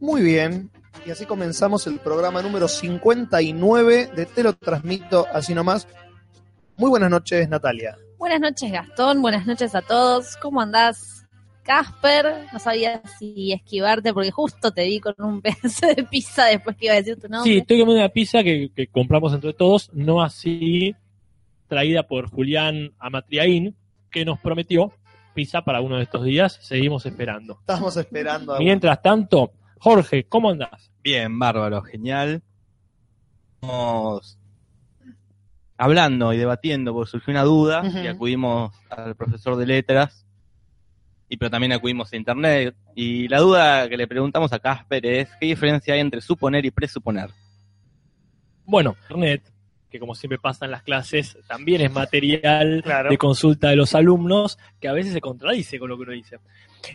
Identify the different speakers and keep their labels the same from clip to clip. Speaker 1: Muy bien. Y así comenzamos el programa número 59 de Te lo transmito así nomás. Muy buenas noches, Natalia.
Speaker 2: Buenas noches, Gastón. Buenas noches a todos. ¿Cómo andás? Casper, no sabía si esquivarte porque justo te vi con un pedazo de pizza después que iba a decir tu nombre.
Speaker 3: Sí, estoy comiendo una pizza que, que compramos entre todos, no así traída por Julián Amatriaín, que nos prometió pizza para uno de estos días. Seguimos esperando.
Speaker 1: Estamos esperando a
Speaker 3: Mientras tanto, Jorge, ¿cómo andás?
Speaker 4: Bien, bárbaro, genial. Estamos hablando y debatiendo porque surgió una duda
Speaker 1: Ujú.
Speaker 4: y acudimos al profesor de letras, y pero también acudimos a internet. Y la duda que le preguntamos a Casper es, ¿qué diferencia hay entre suponer y presuponer?
Speaker 3: Bueno, Internet, que como siempre pasa en las clases, también es material
Speaker 1: Claro.
Speaker 3: de consulta de los alumnos, que a veces se contradice con lo que uno dice.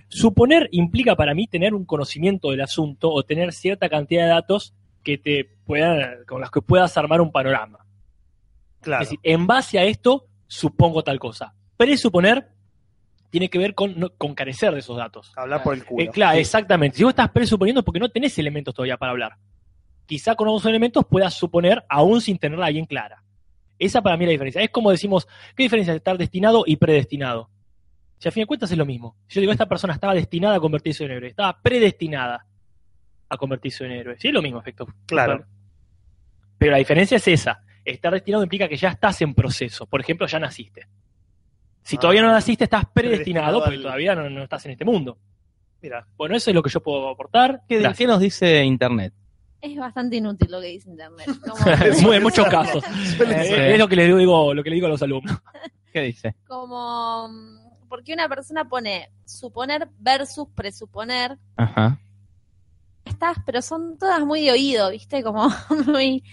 Speaker 3: Suponer implica para mí tener un conocimiento del asunto o tener cierta cantidad de datos que te puedan, con las que puedas armar un panorama.
Speaker 1: Claro.
Speaker 3: Es decir, en base a esto, supongo tal cosa. Presuponer tiene que ver con, no- con carecer de esos datos.
Speaker 1: Hablar por el culo.
Speaker 3: Eh, claro, exactamente. Si vos estás presuponiendo es porque no tenés elementos todavía para hablar. Quizá con algunos elementos puedas suponer aún sin tenerla bien clara. Esa para mí es la diferencia. Es como decimos, ¿qué diferencia es estar destinado y predestinado? Si a fin de cuentas es lo mismo. Si yo digo, esta persona estaba destinada a convertirse en héroe, estaba predestinada a convertirse en héroe. Sí, es lo mismo, efecto.
Speaker 1: Claro.
Speaker 3: Pero la diferencia es esa. Estar destinado implica que ya estás en proceso. Por ejemplo, ya naciste. Si
Speaker 1: Ah.
Speaker 3: todavía no naciste, estás
Speaker 1: Predestinado
Speaker 3: predestinado porque
Speaker 1: al-
Speaker 3: todavía no- no estás en este mundo.
Speaker 1: Mira,
Speaker 3: Bueno, eso es lo que yo puedo aportar.
Speaker 4: ¿Qué, de-
Speaker 3: Gracias.
Speaker 4: ¿qué nos dice internet?
Speaker 2: Es bastante inútil lo que dice internet. Como,
Speaker 3: Mu- en muchos casos.
Speaker 1: suele
Speaker 3: Eh,
Speaker 1: ser.
Speaker 3: es lo que le digo, lo que le digo a los alumnos.
Speaker 4: ¿Qué dice?
Speaker 2: como, mm, porque una persona pone suponer versus presuponer.
Speaker 4: Ajá.
Speaker 2: Estas, pero son todas muy de oído, ¿viste? Como muy...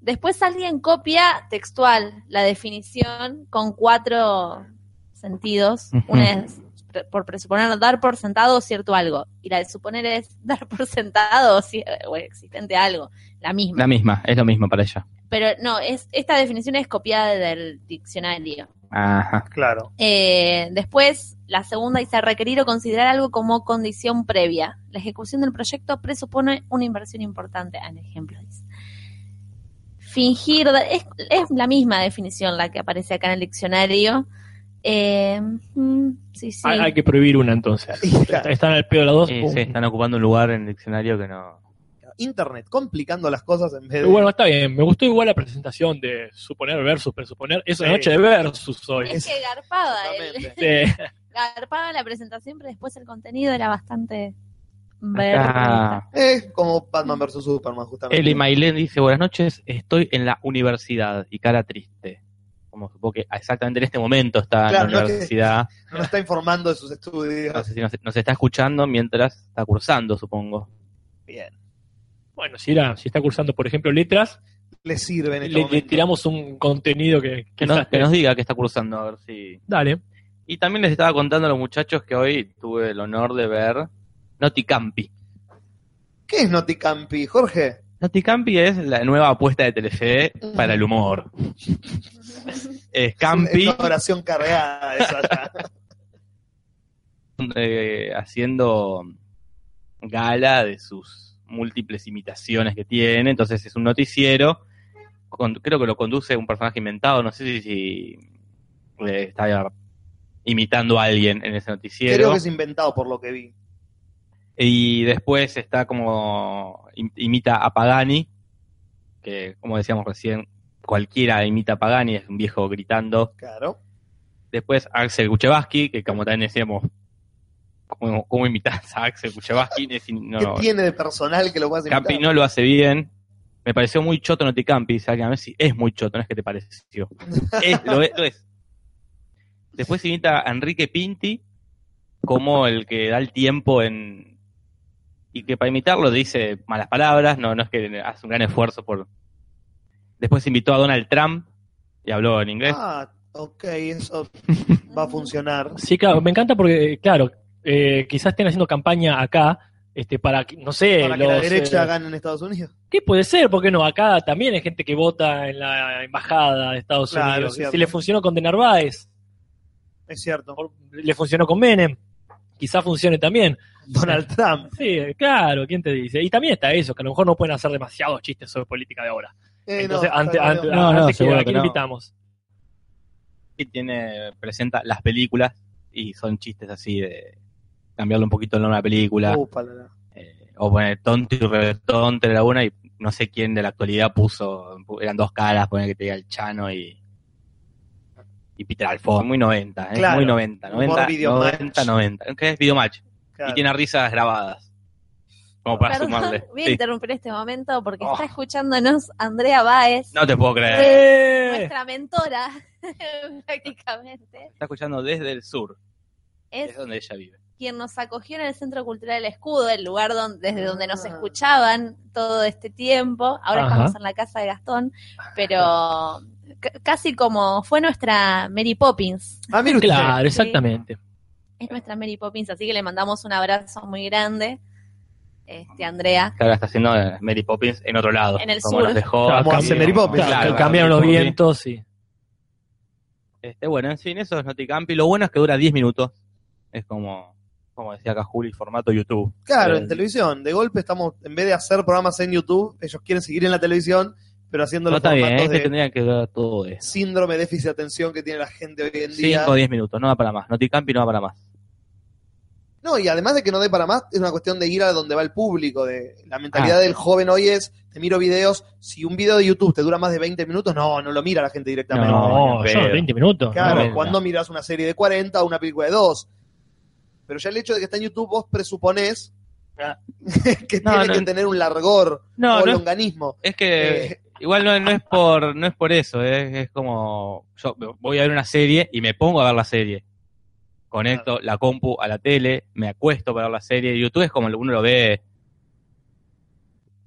Speaker 2: Después alguien copia textual la definición con cuatro sentidos.
Speaker 4: Ujú.
Speaker 2: Una es, pre- por presuponer, dar por sentado cierto algo. Y la de suponer es dar por sentado o si- eh, o existente algo. La misma.
Speaker 4: La misma, es lo mismo para ella.
Speaker 2: Pero no, es, esta definición es copiada del diccionario.
Speaker 4: Ajá.
Speaker 1: Claro.
Speaker 2: Eh, después, la segunda dice requerir o considerar algo como condición previa. La ejecución del proyecto presupone una inversión importante. Al ejemplo, dice. Fingir, da- es, es la misma definición la que aparece acá en el diccionario. Eh, mm, sí, sí.
Speaker 3: Hay, hay que prohibir una entonces. Está- Están al pedo las dos.
Speaker 4: Eh,
Speaker 3: pum.
Speaker 4: sí, están ocupando un lugar en el diccionario que no...
Speaker 1: Internet complicando las cosas en vez de.
Speaker 3: Pero bueno, está bien. Me gustó igual la presentación de suponer versus presuponer. Es una
Speaker 1: Sí.
Speaker 3: noche de versus hoy.
Speaker 2: Es que garpaba, el,
Speaker 1: Exactamente.
Speaker 3: Este,
Speaker 2: garpaba la presentación, pero después el contenido era bastante... vergonzoso.
Speaker 4: Acá,
Speaker 1: Eh, como Batman vs Superman, justamente.
Speaker 4: Eli Mailén dice, buenas noches, estoy en la universidad y cara triste. Como supongo que exactamente en este momento está
Speaker 1: Claro,
Speaker 4: en
Speaker 1: no
Speaker 4: la
Speaker 1: es que-
Speaker 4: universidad.
Speaker 1: No está informando de sus estudios.
Speaker 4: No sé si nos, nos está escuchando mientras está cursando, supongo.
Speaker 1: Bien.
Speaker 3: bueno, si, era, si está cursando, por ejemplo, letras,
Speaker 1: Le sirve en
Speaker 3: le,
Speaker 1: este
Speaker 3: le
Speaker 1: momento.
Speaker 3: tiramos un contenido que,
Speaker 4: Que nos,
Speaker 3: quizás
Speaker 4: que
Speaker 3: te-
Speaker 4: nos diga que está cursando, a ver si.
Speaker 3: Dale.
Speaker 4: Y también les estaba contando a los muchachos que hoy tuve el honor de ver Noticampi.
Speaker 1: ¿Qué es Noticampi, Jorge?
Speaker 4: Noticampi es la nueva apuesta de Telefe para el humor. Es Campi
Speaker 1: Es una oración cargada esa ya.
Speaker 4: eh, haciendo gala de sus múltiples imitaciones que tiene. Entonces es un noticiero. con- creo que lo conduce un personaje inventado. No sé si, si, eh, está imitando a alguien en ese
Speaker 1: Creo
Speaker 4: noticiero.
Speaker 1: que es inventado por lo que vi.
Speaker 4: Y después está como im- imita a Pagani, que como decíamos recién, cualquiera imita a Pagani, es un viejo gritando.
Speaker 1: Claro.
Speaker 4: Después Axel Kuchevaski, que como también decíamos, ¿cómo, cómo imitas a Axel Kuchevaski? Es in- no,
Speaker 1: ¿Qué
Speaker 4: no,
Speaker 1: tiene de personal que lo puedas inventar?
Speaker 4: Campi no lo hace bien. Me pareció muy choto Noticampi, ¿sabes? A ver si es muy choto, no es que te pareció. Es, lo, es, lo es. Después se imita a Enrique Pinti como el que da el tiempo en... Y que para imitarlo dice malas palabras, no, no es que hace un gran esfuerzo por... Después invitó a Donald Trump y habló en inglés.
Speaker 1: Ah, ok, eso va a funcionar.
Speaker 3: Sí, claro, me encanta porque, claro, eh, quizás estén haciendo campaña acá este, para, que- no sé,
Speaker 1: Para que la
Speaker 3: los, eh,
Speaker 1: derecha gane en Estados Unidos.
Speaker 3: ¿Qué puede ser? ¿Por qué no? Acá también hay gente que vota en la embajada de Estados
Speaker 1: Claro,
Speaker 3: Unidos.
Speaker 1: cierto.
Speaker 3: Si le funcionó con De Narváez,
Speaker 1: Es cierto.
Speaker 3: le funcionó con Menem, quizá funcione también.
Speaker 1: Donald Trump.
Speaker 3: Sí, claro, ¿quién te dice? Y también está eso, que a lo mejor no pueden hacer demasiados chistes sobre política de ahora.
Speaker 1: Eh,
Speaker 3: Entonces,
Speaker 1: no,
Speaker 3: ante-
Speaker 1: está
Speaker 3: ante-
Speaker 1: bien.
Speaker 3: antes,
Speaker 5: No, no,
Speaker 3: que,
Speaker 5: seguro
Speaker 3: ¿a
Speaker 5: que
Speaker 3: quién
Speaker 5: no.
Speaker 3: invitamos?
Speaker 4: Y tiene, presenta las películas y son chistes así de cambiarle un poquito el nombre a la película.
Speaker 1: Uh, palala.
Speaker 4: eh, o poner tonto y retonte era una y no sé quién de la actualidad puso, eran dos caras, poner que te diga el Chano y, y Peter Alfonso, muy 90, ¿eh?
Speaker 1: Claro.
Speaker 4: muy 90,
Speaker 1: Humor
Speaker 4: 90,
Speaker 1: videomatch.
Speaker 4: 90, 90, que es videomatch,
Speaker 1: Claro.
Speaker 4: y tiene risas grabadas, como para
Speaker 2: Perdón,
Speaker 4: sumarle.
Speaker 2: voy a
Speaker 4: Sí.
Speaker 2: interrumpir este momento porque
Speaker 4: Oh.
Speaker 2: está escuchándonos Andrea Báez,
Speaker 4: No te puedo creer,
Speaker 3: ¡Eh!
Speaker 2: nuestra mentora, prácticamente.
Speaker 4: está escuchando desde el sur, es
Speaker 2: Es
Speaker 4: donde ella vive.
Speaker 2: quien nos acogió en el Centro Cultural El Escudo, el lugar donde, desde donde nos
Speaker 1: Ah.
Speaker 2: escuchaban todo este tiempo. Ahora
Speaker 3: Ajá.
Speaker 2: estamos en la casa de Gastón, pero c- casi como fue nuestra Mary Poppins.
Speaker 1: Ah, mire usted.
Speaker 3: Claro, exactamente.
Speaker 2: Es nuestra Mary Poppins, así que le mandamos un abrazo muy grande, este Andrea.
Speaker 4: Ahora está haciendo eh, Mary Poppins en otro lado.
Speaker 2: En el
Speaker 4: como
Speaker 2: sur.
Speaker 4: Nos dejó,
Speaker 3: Claro,
Speaker 4: como-
Speaker 1: hace Mary Poppins.
Speaker 3: Claro,
Speaker 1: Claro,
Speaker 3: que cambiaron los
Speaker 4: Mary Poppins.
Speaker 3: vientos y...
Speaker 4: Este, bueno, en fin, eso es Noticampi. Lo bueno es que dura 10 minutos. Es como, como decía acá Juli, formato YouTube.
Speaker 1: Claro, en
Speaker 4: Eh,
Speaker 1: televisión. De golpe estamos, en vez de hacer programas en YouTube, ellos quieren seguir en la televisión, pero haciendo
Speaker 4: No
Speaker 1: los
Speaker 4: está bien, este
Speaker 1: formatos
Speaker 4: es que
Speaker 1: de
Speaker 4: tendrían que dar todo eso.
Speaker 1: síndrome de déficit de atención que tiene la gente hoy en día.
Speaker 4: 5 o 10 minutos, no da para más. Noticampi no da para más.
Speaker 1: No, y además de que no dé para más, es una cuestión de ir a donde va el público. De, la
Speaker 4: Ah.
Speaker 1: mentalidad del joven hoy es, te miro videos, si un video de YouTube te dura más de 20 minutos, no, no lo mira la gente directamente.
Speaker 4: No,
Speaker 3: No,
Speaker 4: ni en
Speaker 3: yo
Speaker 4: pedo.
Speaker 3: 20 minutos.
Speaker 1: claro,
Speaker 4: no
Speaker 3: ¿no?
Speaker 4: venga.
Speaker 1: cuando miras una serie de 40 o una película de 2. Pero ya el hecho de que está en YouTube vos presuponés
Speaker 4: Ah.
Speaker 1: que
Speaker 4: No,
Speaker 1: tiene
Speaker 4: no.
Speaker 1: que tener un largor
Speaker 4: No,
Speaker 1: o
Speaker 4: no es-
Speaker 1: longanismo.
Speaker 4: Es que
Speaker 1: Eh.
Speaker 4: igual no, no es por no es por eso. eh. Es, es como, yo voy a ver una serie y me pongo a ver la serie. Conecto la compu a la tele, me acuesto para ver la serie. YouTube es como uno lo ve.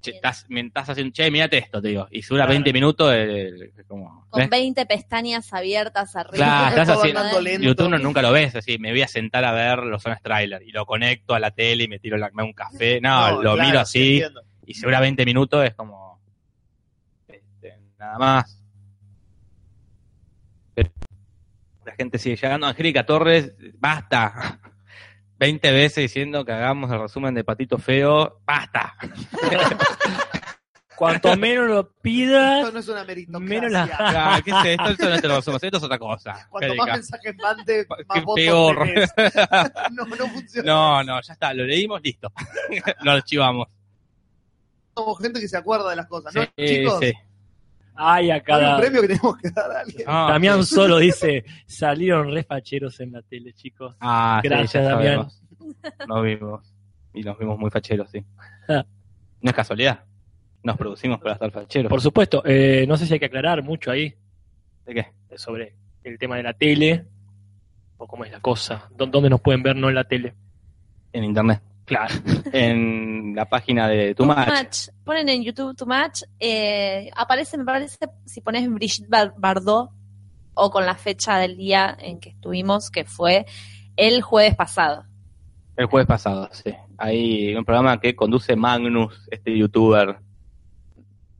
Speaker 4: Che, estás, me estás haciendo, che, mirate esto, te digo. Y dura
Speaker 3: Claro.
Speaker 4: 20 minutos, eh, es como. ¿ves?
Speaker 2: Con 20 pestañas abiertas arriba.
Speaker 4: Claro, estás
Speaker 1: Todo
Speaker 4: haciendo-
Speaker 1: andando lento.
Speaker 4: YouTube no, nunca lo ves así, me voy a sentar a ver los zonas trailer y lo conecto a la tele y me tiro la- me hago un café. No,
Speaker 1: No,
Speaker 4: Ah, lo
Speaker 1: claro,
Speaker 4: miro
Speaker 1: sí,
Speaker 4: así
Speaker 1: entiendo.
Speaker 4: y si dura 20 minutos es como este, nada más. Pero la gente sigue llegando. Angélica Torres, basta. 20 veces diciendo que hagamos el resumen de Patito Feo, basta.
Speaker 3: Cuanto menos lo
Speaker 1: Esto
Speaker 3: pidas,
Speaker 1: no es una meritocracia.
Speaker 3: menos la...
Speaker 4: Ah, ¿Qué es esto? Esto no es el resumen, esto es otra cosa.
Speaker 1: Cuanto más
Speaker 4: Angélica.
Speaker 1: mensajes mande,
Speaker 4: Pa-
Speaker 1: más
Speaker 4: qué
Speaker 1: votos
Speaker 4: peor.
Speaker 1: tenés. No, no funciona.
Speaker 4: No, no, ya está, lo leímos, listo. lo archivamos.
Speaker 1: Somos gente que se acuerda de las cosas, ¿no?
Speaker 4: Sí,
Speaker 1: Chicos,
Speaker 4: sí.
Speaker 3: Ay, a
Speaker 1: hay un
Speaker 3: cada...
Speaker 1: premio que tenemos que dar a alguien.
Speaker 4: Ah,
Speaker 3: Damián
Speaker 4: sí.
Speaker 3: solo dice, salieron re facheros en la tele, chicos.
Speaker 4: Ah, sí,
Speaker 3: Gracias,
Speaker 4: ya
Speaker 3: Damián.
Speaker 4: sabemos. Nos vimos. Y nos vimos muy facheros, sí.
Speaker 3: Ah.
Speaker 4: No es casualidad. Nos producimos para estar facheros.
Speaker 3: Por supuesto, eh, no sé si hay que aclarar mucho ahí
Speaker 4: ¿De qué?
Speaker 3: sobre el tema de la tele o cómo es la cosa, dó- dónde nos pueden ver no en la tele.
Speaker 4: En internet.
Speaker 3: Claro.
Speaker 4: En la página de Tu
Speaker 2: Too
Speaker 4: Match.
Speaker 2: Much. Ponen en YouTube Too Much. eh, aparece, me parece, si pones Brigitte Bar- Bardot o con la fecha del día en que estuvimos, que fue el jueves pasado.
Speaker 4: El jueves pasado, sí. Hay un programa que conduce Magnus, este youtuber.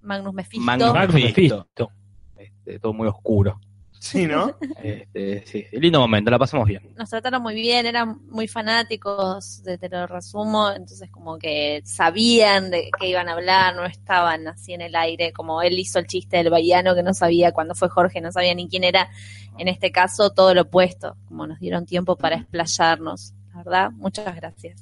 Speaker 2: Magnus Mephisto.
Speaker 4: Magnus.
Speaker 3: Marcos
Speaker 4: Mephisto.
Speaker 3: Mephisto.
Speaker 4: Este, todo muy oscuro.
Speaker 1: Sí, ¿no?
Speaker 4: Este, sí, sí, lindo momento, la pasamos bien.
Speaker 2: Nos trataron muy bien, eran muy fanáticos, de, te lo resumo, entonces como que sabían de qué iban a hablar, no estaban así en el aire, como él hizo el chiste del bahiano que no sabía cuándo fue Jorge, no sabía ni quién era, en este caso todo lo opuesto, como nos dieron tiempo para explayarnos, la verdad, muchas gracias.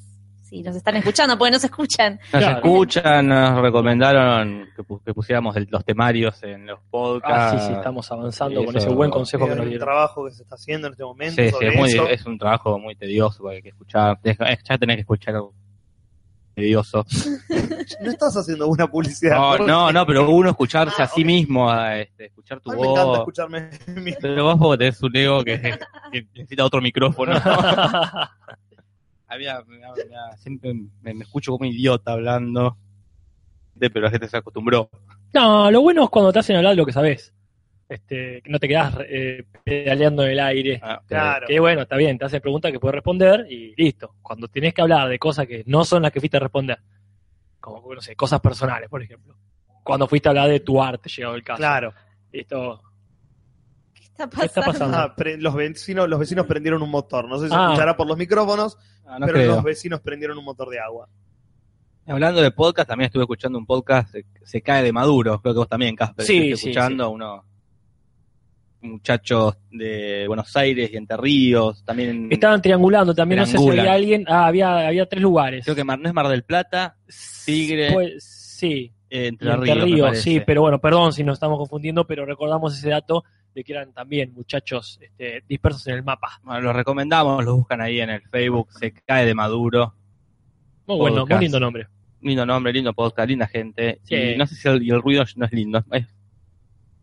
Speaker 2: Si nos están escuchando, porque nos escuchan.
Speaker 4: Nos
Speaker 3: Claro.
Speaker 4: escuchan, nos recomendaron que, pu- que pusiéramos el- los temarios en los
Speaker 3: Ah,
Speaker 4: podcasts.
Speaker 3: sí, sí, estamos avanzando
Speaker 4: Eso-
Speaker 3: con ese buen consejo que
Speaker 1: Hay
Speaker 3: nos
Speaker 1: un
Speaker 3: dieron.
Speaker 1: trabajo que se está haciendo en este momento.
Speaker 4: Sí, sí,
Speaker 1: sobre
Speaker 4: es, muy-
Speaker 1: eso.
Speaker 4: es un trabajo muy tedioso porque hay que escuchar. tenés que- Ya tenés que escuchar algo tedioso.
Speaker 1: No estás haciendo una publicidad.
Speaker 4: No,
Speaker 1: Jorge.
Speaker 4: no, no, pero uno escucharse
Speaker 1: Ah,
Speaker 4: a sí
Speaker 1: ok.
Speaker 4: mismo, a, este, escuchar tu
Speaker 1: A mí me encanta
Speaker 4: voz.
Speaker 1: escucharme. mismo.
Speaker 4: Pero vos porque tenés un ego que, que necesita otro micrófono. Había, me- me- siempre me, me escucho como un idiota hablando. Este, Pero la gente se acostumbró.
Speaker 3: No, lo bueno es cuando te hacen hablar de lo que sabes. Este, que no te quedás eh, pedaleando en el aire.
Speaker 4: Ah,
Speaker 1: Claro.
Speaker 3: Que bueno, está bien, te hacen preguntas que puedes responder y listo. Cuando tenés que hablar de cosas que no son las que fuiste a responder, como, no sé, cosas personales, por ejemplo. Cuando fuiste a hablar de tu arte, llegado el caso.
Speaker 1: Claro.
Speaker 3: Esto,
Speaker 2: Está
Speaker 3: ¿Qué está
Speaker 2: pasando.
Speaker 3: pasando?
Speaker 1: Ah, pre- los, vecinos, los vecinos prendieron un motor. No sé si se
Speaker 3: Ah.
Speaker 1: escuchará por los micrófonos,
Speaker 4: Ah, no
Speaker 1: pero
Speaker 4: creo.
Speaker 1: los vecinos prendieron un motor de agua.
Speaker 4: Hablando de podcast, también estuve escuchando un podcast, eh, se cae de Maduro, creo que vos también, Casper,
Speaker 3: Sí,
Speaker 4: estuviste
Speaker 3: sí,
Speaker 4: escuchando a unos muchachos de Buenos Aires y Entre Ríos, también
Speaker 3: Estaban triangulando también, no sé si
Speaker 4: Triangulan.
Speaker 3: había alguien. Ah, había, había tres lugares.
Speaker 4: creo que Mar, no es Mar del Plata, Tigre,
Speaker 3: Pues, sí,
Speaker 4: eh, Entre,
Speaker 3: Entre
Speaker 4: Ríos, me
Speaker 3: Ríos,
Speaker 4: parece.
Speaker 3: sí, pero bueno, perdón si nos estamos confundiendo, pero recordamos ese dato de que eran también muchachos este, dispersos en el mapa.
Speaker 4: Bueno, los recomendamos, los buscan ahí en el Facebook, se cae de Maduro,
Speaker 3: Muy bueno, muy
Speaker 4: Podcast.
Speaker 3: lindo nombre.
Speaker 4: lindo nombre, lindo podcast, linda gente,
Speaker 3: Sí.
Speaker 4: y no sé si el, y el ruido no es lindo, es- es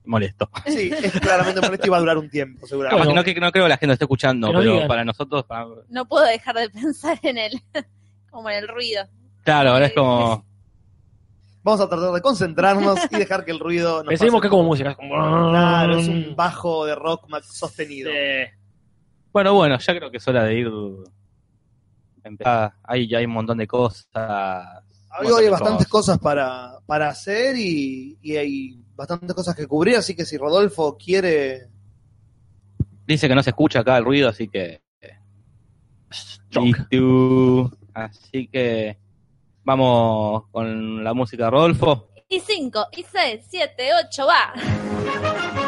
Speaker 4: molesto.
Speaker 1: Sí, es claramente molesto y va a durar un tiempo, seguramente.
Speaker 4: Capaz que
Speaker 3: Bueno.
Speaker 4: no, que no creo que la gente lo esté escuchando,
Speaker 3: Que nos
Speaker 4: pero
Speaker 3: digan.
Speaker 4: para nosotros, para-
Speaker 2: No puedo dejar de pensar en él, como en el ruido.
Speaker 4: claro, ahora es como...
Speaker 1: Vamos a tratar de concentrarnos y dejar que el ruido nos
Speaker 3: Pensemos que
Speaker 1: pase.
Speaker 3: es como música. es como- Mm.
Speaker 1: Claro, es un bajo de rock más sostenido.
Speaker 3: Sí.
Speaker 4: Bueno, bueno, ya creo que es hora de ir. Empezar. Ahí ya hay un montón de cosas.
Speaker 1: Hoy hay bastantes cosas para, para hacer y, y hay bastantes cosas que cubrir, así que si Rodolfo quiere...
Speaker 4: Dice que no se escucha acá el ruido, así que.
Speaker 3: Choc.
Speaker 4: Y tú. Así que. Vamos con la música, Rodolfo.
Speaker 2: Y 5, y 6, 7, 8, va.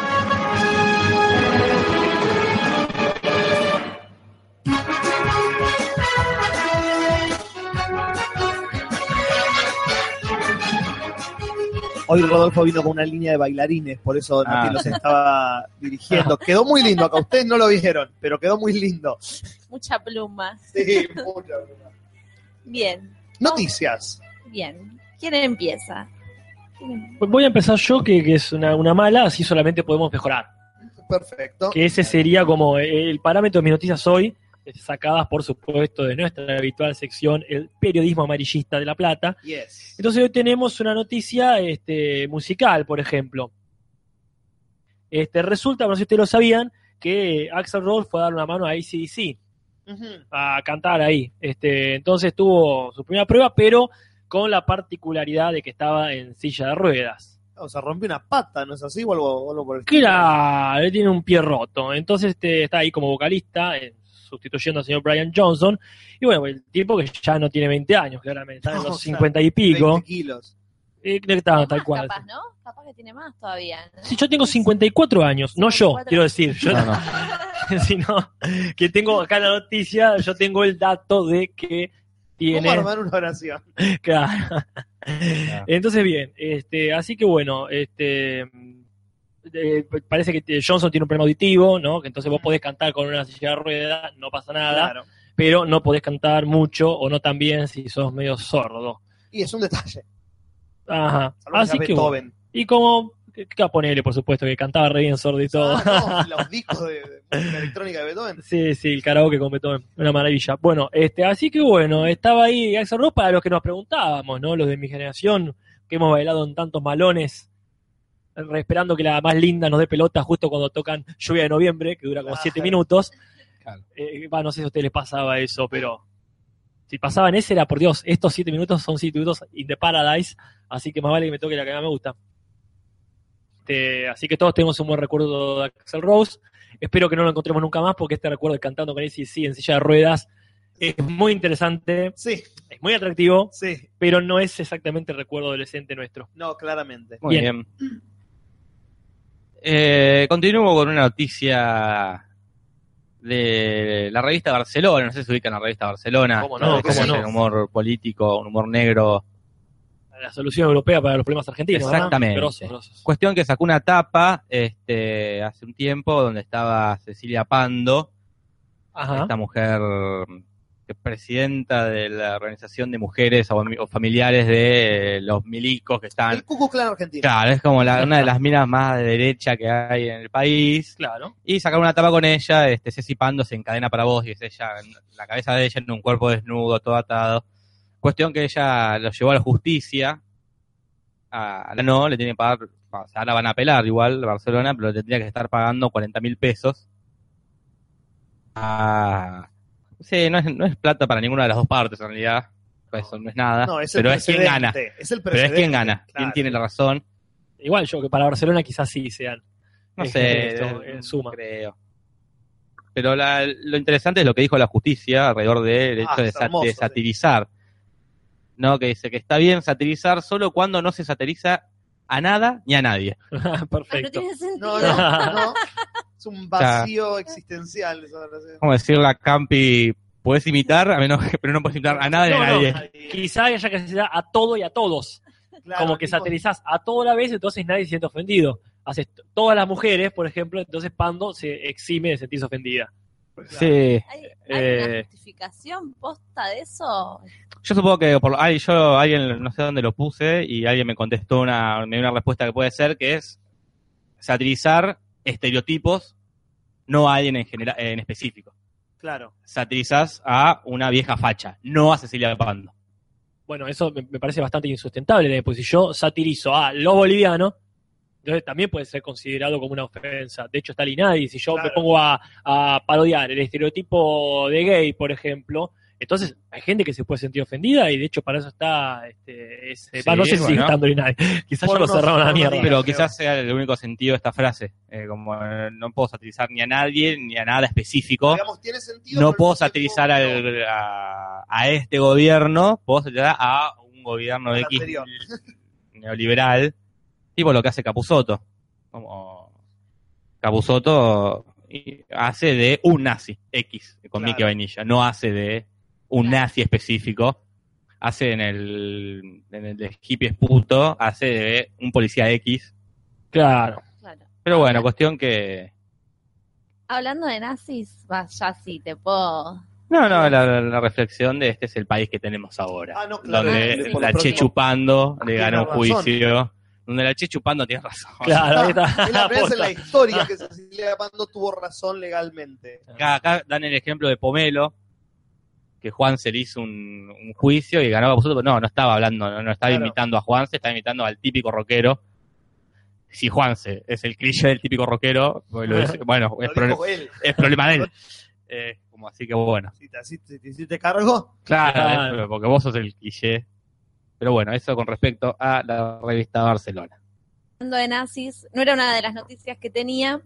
Speaker 1: Hoy Rodolfo vino con una línea de bailarines, por eso Nati
Speaker 4: Ah.
Speaker 1: los estaba dirigiendo. Quedó muy lindo, acá ustedes no lo vieron, pero quedó muy lindo.
Speaker 2: Mucha pluma.
Speaker 1: Sí, mucho.
Speaker 2: Bien,
Speaker 1: Noticias.
Speaker 2: bien. ¿Quién empieza? ¿Quién-
Speaker 3: Voy a empezar yo, que, que es una, una mala, así solamente podemos mejorar.
Speaker 1: Perfecto.
Speaker 3: Que ese sería como el parámetro de mis noticias hoy, sacadas por supuesto de nuestra habitual sección, el periodismo amarillista de La Plata.
Speaker 1: Yes.
Speaker 3: Entonces hoy tenemos una noticia este, musical, por ejemplo. Este, resulta, no sé si ustedes lo sabían, que Axel Rose fue a dar una mano a ACDC,
Speaker 1: Ujú.
Speaker 3: a cantar ahí. Este, entonces tuvo su primera prueba, pero con la particularidad de que estaba en silla de ruedas.
Speaker 1: O sea, rompió una pata, ¿no es así? O algo, o algo por el
Speaker 3: Claro, él tiene un pie roto. Entonces este, está ahí como vocalista, eh, sustituyendo al señor Brian Johnson. Y bueno, el tipo que ya no tiene 20 años, claramente, está en
Speaker 1: No, o
Speaker 3: los
Speaker 1: sea,
Speaker 3: 50 y
Speaker 1: 20
Speaker 3: pico.
Speaker 1: kilos.
Speaker 3: Eh, está,
Speaker 2: Más
Speaker 3: tal cual.
Speaker 2: Ah, Capaz, ¿no? Capaz que tiene más todavía. ¿no? Ah,
Speaker 3: Sí, yo tengo 54 años, no yo,
Speaker 2: 54.
Speaker 3: quiero decir, yo,
Speaker 4: No, no.
Speaker 3: sino que tengo acá la noticia, yo tengo el dato de que
Speaker 1: ¿Cómo
Speaker 3: tiene...
Speaker 1: armar una oración?
Speaker 3: Claro. Entonces, bien, este, así que bueno, este, eh, parece que eh, Johnson tiene un problema auditivo, ¿no? Que entonces vos podés cantar con una silla de rueda, no pasa nada,
Speaker 1: Claro.
Speaker 3: pero no podés cantar mucho o no tan bien si sos medio sordo.
Speaker 1: Y es un detalle.
Speaker 3: Ajá.
Speaker 1: Salvo
Speaker 3: Así
Speaker 1: sea
Speaker 3: que... bueno.
Speaker 1: Beethoven.
Speaker 3: Y como... eh, que ah, ponele, por supuesto, que cantaba re bien sordo y todo.
Speaker 1: Ah, no, los discos de, de música electrónica de Beethoven.
Speaker 3: Sí, sí, el karaoke con Beethoven, una maravilla. Bueno, este, así que bueno, estaba ahí Axel Rose para los que nos preguntábamos, ¿no? Los de mi generación, que hemos bailado en tantos malones, eh, esperando que la más linda nos dé pelota justo cuando tocan Lluvia de Noviembre, que dura como
Speaker 1: Claro.
Speaker 3: siete minutos.
Speaker 4: Claro.
Speaker 3: Eh, va, no sé si a ustedes les pasaba eso, pero si pasaban ese era, por Dios, estos siete minutos son siete minutos in the paradise, así que más vale que me toque la que más me gusta. Este, así que todos tenemos un buen recuerdo de Axel Rose. Espero que no lo encontremos nunca más porque este recuerdo de cantando con ACC en silla de ruedas es muy interesante,
Speaker 1: Sí,
Speaker 3: es muy atractivo,
Speaker 1: sí.
Speaker 3: pero no es exactamente el recuerdo adolescente nuestro.
Speaker 1: No, claramente.
Speaker 4: Muy bien. Eh, continúo con una noticia de la revista Barcelona. No sé si se ubican la revista Barcelona.
Speaker 3: ¿Cómo no?
Speaker 4: Que es
Speaker 1: ¿Cómo no?
Speaker 4: Un humor político, un humor negro.
Speaker 3: La solución europea para los problemas argentinos. ¿verdad?
Speaker 4: Exactamente.
Speaker 3: Grosos, grosos.
Speaker 4: Cuestión que sacó una tapa este, hace un tiempo donde estaba Cecilia Pando,
Speaker 3: Ajá.
Speaker 4: esta mujer que es presidenta de la organización de mujeres o, o familiares de eh, los milicos que están.
Speaker 1: El Cucu Clan argentino.
Speaker 4: Claro, es como la- una de las minas más de derecha que hay en el país.
Speaker 3: Claro.
Speaker 4: Y sacaron una tapa con ella, este, Ceci Pando se encadena para vos y es ella, la cabeza de ella en un cuerpo desnudo, todo atado. Cuestión que ella lo llevó a la justicia. A, a- no, le tiene que pagar, o sea, ahora van a apelar igual a Barcelona, pero le tendría que estar pagando 40 mil pesos. Ah, sí, no es, no es plata para ninguna de las dos partes en realidad. Pues eso no es nada.
Speaker 1: No, es el
Speaker 4: pero es quien
Speaker 1: precedente,
Speaker 4: gana.
Speaker 1: Es el
Speaker 4: Pero es
Speaker 1: precedente,
Speaker 4: quien gana.
Speaker 1: claro.
Speaker 4: Quien tiene la razón.
Speaker 3: Igual yo que para Barcelona quizás sí sean
Speaker 4: No
Speaker 3: Es
Speaker 4: sé,
Speaker 3: esto,
Speaker 4: de-
Speaker 3: en suma.
Speaker 4: creo. Pero la- lo interesante es lo que dijo la justicia alrededor del
Speaker 1: Ah,
Speaker 4: hecho de,
Speaker 1: es
Speaker 4: sa-
Speaker 1: hermoso,
Speaker 4: de
Speaker 1: sí.
Speaker 4: satirizar. ¿No? Que dice que está bien satirizar solo cuando no se satiriza a nada ni a nadie.
Speaker 2: Ay, Ah, no
Speaker 3: Ah, Perfecto.
Speaker 2: tiene sentido.
Speaker 1: No, no, no. Es un vacío existencial. esa frase.
Speaker 4: Como decir la Campi, puedes imitar, a menos que, pero no puedes imitar a nada ni a
Speaker 3: No, no,
Speaker 4: nadie.
Speaker 3: Quizá haya que se da a todo y a todos.
Speaker 1: Claro,
Speaker 3: como que
Speaker 1: tipo,
Speaker 3: satirizás a toda la vez, entonces nadie se siente ofendido. Haces t- todas las mujeres, por ejemplo, entonces Pando se exime de sentirse ofendida.
Speaker 4: Sí.
Speaker 2: ¿Hay, hay
Speaker 4: Eh.
Speaker 2: una justificación posta de eso?
Speaker 4: Yo supongo que por ay, yo alguien no sé dónde lo puse y alguien me contestó una, me dio una respuesta que puede ser que es satirizar estereotipos, no a alguien en general, en específico.
Speaker 1: Claro.
Speaker 4: Satirizás a una vieja facha, no a Cecilia Pando.
Speaker 3: Bueno, eso me, me parece bastante insustentable, ¿eh? porque si yo satirizo a lo boliviano, entonces también puede ser considerado como una ofensa. De hecho, está el INADI. Si yo me
Speaker 1: Claro.
Speaker 3: pongo a, a parodiar el estereotipo de gay, por ejemplo, entonces hay gente que se puede sentir ofendida y de hecho para eso está... Este, ese-
Speaker 4: Sí,
Speaker 3: va, no sé si sigue
Speaker 4: bueno.
Speaker 3: estando el INADI. Quizás ya
Speaker 1: Por
Speaker 3: lo
Speaker 1: unos-
Speaker 3: cerraron
Speaker 1: por
Speaker 3: a la
Speaker 1: unos
Speaker 3: mierda.
Speaker 1: días.
Speaker 4: Pero quizás sea el único sentido de esta frase. eh, como eh, no puedo satirizar ni a nadie, ni a nada específico.
Speaker 1: Digamos, tiene sentido.
Speaker 4: No
Speaker 1: pero
Speaker 4: puedo
Speaker 1: mismo
Speaker 4: satirizar
Speaker 1: no.
Speaker 4: al- a, a este gobierno, puedo satirizar a un gobierno
Speaker 1: Al
Speaker 4: de X
Speaker 1: anterior.
Speaker 4: neoliberal, tipo lo que hace Capusoto. Como Capusoto hace de un nazi X con
Speaker 1: Claro.
Speaker 4: Mickey Vainilla, no hace de un
Speaker 2: Claro.
Speaker 4: nazi específico. Hace en el, en el de hippies puto, hace de un policía X.
Speaker 3: Claro.
Speaker 2: Claro.
Speaker 4: Pero bueno, cuestión que.
Speaker 2: Hablando de nazis, va, ya sí, te puedo.
Speaker 4: No, no, la, la reflexión de este es el país que tenemos ahora.
Speaker 1: Ah, no, claro.
Speaker 2: Ah,
Speaker 4: Donde
Speaker 2: sí.
Speaker 4: la Che chupando le
Speaker 1: Tiene
Speaker 4: ganó un
Speaker 1: razón.
Speaker 4: juicio. Donde la Che chupando tiene razón.
Speaker 3: Claro, ahí está.
Speaker 1: Es la primera vez en la
Speaker 3: Posta.
Speaker 1: historia que Cecilia Pando tuvo razón legalmente.
Speaker 4: Acá, acá dan el ejemplo de Pomelo, que Juan se le hizo un, un juicio y ganó Capuzoto, pero no, no estaba hablando, no, no estaba
Speaker 1: Claro.
Speaker 4: imitando a Juan, se estaba imitando al típico rockero. Si Juan se es el cliché del típico rockero, pues lo dice- bueno, es,
Speaker 1: Lo
Speaker 4: pro-
Speaker 1: dijo él.
Speaker 4: es problema de él. Eh, como así que bueno.
Speaker 1: Si te, si te- si te hiciste cargo,
Speaker 4: Claro,
Speaker 3: Claro.
Speaker 4: eh, porque vos sos el cliché. Pero bueno, eso con respecto a la revista Barcelona.
Speaker 2: Hablando de nazis, no era una de las noticias que tenía,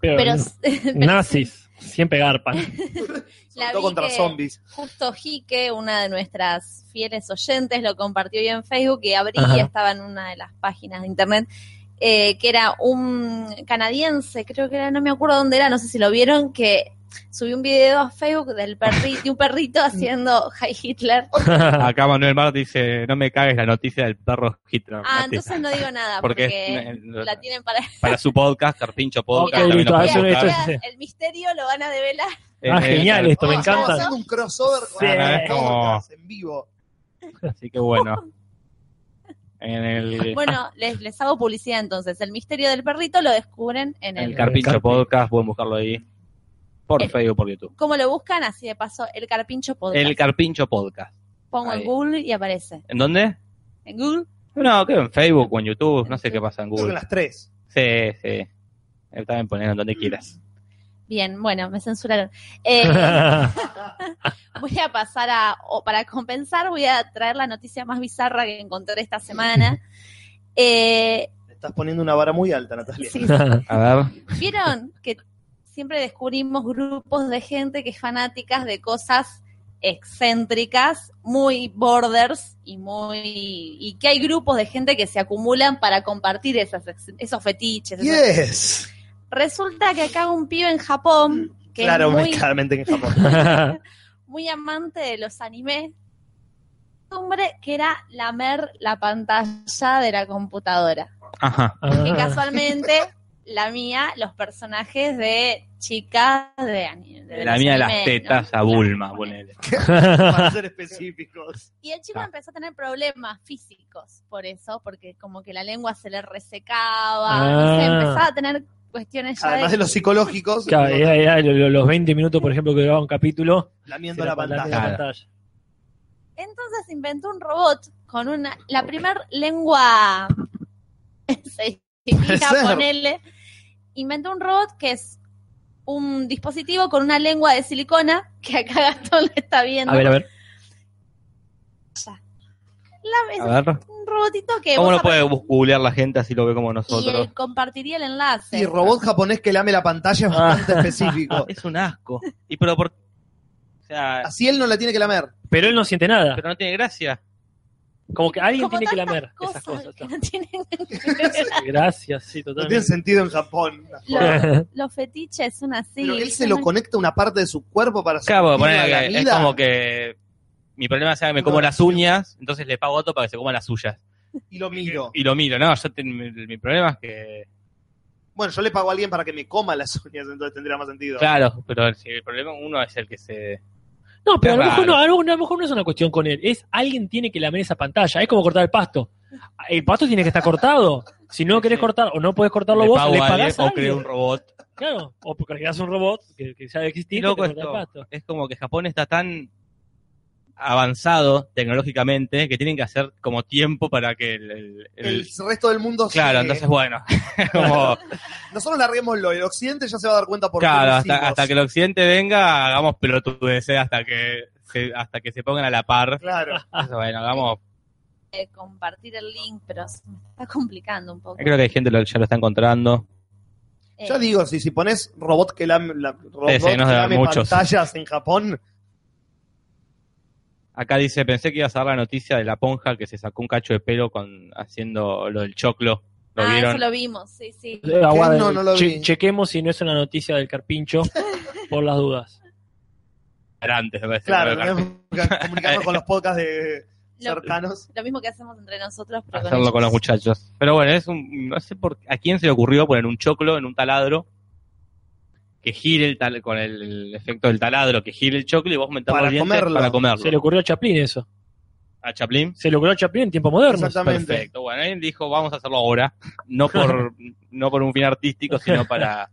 Speaker 3: Pero,
Speaker 2: pero,
Speaker 3: nazis, siempre garpan.
Speaker 1: sobre
Speaker 2: La
Speaker 1: todo
Speaker 2: vi
Speaker 1: contra
Speaker 2: que-
Speaker 1: zombies.
Speaker 2: Justo Jique, una de nuestras fieles oyentes, lo compartió yo en Facebook y abrí,
Speaker 3: Ajá.
Speaker 2: estaba en una de las páginas de internet, eh, que era un canadiense, creo que era, no me acuerdo dónde era, no sé si lo vieron, que subió un video a Facebook del perri- de un perrito haciendo Hi Hitler.
Speaker 4: Acá Manuel Mar dice, no me cagues la noticia del perro Hitler.
Speaker 2: Ah,
Speaker 4: Mati".
Speaker 2: entonces no digo nada,
Speaker 4: Porque
Speaker 2: porque,
Speaker 4: es-
Speaker 2: la tienen para...
Speaker 4: para su podcast, Carpincho
Speaker 3: Ok,
Speaker 4: Podcast. también
Speaker 3: listo,
Speaker 4: lo
Speaker 3: ahora sí
Speaker 4: pueden
Speaker 3: me
Speaker 4: buscar.
Speaker 3: estoy-
Speaker 2: Ahora El misterio lo van a develar.
Speaker 4: Eh,
Speaker 3: Ah, genial
Speaker 4: eh,
Speaker 3: esto, me
Speaker 1: Ah, estamos
Speaker 3: encanta.
Speaker 1: haciendo un crossover con
Speaker 3: Sí.
Speaker 1: el
Speaker 4: Como-
Speaker 1: podcast en vivo.
Speaker 4: Así que bueno. En el,
Speaker 2: Bueno, les, les hago publicidad entonces. El misterio del perrito lo descubren en
Speaker 4: en el
Speaker 2: el...
Speaker 4: Carpincho
Speaker 3: Carpi.
Speaker 4: Podcast, pueden buscarlo ahí. Por
Speaker 2: Eh.
Speaker 4: Facebook, por YouTube.
Speaker 2: ¿Cómo lo buscan? Así de paso, el carpincho podcast.
Speaker 4: El Carpincho Podcast.
Speaker 2: Pongo
Speaker 4: Ahí.
Speaker 2: en Google y aparece.
Speaker 4: ¿En dónde?
Speaker 2: En Google.
Speaker 4: No, creo en Facebook o en YouTube. No sé qué pasa en
Speaker 1: Creo que
Speaker 4: Google.
Speaker 1: las tres.
Speaker 4: Sí, sí. Eh, También poner en donde quieras.
Speaker 2: Bien, bueno, me censuraron. Eh, voy a pasar a, o para compensar, voy a traer la noticia más bizarra que encontré esta semana. Eh,
Speaker 1: Me estás poniendo una vara muy alta, Natalia.
Speaker 2: sí,
Speaker 4: A ver.
Speaker 2: Vieron que siempre descubrimos grupos de gente que es fanáticas de cosas excéntricas, muy borders y muy y que hay grupos de gente que se acumulan para compartir esas, ex- esos fetiches. esas-
Speaker 1: Yes.
Speaker 2: Resulta que acá un pibe en Japón que
Speaker 1: Claro,
Speaker 2: es muy,
Speaker 1: claramente en Japón.
Speaker 2: muy amante de los animes, hombre que era lamer la pantalla de la computadora.
Speaker 4: Ajá.
Speaker 2: Que
Speaker 3: Ah.
Speaker 2: casualmente la mía, los personajes de chicas de anime. de
Speaker 4: La
Speaker 2: los
Speaker 4: mía de
Speaker 2: anime,
Speaker 4: las
Speaker 2: ¿no?
Speaker 4: tetas a
Speaker 2: Claro,
Speaker 4: Bulma,
Speaker 2: ponele.
Speaker 4: ponele.
Speaker 1: Para ser específicos.
Speaker 2: Y el chico
Speaker 4: Ah.
Speaker 2: empezó a tener problemas físicos por eso, porque como que la lengua se le resecaba,
Speaker 3: Ah.
Speaker 2: no sé, empezaba a tener cuestiones ya
Speaker 1: Además de los psicológicos,
Speaker 3: Claro, era- era lo- lo- los 20 minutos, por ejemplo, que grababa un capítulo.
Speaker 1: lamiendo
Speaker 3: se
Speaker 1: la
Speaker 3: la
Speaker 1: pantalla.
Speaker 4: Claro.
Speaker 3: pantalla.
Speaker 2: Entonces inventó un robot con una la primer lengua se
Speaker 1: Ser.
Speaker 2: ponele. Inventó un robot que es un dispositivo con una lengua de silicona que acá Gastón le está viendo.
Speaker 3: A ver, a ver.
Speaker 2: la- es
Speaker 4: A ver.
Speaker 2: un robotito que
Speaker 4: ¿Cómo
Speaker 2: vos
Speaker 4: lo puede googlear la gente así lo ve como
Speaker 2: apre- y
Speaker 4: nosotros?
Speaker 2: él compartiría el enlace.
Speaker 1: Y robot japonés que lame la pantalla es bastante específico.
Speaker 4: Es un asco. Y pero por o sea,
Speaker 1: Así él no la tiene que lamer.
Speaker 3: Pero él no siente nada.
Speaker 4: pero no tiene gracia.
Speaker 3: Como que alguien
Speaker 2: Como
Speaker 3: tiene que
Speaker 2: tantas
Speaker 3: lamer
Speaker 2: cosas
Speaker 3: esas cosas.
Speaker 2: que no tienen-
Speaker 3: Gracias, sí,
Speaker 1: No tiene
Speaker 3: totalmente.
Speaker 1: sentido en Japón.
Speaker 2: Los- los fetiches son así.
Speaker 1: Pero él se
Speaker 2: son
Speaker 1: lo
Speaker 2: así.
Speaker 1: conecta a una parte de su cuerpo para
Speaker 4: Cabo,
Speaker 1: sentir
Speaker 4: ponele
Speaker 1: la
Speaker 4: que es
Speaker 1: vida.
Speaker 4: como que mi problema es que me como
Speaker 1: No.
Speaker 4: las uñas, entonces le pago a otro para que se coma las suyas.
Speaker 1: y lo miro.
Speaker 4: Y lo miro, no, yo ten- mi, mi problema es que
Speaker 1: Bueno, yo le pago a alguien para que me coma las uñas, entonces tendría más sentido.
Speaker 4: claro, pero si el problema uno es el que se
Speaker 3: No, pero a lo,
Speaker 4: Es
Speaker 3: mejor
Speaker 4: raro.
Speaker 3: no, a lo- a lo mejor no es una cuestión con él. Es alguien tiene que lamer esa pantalla. Es como cortar el pasto. El pasto tiene que estar cortado. Si no querés cortar o no podés cortarlo
Speaker 4: le
Speaker 3: vos,
Speaker 4: pago
Speaker 3: le
Speaker 4: a alguien
Speaker 3: pagás a
Speaker 4: o creo
Speaker 3: alguien.
Speaker 4: un robot.
Speaker 3: Claro, o porque creas un robot que, que ya existía
Speaker 4: Qué
Speaker 3: y te
Speaker 4: loco
Speaker 3: corta el
Speaker 4: esto.
Speaker 3: pasto.
Speaker 4: Es como que Japón está tan avanzado tecnológicamente que tienen que hacer como tiempo para que el, el- el-
Speaker 1: El resto del mundo se-
Speaker 4: claro, entonces bueno, como
Speaker 1: Nosotros larguémoslo, el occidente ya se va a dar cuenta por qué
Speaker 4: claro,
Speaker 1: lo
Speaker 4: hasta,
Speaker 1: hicimos.
Speaker 4: hasta que el occidente venga, hagamos pelotudeces hasta que se, hasta que se pongan a la par.
Speaker 1: Claro.
Speaker 4: Entonces, bueno, hagamos,
Speaker 2: Eh, compartir el link, pero se me está complicando un poco.
Speaker 4: creo que hay gente que ya lo está encontrando.
Speaker 2: Eh,
Speaker 1: Yo digo, si, si pones robot que lame, la, robot
Speaker 4: sí,
Speaker 1: que
Speaker 4: nos dan
Speaker 1: lame
Speaker 4: muchos.
Speaker 1: pantallas en Japón,
Speaker 4: Acá dice, pensé que ibas a dar la noticia de la ponja que se sacó un cacho de pelo con haciendo lo del choclo. ¿Lo
Speaker 2: ah,
Speaker 4: vieron?
Speaker 2: eso lo vimos, sí, sí.
Speaker 3: Eh, aguarda,
Speaker 1: No, no lo
Speaker 3: che-
Speaker 1: vi.
Speaker 3: chequemos si no es una noticia del carpincho por las dudas.
Speaker 4: Era antes, me parece,
Speaker 1: claro,
Speaker 4: creo que-
Speaker 1: tenemos que comunicarnos con los podcasts de
Speaker 2: Lo,
Speaker 1: cercanos.
Speaker 2: lo mismo que hacemos entre nosotros, pero
Speaker 4: hacerlo con los
Speaker 2: ellos.
Speaker 4: muchachos. Pero bueno, es un, no sé por a quién se le ocurrió poner un choclo en un taladro que gire el tal, con el, el efecto del taladro, que gire el choclo y vos meterlo
Speaker 1: Para
Speaker 4: al diente
Speaker 1: comerlo.
Speaker 4: para comerlo.
Speaker 3: Se le ocurrió a Chaplin eso.
Speaker 4: A Chaplin.
Speaker 3: Se le ocurrió a Chaplin en tiempo moderno.
Speaker 1: Exactamente.
Speaker 4: Perfecto. Bueno, alguien dijo, vamos a hacerlo ahora, no por no por un fin artístico, sino para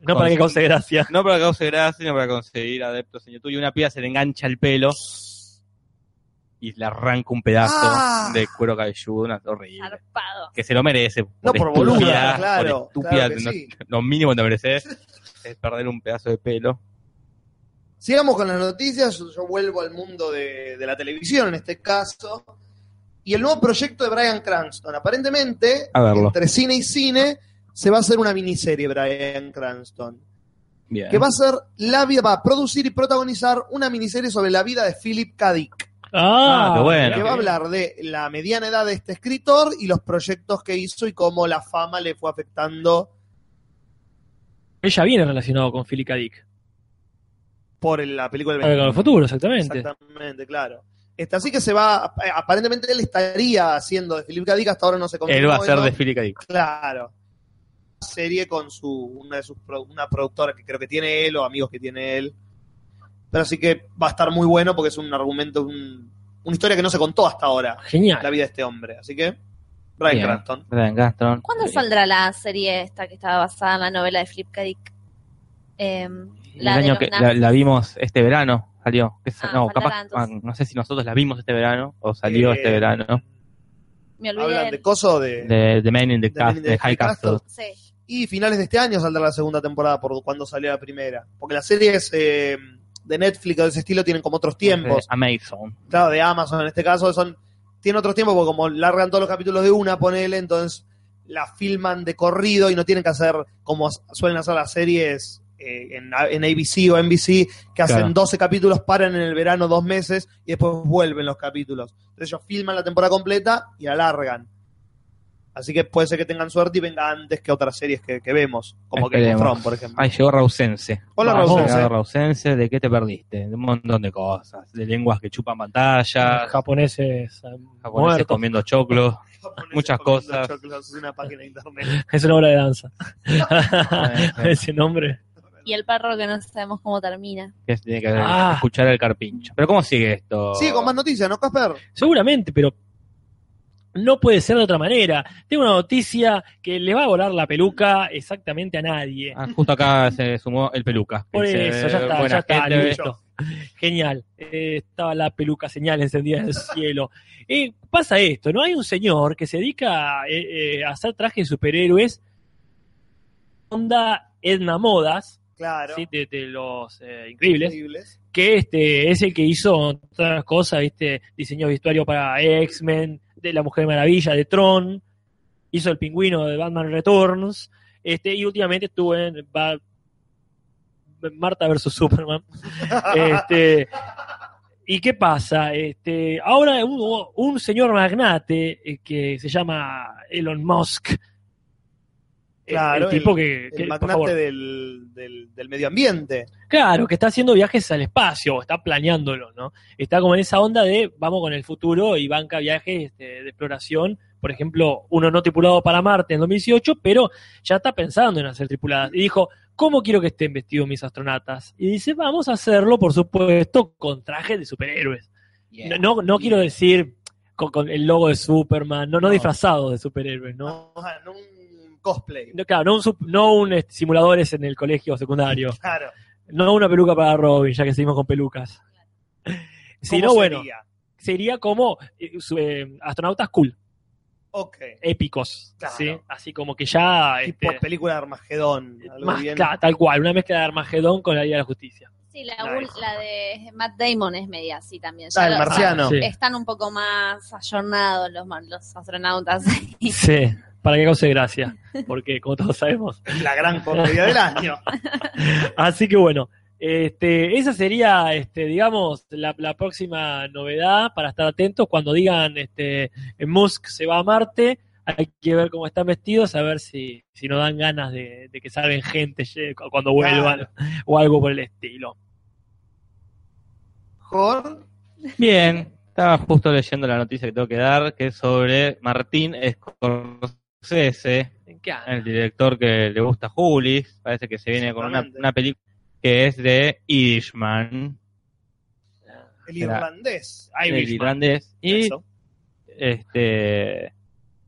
Speaker 3: No para que cause gracia.
Speaker 4: no para que cause gracia, sino para conseguir adeptos en YouTube y una piba se le engancha el pelo y le arranca un pedazo
Speaker 1: Ah.
Speaker 4: de cuero cabelludo, una horrible.
Speaker 2: Zarpado.
Speaker 4: que se lo merece.
Speaker 1: No por
Speaker 4: estúpida,
Speaker 1: boluda,
Speaker 4: por
Speaker 1: claro.
Speaker 4: estúpida,
Speaker 1: claro que
Speaker 4: no-
Speaker 1: sí.
Speaker 4: lo mínimo que te mereces es perder un pedazo de pelo.
Speaker 1: Sigamos con las noticias, yo vuelvo al mundo de, de la televisión en este caso. Y el nuevo proyecto de Brian Cranston. Aparentemente,
Speaker 4: A verlo.
Speaker 1: entre cine y cine, se va a hacer una miniserie Brian Cranston.
Speaker 4: Bien.
Speaker 1: Que va a ser la vida, va a producir y protagonizar una miniserie sobre la vida de Philip K. Dick.
Speaker 3: Ah,
Speaker 4: Ah, qué bueno.
Speaker 1: que va a hablar de la mediana edad de este escritor y los proyectos que hizo y cómo la fama le fue afectando
Speaker 3: Ella viene relacionado con Philip Dick.
Speaker 1: por el- la película del
Speaker 3: Con el futuro, exactamente.
Speaker 1: Exactamente, claro. Este, así que se va, ap- aparentemente él estaría haciendo de Philip K. Dick, hasta ahora no se confirmó.
Speaker 4: Él va a ser
Speaker 1: ¿no?
Speaker 4: de Philip K. Dick.
Speaker 1: Claro. Serie con su una de sus pro- una productora que creo que tiene él o amigos que tiene él. Pero así que va a estar muy bueno porque es un argumento, un- una historia que no se contó hasta ahora, la
Speaker 3: Genial.
Speaker 1: vida de este hombre. Así que, Brian
Speaker 4: Bien.
Speaker 1: Cranston.
Speaker 4: Brian Gaston.
Speaker 2: ¿Cuándo
Speaker 4: Sí.
Speaker 2: saldrá la serie esta que estaba basada en la novela de Flip K. Dick? Em,
Speaker 4: El
Speaker 2: la de
Speaker 4: año
Speaker 2: los
Speaker 4: que
Speaker 2: nazis.
Speaker 4: la, la vimos este verano, salió. Que sa-
Speaker 2: Ah,
Speaker 4: no,
Speaker 2: saldrá,
Speaker 4: capaz,
Speaker 2: entonces.
Speaker 4: ah, no sé si nosotros la vimos este verano o salió
Speaker 1: Eh,
Speaker 4: este verano.
Speaker 2: Me olvidé.
Speaker 1: Hablan de coso de,
Speaker 4: De The Man in the,
Speaker 1: de
Speaker 4: Cast-
Speaker 1: Men in
Speaker 4: de
Speaker 1: the
Speaker 4: High Castle.
Speaker 2: Sí.
Speaker 1: Y finales de este año saldrá la segunda temporada por cuando salió la primera. Porque las series eh, de Netflix o de ese estilo tienen como otros tiempos.
Speaker 4: De Amazon.
Speaker 1: Claro, de Amazon en este caso son tienen otros tiempos porque como largan todos los capítulos de una, ponele, entonces la filman de corrido y no tienen que hacer como s- suelen hacer las series eh, en, A- en ABC o NBC, que hacen
Speaker 4: Claro.
Speaker 1: 12 capítulos, paran en el verano dos meses y después vuelven los capítulos. Entonces ellos filman la temporada completa y la largan. Así que puede ser que tengan suerte y venga antes que otras series que, que vemos, como que Game of
Speaker 4: Esperemos.
Speaker 1: Thrones, por ejemplo.
Speaker 4: Ahí llegó Rausense.
Speaker 1: Hola,
Speaker 4: Vamos,
Speaker 1: Rausense.
Speaker 4: llegado Rausense, ¿de qué te perdiste? De un montón de cosas. De lenguas que chupan pantallas,
Speaker 3: Japoneses, eh,
Speaker 4: japoneses
Speaker 3: muertos.
Speaker 4: comiendo choclos. Muchas
Speaker 1: Japoneses
Speaker 4: cosas.
Speaker 1: comiendo choclos, es una página de internet.
Speaker 3: Es una obra de danza.
Speaker 4: Japoneses.
Speaker 3: Ese nombre.
Speaker 2: Y el perro que no sabemos cómo termina.
Speaker 4: que tiene que
Speaker 3: Ah.
Speaker 4: escuchar al carpincho. Pero ¿cómo sigue esto?
Speaker 1: Sí, con más noticias, ¿no, Casper?
Speaker 3: Seguramente, pero no puede ser de otra manera. Tengo una noticia que le va a volar la peluca exactamente a nadie.
Speaker 4: Ah, justo acá se sumó el peluca.
Speaker 3: Por
Speaker 4: Dice,
Speaker 3: eso, ya está,
Speaker 4: buena
Speaker 3: ya está,
Speaker 4: gente,
Speaker 3: listo. Genial. Eh, estaba la peluca señal encendida en el cielo. Eh, pasa esto, ¿no? Hay un señor que se dedica eh, eh, a hacer trajes de superhéroes, onda Edna Modas,
Speaker 1: Claro.
Speaker 3: ¿sí? de, de los eh, increíbles,
Speaker 1: Increíbles.
Speaker 3: que este es el que hizo otras cosas, ¿viste? diseñó vestuario para X-Men, de La Mujer Maravilla, de Tron, hizo el pingüino de Batman Returns, este, y últimamente estuvo en Ba- Marta vs. Superman. Este, ¿Y qué pasa? Este, ahora hubo un señor magnate eh, que se llama Elon Musk. El-
Speaker 1: Claro,
Speaker 3: el tipo que, que-
Speaker 1: El
Speaker 3: por favor.
Speaker 1: magnate del, del, del medio ambiente.
Speaker 3: Claro, que está haciendo viajes al espacio, o está planeándolo, ¿no? Está como en esa onda de vamos con el futuro y banca viajes este, de exploración. Por ejemplo, uno no tripulado para Marte en 2018, pero ya está pensando en hacer tripuladas. Y dijo, ¿cómo quiero que estén vestidos mis astronautas? Y dice, vamos a hacerlo, por supuesto, con trajes de superhéroes. No, no, no quiero decir con, con el logo de Superman, no, no,
Speaker 1: No.
Speaker 3: disfrazados de superhéroes, ¿no?
Speaker 1: Vamos a- no un cosplay.
Speaker 3: No, Claro, no un, sup- no un este, simuladores en el colegio secundario.
Speaker 1: Claro.
Speaker 3: No una peluca para Robin, ya que seguimos con pelucas. Si no,
Speaker 1: ¿Cómo
Speaker 3: bueno,
Speaker 1: sería?
Speaker 3: sería como eh, su- eh, astronautas cool,
Speaker 1: Ok.
Speaker 3: épicos.
Speaker 1: Claro.
Speaker 3: ¿sí? Así como que ya.
Speaker 1: Tipo
Speaker 3: este,
Speaker 1: película de Armagedón. algo
Speaker 3: más,
Speaker 1: bien-
Speaker 3: claro, tal cual, una mezcla de Armagedón con la Liga de la Justicia.
Speaker 2: Sí, la,
Speaker 1: Nice.
Speaker 2: ul- la de Matt Damon es media así también.
Speaker 1: Ah,
Speaker 2: Ya
Speaker 1: el
Speaker 2: lo-
Speaker 1: marciano.
Speaker 3: Sí.
Speaker 2: Están un poco más ayornados los, ma- los astronautas.
Speaker 3: Sí, para que cause gracia, porque como todos sabemos.
Speaker 1: La gran comedia del año.
Speaker 3: Así que bueno, este, esa sería, este, digamos, la, la próxima novedad para estar atentos cuando digan este, Musk se va a Marte. Hay que ver cómo están vestidos, a ver si, si nos dan ganas de, de que salven gente ye- cu- cuando vuelvan o algo por el estilo.
Speaker 1: Mejor.
Speaker 4: Bien, estaba justo leyendo la noticia que tengo que dar, que es sobre Martín Scorsese, el director que le gusta a Julis. Parece que se viene con una,
Speaker 1: Exactamente.
Speaker 4: una película que es de Irishman,
Speaker 1: El
Speaker 4: Era-
Speaker 1: irlandés.
Speaker 4: el
Speaker 3: Irishman.
Speaker 4: irlandés, y
Speaker 1: Eso.
Speaker 4: este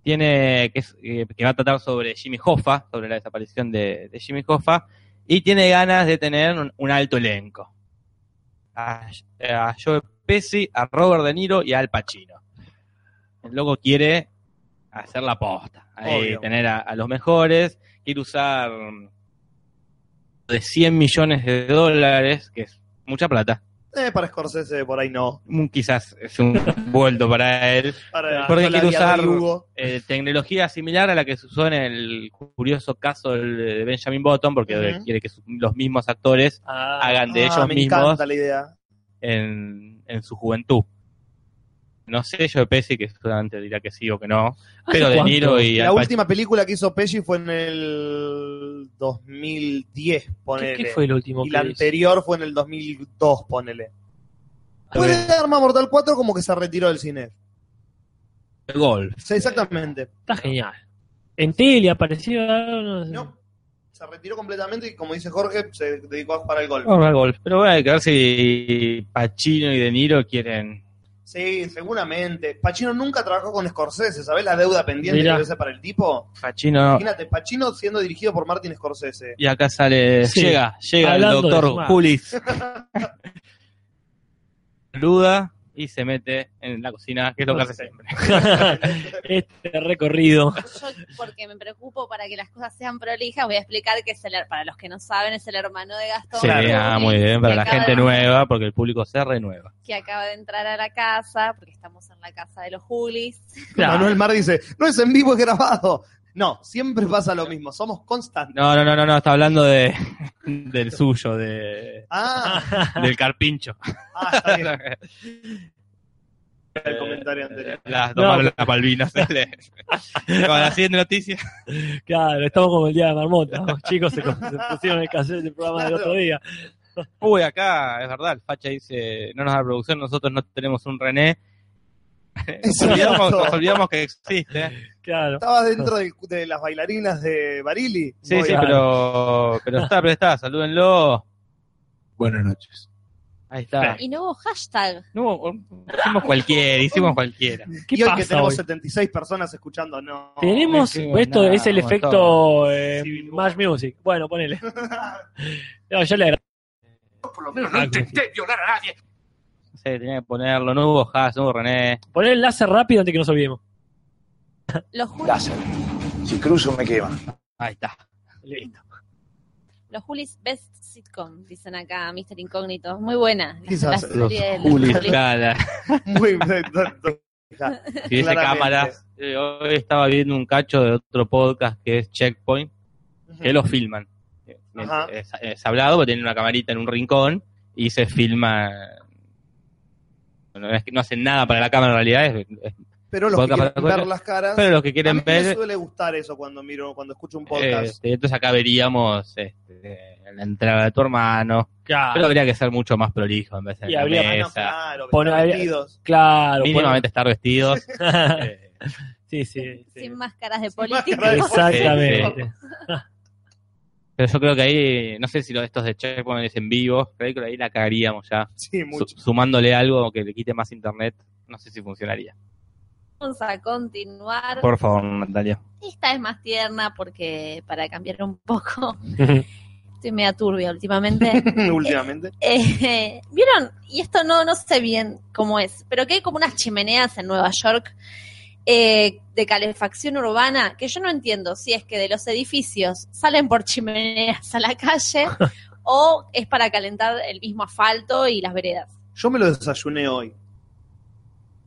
Speaker 4: tiene que, es- eh, que va a tratar sobre Jimmy Hoffa, sobre la desaparición de, de Jimmy Hoffa, y tiene ganas de tener un, un alto elenco. A, a Joe Pesci, a Robert De Niro y a Al Pacino. El loco quiere hacer la posta, ahí
Speaker 1: Obvio.
Speaker 4: tener a, a los mejores, quiere usar mm, de 100 millones de dólares, que es mucha plata.
Speaker 1: Eh, para Scorsese, por ahí no.
Speaker 4: Mm, Quizás es un vuelto para él.
Speaker 1: Para
Speaker 4: Porque
Speaker 1: Nicolás
Speaker 4: quiere usar-
Speaker 1: Villagra y Hugo.
Speaker 4: eh, tecnología similar a la que se usó en el curioso caso del- de Benjamin Button, porque
Speaker 1: Ujú.
Speaker 4: quiere que su- los mismos actores
Speaker 3: Ah,
Speaker 4: hagan de
Speaker 1: Ah,
Speaker 4: ellos
Speaker 1: me
Speaker 4: mismos
Speaker 1: encanta la idea.
Speaker 4: en, en su juventud. No sé, yo de Pesci, que seguramente dirá que sí o que no, pero De
Speaker 3: cuánto?
Speaker 4: Niro y
Speaker 1: La
Speaker 4: Al Pac-
Speaker 1: última película que hizo Pesci fue en el 2010,
Speaker 3: ¿qué,
Speaker 1: ponele.
Speaker 3: qué fue el último
Speaker 1: y
Speaker 3: que
Speaker 1: la
Speaker 3: hizo?
Speaker 1: anterior fue en el 2002, ponele.
Speaker 3: A
Speaker 1: Fue
Speaker 3: ver,
Speaker 1: de Arma Mortal 4 como que se retiró del cine.
Speaker 4: el Golf.
Speaker 1: Sí, exactamente.
Speaker 3: Está genial. En tele apareció. ah, no sé.
Speaker 1: No, se retiró completamente y como dice Jorge, se dedicó a jugar al golf.
Speaker 4: Vamos al golf. Pero bueno, hay que ver si Pacino y De Niro quieren.
Speaker 1: Sí, seguramente. Pacino nunca trabajó con Scorsese, ¿sabés la deuda pendiente
Speaker 3: Mirá.
Speaker 1: que debe ser para el
Speaker 4: Oh.
Speaker 1: tipo?
Speaker 4: Pacino.
Speaker 1: Imagínate, Pacino siendo dirigido por Martin Scorsese.
Speaker 4: Y acá sale.
Speaker 3: Sí.
Speaker 4: Llega, llega
Speaker 3: Hablando
Speaker 4: el
Speaker 3: de
Speaker 4: doctor
Speaker 3: fumar.
Speaker 4: Julis. Saluda y se mete en la cocina, que es lo que hace siempre.
Speaker 3: este recorrido.
Speaker 2: Yo, porque me preocupo para que las cosas sean prolijas, voy a explicar que es el, her- para los que no saben, es el hermano de Gastón. Eh,
Speaker 4: Sí,
Speaker 1: Claro.
Speaker 4: ah, muy bien, para
Speaker 2: que
Speaker 4: la
Speaker 2: acaba
Speaker 4: gente
Speaker 2: de-
Speaker 4: nueva, porque el público se renueva.
Speaker 2: Que acaba de entrar a la casa, porque estamos en la casa de los Julis.
Speaker 3: Claro.
Speaker 1: Manuel Mar dice, no es en vivo, es grabado. No, siempre pasa lo mismo, somos constantes.
Speaker 4: No, no, no, no, no, está hablando de del suyo, de
Speaker 1: Ah,
Speaker 4: del carpincho.
Speaker 1: ah, está bien, el comentario anterior.
Speaker 4: Las
Speaker 3: No,
Speaker 4: tomaron las palvinas. Con la siguiente noticia.
Speaker 3: Claro, estamos como el día de marmota. Los chicos se, se pusieron el cassette del programa del otro día.
Speaker 4: Uy, acá, es verdad, el facha dice, no nos da producción, nosotros no tenemos un René. Nos
Speaker 1: Es
Speaker 4: olvidamos,
Speaker 1: cierto.
Speaker 4: nos olvidamos que existe.
Speaker 3: Claro.
Speaker 1: Estaba dentro del- de, las bailarinas de Barili.
Speaker 4: Sí,
Speaker 1: Muy
Speaker 4: sí,
Speaker 1: bien.
Speaker 4: pero, pero está, pero está, salúdenlo.
Speaker 5: Buenas noches.
Speaker 4: Ahí está.
Speaker 2: Y no hubo hashtag.
Speaker 4: No, hicimos cualquiera, hicimos cualquiera.
Speaker 3: ¿Qué
Speaker 1: y hoy que
Speaker 3: pasa
Speaker 1: tenemos
Speaker 3: hoy?
Speaker 1: 76 personas escuchando, no.
Speaker 3: Tenemos,
Speaker 4: no escribo
Speaker 3: esto
Speaker 4: nada,
Speaker 3: es el
Speaker 4: como
Speaker 3: efecto
Speaker 4: todo.
Speaker 3: eh,
Speaker 1: Sí,
Speaker 3: Match Music. Bueno, ponele. No, yo le agradezco.
Speaker 5: Por lo menos no intenté violar a nadie.
Speaker 4: No sé, tenía que ponerlo, no hubo Haas, no hubo René.
Speaker 3: Poner el láser rápido antes que nos olvidemos.
Speaker 2: Los Julis
Speaker 5: Láser. Si cruzo me quema.
Speaker 4: Ahí está.
Speaker 3: Listo.
Speaker 2: Los Julis Best Sitcom, dicen acá, Mr. Incógnito. Muy buena. La-
Speaker 1: Quizás.
Speaker 2: la
Speaker 4: Los
Speaker 2: serie de los
Speaker 4: Julis,
Speaker 2: Julis.
Speaker 4: cara.
Speaker 1: Muy bien.
Speaker 4: Si dice
Speaker 1: Claramente.
Speaker 4: cámaras. eh, Hoy estaba viendo un cacho de otro podcast que es Checkpoint, que los filman.
Speaker 1: Ajá.
Speaker 4: Es, es hablado, porque tienen una camarita en un rincón y se filma. Bueno, es que no hacen nada para la cámara en realidad, es- es-
Speaker 1: Pero los que
Speaker 4: Podcast para
Speaker 1: quieren ver
Speaker 4: cosas.
Speaker 1: las caras.
Speaker 4: pero los que
Speaker 1: a mí
Speaker 4: quieren
Speaker 1: me
Speaker 4: ver.
Speaker 1: suele gustar eso cuando miro, cuando escucho un podcast.
Speaker 4: este, entonces acá veríamos este, la entrada de tu hermano.
Speaker 3: Claro,
Speaker 4: Pero habría que ser mucho más prolijo en vez de
Speaker 3: Y
Speaker 4: la
Speaker 3: habría-
Speaker 1: Ah, no,
Speaker 4: mesa.
Speaker 1: claro,
Speaker 3: Poner-
Speaker 1: estar
Speaker 4: eh,
Speaker 1: vestidos.
Speaker 3: claro.
Speaker 4: Mínimamente estar vestidos.
Speaker 3: bueno.
Speaker 4: eh,
Speaker 3: sí, sí, sí.
Speaker 2: Sin máscaras de
Speaker 1: máscaras
Speaker 2: política.
Speaker 1: de
Speaker 3: Exactamente.
Speaker 4: Pero yo creo que ahí, no sé si lo de estos de Checkpoint es en vivo, creo que ahí la cagaríamos ya.
Speaker 1: Sí, mucho.
Speaker 4: Su- sumándole algo que le quite más internet, no sé si funcionaría.
Speaker 2: Vamos a continuar.
Speaker 4: Por favor, Natalia.
Speaker 2: Esta es más tierna porque para cambiar un poco, estoy media turbia últimamente.
Speaker 1: Últimamente.
Speaker 2: Eh, ¿Vieron? Y esto no, no sé bien cómo es, pero que hay como unas chimeneas en Nueva York eh, de calefacción urbana que yo no entiendo si es que de los edificios salen por chimeneas a la calle o es para calentar el mismo asfalto y las veredas.
Speaker 1: Yo me lo desayuné hoy.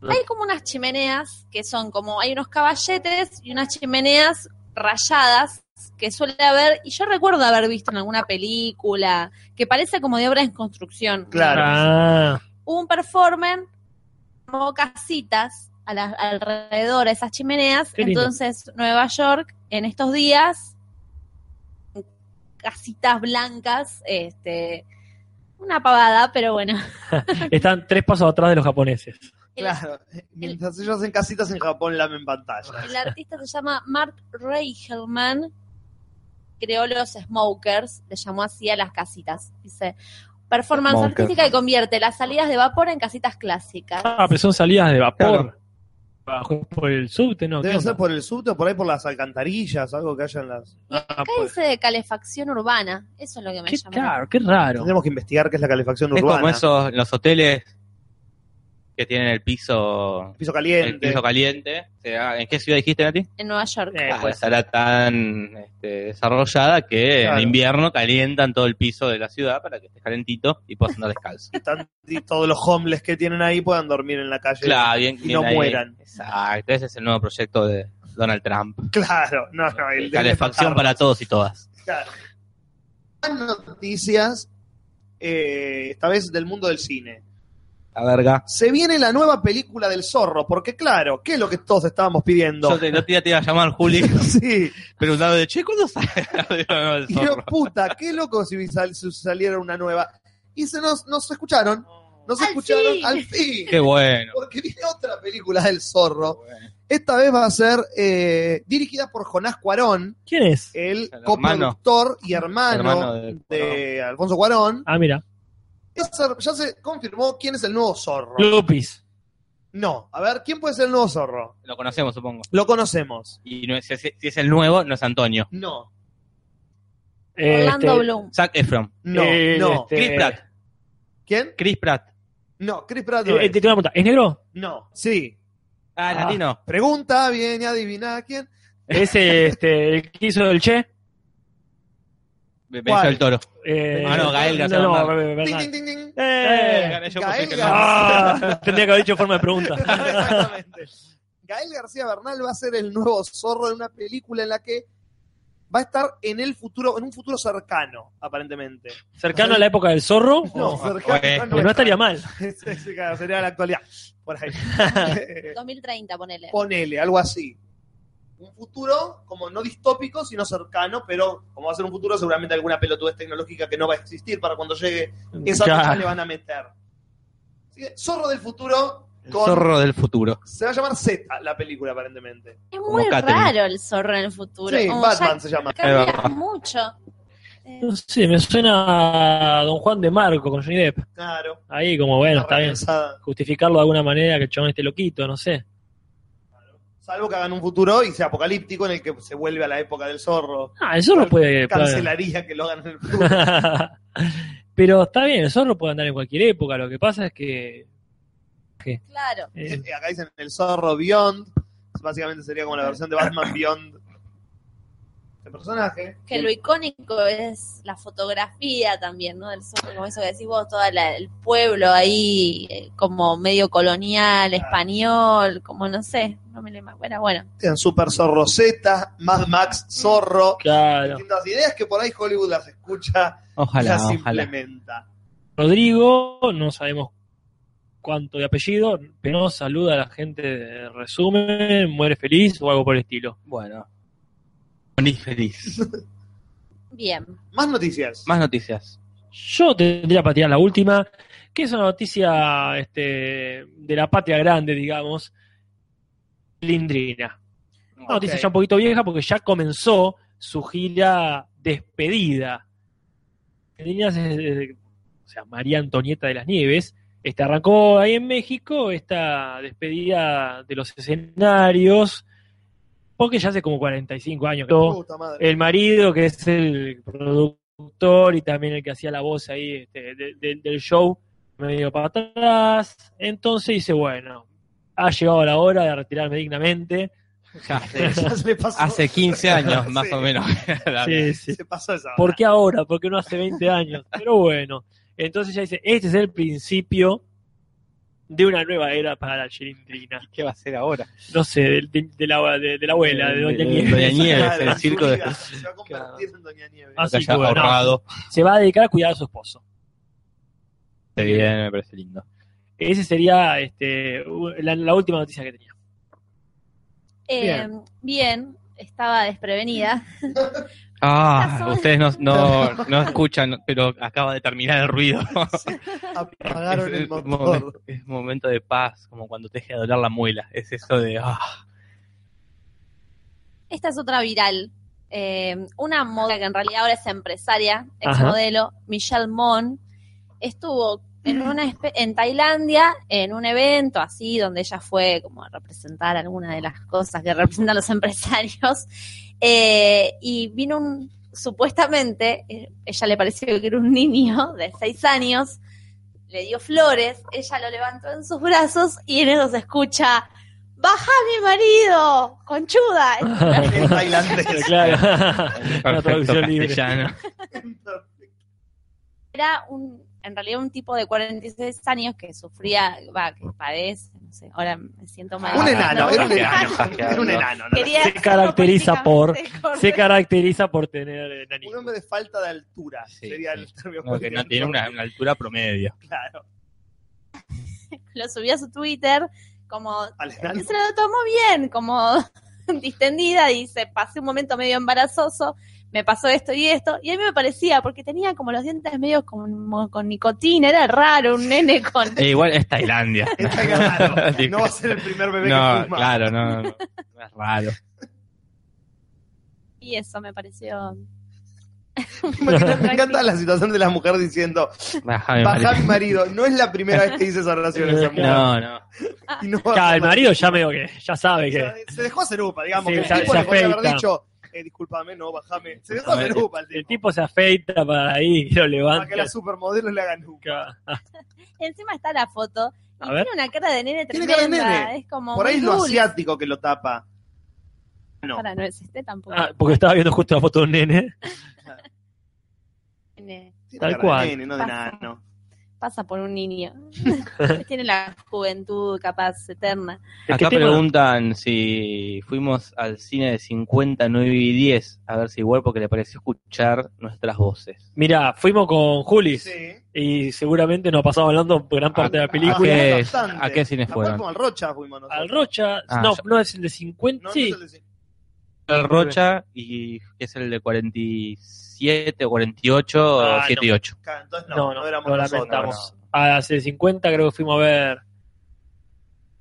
Speaker 2: Hay como unas chimeneas que son como, hay unos caballetes y unas chimeneas rayadas que suele haber, y yo recuerdo haber visto en alguna película, que parece como de obra en construcción.
Speaker 1: Claro.
Speaker 3: Ah,
Speaker 2: Hubo un performance, como casitas a la- alrededor de esas chimeneas,
Speaker 3: Qué lindo.
Speaker 2: entonces Nueva York en estos días, casitas blancas, este, una pavada, pero bueno.
Speaker 3: están tres pasos atrás de los japoneses.
Speaker 2: El-
Speaker 1: Claro. Mientras ellos hacen casitas en Japón, lamen
Speaker 4: Ah,
Speaker 1: pantalla.
Speaker 2: El artista se llama Mark Reichelman. Creó los Smokers, le llamó así a las casitas. Dice, performance
Speaker 4: Smokers.
Speaker 2: artística que convierte las salidas de vapor en casitas clásicas.
Speaker 3: Ah, pero son salidas de vapor. Bajo por el subte, ¿no? ¿Qué
Speaker 1: Debe
Speaker 3: onda?
Speaker 1: ser por el subte o por ahí por las alcantarillas, algo que haya en las.
Speaker 3: Ah,
Speaker 2: Acá
Speaker 3: pues.
Speaker 2: dice de calefacción urbana. Eso es lo que me
Speaker 3: Qué
Speaker 2: llamó.
Speaker 3: caro, qué raro.
Speaker 1: Tendremos que investigar qué es la calefacción
Speaker 4: Es
Speaker 1: urbana.
Speaker 4: como esos, los hoteles que tienen el piso,
Speaker 1: Piso
Speaker 4: el
Speaker 1: caliente.
Speaker 4: piso caliente. O sea, ¿En qué ciudad dijiste, Nati?
Speaker 2: En Nueva York.
Speaker 3: Eh,
Speaker 4: Ah, estará tan este, desarrollada que
Speaker 1: Claro.
Speaker 4: en invierno calientan todo el piso de la ciudad para que esté calentito y puedas andar descalzo.
Speaker 1: Están- y todos los homeless que tienen ahí puedan dormir en la calle.
Speaker 4: claro, bien,
Speaker 1: Y
Speaker 4: bien
Speaker 1: no
Speaker 4: ahí.
Speaker 1: mueran.
Speaker 4: Exacto, ese es el nuevo proyecto de Donald Trump.
Speaker 1: Claro, no, no. El de-
Speaker 4: Calefacción para todos y todas.
Speaker 1: Claro. Más noticias, eh, esta vez del mundo del cine.
Speaker 4: La verga.
Speaker 1: Se viene la nueva película del zorro, porque claro, ¿qué es lo que todos estábamos pidiendo?
Speaker 4: Yo te, no te iba a llamar, Juli,
Speaker 1: Sí,
Speaker 4: preguntando de che, ¿cuándo sale? No, el
Speaker 1: y yo,
Speaker 4: zorro.
Speaker 1: puta, qué loco si sal- si saliera una nueva. Y se nos, nos escucharon, nos
Speaker 2: Al
Speaker 1: escucharon
Speaker 2: fin.
Speaker 1: al fin,
Speaker 4: Qué bueno.
Speaker 1: porque viene otra película del
Speaker 4: Ah,
Speaker 1: zorro. Esta vez va a ser eh, dirigida por Jonás Cuarón,
Speaker 3: ¿Quién es?
Speaker 1: el,
Speaker 4: hermano.
Speaker 1: coproductor y hermano,
Speaker 4: Hermano de-
Speaker 1: de, Alfonso Cuarón.
Speaker 3: Ah, mira.
Speaker 1: Ya se- ya se confirmó quién es el nuevo zorro.
Speaker 3: Lupis.
Speaker 1: No, a ver, ¿quién puede ser el nuevo zorro?
Speaker 4: Lo conocemos, supongo.
Speaker 1: Lo conocemos.
Speaker 4: Y no es- si, es- si es el nuevo, no es Antonio.
Speaker 1: No,
Speaker 2: Orlando
Speaker 3: Este,
Speaker 2: Bloom.
Speaker 4: Zac Efron.
Speaker 1: no,
Speaker 3: eh,
Speaker 1: no.
Speaker 3: este,
Speaker 4: Chris Pratt.
Speaker 1: ¿Quién?
Speaker 4: Chris Pratt.
Speaker 1: No, Chris Pratt. no
Speaker 3: eh, eh,
Speaker 1: es.
Speaker 3: te tengo una pregunta. ¿Es negro?
Speaker 1: No, sí.
Speaker 4: Ah,
Speaker 3: Ah.
Speaker 4: latino.
Speaker 1: Pregunta, viene, adivina quién.
Speaker 3: ¿Es este, el que hizo el Che?
Speaker 4: Venció el toro.
Speaker 3: Eh,
Speaker 4: Ah, no, Gael García
Speaker 3: No,
Speaker 4: Bernal.
Speaker 3: Bernal.
Speaker 1: Ding, ding, ding, ding.
Speaker 3: Eh,
Speaker 4: gané yo
Speaker 1: Gael
Speaker 4: porque
Speaker 1: García.
Speaker 4: no.
Speaker 3: ah, tendría que haber dicho en forma de pregunta.
Speaker 1: Exactamente. Gael García Bernal va a ser el nuevo zorro de una película en la que va a estar en el futuro, en un futuro cercano, aparentemente.
Speaker 3: ¿Cercano a la época del zorro?
Speaker 1: No,
Speaker 3: O-
Speaker 1: cercano.
Speaker 3: Pues no estaría mal.
Speaker 1: Sí, sí, claro, Sería la actualidad. Por ahí.
Speaker 2: 2030, ponele.
Speaker 1: ponele, algo así. Un futuro como no distópico, sino cercano, pero como va a ser un futuro, seguramente alguna pelotudez tecnológica que no va a existir para cuando llegue esa fecha le
Speaker 3: Ya.
Speaker 1: van a meter. Así que, Zorro del futuro
Speaker 4: El
Speaker 1: con-
Speaker 4: zorro del futuro.
Speaker 1: se va a llamar Z la película aparentemente.
Speaker 2: Es muy
Speaker 4: Catherine.
Speaker 2: raro el zorro en el futuro.
Speaker 1: Sí,
Speaker 2: Como
Speaker 1: Batman se llama.
Speaker 2: ya cambia
Speaker 4: Batman.
Speaker 2: mucho. Eh,
Speaker 3: No sé, me suena a Don Juan de Marco con Johnny Depp.
Speaker 1: Claro.
Speaker 3: Ahí como, bueno, está bien.
Speaker 1: Repensada.
Speaker 3: Justificarlo de alguna manera que el chabón esté loquito, no sé.
Speaker 1: Salvo que hagan un futuro y sea apocalíptico en el que se vuelve a la época del zorro.
Speaker 3: Ah, el zorro puede... puede-
Speaker 1: Cancelaría que lo hagan en el futuro.
Speaker 3: Pero está bien, el zorro puede andar en cualquier época. Lo que pasa es que...
Speaker 2: claro.
Speaker 3: eh,
Speaker 1: Acá dicen el zorro Beyond. Básicamente sería como la versión de Batman Beyond este personaje.
Speaker 2: Que lo icónico es la fotografía también, ¿no? Del sur, como eso que decís vos, todo el pueblo ahí, eh, como medio colonial, español, como no sé, no me lo imagino. Bueno, bueno,
Speaker 1: Tienen Super Zorro Z, Mad Max Zorro.
Speaker 3: Mm. Claro.
Speaker 1: Distintas ideas que por ahí Hollywood las escucha,
Speaker 4: Ojalá,
Speaker 1: las
Speaker 4: ojalá.
Speaker 1: implementa.
Speaker 3: Rodrigo, no sabemos cuánto de apellido, pero saluda a la gente de resumen, muere feliz o algo por el estilo.
Speaker 4: Bueno. Morí feliz.
Speaker 2: bien.
Speaker 1: Más noticias.
Speaker 4: Más noticias.
Speaker 3: Yo tendría para tirar la última, que es una noticia este, de la patria grande, digamos, Lindrina. Una
Speaker 1: Ok.
Speaker 3: noticia ya un poquito vieja porque ya comenzó su gira despedida. Lindrina, se- se- o sea, María Antonieta de las Nieves, este, arrancó ahí en México esta despedida de los escenarios, porque ya hace como 45 años que no- Eh,
Speaker 1: Puta madre.
Speaker 3: el marido, que es el productor y también el que hacía la voz ahí este, de- de- del show, medio para atrás. Entonces dice, bueno, ha llegado la hora de retirarme dignamente.
Speaker 1: Ya se le pasó.
Speaker 4: Hace 15 años, más
Speaker 1: Sí.
Speaker 4: o menos. La-
Speaker 3: Sí, sí.
Speaker 1: Se pasó esa. hora.
Speaker 3: ¿Por qué ahora? Porque no hace 20 años. Pero bueno, entonces ya dice, este es el principio de una nueva era para la chilindrina.
Speaker 4: ¿Qué va a ser ahora?
Speaker 3: No sé, de, de- de la, de, de la abuela, de Doña Nieves.
Speaker 4: Doña Nieves,
Speaker 1: Claro,
Speaker 4: el
Speaker 1: su
Speaker 4: circo de
Speaker 1: vida Se va a convertir en Doña Nieve.
Speaker 3: Ah, Así
Speaker 4: que haya
Speaker 3: que bueno.
Speaker 4: ahorrado.
Speaker 3: Se va a dedicar a cuidar a su esposo.
Speaker 4: Está bien, me parece lindo.
Speaker 3: Ese sería este, u- la, la última noticia que tenía.
Speaker 2: Eh,
Speaker 1: Bien.
Speaker 2: bien. estaba desprevenida.
Speaker 4: Ah,
Speaker 2: Pasó.
Speaker 4: ustedes no, no, no escuchan, pero acaba de terminar el ruido.
Speaker 1: Apagaron
Speaker 4: Es-
Speaker 1: el
Speaker 4: es un
Speaker 1: motor.
Speaker 4: momento- es un momento de paz, como cuando te deja de doler la muela. Es eso de. ah.
Speaker 2: Esta es otra viral. Eh, una moda que en realidad ahora es empresaria, ex
Speaker 3: Ajá.
Speaker 2: modelo, Michelle Mon, estuvo en, una espe- en Tailandia en un evento así donde ella fue como a representar alguna de las cosas que representan los empresarios eh, y vino un supuestamente eh, ella le pareció que era un niño de seis años le dio flores ella lo levantó en sus brazos y en eso se escucha baja mi marido conchuda
Speaker 1: El tailandés.
Speaker 3: claro. Una
Speaker 4: Perfecto
Speaker 3: traducción libre.
Speaker 4: castellano.
Speaker 2: era un, en realidad un tipo de 46 años que sufría, va, que padece, no sé, ahora me siento mal.
Speaker 1: Un enano, era un enano.
Speaker 4: Asqueando,
Speaker 1: Era un enano. ¿no?
Speaker 2: Quería
Speaker 3: Se
Speaker 2: hacerlo
Speaker 3: caracteriza por-
Speaker 2: políticamente correcto.
Speaker 3: Se caracteriza por tener enanismo.
Speaker 1: Un hombre de falta de altura
Speaker 4: Sí,
Speaker 1: sería
Speaker 4: sí.
Speaker 1: el término.
Speaker 4: No, que no tiene una, una altura promedio.
Speaker 1: Claro.
Speaker 2: Lo subí a su Twitter como
Speaker 1: Al
Speaker 2: que
Speaker 1: enano.
Speaker 2: se lo tomó bien, como distendida, dice, pasé un momento medio embarazoso, me pasó esto y esto, y a mí me parecía, porque tenía como los dientes medio como con nicotina, era raro, un nene con...
Speaker 4: E igual es Tailandia.
Speaker 1: Está claro. No va a ser el primer bebé que
Speaker 4: No,
Speaker 1: fuma.
Speaker 4: claro, no, no, no es raro.
Speaker 2: Y eso me pareció...
Speaker 1: Imagina- me encanta la situación de la mujer diciendo,
Speaker 4: Bajame,
Speaker 1: baja mi
Speaker 4: marido.
Speaker 1: marido. No es la primera vez que dice esa oración esa mujer.
Speaker 4: No, no.
Speaker 1: Y no va a
Speaker 3: Claro, el
Speaker 1: ser la-
Speaker 3: marido ya medio que ya sabe
Speaker 1: O sea,
Speaker 3: que.
Speaker 1: Se dejó hacer upa, digamos.
Speaker 3: Sí,
Speaker 1: que el
Speaker 3: se-
Speaker 1: tipo
Speaker 3: se
Speaker 1: le podría haber
Speaker 3: afeita.
Speaker 1: dicho, eh, discúlpame, no, bajame. Se dejó hacer
Speaker 4: Bajame.
Speaker 1: upa el
Speaker 3: El
Speaker 1: tipo.
Speaker 3: tipo se afeita para ahí y lo
Speaker 1: Para que
Speaker 3: levanta.
Speaker 1: las supermodelos le hagan upa.
Speaker 2: Encima está la foto. Y
Speaker 3: A ver.
Speaker 2: tiene una cara de nene
Speaker 1: Tiene
Speaker 2: tremenda.
Speaker 1: cara de nene.
Speaker 2: Es como
Speaker 1: Por
Speaker 2: muy
Speaker 1: ahí lo
Speaker 2: dulce.
Speaker 1: asiático que lo tapa. No.
Speaker 2: Ahora no es este tampoco.
Speaker 3: Ah, porque estaba viendo justo la foto de un nene.
Speaker 2: Nene.
Speaker 1: Tiene cara
Speaker 3: Tal
Speaker 1: de
Speaker 3: cual.
Speaker 1: nene, no de nano.
Speaker 2: Pasa por un niño. tiene la juventud capaz eterna.
Speaker 3: Es que
Speaker 4: Acá
Speaker 3: tema-
Speaker 4: preguntan si fuimos al cine de 50, 9 y 10 a ver si igual porque le pareció escuchar nuestras voces.
Speaker 3: Mirá, fuimos con Julis
Speaker 1: Sí.
Speaker 3: y seguramente nos pasamos hablando gran parte de la película.
Speaker 4: qué-
Speaker 1: Ah, bastante.
Speaker 4: a qué cine
Speaker 1: Capaz
Speaker 4: fueron?
Speaker 1: como al Rocha fuimos nosotros.
Speaker 3: Al Rocha.
Speaker 4: Ah,
Speaker 3: no,
Speaker 4: ya.
Speaker 3: no es el de 50.
Speaker 1: No,
Speaker 3: sí.
Speaker 1: no se le-
Speaker 4: El Rocha, y que es el de 47 o 48
Speaker 3: Ah,
Speaker 4: o 7 y 8.
Speaker 1: Claro, Entonces no,
Speaker 3: no,
Speaker 1: no,
Speaker 3: no,
Speaker 1: éramos
Speaker 3: lo
Speaker 1: nosotros.
Speaker 3: lamentamos. Ah, Hace 50 creo que fuimos a ver.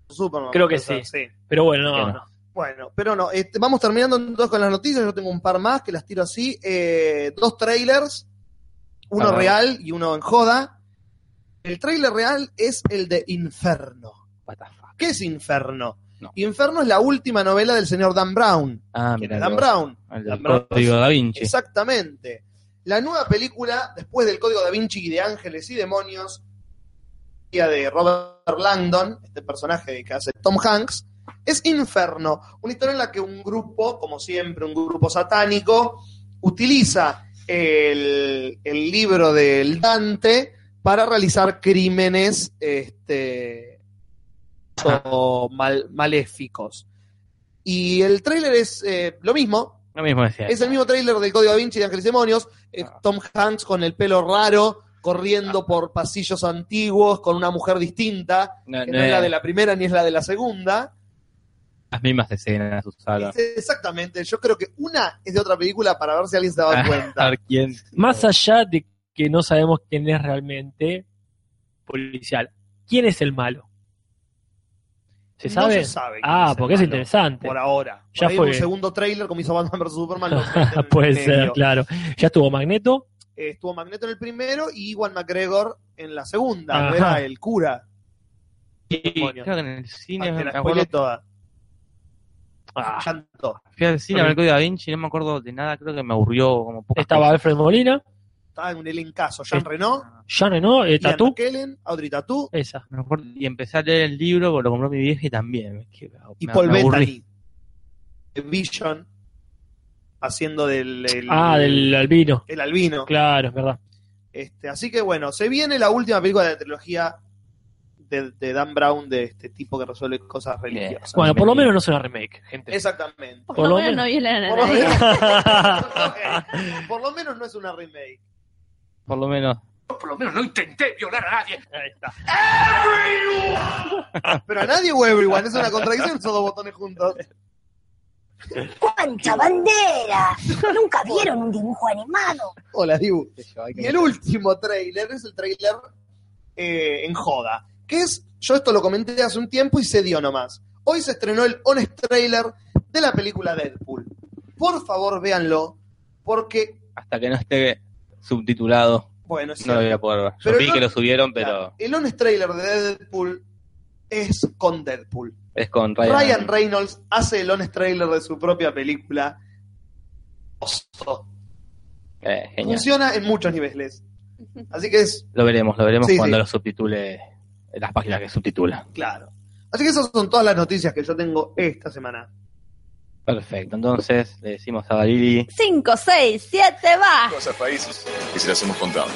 Speaker 1: no. Superman,
Speaker 3: Creo que
Speaker 1: o sea,
Speaker 3: sí. Pero bueno,
Speaker 4: Que
Speaker 3: no,
Speaker 4: no.
Speaker 3: no.
Speaker 1: Bueno, pero no, este, vamos terminando entonces con las noticias. Yo tengo un par más que las tiro así. Eh, dos trailers, uno
Speaker 4: Ah.
Speaker 1: real y uno en joda. El trailer real es el de Inferno.
Speaker 4: What the fuck.
Speaker 1: ¿Qué es Inferno?
Speaker 4: No.
Speaker 1: Inferno es la última novela del señor Dan Brown.
Speaker 4: Ah,
Speaker 1: ¿Quién
Speaker 4: mira.
Speaker 1: es Dan Brown? Dan
Speaker 4: El del
Speaker 1: Brown.
Speaker 4: Código Da Vinci.
Speaker 1: Exactamente. La nueva película, después del Código da Vinci y de Ángeles y Demonios, de Robert Langdon, este personaje que hace Tom Hanks, Es Inferno, una historia en la que un grupo, como siempre, un grupo satánico, utiliza el, el libro del Dante para realizar crímenes este, o mal- maléficos. Y el tráiler es eh, lo mismo,
Speaker 4: Lo mismo decía.
Speaker 1: es el mismo tráiler del Código da Vinci de Ángeles y Demonios. eh,
Speaker 3: Ah.
Speaker 1: Tom Hanks con el pelo raro, corriendo por pasillos antiguos, con una mujer distinta,
Speaker 4: No,
Speaker 1: que
Speaker 4: no
Speaker 1: no es la
Speaker 3: Eh.
Speaker 4: era
Speaker 1: de la primera ni es la de la segunda.
Speaker 4: las mismas escenas usadas.
Speaker 1: Dice, Exactamente, yo creo que una es de otra película para ver si alguien se
Speaker 3: Ah,
Speaker 1: daba
Speaker 4: A
Speaker 1: cuenta.
Speaker 4: ver quién.
Speaker 3: Más allá de que no sabemos quién es realmente policial, ¿quién es el malo? ¿Se
Speaker 1: No
Speaker 3: sabe?
Speaker 1: se sabe quién
Speaker 3: ah,
Speaker 1: el
Speaker 3: porque es
Speaker 1: malo,
Speaker 3: interesante.
Speaker 1: Por ahora. Por
Speaker 3: Ya
Speaker 1: ahí en
Speaker 3: fue.
Speaker 1: un segundo tráiler, como hizo Batman vs Superman. lo meten en el
Speaker 3: Ah, Puede ser,
Speaker 1: medio.
Speaker 3: claro. Ya estuvo Magneto.
Speaker 1: Eh, estuvo Magneto en el primero y Iwan McGregor en la segunda.
Speaker 3: Ajá.
Speaker 1: no era el cura.
Speaker 4: Creo que en el cine.
Speaker 1: Ah, te
Speaker 4: me
Speaker 1: la
Speaker 4: acuerdo-
Speaker 1: spoileé toda.
Speaker 3: Ah,
Speaker 1: Llanto.
Speaker 4: Fui al cine a ver el Código Da Vinci, no me acuerdo de nada, creo que me aburrió como poco.
Speaker 3: estaba Alfred Molina,
Speaker 1: Estaba en un elencazo. Jean
Speaker 3: Sí.
Speaker 1: Reno,
Speaker 3: Jean Reno, eh, Tatú.
Speaker 1: Kellen, Audrey Tatú
Speaker 3: Esa.
Speaker 4: Me acuerdo- y empecé a leer el libro, porque lo compró mi vieja y también. es que
Speaker 1: y
Speaker 4: me-
Speaker 1: Paul
Speaker 4: me aburrí.
Speaker 1: Bettany. de Vision haciendo del el,
Speaker 3: Ah, del albino.
Speaker 1: el albino.
Speaker 3: Claro, es verdad.
Speaker 1: Este, así que bueno, se viene la última película de la trilogía de, de Dan Brown de este tipo que resuelve cosas religiosas.
Speaker 3: Bueno, pues- por lo menos no es una remake, gente.
Speaker 1: Exactamente.
Speaker 2: Por,
Speaker 3: Por
Speaker 2: lo
Speaker 3: lo
Speaker 2: menos no violan a
Speaker 1: Por lo,
Speaker 2: nadie.
Speaker 1: menos, por lo menos no es una remake.
Speaker 4: Por lo menos.
Speaker 5: Por lo menos no intenté violar a nadie.
Speaker 3: Ahí está.
Speaker 1: Pero a nadie o everyone, es una contradicción esos dos botones juntos.
Speaker 6: ¡Cuánta bandera! Nunca vieron un dibujo animado.
Speaker 1: Hola, Dibu. Y el último trailer es el trailer eh, en joda. Que es, yo esto lo comenté hace un tiempo y se dio nomás. Hoy se estrenó el honest trailer de la película Deadpool. Por favor, véanlo, porque,
Speaker 4: Hasta que no esté subtitulado,
Speaker 1: bueno, es
Speaker 4: no lo
Speaker 1: cierto.
Speaker 4: voy a poder ver. Yo
Speaker 1: Pero
Speaker 4: vi
Speaker 1: no-
Speaker 4: que lo subieron, pero
Speaker 1: el honest trailer de Deadpool es con Deadpool.
Speaker 4: es con Ryan.
Speaker 1: Ryan, Reynolds hace el honest trailer de su propia película. Oso.
Speaker 4: Eh, genial.
Speaker 1: Funciona en muchos niveles. Así que es
Speaker 4: Lo veremos, lo veremos
Speaker 1: Sí,
Speaker 4: cuando
Speaker 1: sí.
Speaker 4: lo subtitule en las páginas que subtitula.
Speaker 1: claro. Así que esas son todas las noticias que yo tengo esta semana.
Speaker 4: Perfecto, entonces le decimos a Dalili.
Speaker 2: 5, 6, 7, va.
Speaker 7: Cosas países que se las hemos contado.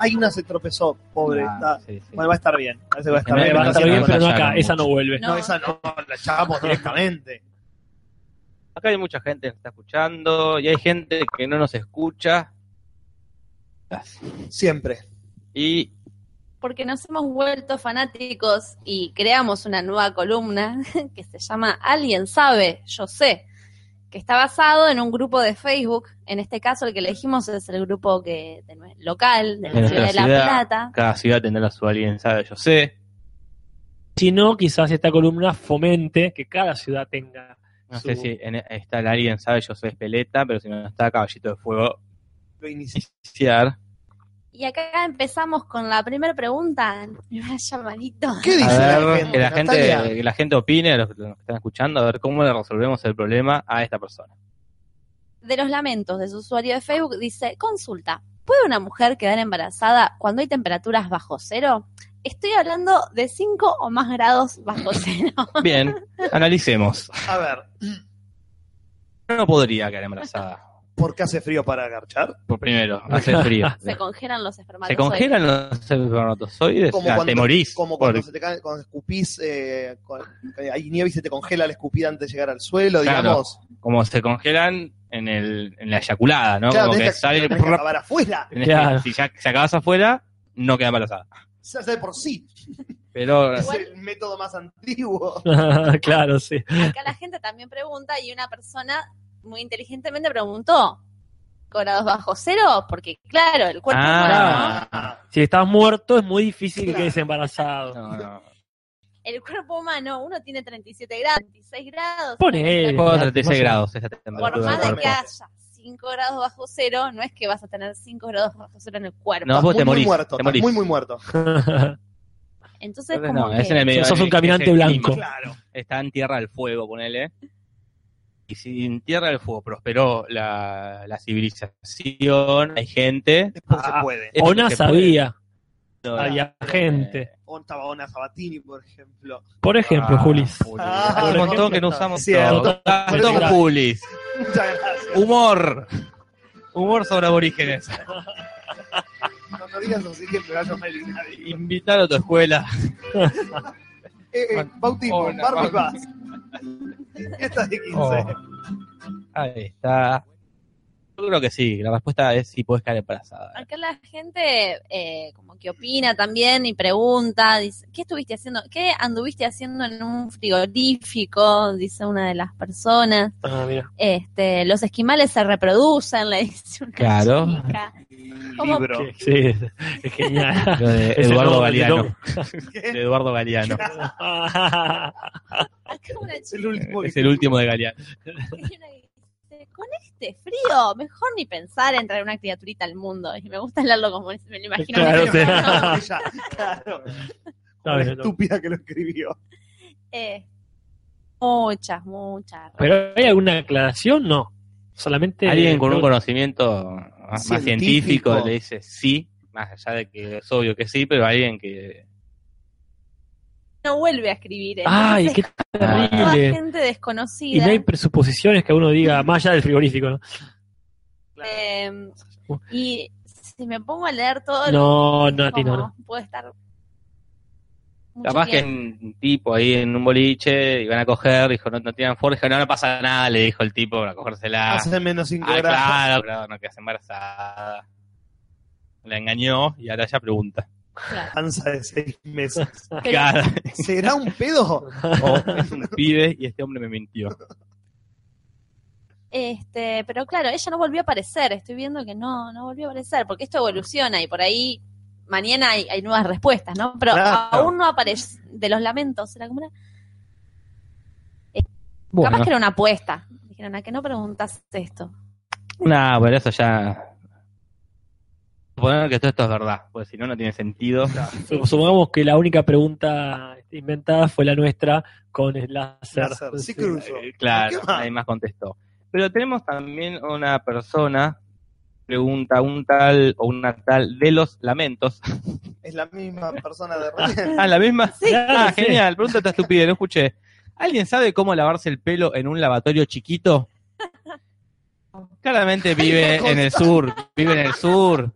Speaker 1: Hay una se tropezó, pobre. está-
Speaker 4: Ah, Sí, sí.
Speaker 1: Bueno, va a estar bien. Parece que va a estar
Speaker 4: Me-
Speaker 1: bien.
Speaker 4: me
Speaker 3: va a estar bien,
Speaker 4: no
Speaker 3: pero no
Speaker 4: la
Speaker 3: acá.
Speaker 4: sacaron
Speaker 3: Esa no vuelve.
Speaker 1: No, esa no, la echamos directamente.
Speaker 4: Acá hay mucha gente que nos está escuchando y hay gente que no nos escucha.
Speaker 1: Siempre.
Speaker 4: Y
Speaker 2: Porque nos hemos vuelto fanáticos y creamos una nueva columna que se llama Alguien sabe, yo sé, que está basado en un grupo de Facebook. En este caso, el que elegimos es el grupo que de nue- local de
Speaker 1: De
Speaker 2: la ciudad de La
Speaker 4: nuestra ciudad.
Speaker 2: Plata.
Speaker 4: cada ciudad tendrá su alguien, sabe, yo sé.
Speaker 3: Si no, quizás esta columna fomente que cada ciudad tenga.
Speaker 4: No
Speaker 3: Su-
Speaker 4: sé si en- e, está el alguien, sabe, yo sé, es peleta, pero si no está Caballito de Fuego,
Speaker 1: Lo inicié.
Speaker 4: iniciar.
Speaker 2: Y acá empezamos con la primera pregunta, el primer llamadito.
Speaker 1: ¿Qué dice la
Speaker 4: A ver,
Speaker 1: gente?
Speaker 4: que la gente,
Speaker 1: Natalia?
Speaker 4: que la gente opine, los que nos están escuchando, a ver cómo le resolvemos el problema a esta persona.
Speaker 2: de los lamentos de su usuario de Facebook dice, consulta, ¿puede una mujer quedar embarazada cuando hay temperaturas bajo cero? Estoy hablando de 5 o más grados bajo cero.
Speaker 4: Bien, analicemos.
Speaker 1: A ver,
Speaker 4: No podría quedar embarazada,
Speaker 1: ¿por qué hace frío para agarchar?
Speaker 4: por primero, hace frío.
Speaker 2: Se congelan los
Speaker 4: Se
Speaker 2: espermatozoides.
Speaker 4: congelan los espermatozoides,
Speaker 1: Como
Speaker 4: o sea,
Speaker 1: cuando-
Speaker 4: te morís.
Speaker 1: Como
Speaker 4: por-
Speaker 1: cuando, se te cae, cuando escupís, eh, con- eh, hay nieve y se te congela la escupida antes de llegar al suelo,
Speaker 4: Claro.
Speaker 1: digamos.
Speaker 4: como se congelan en, el, en la eyaculada, ¿no?
Speaker 1: Claro,
Speaker 4: como que
Speaker 1: tenés que,
Speaker 4: sale...
Speaker 1: tenés que acabar afuera.
Speaker 4: tenés que-
Speaker 3: Claro.
Speaker 4: si ya se acabas afuera, no queda embarazada.
Speaker 1: Se hace de por sí.
Speaker 4: Pero
Speaker 1: Es
Speaker 2: Igual-
Speaker 1: el método más antiguo.
Speaker 3: claro, sí.
Speaker 2: Acá la gente también pregunta y una persona muy inteligentemente preguntó, ¿con grados bajo cero? Porque claro, el cuerpo humano...
Speaker 4: Ah.
Speaker 3: Si estás muerto, es muy difícil que
Speaker 1: Claro.
Speaker 3: quedes embarazado.
Speaker 4: no, no.
Speaker 2: El cuerpo humano, uno tiene 37 grados, 36 grados.
Speaker 3: Ponele.
Speaker 4: Puedo 36 grados esa
Speaker 2: Por
Speaker 4: temperatura
Speaker 2: más
Speaker 4: del
Speaker 2: de
Speaker 4: cuerpo.
Speaker 2: que haya 5 grados bajo cero, no es que vas a tener 5 grados bajo cero en el cuerpo.
Speaker 4: No, vos
Speaker 1: muy,
Speaker 4: te
Speaker 1: muy
Speaker 4: morís.
Speaker 1: muerto.
Speaker 4: te
Speaker 1: estás
Speaker 4: morís.
Speaker 1: muy, muy muerto.
Speaker 2: Entonces,
Speaker 4: Entonces,
Speaker 2: como
Speaker 4: no,
Speaker 2: que-
Speaker 4: es en el medio.
Speaker 3: Sos un
Speaker 4: es-
Speaker 3: caminante
Speaker 4: es el
Speaker 3: blanco.
Speaker 4: clima.
Speaker 1: Claro.
Speaker 4: Está en Tierra del Fuego, ponele. y sin Tierra del Fuego prosperó la, la civilización, hay gente.
Speaker 1: Es porque
Speaker 3: Ah,
Speaker 1: se puede.
Speaker 4: es
Speaker 3: Ona
Speaker 4: porque
Speaker 3: sabía,
Speaker 4: puede.
Speaker 3: había gente.
Speaker 1: On Tabagona Sabatini, por ejemplo.
Speaker 3: Por ejemplo,
Speaker 4: Eh. Ah,
Speaker 3: Julis.
Speaker 4: Juli.
Speaker 1: Ah,
Speaker 4: un
Speaker 1: por
Speaker 4: montón
Speaker 1: ejemplo.
Speaker 4: que no usamos
Speaker 1: Cierto.
Speaker 4: todos. Tanto,
Speaker 3: Gracias.
Speaker 4: Julis.
Speaker 1: Muchas gracias.
Speaker 4: Humor. Humor sobre aborígenes.
Speaker 1: No me digas así que me vaya mal y nadie.
Speaker 4: Invitar a tu escuela.
Speaker 1: Eh, eh, bautismo,
Speaker 4: Hola,
Speaker 1: Barbie Paz.
Speaker 4: Barbie.
Speaker 1: Esta es de 15.
Speaker 4: Oh. Ahí está. Yo creo que sí. La respuesta es si puedes caer embarazada.
Speaker 2: Acá la gente eh, como que opina también y pregunta, dice, ¿qué estuviste haciendo? ¿Qué anduviste haciendo en un frigorífico? Dice una de las personas.
Speaker 3: Ah, mira.
Speaker 2: Este, los esquimales se reproducen, le dice una
Speaker 4: Claro.
Speaker 2: chica. Como-
Speaker 1: Libro.
Speaker 3: Que- Sí, es genial.
Speaker 4: Lo de
Speaker 3: Ese
Speaker 4: Eduardo
Speaker 3: no,
Speaker 4: Galeano.
Speaker 1: ¿Qué?
Speaker 4: De Eduardo Galeano.
Speaker 2: acá una
Speaker 1: Es el último que
Speaker 4: Es el último de Galeano.
Speaker 2: chica dice, con este frío, mejor ni pensar en traer una criaturita al mundo. Y me gusta hablarlo como es- me lo imagino.
Speaker 3: Claro,
Speaker 2: muy
Speaker 3: o sea.
Speaker 2: cercano.
Speaker 1: Ella, claro.
Speaker 3: Está bien,
Speaker 1: La
Speaker 3: no.
Speaker 1: estúpida que lo escribió.
Speaker 2: Eh, muchas, muchas.
Speaker 3: Pero ¿hay alguna aclaración? No. Solamente.
Speaker 4: Alguien con un
Speaker 3: no,
Speaker 4: conocimiento más más
Speaker 1: Científico.
Speaker 4: científico le dice sí, más allá de que es obvio que sí, pero alguien que
Speaker 2: No vuelve a escribir. ¿eh?
Speaker 3: Ay, qué
Speaker 2: Toda
Speaker 3: terrible.
Speaker 2: gente
Speaker 3: Y
Speaker 2: desconocida.
Speaker 3: no hay presuposiciones que uno diga, más allá del frigorífico, ¿no?
Speaker 2: Eh, y si me pongo a leer todo,
Speaker 3: No, Nati,
Speaker 2: como,
Speaker 3: no, no.
Speaker 2: puedo estar. mucho
Speaker 4: Capaz que
Speaker 2: tiempo.
Speaker 4: un tipo ahí en un boliche iban a coger, dijo, no, no tiran fuerza, dijo, no, no pasa nada, le dijo el tipo para cogérsela.
Speaker 1: Hace menos 5
Speaker 4: Ah,
Speaker 1: grados.
Speaker 4: claro, pero no quedas embarazada. La engañó y ahora ella pregunta.
Speaker 2: Claro.
Speaker 1: Panza de 6 meses.
Speaker 2: Pero
Speaker 4: Cara,
Speaker 1: ¿Será un pedo?
Speaker 4: oh, es un pibe y este hombre me mintió.
Speaker 2: Este, pero claro, ella no volvió a aparecer. Estoy viendo que no, no volvió a aparecer, porque esto evoluciona y por ahí mañana hay, hay nuevas respuestas, ¿no? Pero
Speaker 1: Claro.
Speaker 2: aún no aparece de los lamentos. Era como una-
Speaker 4: Bueno,
Speaker 2: Capaz que era una apuesta. Dijeron, ¿a qué no preguntas esto?
Speaker 4: no, pero eso ya... Suponer que todo esto es verdad, porque si no, no tiene sentido.
Speaker 3: Supongamos que la única pregunta este, inventada fue la nuestra con el láser.
Speaker 1: Láser, sí, cruzo. ¿Qué
Speaker 4: Eh, Claro,
Speaker 1: más?
Speaker 4: nadie más contestó. Pero tenemos también una persona pregunta un tal o una tal de los lamentos.
Speaker 1: Es la misma persona de recién.
Speaker 4: Ah, la misma.
Speaker 2: Sí.
Speaker 4: ah,
Speaker 3: Sí.
Speaker 4: genial. Pregunta esta estupidez, no escuché. ¿Alguien sabe cómo lavarse el pelo en un lavatorio chiquito? Claramente vive
Speaker 1: no,
Speaker 4: en el sur, vive en el sur.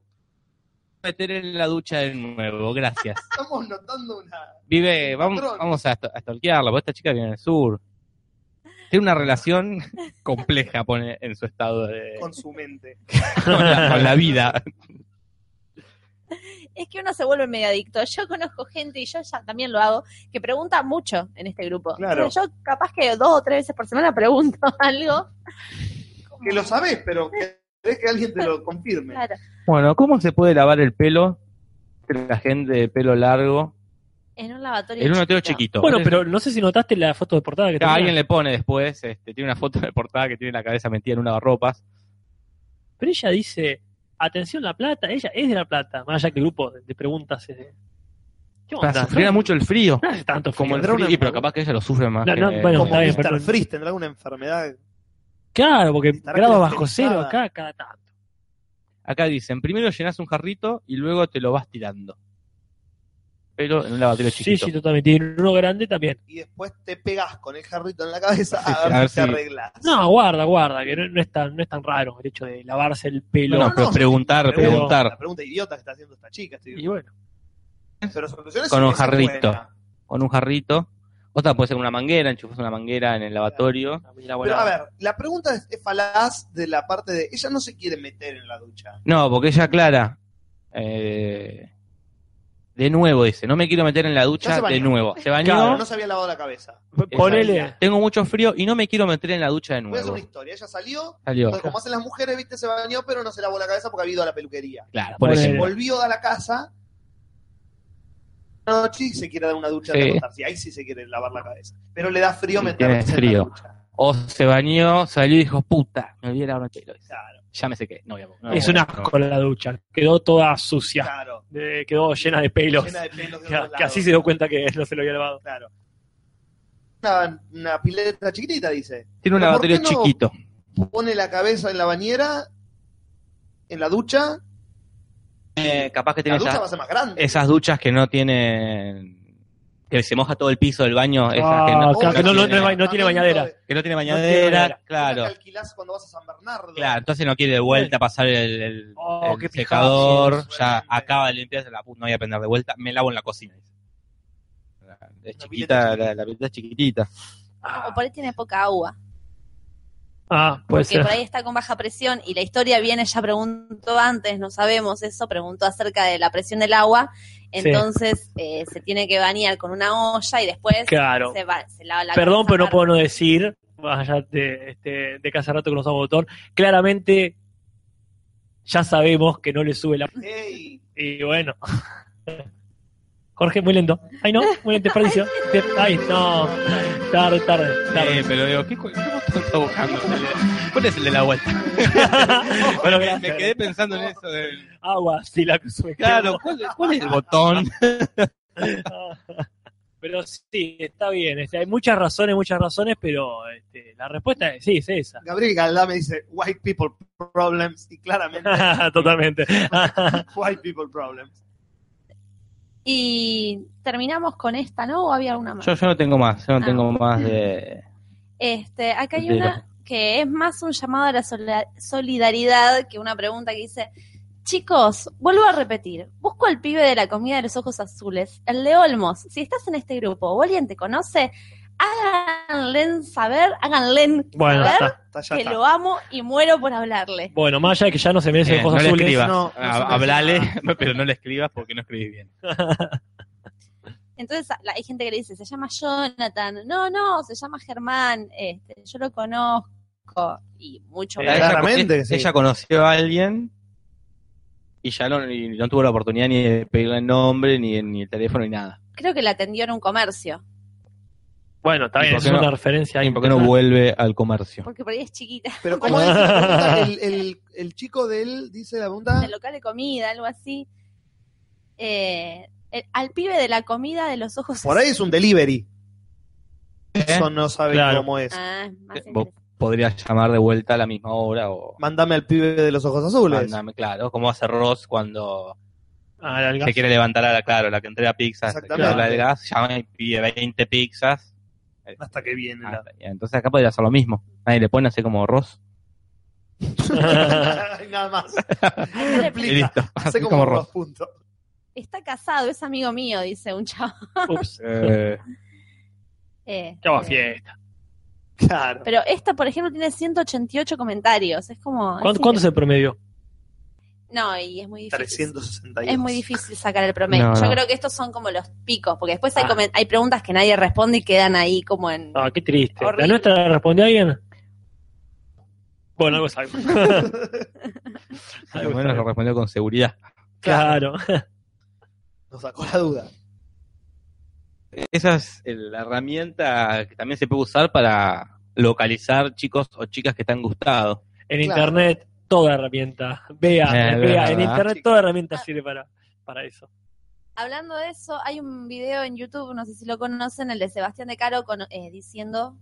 Speaker 4: Meter en la ducha de nuevo, gracias.
Speaker 1: Estamos notando una.
Speaker 4: Vive, vamos,
Speaker 1: Patrón.
Speaker 4: vamos a, esto- a stalkearla, porque esta chica viene del sur. Tiene una relación compleja pone, en su estado de,
Speaker 1: con su mente.
Speaker 4: con, la, con la vida.
Speaker 2: Es que uno se vuelve medio adicto. Yo conozco gente, y yo ya también lo hago, que pregunta mucho en este grupo.
Speaker 1: Claro.
Speaker 2: O sea, yo capaz que dos o tres veces por semana pregunto algo. Como-
Speaker 1: Que lo sabes, pero querés que alguien te lo confirme.
Speaker 2: Claro.
Speaker 4: Bueno, ¿cómo se puede lavar el pelo? La gente de pelo largo.
Speaker 2: En un lavatorio
Speaker 4: En un noteo chiquito.
Speaker 3: Bueno, pero no sé si notaste la foto de portada que
Speaker 4: Claro,
Speaker 3: tenía.
Speaker 4: alguien le pone después, este, tiene una foto de portada que tiene la cabeza metida en una ropas.
Speaker 3: Pero ella dice, atención La Plata, ella es de La Plata, más allá que el grupo de preguntas es de... ¿Qué
Speaker 4: Para
Speaker 3: onda?
Speaker 4: sufrir mucho el frío.
Speaker 3: No hace tanto frío.
Speaker 4: Como el
Speaker 1: Tendrá una
Speaker 4: frío, pero
Speaker 1: enfermedad.
Speaker 4: capaz que ella lo sufre más.
Speaker 3: No,
Speaker 4: que-
Speaker 3: no, bueno,
Speaker 1: Como
Speaker 3: está bien,
Speaker 1: Mr.
Speaker 3: pero-
Speaker 1: Freeze tendrá alguna enfermedad.
Speaker 3: Claro, porque
Speaker 1: Estará
Speaker 3: grado
Speaker 1: que
Speaker 3: bajo cero
Speaker 1: desconectada.
Speaker 3: acá cada tanto.
Speaker 4: Acá dicen, primero llenas un jarrito y luego te lo vas tirando. Pero en un lavatorio
Speaker 3: Sí,
Speaker 4: chiquito.
Speaker 3: sí, totalmente. Y uno grande también.
Speaker 1: Y después te pegas con el jarrito en la cabeza
Speaker 4: Sí,
Speaker 1: a ver,
Speaker 4: a ver
Speaker 1: si
Speaker 4: si-
Speaker 1: te arreglas.
Speaker 3: No, guarda, guarda, que no, no es, tan, no es tan raro el hecho de lavarse el pelo.
Speaker 4: No, no, pero preguntar,
Speaker 1: Pero La
Speaker 4: preguntar
Speaker 1: pregunta idiota que está haciendo esta chica. estoy-
Speaker 3: Y bueno,
Speaker 1: Pero soluciones
Speaker 4: Con
Speaker 1: son
Speaker 4: un
Speaker 1: esas
Speaker 4: jarrito.
Speaker 1: buenas.
Speaker 4: con un jarrito. Otra puede ser una manguera, enchufas una manguera en el lavatorio.
Speaker 3: a mí la
Speaker 1: Pero
Speaker 3: buena-
Speaker 1: a ver, la pregunta es, es falaz de la parte de ella no se quiere meter en la ducha.
Speaker 4: No, porque ella aclara. eh, de nuevo dice, no me quiero meter en la
Speaker 1: Ya
Speaker 4: ducha
Speaker 1: se
Speaker 4: de
Speaker 1: bañó.
Speaker 4: nuevo. Se bañó.
Speaker 1: Claro, no se había lavado la cabeza.
Speaker 3: Ponele...
Speaker 4: Tengo mucho frío y no me quiero meter en la ducha de
Speaker 1: Voy a hacer
Speaker 4: nuevo.
Speaker 1: una historia. Ella salió,
Speaker 4: Salió.
Speaker 1: entonces, como hacen las mujeres, viste, se bañó, pero no se lavó la cabeza porque había ido a la peluquería.
Speaker 4: Claro, por
Speaker 3: Ponele.
Speaker 4: ejemplo.
Speaker 1: Volvió a la casa. una Noche y se quiere dar una ducha
Speaker 4: Sí.
Speaker 1: de acostarse. Ahí sí se quiere lavar la cabeza. Pero le da frío
Speaker 4: Y
Speaker 1: meterse
Speaker 4: tiene
Speaker 1: en
Speaker 4: frío.
Speaker 1: la ducha.
Speaker 4: O se bañó, salió y dijo, puta, me olvidé lavarme el pelo.
Speaker 1: Claro,
Speaker 4: Ya me sequé. No, voy a- no,
Speaker 3: Es
Speaker 4: voy
Speaker 3: un
Speaker 4: a-
Speaker 3: asco la ducha. Quedó toda sucia.
Speaker 1: claro.
Speaker 3: Eh, quedó llena de pelos.
Speaker 1: Llena de pelos de
Speaker 3: que,
Speaker 1: otros
Speaker 3: que así
Speaker 1: lados.
Speaker 3: se dio cuenta que no se lo había lavado.
Speaker 1: Claro. una, una pileta chiquitita, dice.
Speaker 4: Tiene
Speaker 1: ¿Pero por
Speaker 4: un lavatorio
Speaker 1: qué no
Speaker 4: chiquito.
Speaker 1: Pone la cabeza en la bañera, en la ducha.
Speaker 4: Eh, capaz que
Speaker 1: La
Speaker 4: tiene
Speaker 1: ducha
Speaker 4: esas,
Speaker 1: va a ser más grande.
Speaker 4: esas duchas que no tienen. que se moja todo el piso del baño. esas que
Speaker 3: Ah,
Speaker 4: no,
Speaker 3: claro, que no- no- no es ba-
Speaker 4: tiene,
Speaker 3: no tiene bañadera.
Speaker 4: que no tiene
Speaker 3: tiene
Speaker 4: bañadera,
Speaker 3: bañadera.
Speaker 4: claro.
Speaker 1: Que alquilás cuando vas a San Bernardo.
Speaker 4: Claro, entonces no quiere de vuelta pasar el, el-
Speaker 3: Oh,
Speaker 4: el
Speaker 3: qué
Speaker 4: secador.
Speaker 1: pijazo.
Speaker 4: Ya acaba de limpiarse la puta, no voy a prender de vuelta. Me lavo en la cocina. dice. Es
Speaker 1: Una
Speaker 4: chiquita,
Speaker 1: pileta
Speaker 4: la, la pileta es chiquitita.
Speaker 2: O por ahí tiene poca agua.
Speaker 3: Ah, puede
Speaker 2: Porque
Speaker 3: ser.
Speaker 2: por ahí está con baja presión y la historia viene, ya preguntó antes, no sabemos eso, preguntó acerca de la presión del agua. Entonces eh, se tiene que bañar con una olla y después
Speaker 3: Claro.
Speaker 2: se, va, se lava la
Speaker 3: Perdón,
Speaker 2: cabeza,
Speaker 3: pero no puedo
Speaker 2: Marta.
Speaker 3: no decir, más allá de, este, de que hace rato que nos damos botón, claramente ya sabemos que no le sube la...
Speaker 1: Ey,
Speaker 3: Y bueno. Jorge, muy lento. Ay, no, muy lento, desperdicio. De- Ay, no. Tarde, tarde,
Speaker 4: Eh,
Speaker 3: tarde.
Speaker 4: pero digo, ¿qué, cu- qué botón está buscando? ¿Cuál es el de la vuelta?
Speaker 3: bueno,
Speaker 4: Me,
Speaker 3: gracias.
Speaker 4: quedé pensando en eso. del-
Speaker 3: Agua, sí, la consume.
Speaker 4: Claro, ¿cuál, cuál es el botón?
Speaker 3: Pero sí, está bien. este, hay muchas razones, muchas razones, pero este, la respuesta es, sí, es esa.
Speaker 1: Gabriel Galdá me dice White People Problems y claramente
Speaker 3: Totalmente.
Speaker 1: White People Problems.
Speaker 2: Y terminamos con esta, ¿no? ¿O había una más?
Speaker 4: Yo, yo no tengo más, yo no
Speaker 2: Ah.
Speaker 4: tengo más de.
Speaker 2: Este, acá hay
Speaker 4: De
Speaker 2: una que es más un llamado a la sola- solidaridad que una pregunta que dice, chicos, vuelvo a repetir, busco al pibe de la comida de los ojos azules, el de Olmos, si estás en este grupo o alguien te conoce, háganle saber, háganle
Speaker 3: Bueno,
Speaker 2: saber
Speaker 3: está.
Speaker 1: Está, ya
Speaker 2: que
Speaker 1: está.
Speaker 2: lo amo y muero por hablarle.
Speaker 3: Bueno, más allá de que ya no se merece
Speaker 4: Eh, no
Speaker 3: ojos
Speaker 4: le
Speaker 3: azules.
Speaker 4: escribas.
Speaker 1: no, no
Speaker 4: Ah,
Speaker 1: se me hace
Speaker 4: hablale, pero no le escribas porque no escribís bien.
Speaker 2: Entonces a- la- hay gente que le dice, se llama Jonathan, no, no, se llama Germán, este, yo lo conozco y mucho
Speaker 4: Eh,
Speaker 2: más.
Speaker 4: ella-
Speaker 1: Claramente
Speaker 4: ella,
Speaker 1: que sí.
Speaker 4: conoció a alguien y ya no, y no tuvo la oportunidad ni de pedirle el nombre, ni, ni el teléfono, ni nada.
Speaker 2: Creo que la atendió en un comercio,
Speaker 3: Bueno, está
Speaker 4: ¿Y
Speaker 3: bien,
Speaker 4: por
Speaker 3: es
Speaker 4: qué no?
Speaker 3: una referencia. ahí.
Speaker 4: ¿Y por qué no vuelve al comercio?
Speaker 2: porque por ahí es chiquita.
Speaker 1: Pero como dice la pregunta, el, el, el chico de él dice la pregunta,
Speaker 2: del local de comida, algo así. Eh, el- al pibe de la comida de los ojos.
Speaker 1: por ahí es un delivery. Eso no sabe
Speaker 3: Claro.
Speaker 1: cómo es.
Speaker 2: Ah, más
Speaker 4: Eh, vos-
Speaker 2: interesante.
Speaker 4: Podrías llamar de vuelta a la misma hora o.
Speaker 1: Mándame al pibe de los ojos azules.
Speaker 4: Mándame, claro, como hace Ross cuando
Speaker 3: Ah, el
Speaker 4: se
Speaker 3: alga-
Speaker 4: quiere levantar a la, claro, la que entrega pizzas,
Speaker 1: Exactamente.
Speaker 4: claro, la del gas, llama y pide 20 pizzas.
Speaker 1: Hasta que viene
Speaker 4: Ah,
Speaker 1: la...
Speaker 4: entonces acá podría hacer lo mismo. Nadie le pone así como Ross.
Speaker 1: Nada más.
Speaker 2: Acá le-
Speaker 1: Explica.
Speaker 4: Y listo.
Speaker 1: Hace
Speaker 4: Así
Speaker 1: como,
Speaker 4: como
Speaker 1: dos
Speaker 4: Ross.
Speaker 1: puntos.
Speaker 2: Está casado, es amigo mío, dice un chavo.
Speaker 3: Ups.
Speaker 4: Eh,
Speaker 2: Eh,
Speaker 3: Chau, a
Speaker 2: eh,
Speaker 3: fiesta.
Speaker 1: Claro.
Speaker 2: Pero esta, por ejemplo, tiene 188 comentarios. Es como.
Speaker 3: ¿Cuánto,
Speaker 2: es
Speaker 3: cuánto es
Speaker 2: increíble.
Speaker 3: el promedio?
Speaker 2: No, y es muy difícil.
Speaker 1: 362.
Speaker 2: Es muy difícil sacar el promedio.
Speaker 4: No,
Speaker 2: Yo
Speaker 4: no.
Speaker 2: creo que estos son como los picos, porque después hay,
Speaker 3: Ah.
Speaker 2: comen- hay preguntas que nadie responde y quedan ahí como en.
Speaker 3: Ah, qué triste.
Speaker 2: Horrible.
Speaker 3: ¿La nuestra la respondió alguien? Bueno, algo sabe.
Speaker 4: al menos lo respondió con seguridad.
Speaker 3: claro.
Speaker 1: Nos sacó la duda.
Speaker 4: Esa es el- eh, la herramienta que también se puede usar para localizar chicos o chicas que te han gustado.
Speaker 3: En
Speaker 1: Claro.
Speaker 3: internet, toda herramienta. Vea,
Speaker 4: Eh,
Speaker 3: vea. En
Speaker 4: verdad.
Speaker 3: internet, toda herramienta sirve para, para eso.
Speaker 2: Hablando de eso, hay un video en YouTube, no sé si lo conocen, el de Sebastián de Caro con- eh, diciendo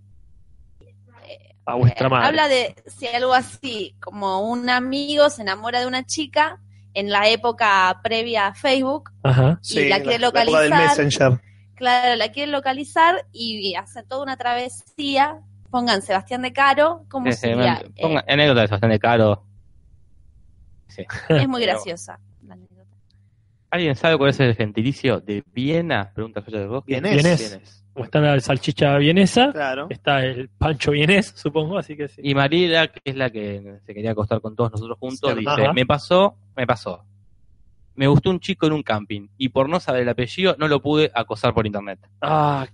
Speaker 3: A
Speaker 4: pues,
Speaker 3: vuestra madre.
Speaker 2: Eh, Habla de si algo así, como un amigo se enamora de una chica en la época previa a Facebook,
Speaker 3: Ajá.
Speaker 2: Y la quiere
Speaker 1: época del
Speaker 2: localizar.
Speaker 1: Messenger.
Speaker 2: claro, la quiere localizar y hace toda una travesía. Pongan Sebastián de Caro, como
Speaker 4: Eh,
Speaker 2: sería?
Speaker 4: eh, ponga- anécdota es bastante caro. Sí.
Speaker 2: Eh, es muy
Speaker 4: Pero-
Speaker 2: graciosa. la anécdota.
Speaker 4: ¿Alguien sabe cuál es el gentilicio de Viena? Pregunta Soya de Bosque.
Speaker 1: Vienés.
Speaker 3: Vienés. Como está la salchicha vienesa,
Speaker 1: Claro.
Speaker 3: está el pancho vienés, supongo, así que sí.
Speaker 4: Y Marila, que es la que se quería acostar con todos nosotros juntos,
Speaker 3: Sí,
Speaker 4: dice,
Speaker 3: ajá.
Speaker 4: me pasó, me pasó. Me gustó un chico en un camping y por no saber el apellido no lo pude acosar por internet.
Speaker 3: Ah,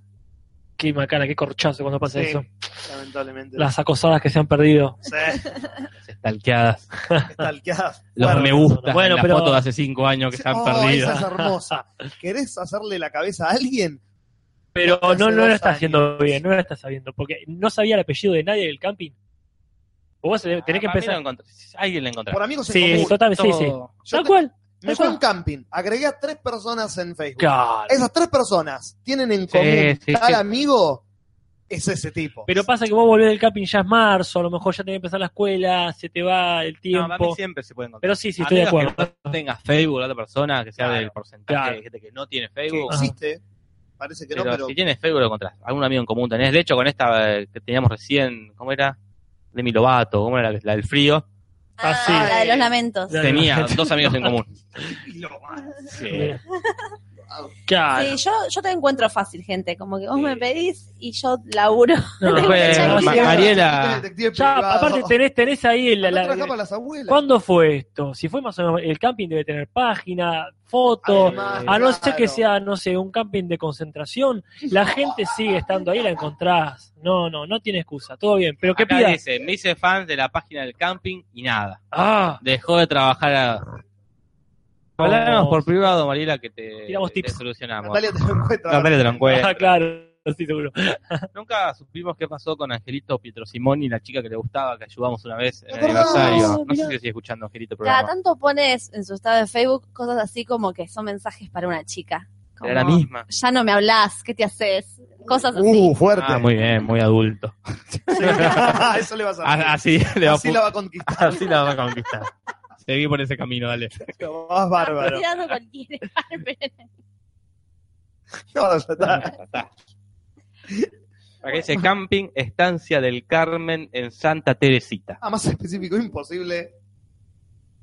Speaker 3: qué macana, qué corchazo cuando pasa
Speaker 1: Sí,
Speaker 3: eso.
Speaker 1: Lamentablemente.
Speaker 3: Las acosadas que se han perdido.
Speaker 1: Sí,
Speaker 4: Las Estalqueadas.
Speaker 1: stalkeadas.
Speaker 4: Los
Speaker 1: Claro.
Speaker 4: me gusta.
Speaker 3: Bueno,
Speaker 4: Bueno, la
Speaker 3: pero-
Speaker 4: foto de hace cinco años que se han
Speaker 1: Oh,
Speaker 4: perdido.
Speaker 1: Esa es hermosa. ¿Querés hacerle la cabeza a alguien?
Speaker 3: Pero
Speaker 1: Hace
Speaker 3: no, no
Speaker 1: dos
Speaker 3: la está
Speaker 1: años.
Speaker 3: haciendo bien, no la está sabiendo, porque no sabía el apellido de nadie del camping. O Vos tenés que
Speaker 4: Ah, para mí
Speaker 3: empezar.
Speaker 4: lo encontré. Alguien la encontró.
Speaker 1: Por amigos en
Speaker 3: Sí,
Speaker 1: común.
Speaker 3: totalmente, sí, sí.
Speaker 4: Todo.
Speaker 1: Yo
Speaker 3: Tal
Speaker 1: te-
Speaker 3: cual.
Speaker 1: Me fue a un camping, agregué a tres personas en Facebook.
Speaker 3: Claro.
Speaker 1: Esas tres personas tienen en
Speaker 4: Sí,
Speaker 1: común
Speaker 4: sí,
Speaker 1: tal
Speaker 4: sí.
Speaker 1: amigo es ese tipo.
Speaker 3: Pero pasa que vos volvés del camping ya es marzo, a lo mejor ya tenés que empezar la escuela, se te va el
Speaker 4: No,
Speaker 3: tiempo.
Speaker 4: para mí siempre se puede encontrar.
Speaker 3: pero sí, sí, estoy de
Speaker 4: A menos
Speaker 3: acuerdo.
Speaker 4: Que no tengas Facebook la otra persona, que sea
Speaker 1: Claro,
Speaker 4: del porcentaje
Speaker 3: claro.
Speaker 4: de gente que no tiene
Speaker 1: que
Speaker 3: Ah.
Speaker 4: Facebook.
Speaker 1: existe, parece que
Speaker 4: Pero,
Speaker 1: no, pero
Speaker 4: si tienes Facebook lo encontrás. Algún amigo en común tenés. De hecho, con esta eh, que teníamos recién, ¿cómo era? De Milovato, ¿cómo era la, la del frío?
Speaker 2: Ah,
Speaker 3: Ah, sí.
Speaker 2: la de los lamentos.
Speaker 3: La-
Speaker 4: Tenía dos amigos en común.
Speaker 5: Y lo va.
Speaker 4: Sí.
Speaker 3: Mira. Claro.
Speaker 2: Sí, yo, yo te encuentro fácil, gente. Como que vos me pedís y yo laburo.
Speaker 3: No,
Speaker 2: Tengo
Speaker 4: fue-
Speaker 2: que
Speaker 4: Ma-
Speaker 2: echar-
Speaker 1: Sí,
Speaker 4: Mariela.
Speaker 1: el detective
Speaker 3: Ya,
Speaker 1: privado.
Speaker 3: aparte tenés, tenés ahí la,
Speaker 1: Acá
Speaker 3: la-
Speaker 1: trabaja para las abuelas.
Speaker 3: ¿Cuándo fue esto? Si fue más o menos, el camping debe tener página,
Speaker 4: Ah,
Speaker 3: foto,
Speaker 1: Además,
Speaker 3: a Ah, no ser que
Speaker 1: claro.
Speaker 3: sea, no sé, un camping de concentración, la gente sigue estando ahí, la encontrás. No, no, no tiene excusa, todo bien. Pero que
Speaker 4: Acá
Speaker 3: pida.
Speaker 4: dice, me hice fan de la página del camping y nada.
Speaker 3: Ah,
Speaker 4: Dejó de trabajar a... Hablábamos por privado, Mariela, que te,
Speaker 3: Tiramos
Speaker 4: te
Speaker 3: tips.
Speaker 4: solucionamos.
Speaker 1: Natalia te lo encuentra.
Speaker 4: Natalia te lo encuentra.
Speaker 3: ah, claro, sí, seguro.
Speaker 4: Nunca supimos qué pasó con Angelito Pietrosimoni, la chica que le gustaba, que ayudamos una vez en el
Speaker 1: ¿Te acordás?
Speaker 4: aniversario. No
Speaker 3: Mirá.
Speaker 4: sé si lo sigue escuchando Angelito el
Speaker 2: Cada
Speaker 4: programa.
Speaker 2: tanto pones en su estado de Facebook cosas así como que son mensajes para una chica. Como,
Speaker 4: Era la misma.
Speaker 2: ya no me hablas, ¿qué te haces? Cosas así.
Speaker 1: Uh, fuerte.
Speaker 4: Ah, muy bien, muy adulto.
Speaker 1: Sí. Eso le vas a
Speaker 4: Ah, Así le va a
Speaker 1: Así la va a conquistar.
Speaker 4: pu- así la va a conquistar. Seguí por ese camino, dale.
Speaker 1: Más bárbaro.
Speaker 2: Tirando cualquier bárbaro.
Speaker 1: No, ya está.
Speaker 4: Acá dice Camping Estancia del Carmen en Santa Teresita.
Speaker 1: Ah, más específico, imposible.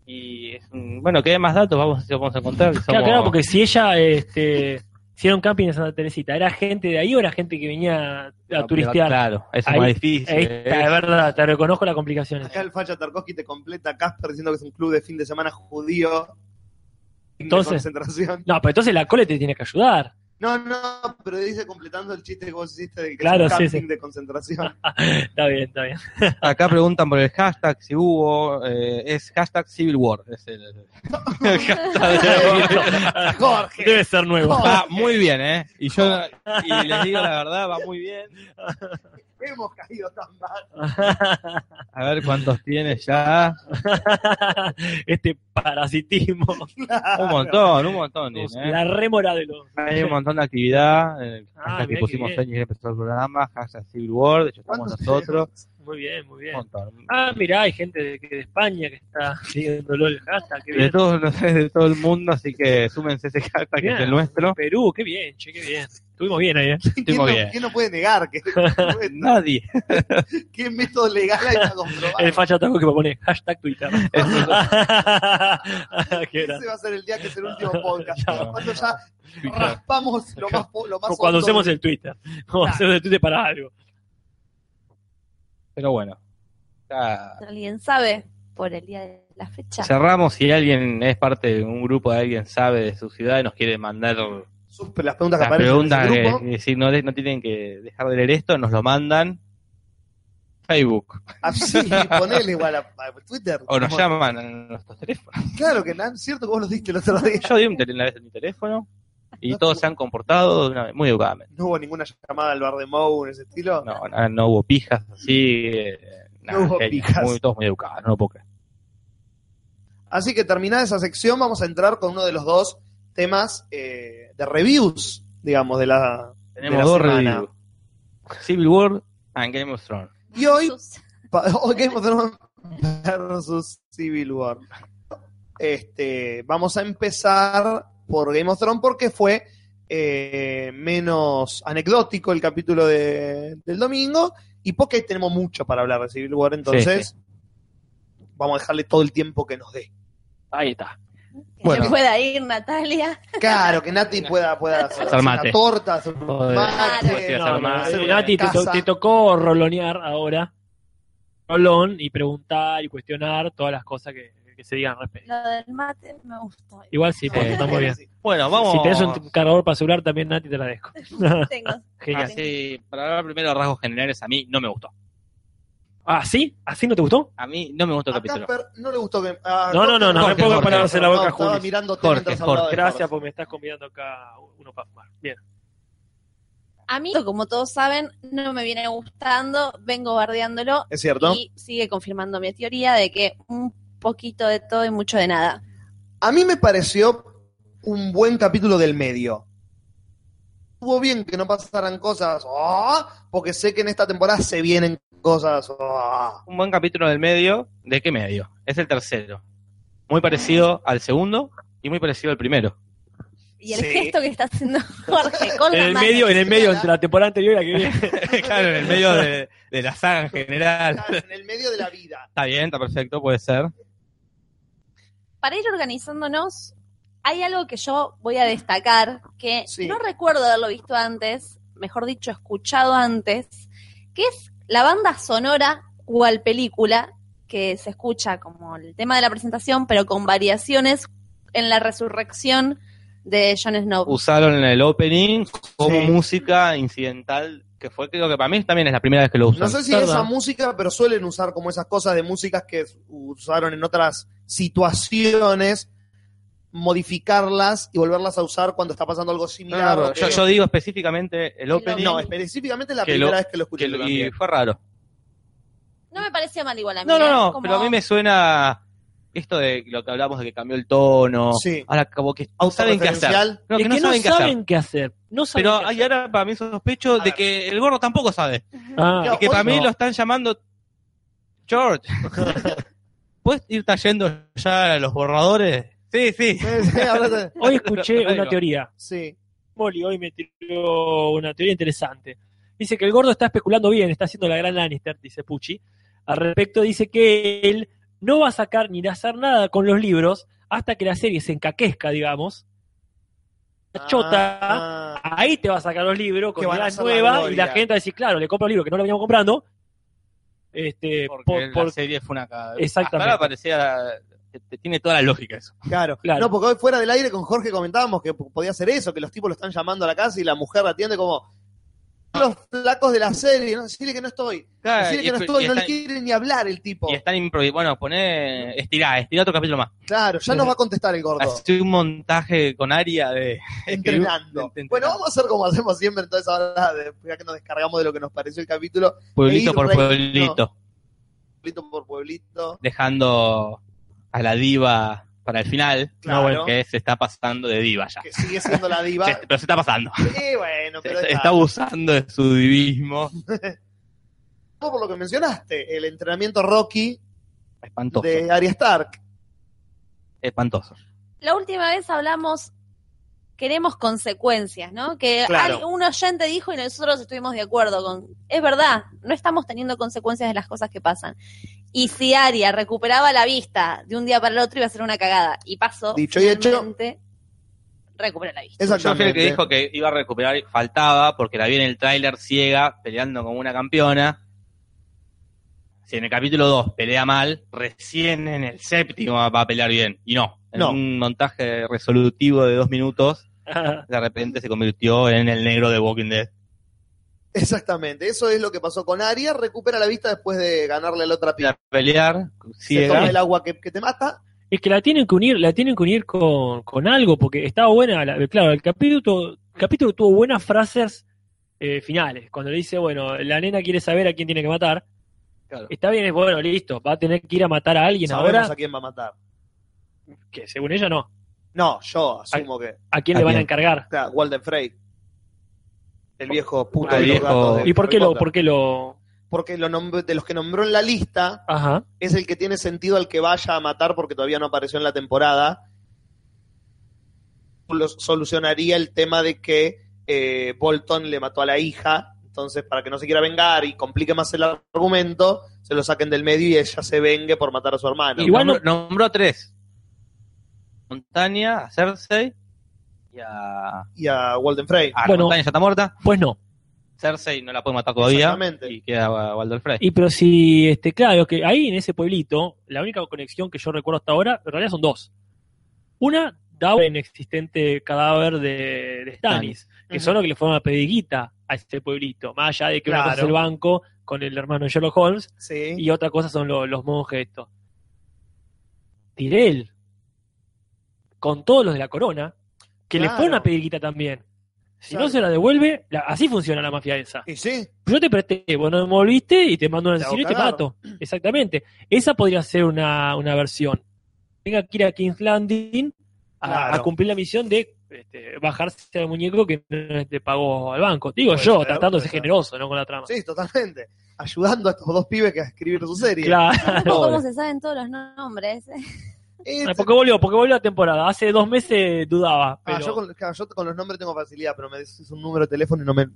Speaker 4: Y es un- bueno, que hay más datos, vamos, vamos a contar. Somos-
Speaker 3: Claro, claro, porque si ella, este, si era un camping en Santa Teresita, ¿era gente de ahí o era gente que venía a turistear?
Speaker 4: Claro, eso
Speaker 3: Ahí-
Speaker 4: es más difícil.
Speaker 3: Ahí está, de
Speaker 4: ¿eh?
Speaker 3: verdad, te reconozco las complicaciones.
Speaker 1: Acá el Facha Tarkovsky te completa Casper diciendo que es un club de fin de semana judío. de
Speaker 3: Entonces-
Speaker 1: concentración.
Speaker 3: No, pero entonces la cole te tiene que ayudar.
Speaker 1: No, no, pero dice completando el chiste que vos hiciste de que
Speaker 3: Claro,
Speaker 1: es un
Speaker 3: sí,
Speaker 1: camping
Speaker 3: sí.
Speaker 1: de concentración.
Speaker 3: Está bien, está bien.
Speaker 4: Acá preguntan por el hashtag, si hubo, eh, es hashtag Civil War. Es el, el hashtag de-
Speaker 1: Jorge.
Speaker 3: Debe ser nuevo.
Speaker 4: Va muy bien, ¿eh? Y yo y les digo la verdad, va muy bien.
Speaker 1: Hemos caído tan mal.
Speaker 4: A ver cuántos tiene ya.
Speaker 3: este parasitismo.
Speaker 4: Un montón, un montón tiene, ¿eh?
Speaker 3: La rémora de los.
Speaker 4: Hay un montón de actividad. eh,
Speaker 3: Ah,
Speaker 4: hashtag que
Speaker 3: mirá
Speaker 4: pusimos
Speaker 3: qué bien.
Speaker 4: Señor empezó el programa, hashtag Civil War, de hecho estamos
Speaker 1: ¿Cuántos
Speaker 4: nosotros.
Speaker 3: Muy bien, muy
Speaker 4: Un
Speaker 3: bien.
Speaker 4: montón.
Speaker 3: Ah, mirá, hay gente de, que de España que está siguiéndolo el hashtag. Qué
Speaker 4: De
Speaker 3: bien.
Speaker 4: todos, no sé, de todo el mundo, así que súmense ese hashtag que es
Speaker 3: Bien.
Speaker 4: el nuestro.
Speaker 3: Perú, qué bien, che, qué bien. Estuvimos bien ahí, ¿eh?
Speaker 1: ¿Quién no,
Speaker 4: bien.
Speaker 1: quién no puede negar? que- este?
Speaker 4: Nadie.
Speaker 1: ¿Qué método legal hay para comprobar?
Speaker 3: El facha taco que me pone hashtag Twitter. qué
Speaker 1: Ese va a ser el día que es el último podcast.
Speaker 4: Ya.
Speaker 1: Cuando ya raspamos lo más, po- lo más
Speaker 3: O cuando
Speaker 1: hondo
Speaker 3: usemos el Twitter. Cuando hacemos el Twitter para algo.
Speaker 4: Pero bueno. Ya
Speaker 2: ¿Alguien sabe por el día de la fecha?
Speaker 4: Cerramos si alguien es parte de un grupo de alguien sabe de su ciudad y nos quiere mandar
Speaker 1: sus- las preguntas que
Speaker 4: las
Speaker 1: aparecen
Speaker 4: preguntas
Speaker 1: en el
Speaker 4: que,
Speaker 1: grupo.
Speaker 4: que si no, le- no tienen que dejar de leer esto, nos lo mandan Facebook
Speaker 1: Así, ponele igual a, a Twitter.
Speaker 4: o nos
Speaker 1: Como-
Speaker 4: llaman a nuestros teléfonos.
Speaker 1: Claro que no, es cierto que vos los diste el otro día.
Speaker 4: Yo di un tele- una vez en mi teléfono y todos se han comportado de una- muy educadamente.
Speaker 1: No hubo ninguna llamada al bar de Mou en ese estilo.
Speaker 4: No, no, no hubo pijas así. eh,
Speaker 1: No hubo
Speaker 4: genios,
Speaker 1: pijas.
Speaker 4: muy- todos muy educados, no lo puedo creer.
Speaker 1: Así que terminada esa sección, vamos a entrar con uno de los dos temas eh, de reviews, digamos, de la.
Speaker 4: Tenemos
Speaker 1: la
Speaker 4: dos
Speaker 1: semana.
Speaker 4: reviews. Civil War and Game of Thrones.
Speaker 1: Y hoy
Speaker 2: Sus-
Speaker 1: Pa- o Game of Thrones versus Civil War. Este, vamos a empezar por Game of Thrones porque fue eh, menos anecdótico el capítulo de- del domingo y porque tenemos mucho para hablar de Civil War, entonces vamos a dejarle todo el tiempo que nos dé.
Speaker 3: Ahí está.
Speaker 2: Que
Speaker 4: Bueno.
Speaker 2: se pueda ir, Natalia.
Speaker 1: Claro, que Nati pueda, pueda hacer,
Speaker 4: Hacer mate.
Speaker 1: una torta, hacer un
Speaker 4: Joder,
Speaker 1: mate.
Speaker 4: puedo decir,
Speaker 3: No,
Speaker 4: hacer
Speaker 3: no,
Speaker 4: más.
Speaker 3: eh, Nati, te,
Speaker 1: Casa.
Speaker 3: te tocó rolonear ahora. Rolón y preguntar y cuestionar todas las cosas que, que se digan al respecto.
Speaker 2: Lo del mate me gustó.
Speaker 3: Igual sí,
Speaker 1: Eh,
Speaker 3: porque
Speaker 4: Sí.
Speaker 3: está muy bien.
Speaker 4: Bueno, vamos.
Speaker 3: Si tenés un cargador para celular también, Nati, te la dejo.
Speaker 2: Tengo.
Speaker 3: Genial.
Speaker 4: Así, para hablar primero de rasgos generales, a mí no me gustó.
Speaker 3: ¿Ah, sí? ¿Así no te gustó?
Speaker 4: A mí no me gustó el
Speaker 1: A
Speaker 4: capítulo.
Speaker 1: Casper no le gustó que. a
Speaker 3: No, no, no,
Speaker 1: Jorge
Speaker 3: no,
Speaker 4: Jorge,
Speaker 3: me pongo
Speaker 4: Jorge,
Speaker 3: palabras en la boca,
Speaker 1: estaba
Speaker 3: Juli.
Speaker 1: mirando
Speaker 4: Jorge,
Speaker 1: mientras
Speaker 4: Jorge,
Speaker 1: hablaba de
Speaker 3: Gracias porque me estás convidando acá uno para fumar. Bien.
Speaker 2: A mí, como todos saben, no me viene gustando, vengo bardeándolo
Speaker 1: Es cierto.
Speaker 2: y sigue confirmando mi teoría de que un poquito de todo y mucho de nada.
Speaker 1: A mí me pareció un buen capítulo del medio. estuvo bien que no pasaran cosas, ¡ah! porque sé que en esta temporada se vienen cosas. ¡ah!
Speaker 4: un buen capítulo del medio. ¿De qué medio? Es el tercero. Muy parecido al segundo y muy parecido al primero.
Speaker 2: Y el
Speaker 1: Sí.
Speaker 2: gesto que está haciendo Jorge con
Speaker 3: En
Speaker 2: la
Speaker 3: el
Speaker 2: mano.
Speaker 3: medio, en el medio, entre la temporada anterior y la que viene.
Speaker 4: claro, en el medio de, de la saga en general.
Speaker 1: Claro, en el medio de la vida.
Speaker 4: Está bien, está perfecto, puede ser.
Speaker 2: Para ir organizándonos, hay algo que yo voy a destacar que
Speaker 1: Sí.
Speaker 2: no recuerdo haberlo visto antes, mejor dicho, escuchado antes, que es la banda sonora cual película que se escucha como el tema de la presentación, pero con variaciones en la resurrección de Jon Snow.
Speaker 4: Usaron el opening como
Speaker 1: Sí.
Speaker 4: música incidental, que fue creo que para mí también es la primera vez que lo usan.
Speaker 1: No sé si
Speaker 3: Perdón.
Speaker 1: esa música, pero suelen usar como esas cosas de músicas que usaron en otras situaciones, modificarlas y volverlas a usar cuando está pasando algo
Speaker 4: No,
Speaker 1: similar.
Speaker 4: no, no,
Speaker 1: o que-
Speaker 4: yo, yo digo específicamente el opening.
Speaker 1: No, específicamente la
Speaker 4: Que
Speaker 1: primera
Speaker 4: lo-
Speaker 1: vez que lo escuché.
Speaker 4: que lo-
Speaker 1: también.
Speaker 4: y fue raro.
Speaker 2: No me parecía mal igual a mí.
Speaker 4: No, no,
Speaker 2: ¿eh?
Speaker 4: no,
Speaker 2: Como-
Speaker 4: pero a mí me suena esto de lo que hablamos de que cambió el tono.
Speaker 1: Sí.
Speaker 4: Ahora como que no saben qué hacer.
Speaker 1: Referencial.
Speaker 4: No,
Speaker 3: Es
Speaker 4: que no saben qué hacer.
Speaker 3: qué hacer. No saben
Speaker 4: Pero
Speaker 3: qué
Speaker 4: hay
Speaker 3: hacer.
Speaker 4: ahora para mí sospecho de
Speaker 1: ver.
Speaker 4: que el gordo tampoco sabe.
Speaker 3: Ah,
Speaker 1: No,
Speaker 4: Que para
Speaker 1: hoy
Speaker 4: mí
Speaker 1: no.
Speaker 4: lo están llamando George. ¿Puedes ir trayendo ya los borradores? Sí, sí.
Speaker 1: Sí, ahora te-
Speaker 3: hoy escuché
Speaker 4: Ahí
Speaker 3: una
Speaker 4: va.
Speaker 3: teoría.
Speaker 1: Sí.
Speaker 3: Molly hoy me tiró una teoría interesante. Dice que el gordo está especulando bien, está haciendo la gran Lannister, dice Pucci. Al respecto dice que él no va a sacar ni a hacer nada con los libros hasta que la serie se encaquezca, digamos. La chota,
Speaker 1: Ah.
Speaker 3: ahí te va a sacar los libros con
Speaker 1: Que van a
Speaker 3: ideas
Speaker 1: hacer la
Speaker 3: nuevas y
Speaker 1: gloria.
Speaker 3: la gente va a decir, claro, le compro el libro que no lo veníamos comprando. Este,
Speaker 4: Porque
Speaker 3: por- por-
Speaker 4: la serie fue una cagada.
Speaker 3: Exactamente.
Speaker 4: Hasta ahora parecía que te- tiene toda la lógica eso.
Speaker 1: Claro.
Speaker 3: Claro.
Speaker 1: No, porque hoy fuera del aire con Jorge comentábamos que p- podía ser eso, que los tipos lo están llamando a la casa y la mujer la atiende como los flacos de la serie, no decirle que no estoy, decirle que no estoy, no le quiere ni hablar el tipo.
Speaker 4: y están improvis- Bueno, poné, estirá, estirá otro capítulo más.
Speaker 1: Claro, ya nos va a contestar el gordo,
Speaker 4: Hace un montaje con área de
Speaker 1: entrenando.
Speaker 4: Entrenando.
Speaker 1: Bueno, vamos a hacer como hacemos siempre, entonces ahora de- ya que nos descargamos de lo que nos pareció el capítulo,
Speaker 4: pueblito por
Speaker 1: Rey,
Speaker 4: pueblito,
Speaker 1: pueblito por pueblito.
Speaker 4: dejando a la diva para el final,
Speaker 1: Claro.
Speaker 4: bueno, que se está pasando de diva ya.
Speaker 1: Que sigue siendo la diva.
Speaker 4: Se- pero se está pasando.
Speaker 1: Sí, bueno,
Speaker 4: Se-
Speaker 1: pero
Speaker 4: se-
Speaker 1: está-
Speaker 4: está abusando de su divismo.
Speaker 1: por lo que mencionaste, el entrenamiento Rocky
Speaker 4: Espantoso.
Speaker 1: de Arya Stark.
Speaker 4: Espantoso.
Speaker 2: La última vez hablamos, queremos consecuencias, ¿no? Que
Speaker 1: Claro.
Speaker 2: al- un oyente dijo y nosotros estuvimos de acuerdo con. Es verdad, no estamos teniendo consecuencias de las cosas que pasan. Y si Aria recuperaba la vista de un día para el otro, iba a ser una cagada. Y pasó.
Speaker 1: Dicho y hecho.
Speaker 2: finalmente, Recuperó la vista.
Speaker 4: Yo creo
Speaker 1: Exactamente.
Speaker 4: que dijo que iba a recuperar, y faltaba, porque la vi en el tráiler ciega, peleando como una campeona. Si en el capítulo 2 pelea mal, recién en el séptimo va a pelear bien. Y no, en
Speaker 1: No.
Speaker 4: un montaje resolutivo de dos minutos,
Speaker 3: ah,
Speaker 4: de repente se convirtió en el negro de Walking Dead.
Speaker 1: Exactamente, eso es lo que pasó con Aria. Recupera la vista después de ganarle a la otra
Speaker 4: Ir
Speaker 1: piba.
Speaker 4: a pelear,
Speaker 1: Se toma
Speaker 4: ciega.
Speaker 1: el agua que, que te mata.
Speaker 3: es que la tienen que unir, la tienen que unir con, con algo, porque estaba buena, la- claro, el capítulo, el capítulo tuvo buenas frases eh, finales, cuando le dice, bueno, la nena quiere saber a quién tiene que matar,
Speaker 4: Claro.
Speaker 3: está bien, es bueno, listo, va a tener que ir a matar a alguien
Speaker 1: Sabemos
Speaker 3: ahora,
Speaker 1: a quién va a matar.
Speaker 3: que según ella no,
Speaker 1: No, yo asumo que.
Speaker 3: a quién
Speaker 4: ¿A
Speaker 3: le van a
Speaker 4: quién?
Speaker 3: encargar.
Speaker 1: Claro, Walden Frey. El viejo puto.
Speaker 4: Ah, el
Speaker 1: de los
Speaker 4: viejo.
Speaker 1: gatos de
Speaker 3: ¿Y por
Speaker 1: Harry
Speaker 3: qué lo,
Speaker 1: Potter.
Speaker 3: por qué lo,
Speaker 1: Porque lo nombró- de los que nombró en la lista
Speaker 3: ajá,
Speaker 1: es el que tiene sentido al que vaya a matar porque todavía no apareció en la temporada. Lo- solucionaría el tema de que eh, Bolton le mató a la hija. Entonces, para que no se quiera vengar y complique más el argumento, se lo saquen del medio y ella se vengue por matar a su hermano.
Speaker 4: Y
Speaker 3: Igual
Speaker 4: nombró, nombró a tres. Montaña, a Cersei y a...
Speaker 1: y a Walden Frey.
Speaker 4: Ah,
Speaker 3: Bueno.
Speaker 4: Montaña ya está muerta.
Speaker 3: pues no.
Speaker 4: Cersei no la puede matar todavía.
Speaker 1: Exactamente.
Speaker 4: Y queda Wa- Walder Frey.
Speaker 3: Y pero si, este, claro, que ahí en ese pueblito, la única conexión que yo recuerdo hasta ahora, en realidad son dos. Una, da un inexistente cadáver de, de Stannis, que son los que le fueron a pedir guita a ese pueblito, más allá de que una cosa es
Speaker 1: Claro.
Speaker 3: el banco con el hermano de Sherlock Holmes
Speaker 1: Sí.
Speaker 3: y otra cosa son lo- los monjes estos. Tyrell, con todos los de la corona, que le
Speaker 1: Claro.
Speaker 3: fueron a pedir guita también. Si
Speaker 1: Claro.
Speaker 3: no se la devuelve, la- así funciona la mafia esa
Speaker 1: Y sí,
Speaker 3: yo te presté, vos no me volviste y te mando un
Speaker 1: Te hago
Speaker 3: asesino y te
Speaker 1: cagar.
Speaker 3: mato. Exactamente. Esa podría ser una, una versión. Tenga que ir a King's Landing a,
Speaker 1: Claro.
Speaker 3: a cumplir la misión de este, bajarse al muñeco que no es de pago al banco. Digo
Speaker 1: Puede
Speaker 3: yo,
Speaker 1: ser,
Speaker 3: tratando
Speaker 1: puede
Speaker 3: de ser
Speaker 1: ser.
Speaker 3: generoso, ¿no? Con la trama.
Speaker 1: Sí, totalmente. Ayudando a estos dos pibes que a escribir su serie.
Speaker 3: Claro.
Speaker 2: ¿Cómo se saben todos los nombres?
Speaker 1: Este-
Speaker 4: Ah,
Speaker 3: Ay, Porque volvió, porque volvió la temporada. Hace dos meses dudaba.
Speaker 1: Ah,
Speaker 3: Pero
Speaker 1: yo, con, claro, yo con los nombres tengo facilidad, pero me decís un número de teléfono y no me.
Speaker 3: de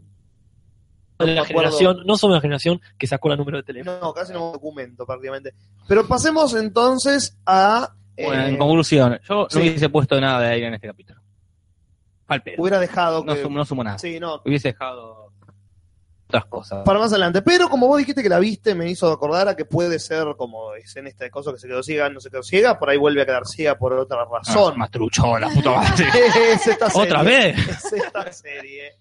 Speaker 3: la
Speaker 1: me acuerdo.
Speaker 3: generación, no somos la generación que sacó el número de teléfono.
Speaker 1: No, casi no me documento prácticamente. Pero pasemos entonces a.
Speaker 4: Bueno,
Speaker 1: eh,
Speaker 4: en conclusión, yo
Speaker 1: sí.
Speaker 4: no hubiese puesto nada de aire en este capítulo. Al pedo.
Speaker 1: hubiera dejado
Speaker 4: No
Speaker 1: que-
Speaker 4: sumo, no sumo nada.
Speaker 1: Sí, no,
Speaker 4: Hubiese dejado otras cosas.
Speaker 1: para más adelante. Pero como vos dijiste que la viste, me hizo acordar a que puede ser como es en esta cosa que se quedó ciega, no se quedó ciega, por ahí vuelve a quedar ciega por otra
Speaker 4: Ah,
Speaker 1: razón.
Speaker 4: más truchola, puta madre.
Speaker 1: es esta serie.
Speaker 4: ¿Otra vez?
Speaker 1: Es esta serie.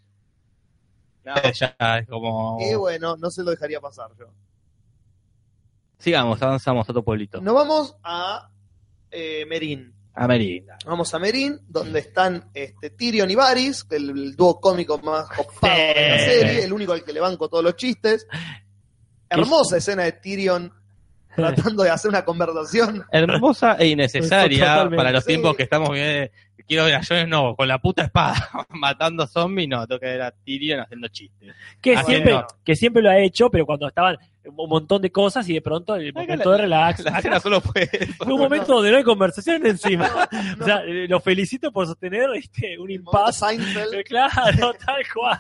Speaker 4: No, ya es como...
Speaker 1: Y bueno, no se lo dejaría pasar yo.
Speaker 4: Sigamos, avanzamos a otro pueblito.
Speaker 1: Nos vamos a eh, Merín.
Speaker 4: A Merinda.
Speaker 1: Vamos a Merín, donde están este, Tyrion y Varys, el, el dúo cómico más copado de la
Speaker 4: Sí.
Speaker 1: serie, el único al que le banco todos los chistes. Hermosa escena de Tyrion tratando de hacer una conversación.
Speaker 4: Hermosa e innecesaria
Speaker 3: Totalmente.
Speaker 4: para los
Speaker 1: Sí.
Speaker 4: tiempos que estamos viendo. Quiero ver a Jones, no, con la puta espada, matando zombies, no, tengo que ver a Tyrion haciendo chistes.
Speaker 3: Que
Speaker 4: Ah,
Speaker 3: siempre,
Speaker 4: bueno.
Speaker 3: que siempre lo ha hecho, pero cuando estaban un montón de cosas y de pronto el
Speaker 4: Acá
Speaker 3: momento
Speaker 4: la-
Speaker 3: de relax.
Speaker 4: La escena solo fue
Speaker 3: Fue Ah, un momento donde no hay conversación encima.
Speaker 1: No,
Speaker 3: O sea, eh, lo felicito por sostener este, un
Speaker 1: el momento
Speaker 3: impasse.
Speaker 1: Seinfeld.
Speaker 3: Eh, Claro, tal cual.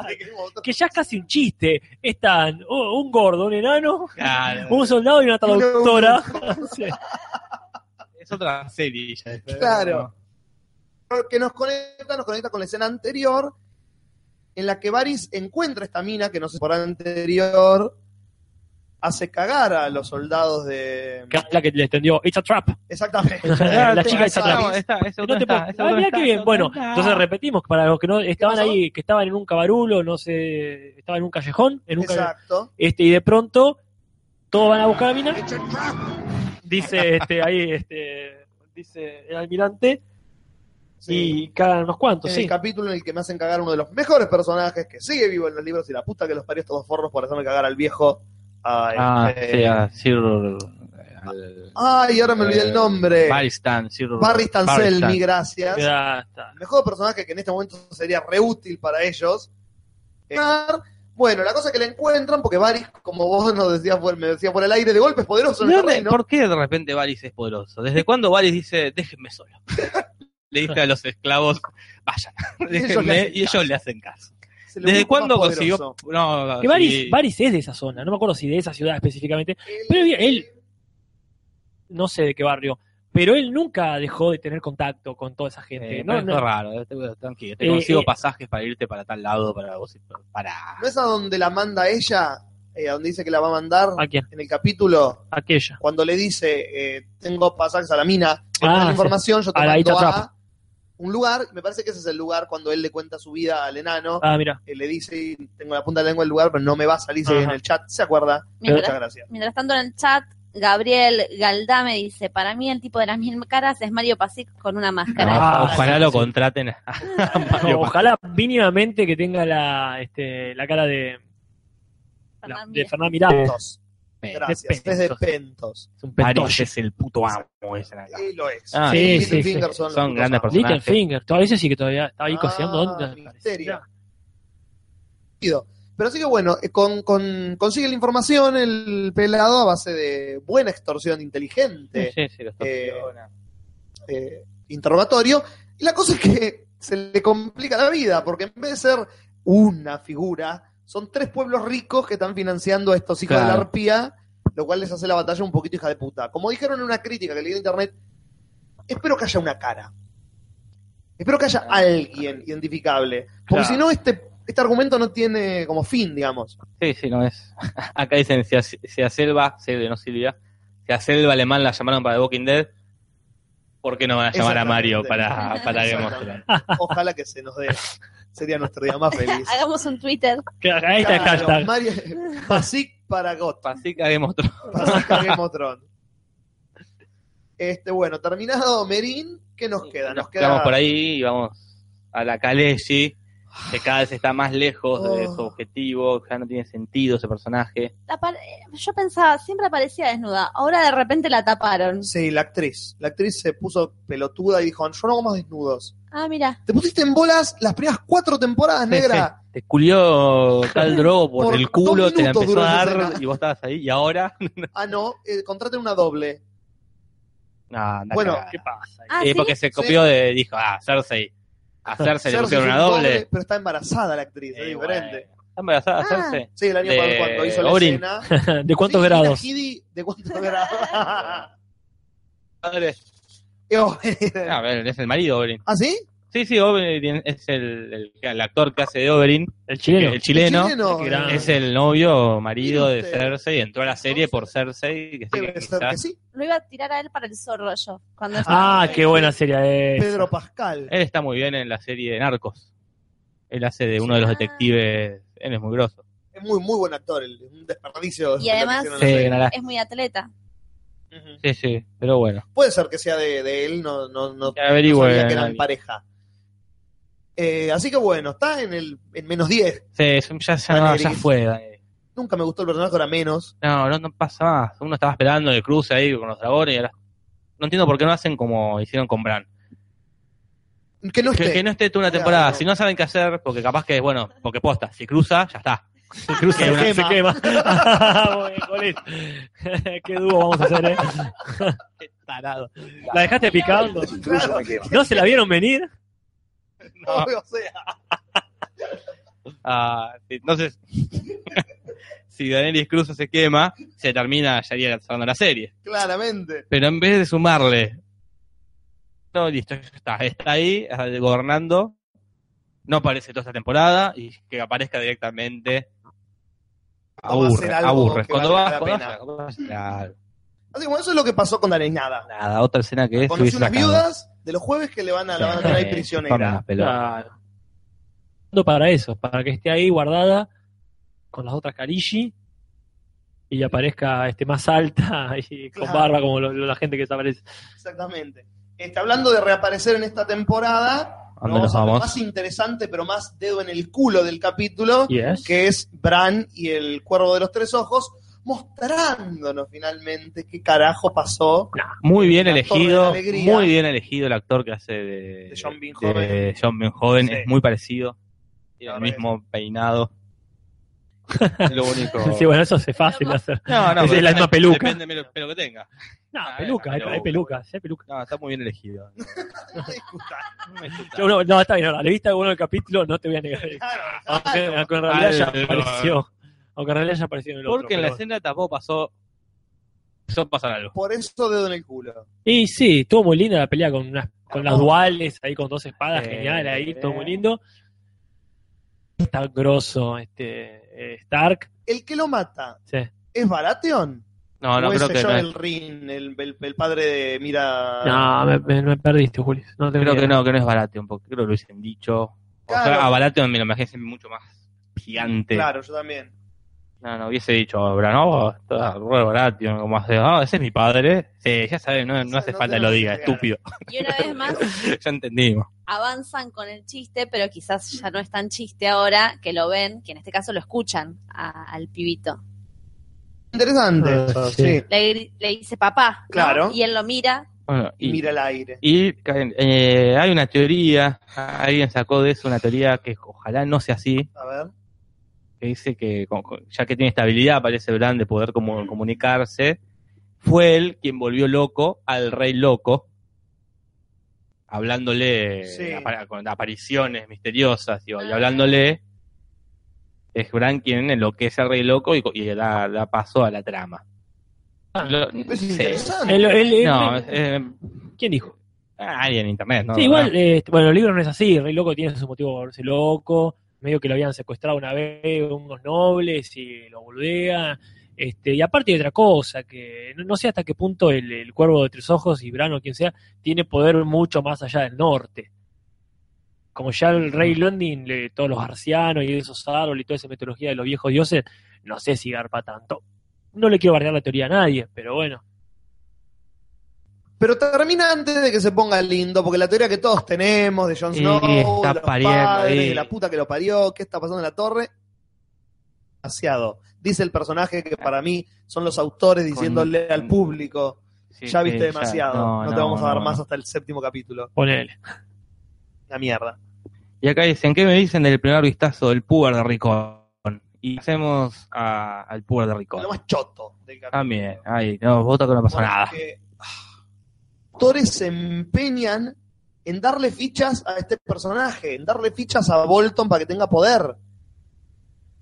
Speaker 3: Que ya es casi un chiste. Están oh, un gordo, un enano,
Speaker 4: Claro,
Speaker 3: un soldado y una traductora. Sí.
Speaker 4: es otra serie. ya.
Speaker 1: Claro. que nos conecta, nos conecta con la escena anterior, en la que Varys encuentra esta mina que no sé por anterior hace cagar a los soldados de.
Speaker 3: Que- La que le extendió, it's a trap.
Speaker 1: Exactamente.
Speaker 3: La chica de Satrap.
Speaker 4: No, esta- esa
Speaker 3: No
Speaker 4: otra
Speaker 3: te
Speaker 4: está,
Speaker 3: puedo-
Speaker 4: esa
Speaker 3: Ah,
Speaker 4: otra
Speaker 3: mirá
Speaker 4: está,
Speaker 3: qué
Speaker 4: esa
Speaker 3: bien.
Speaker 4: otra
Speaker 3: Bueno,
Speaker 4: está.
Speaker 3: entonces repetimos que para los que no estaban
Speaker 1: pasó?
Speaker 3: ahí, que estaban en un cabarulo, no sé, estaban en un callejón, en un callejón.
Speaker 1: Exacto.
Speaker 3: Este, y de pronto, todos van a buscar a Mina. Dice este, ahí, este, dice el almirante. Y cagan unos cuantos,
Speaker 1: en
Speaker 3: sí.
Speaker 1: el capítulo en el que me hacen cagar uno de los mejores personajes que sigue vivo en los libros y la puta que los parió estos dos forros por hacerme cagar al viejo. a
Speaker 4: Ah,
Speaker 3: Eh,
Speaker 1: este-
Speaker 4: sí, a Sir. al-
Speaker 1: Ay, ahora me olvidé el nombre.
Speaker 4: Baristan, Sir.
Speaker 1: Barry Stanselmi, gracias.
Speaker 3: Ya está.
Speaker 1: El mejor personaje que en este momento sería reútil para ellos. Eh, Bueno, la cosa es que la encuentran, porque Varys, como vos nos decías, por- me decías por el aire, de golpe es poderoso en
Speaker 4: ¿De
Speaker 1: el
Speaker 4: dónde-
Speaker 1: reino.
Speaker 4: ¿Por qué de repente Varys es poderoso? ¿Desde cuándo Varys dice, déjenme solo? Le dice a los esclavos, vayan, déjenme,
Speaker 1: hacen
Speaker 4: y ellos le hacen caso.
Speaker 1: Se le busca
Speaker 4: ¿Desde
Speaker 1: más
Speaker 4: cuándo consiguió?
Speaker 1: poderoso.
Speaker 4: No,
Speaker 3: Que Varys,
Speaker 4: sí.
Speaker 3: Varys es de esa zona, no me acuerdo si de esa ciudad específicamente, Pero bien, él- no sé de qué barrio, pero él nunca dejó de tener contacto con toda esa gente.
Speaker 4: Eh,
Speaker 3: no,
Speaker 4: pero
Speaker 3: no,
Speaker 4: esto es raro, eh, tranquilo. Te
Speaker 3: Eh,
Speaker 4: consigo
Speaker 3: eh.
Speaker 4: pasajes para irte para tal lado, para vos. Para...
Speaker 1: ¿No es a donde la manda ella? Eh, ¿A donde dice que la va a mandar?
Speaker 3: ¿A quién?
Speaker 1: En el capítulo,
Speaker 3: Aquella.
Speaker 1: cuando le dice, eh, tengo pasajes a la mina,
Speaker 3: Ah,
Speaker 1: tengo la
Speaker 3: sí.
Speaker 1: información, yo te
Speaker 3: A la
Speaker 1: mando
Speaker 3: Ita
Speaker 1: a
Speaker 3: Trap.
Speaker 1: un lugar, me parece que ese es el lugar cuando él le cuenta su vida al enano,
Speaker 3: Ah, mira.
Speaker 1: eh, le dice, tengo la punta de la lengua el lugar, pero no me va a salir si
Speaker 3: Ajá.
Speaker 1: en el chat, ¿se acuerda? Muchas
Speaker 2: Mientras,
Speaker 1: gracias.
Speaker 2: mientras tanto en el chat, Gabriel Galdá me dice, para mí el tipo de las mil caras es Mario Pasic con una
Speaker 4: No,
Speaker 2: máscara.
Speaker 3: Ah,
Speaker 4: ojalá
Speaker 3: sí,
Speaker 4: lo
Speaker 3: sí.
Speaker 4: contraten. a- a Mario Bart.
Speaker 3: ojalá mínimamente que tenga la, este, la cara de, la-
Speaker 2: Fernán
Speaker 3: de
Speaker 2: Mira.
Speaker 3: Fernán Miranda.
Speaker 1: Pentos. Gracias.
Speaker 3: Pentos.
Speaker 1: Desde Pentos.
Speaker 3: Es un
Speaker 4: Varys
Speaker 3: petoche.
Speaker 4: es el puto amo. es la-
Speaker 1: Y lo es.
Speaker 4: Ah,
Speaker 3: Sí,
Speaker 1: Little
Speaker 3: sí, sí.
Speaker 1: Finger Son, los
Speaker 4: Son
Speaker 1: putos
Speaker 4: grandes
Speaker 1: amos.
Speaker 4: personas.
Speaker 3: Littlefinger, todavía ese sí que todavía está ahí
Speaker 1: Ah,
Speaker 3: cocinando. ¿dónde?
Speaker 1: misterio.
Speaker 3: Mirá.
Speaker 1: Pero así que bueno, eh, con, con- consigue la información el pelado a base de buena extorsión inteligente,
Speaker 4: Sí, sí, lo está
Speaker 1: Eh,
Speaker 4: piola.
Speaker 1: eh, interrogatorio. Y la cosa es que se le complica la vida, porque en vez de ser una figura, son tres pueblos ricos que están financiando a estos hijos de la
Speaker 4: Claro.
Speaker 1: arpía, lo cual les hace la batalla un poquito hija de puta. Como dijeron en una crítica que leí en internet, espero que haya una cara. Espero que haya
Speaker 3: Ah,
Speaker 1: alguien identificable. Porque
Speaker 4: Claro.
Speaker 1: si no, este, este argumento no tiene como fin, digamos.
Speaker 4: Sí, sí, no es. Acá dicen, si a, si a Selva, Selva, no Silvia, si a Selva Alemán la llamaron para The Walking Dead, ¿por qué no van a llamar a Mario para, para Game of Thrones?
Speaker 1: Ojalá que se nos dé. Sería nuestro día más feliz.
Speaker 2: Hagamos un Twitter.
Speaker 3: Claro, Ahí está el
Speaker 1: Claro,
Speaker 3: hashtag.
Speaker 1: Mario- Pasic para Got.
Speaker 4: Así que Game of Thrones.
Speaker 1: Así que Game of Thrones. Este, bueno, terminado Merín, ¿qué nos queda? Nos
Speaker 4: Nos
Speaker 1: queda
Speaker 4: quedamos por ahí y vamos a la Kaleshi, que cada vez está más lejos de
Speaker 1: Ah. Oh.
Speaker 4: su objetivo, ya no tiene sentido ese personaje.
Speaker 2: La par- eh, Yo pensaba, siempre aparecía desnuda, ahora de repente la taparon.
Speaker 1: Sí, la actriz. La actriz se puso pelotuda y dijo, yo no hago más desnudos.
Speaker 2: Ah, mira.
Speaker 1: Te pusiste en bolas las primeras cuatro temporadas, negra.
Speaker 4: Te culió tal drogo por,
Speaker 1: Por
Speaker 4: el
Speaker 1: dos
Speaker 4: culo, te la
Speaker 1: minutos
Speaker 4: empezó
Speaker 1: duró
Speaker 4: a
Speaker 1: esa
Speaker 4: dar
Speaker 1: escena.
Speaker 4: y vos estabas ahí. Y ahora.
Speaker 1: Ah, no, eh, contraten una doble.
Speaker 4: Nah, anda
Speaker 1: Bueno,
Speaker 4: cagada.
Speaker 3: ¿Qué pasa?
Speaker 2: Ah,
Speaker 4: Eh,
Speaker 2: ¿sí?
Speaker 4: Porque se copió de. Dijo, ah, Cersei. A Cersei le
Speaker 1: Cersei
Speaker 4: pusieron
Speaker 1: es
Speaker 4: una
Speaker 1: un
Speaker 4: doble.
Speaker 1: Pero está embarazada la actriz, es
Speaker 4: Eh,
Speaker 1: diferente.
Speaker 4: bueno. Está embarazada
Speaker 2: Ah.
Speaker 4: Cersei.
Speaker 1: Sí, el año
Speaker 4: De
Speaker 1: pasado cuando hizo la
Speaker 4: Orin.
Speaker 1: escena.
Speaker 3: ¿De cuántos
Speaker 1: Sí, Gina
Speaker 3: grados?
Speaker 1: Headey, ¿De cuántos grados?
Speaker 4: Ah. Padre.
Speaker 1: Eh, Orin.
Speaker 4: Ah, bueno, es el marido, Oberyn.
Speaker 1: ¿Ah, sí?
Speaker 4: Sí, sí, Oberyn es el, el- el actor que hace de Oberyn,
Speaker 3: El
Speaker 4: el,
Speaker 3: chileno.
Speaker 4: chileno.
Speaker 1: Chileno,
Speaker 3: Qué grande.
Speaker 4: Es el novio o marido
Speaker 1: Mire
Speaker 4: de
Speaker 1: usted.
Speaker 4: Cersei. Entró a la serie por Cersei. Que sí, que
Speaker 1: Debe ser que
Speaker 4: quizás-
Speaker 1: sí.
Speaker 2: Lo iba a tirar a él para el zorro yo. Cuando
Speaker 3: Ah, qué buena serie es.
Speaker 1: Pedro Pascal.
Speaker 4: Él está muy bien en la serie de Narcos. Él hace de uno de los
Speaker 2: Ah.
Speaker 4: detectives. Él es muy grosso.
Speaker 1: Es muy, muy buen actor. el- Un desperdicio.
Speaker 2: Y además-
Speaker 1: lo que
Speaker 4: Sí,
Speaker 1: hicieron en la
Speaker 4: ganará.
Speaker 2: es muy atleta.
Speaker 1: serie. Ujú.
Speaker 4: Sí, sí, pero bueno.
Speaker 1: Puede ser que sea de, de él, no, no, no,
Speaker 4: Que averigüe,
Speaker 1: no sabía que eran
Speaker 4: Dani.
Speaker 1: pareja. Eh, así que bueno, está en el en menos 10.
Speaker 4: Sí, eso ya, ya, no, ya
Speaker 1: Gris.
Speaker 4: fue. Dani.
Speaker 1: Nunca me gustó el personaje, ahora menos.
Speaker 4: No, no, no pasa más. Uno estaba esperando el cruce ahí con los dragones y ahora... No entiendo por qué no hacen como hicieron con Bran.
Speaker 1: Que no
Speaker 4: Que,
Speaker 1: esté.
Speaker 4: que no esté toda una
Speaker 1: Claro.
Speaker 4: temporada. Si no saben qué hacer, porque capaz que, bueno, porque posta, si cruza, ya está. Si cruza,
Speaker 3: Se
Speaker 4: una-
Speaker 3: quema. Se
Speaker 1: se
Speaker 3: quema. Bueno, con eso. qué dúo vamos a hacer, eh. Qué tarado. ¿La dejaste picando?
Speaker 7: Incluso me quema.
Speaker 3: ¿No se la vieron venir?
Speaker 1: No, o sea,
Speaker 4: Ah, sí, entonces, si Daenerys cruza, se quema, se termina, ya iría cerrando la serie.
Speaker 1: claramente.
Speaker 4: Pero en vez de sumarle, no, listo, ya está. Está ahí, eh, gobernando. No aparece toda esta temporada y que aparezca directamente.
Speaker 1: Vamos a
Speaker 4: Aburre,
Speaker 1: hacer algo
Speaker 4: aburre.
Speaker 1: que
Speaker 4: Cuando
Speaker 1: valga
Speaker 4: vas,
Speaker 1: la
Speaker 4: cuando
Speaker 1: pena.
Speaker 4: vas, cuando vas, claro.
Speaker 1: Así que bueno, eso es lo que pasó con Daenerys. Nada.
Speaker 4: Nada, otra escena que es.
Speaker 1: Conocí
Speaker 4: subirse
Speaker 1: unas
Speaker 4: a cama.
Speaker 1: viudas de los jueves que le van a, la van a tener ahí
Speaker 4: Eh, chupame
Speaker 1: prisionera.
Speaker 4: las pelotas.
Speaker 3: Claro. Para eso, para que esté ahí guardada con las otras Karishi y aparezca este más alta y con
Speaker 1: Claro.
Speaker 3: barba como lo- lo- la gente que desaparece.
Speaker 1: Exactamente. Está hablando de reaparecer en esta temporada.
Speaker 4: ¿A dónde
Speaker 1: vamos
Speaker 4: nos
Speaker 1: a lo
Speaker 4: vamos?
Speaker 1: Más interesante, pero más dedo en el culo del capítulo.
Speaker 3: Yes.
Speaker 1: que es Bran y el cuervo de los tres ojos, mostrándonos finalmente qué carajo pasó.
Speaker 4: Muy bien
Speaker 1: La
Speaker 4: elegido,
Speaker 1: Torre de la Alegría.
Speaker 4: muy bien elegido el actor que hace de,
Speaker 1: De John B.
Speaker 4: de
Speaker 1: Joven.
Speaker 4: John B. Joven,
Speaker 1: Sí.
Speaker 4: es muy parecido, tiene el
Speaker 1: verdad
Speaker 4: mismo peinado. Es lo único.
Speaker 3: Sí, bueno, eso es fácil de hacer.
Speaker 4: No, no,
Speaker 3: es
Speaker 4: pero
Speaker 3: la misma peluca.
Speaker 4: Depende del pelo que tenga.
Speaker 3: No,
Speaker 4: Ah,
Speaker 3: peluca, hay,
Speaker 4: pero-
Speaker 3: hay pelucas, hay pelucas.
Speaker 4: No, está muy bien elegido.
Speaker 1: No discutas.
Speaker 4: No me gusta.
Speaker 3: Yo, no, no, está bien, ahora, le viste alguno del capítulo, no te voy a negar.
Speaker 1: Claro,
Speaker 3: Aunque,
Speaker 1: claro.
Speaker 3: aunque en realidad ya
Speaker 4: Algo.
Speaker 3: apareció. Aunque en realidad ya apareció en el otro.
Speaker 4: Porque en la
Speaker 3: pero-
Speaker 4: escena tampoco pasó. Pasó pasar algo.
Speaker 1: Por eso dedo en el culo.
Speaker 3: Y sí, estuvo muy linda la pelea con, unas, con las
Speaker 1: Hermoso.
Speaker 3: duales, ahí con dos espadas,
Speaker 4: Eh,
Speaker 3: genial, ahí, todo
Speaker 4: eh.
Speaker 3: muy lindo. Está grosso este eh, Stark.
Speaker 1: El que lo mata
Speaker 3: Sí.
Speaker 1: es Baratheon.
Speaker 4: No, no
Speaker 1: ¿O es
Speaker 4: creo que no,
Speaker 1: Jon
Speaker 4: es-
Speaker 1: el Rin, el, el- el padre de Mira.
Speaker 3: No, me, me- me perdiste, Juli. No te
Speaker 4: creo que no, que no es Baratheon, porque creo que lo hubiesen dicho. O
Speaker 1: Claro.
Speaker 4: sea, a Baratheon me lo imagino mucho más gigante.
Speaker 1: Claro, yo también.
Speaker 4: No, no hubiese dicho, Brano, está ruego Baratheon, como hace, ah, ese es mi padre. Sí, ya sabes, no, no hace
Speaker 1: No
Speaker 4: falta
Speaker 1: te
Speaker 4: que lo
Speaker 1: lo
Speaker 4: diga,
Speaker 1: digas.
Speaker 4: estúpido.
Speaker 2: Y una vez más
Speaker 4: ya entendimos.
Speaker 2: avanzan con el chiste, pero quizás ya no es tan chiste ahora que lo ven, que en este caso lo escuchan a- al pibito.
Speaker 1: Interesante.
Speaker 3: Ah,
Speaker 1: eso,
Speaker 3: sí.
Speaker 1: sí.
Speaker 2: Le, gri- le dice papá. ¿no?
Speaker 1: Claro.
Speaker 2: Y él lo mira.
Speaker 4: Bueno, y,
Speaker 1: Mira el aire.
Speaker 4: y eh, hay una teoría, alguien sacó de eso una teoría que ojalá no sea así,
Speaker 1: A ver.
Speaker 4: que dice que con- con- ya que tiene estabilidad, parece Bran, de poder como, comunicarse, fue él quien volvió loco al rey loco, hablándole
Speaker 1: Sí.
Speaker 4: apa- con apariciones misteriosas digo, y hablándole. Es Bran quien enloquece al rey loco y, co- y da, da paso a la trama.
Speaker 3: Ah.
Speaker 4: Lo-
Speaker 1: Es
Speaker 4: sí.
Speaker 1: interesante.
Speaker 3: El- el- el-
Speaker 4: No, eh,
Speaker 3: ¿Quién dijo?
Speaker 4: hay en internet, ¿no?
Speaker 3: sí, igual,
Speaker 4: No.
Speaker 3: eh, bueno, el libro no es así. El Rey Loco tiene su motivo para volverse loco. Medio que lo habían secuestrado una vez unos nobles y lo volvea. Este, y aparte de otra cosa, que no, no sé hasta qué punto el, el cuervo de tres ojos y Brano, quien sea, tiene poder mucho más allá del norte. Como ya el rey Londin, le- todos los arcianos y esos árboles y toda esa mitología de los viejos dioses, no sé si garpa tanto. No le quiero bardear la teoría a nadie, pero bueno.
Speaker 1: Pero termina antes de que se ponga lindo, porque la teoría que todos tenemos de Jon
Speaker 4: Y
Speaker 1: Snow,
Speaker 4: está
Speaker 1: de los
Speaker 4: pariendo
Speaker 1: padres,
Speaker 4: ahí.
Speaker 1: de la puta que lo parió, qué está pasando en la torre, demasiado. Dice el personaje que para mí son los autores diciéndole al público,
Speaker 4: Sí,
Speaker 1: ya
Speaker 4: sí,
Speaker 1: viste demasiado, no, te vamos a dar
Speaker 4: no,
Speaker 1: más
Speaker 4: no.
Speaker 1: hasta el séptimo capítulo.
Speaker 3: Ponele.
Speaker 1: una mierda.
Speaker 4: Y acá dicen, ¿qué me dicen del primer vistazo del puber de Ricón? Y hacemos a- al puber de Ricón.
Speaker 1: Lo más choto del capítulo.
Speaker 4: También, ahí, no, vota que no pasó
Speaker 1: Bueno,
Speaker 4: nada.
Speaker 1: que, ah, actores se empeñan en darle fichas a este personaje, en darle fichas a Bolton para que tenga poder.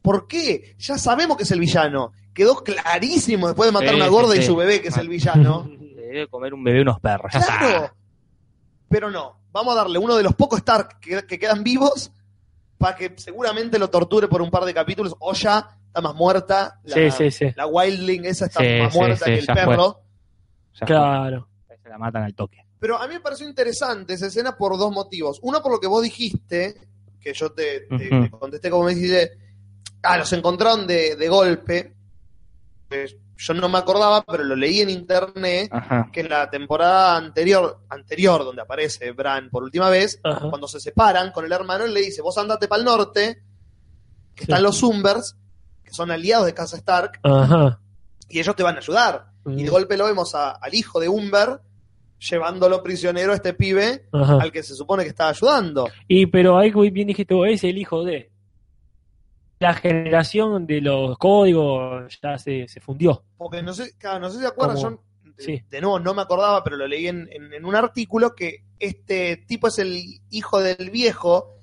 Speaker 1: ¿Por qué? Ya sabemos que es el villano. Quedó clarísimo después de matar
Speaker 4: Sí,
Speaker 1: a una
Speaker 4: sí,
Speaker 1: gorda y
Speaker 4: sí.
Speaker 1: su bebé que es el villano.
Speaker 4: Le debe comer un bebé unos perros. ya está.
Speaker 1: Claro. Pero no, vamos a darle uno de los pocos Stark que, que quedan vivos para que seguramente lo torture por un par de capítulos. O ya está más muerta. La,
Speaker 3: Sí, sí, sí.
Speaker 1: la Wildling esa está
Speaker 4: Sí,
Speaker 1: más
Speaker 4: sí,
Speaker 1: muerta
Speaker 4: sí,
Speaker 1: que el
Speaker 4: ya fue.
Speaker 1: perro.
Speaker 4: Ya
Speaker 3: Claro.
Speaker 4: fue, Se la matan al toque.
Speaker 1: Pero a mí me pareció interesante esa escena por dos motivos. Uno, por lo que vos dijiste, que yo te, te-
Speaker 4: Ujú.
Speaker 1: te contesté como me dijiste, ah, los encontraron de, de golpe. Pues, yo no me acordaba, pero lo leí en internet,
Speaker 4: Ajá.
Speaker 1: que en la temporada anterior, anterior donde aparece Bran por última vez,
Speaker 3: Ajá.
Speaker 1: cuando se separan con el hermano, él le dice, vos andate para el norte, que están los Umbers, que son aliados de Casa Stark,
Speaker 3: Ajá.
Speaker 1: y ellos te van a ayudar. Y
Speaker 3: Mm.
Speaker 1: de golpe lo vemos a- al hijo de Umber llevándolo prisionero a este pibe
Speaker 3: Ajá.
Speaker 1: al que se supone que está ayudando.
Speaker 3: Y pero ahí como bien dijiste vos, es el hijo de. La generación de los códigos ya se, se fundió.
Speaker 1: Porque no sé, claro, no sé si se acuerdan,
Speaker 3: ¿Cómo?
Speaker 1: yo de-
Speaker 3: Sí.
Speaker 1: de nuevo no me acordaba, pero lo leí en, en- en un artículo que este tipo es el hijo del viejo,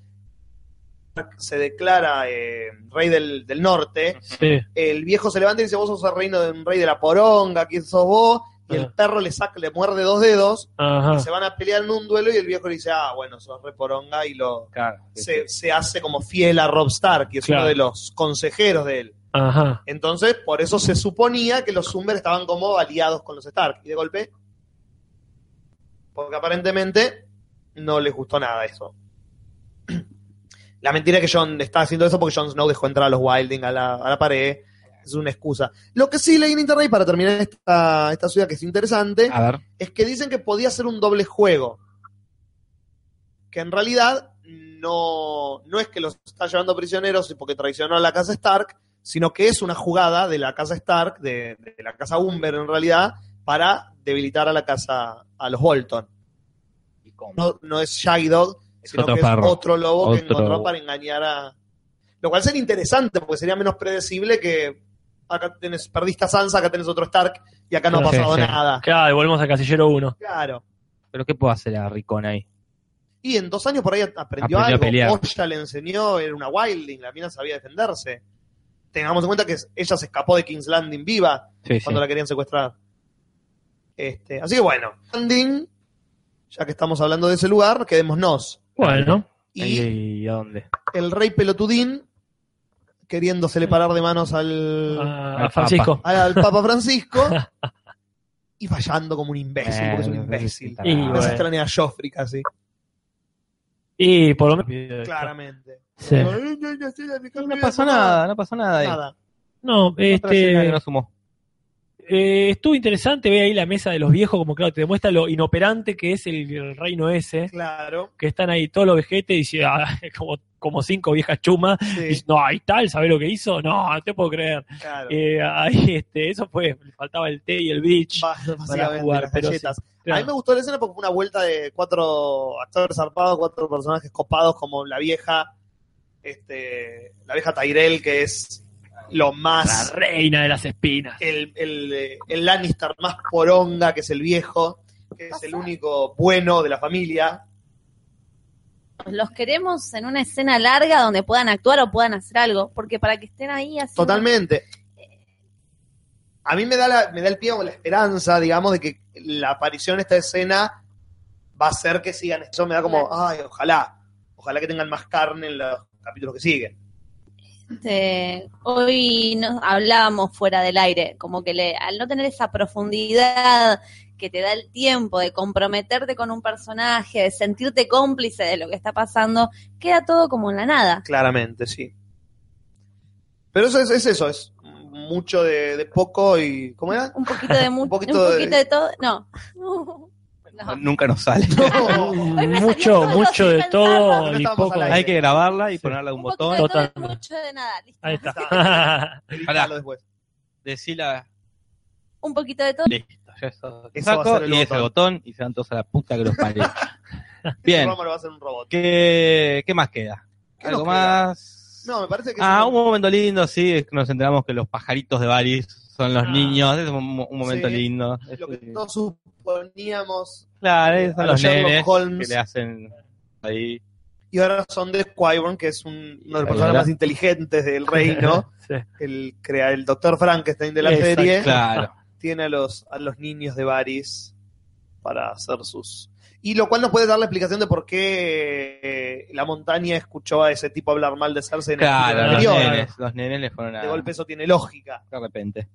Speaker 1: se declara eh, rey del, del norte,
Speaker 3: Sí.
Speaker 1: el viejo se levanta y dice, vos sos el reino de un rey de la poronga, ¿quién sos vos? Y el
Speaker 3: Ah.
Speaker 1: perro le saca, le muerde dos dedos, y
Speaker 3: Ajá.
Speaker 1: se van a pelear en un duelo y el viejo le dice, ah, bueno, sos re poronga y lo,
Speaker 4: Claro.
Speaker 1: se, se hace como fiel a Rob Stark, que es
Speaker 3: Claro.
Speaker 1: uno de los consejeros de él.
Speaker 3: Ajá.
Speaker 1: Entonces, por eso se suponía que los Zumber estaban como aliados con los Stark. Y de golpe, porque aparentemente no les gustó nada eso. La mentira es que Jon está haciendo eso porque Jon Snow dejó entrar a los Wilding a la, a la pared. Es una excusa. Lo que sí leí en internet, y para terminar esta, esta ciudad que es interesante,
Speaker 4: A ver.
Speaker 1: es que dicen que podía ser un doble juego. Que en realidad no, no es que los está llevando prisioneros porque traicionó a la casa Stark, sino que es una jugada de la casa Stark, de, de la casa Umber en realidad, para debilitar a la casa, a los Bolton. No, no es Shaggy Dog,
Speaker 4: Es
Speaker 1: sino
Speaker 4: otro
Speaker 1: que es
Speaker 4: perro.
Speaker 1: otro lobo que
Speaker 4: Otro.
Speaker 1: encontró para engañar a. Lo cual sería interesante porque sería menos predecible que acá tenés, perdiste a Sansa, acá tenés otro Stark y acá no ha
Speaker 4: Sí,
Speaker 1: pasado
Speaker 4: sí.
Speaker 1: nada.
Speaker 3: Claro, volvemos al casillero 1.
Speaker 1: Claro.
Speaker 4: ¿Pero qué puedo hacer a Ricón ahí?
Speaker 1: Y en dos años por ahí aprendió,
Speaker 4: Aprendió a pelear.
Speaker 1: algo. Osha le enseñó, era una wildling, la mina sabía defenderse. Tengamos en cuenta que ella se escapó de King's Landing viva
Speaker 4: Sí, sí.
Speaker 1: cuando la querían secuestrar. Este, así que bueno, Landing, ya que estamos hablando de ese lugar, quedémonos.
Speaker 3: Bueno.
Speaker 1: Y
Speaker 4: ¿Y a dónde?
Speaker 1: el rey pelotudín, queriéndosele parar de manos al,
Speaker 3: A, a
Speaker 4: Al
Speaker 3: Francisco.
Speaker 1: al, al Papa Francisco y fallando como un imbécil, porque es un
Speaker 4: Eh,
Speaker 1: imbécil.
Speaker 4: está
Speaker 3: Y
Speaker 4: raro.
Speaker 1: Me hace
Speaker 3: bueno.
Speaker 1: extrañar a Joffrey casi,
Speaker 3: Y por lo menos.
Speaker 1: claramente.
Speaker 3: Sí.
Speaker 1: "Eh,
Speaker 4: No pasó nada, no pasó nada. ahí.
Speaker 1: Nada.
Speaker 3: No,
Speaker 4: Otra escena que
Speaker 3: este.
Speaker 4: no sumó.
Speaker 3: eh, estuvo interesante ver ahí la mesa de los viejos, como claro, te demuestra lo inoperante que es el, el reino ese.
Speaker 1: Claro.
Speaker 3: Que están ahí todos los vejetes y dice, ah, como, como cinco viejas chumas. Y
Speaker 1: Sí,
Speaker 3: dice, no, ahí tal, ¿sabés lo que hizo? No, no te puedo creer.
Speaker 1: claro.
Speaker 3: Eh, ahí, este, eso fue, le faltaba el té y el beach.
Speaker 1: Ba- Básicamente,
Speaker 3: jugar,
Speaker 1: las
Speaker 3: pero
Speaker 1: galletas. A mí
Speaker 3: Claro.
Speaker 1: me gustó la escena porque fue una vuelta de cuatro actores zarpados, cuatro personajes copados, como la vieja, este, la vieja Tyrell, que es lo
Speaker 3: La
Speaker 1: más,
Speaker 3: reina de las espinas.
Speaker 1: el, el, eh, el Lannister más poronga, que es el viejo, que es el único bueno de la familia.
Speaker 2: "Pues Los queremos en una escena larga donde puedan actuar o puedan hacer algo, porque para que estén ahí haciendo...
Speaker 1: Totalmente. A mí me da, la- me da el pie o la esperanza, digamos, de que la aparición de esta escena va a hacer que sigan. Eso me da como, ay, ojalá. Ojalá que tengan más carne en los capítulos que siguen.
Speaker 2: Este, hoy nos hablábamos fuera del aire, como que le, al no tener esa profundidad que te da el tiempo de comprometerte con un personaje, de sentirte cómplice de lo que está pasando, queda todo como en la nada.
Speaker 1: Claramente, sí. Pero eso es, es eso, es mucho de, de poco y. ¿Cómo era?
Speaker 2: Un poquito de mucho,
Speaker 1: Un
Speaker 2: un
Speaker 1: poquito
Speaker 2: poquito,
Speaker 1: de-
Speaker 2: de... todo, no. No.
Speaker 4: Nunca nos sale.
Speaker 1: No.
Speaker 2: Hoy me
Speaker 3: mucho,
Speaker 2: salió todo
Speaker 3: mucho
Speaker 2: sin
Speaker 3: de
Speaker 2: pensarlo.
Speaker 3: todo
Speaker 1: No
Speaker 3: y
Speaker 1: estamos
Speaker 3: poco.
Speaker 1: al
Speaker 4: Hay
Speaker 1: aire.
Speaker 3: de-
Speaker 4: que grabarla y
Speaker 3: Sí.
Speaker 4: ponerla de un,
Speaker 2: Un poquito
Speaker 4: botón.
Speaker 2: de todo y
Speaker 3: Total.
Speaker 2: mucho de nada, listo.
Speaker 3: Ahí está.
Speaker 1: Editalo después.
Speaker 4: Decila.
Speaker 2: Un poquito de todo
Speaker 4: Listo, ya eso.
Speaker 1: Eso va a
Speaker 4: Saco
Speaker 1: ser el
Speaker 4: y es el
Speaker 1: botón.
Speaker 4: botón y se van todos a la puta que los parió. Bien.
Speaker 1: Romero Este va a ser un robot.
Speaker 4: ¿Qué, qué más queda?
Speaker 1: ¿Qué
Speaker 4: ¿Algo
Speaker 1: nos queda?
Speaker 4: más?
Speaker 1: No, me parece que.
Speaker 4: Ah,
Speaker 1: es
Speaker 4: un momento lindo, sí, es que nos enteramos que los pajaritos de Baris son los
Speaker 3: Ah.
Speaker 4: niños, es un, un momento
Speaker 1: Sí.
Speaker 4: lindo.
Speaker 1: lo que no suponíamos.
Speaker 4: Claro, esos
Speaker 1: a
Speaker 4: son
Speaker 1: los
Speaker 4: este los
Speaker 1: Sherlock
Speaker 4: nenes
Speaker 1: Holmes.
Speaker 4: que le hacen ahí.
Speaker 1: Y ahora son de Squibon, que es un- uno de los
Speaker 4: Ahí
Speaker 1: personajes
Speaker 4: va.
Speaker 1: más inteligentes del reino.
Speaker 3: Sí.
Speaker 1: el, crea el Dr. Frankenstein de la
Speaker 3: Exacto.
Speaker 1: serie.
Speaker 4: Claro.
Speaker 1: tiene a los, a los niños de Varys para hacer sus... Y lo cual nos puede dar la explicación de por qué eh, la montaña escuchó a ese tipo hablar mal de Cersei en el
Speaker 4: Claro, los
Speaker 1: episodio anterior.
Speaker 4: nenes, los nenes le fueron a...
Speaker 1: De golpe eso tiene lógica.
Speaker 4: De repente.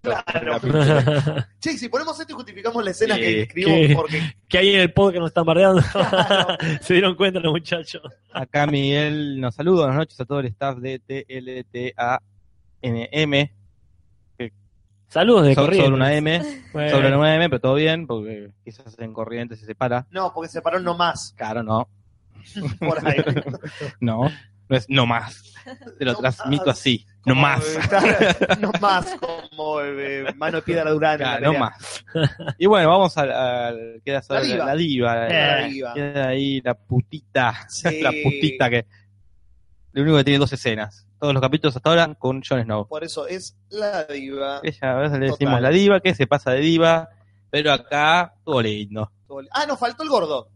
Speaker 1: Claro. Che, si ponemos esto y justificamos la escena
Speaker 4: Sí,
Speaker 1: que escribimos
Speaker 3: que-
Speaker 1: porque...
Speaker 3: que hay en el podcast que nos están bardeando. Se dieron cuenta los muchachos.
Speaker 4: Acá Miguel nos saluda, buenas noches a todo el staff de TLTANM.
Speaker 3: Saludos de Eh.
Speaker 4: So-
Speaker 3: corriente.
Speaker 4: sobre una M,
Speaker 3: Bueno.
Speaker 4: sobre una M, pero todo bien, porque quizás en corriente se separa.
Speaker 1: No, porque se paró nomás
Speaker 4: Claro, no,
Speaker 1: por ahí.
Speaker 4: no, no es no más. Te lo
Speaker 1: No
Speaker 4: transmito
Speaker 1: más.
Speaker 4: así, no
Speaker 1: Como,
Speaker 4: más.
Speaker 1: eh, claro, no más, como eh, mano de piedra durana.
Speaker 4: Claro, no más. Y bueno, vamos a, a- queda sobre
Speaker 1: diva.
Speaker 4: la diva.
Speaker 1: La
Speaker 4: eh,
Speaker 1: diva.
Speaker 4: Queda ahí la putita,
Speaker 1: Sí.
Speaker 4: la putita que lo único que tiene dos escenas. Todos los capítulos hasta ahora con Jon Snow.
Speaker 1: Por eso es la diva.
Speaker 4: Ella, a veces le decimos
Speaker 1: Total.
Speaker 4: la diva, que se pasa de diva, pero acá todo lindo.
Speaker 1: Ah, nos faltó el gordo.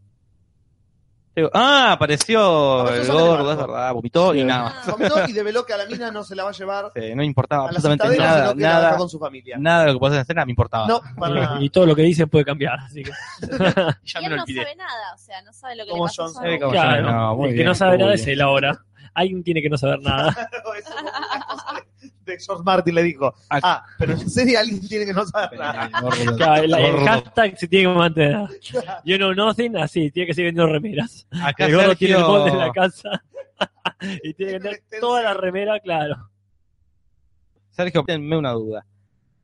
Speaker 4: Digo, ah, apareció
Speaker 1: Apareció
Speaker 4: el
Speaker 1: Sandra
Speaker 4: gordo, es
Speaker 1: Barco.
Speaker 4: verdad, vomitó y
Speaker 3: Sí.
Speaker 4: nada.
Speaker 1: Comentó y develó que a la mina no se la va a llevar
Speaker 4: Sí, no importaba
Speaker 1: a la
Speaker 4: absolutamente
Speaker 1: citadela,
Speaker 4: nada,
Speaker 1: sino que la dejó
Speaker 4: nada,
Speaker 1: con su familia.
Speaker 4: nada de lo que pasó en la escena me importaba.
Speaker 1: No, para nada.
Speaker 3: Y todo lo que dicen puede cambiar. Así que,
Speaker 2: y
Speaker 4: ya me
Speaker 2: él
Speaker 4: lo
Speaker 2: no
Speaker 4: olvidé.
Speaker 2: sabe nada, o sea, no sabe lo que
Speaker 1: Como
Speaker 2: le pasó.
Speaker 1: Jon
Speaker 2: a Jon.
Speaker 4: Snow.
Speaker 3: claro,
Speaker 4: no, muy
Speaker 3: el que
Speaker 4: bien,
Speaker 3: no sabe
Speaker 4: muy
Speaker 3: nada
Speaker 4: bien.
Speaker 3: es él ahora. Alguien tiene que no saber nada.
Speaker 1: Eso es una cosa de George Martin le dijo. Ah, pero en serio alguien tiene que no saber
Speaker 4: Pero,
Speaker 1: nada.
Speaker 4: el gordo-
Speaker 3: Claro, el, el
Speaker 4: gordo.
Speaker 3: hashtag se tiene que mantener. You know nothing, así, tiene que seguir vendiendo remeras.
Speaker 4: Acá
Speaker 3: El gordo tiene el bot en la
Speaker 4: Sergio,
Speaker 3: casa. y
Speaker 1: Este
Speaker 3: tiene que tener toda la remera, claro.
Speaker 4: Sergio, tenme una duda.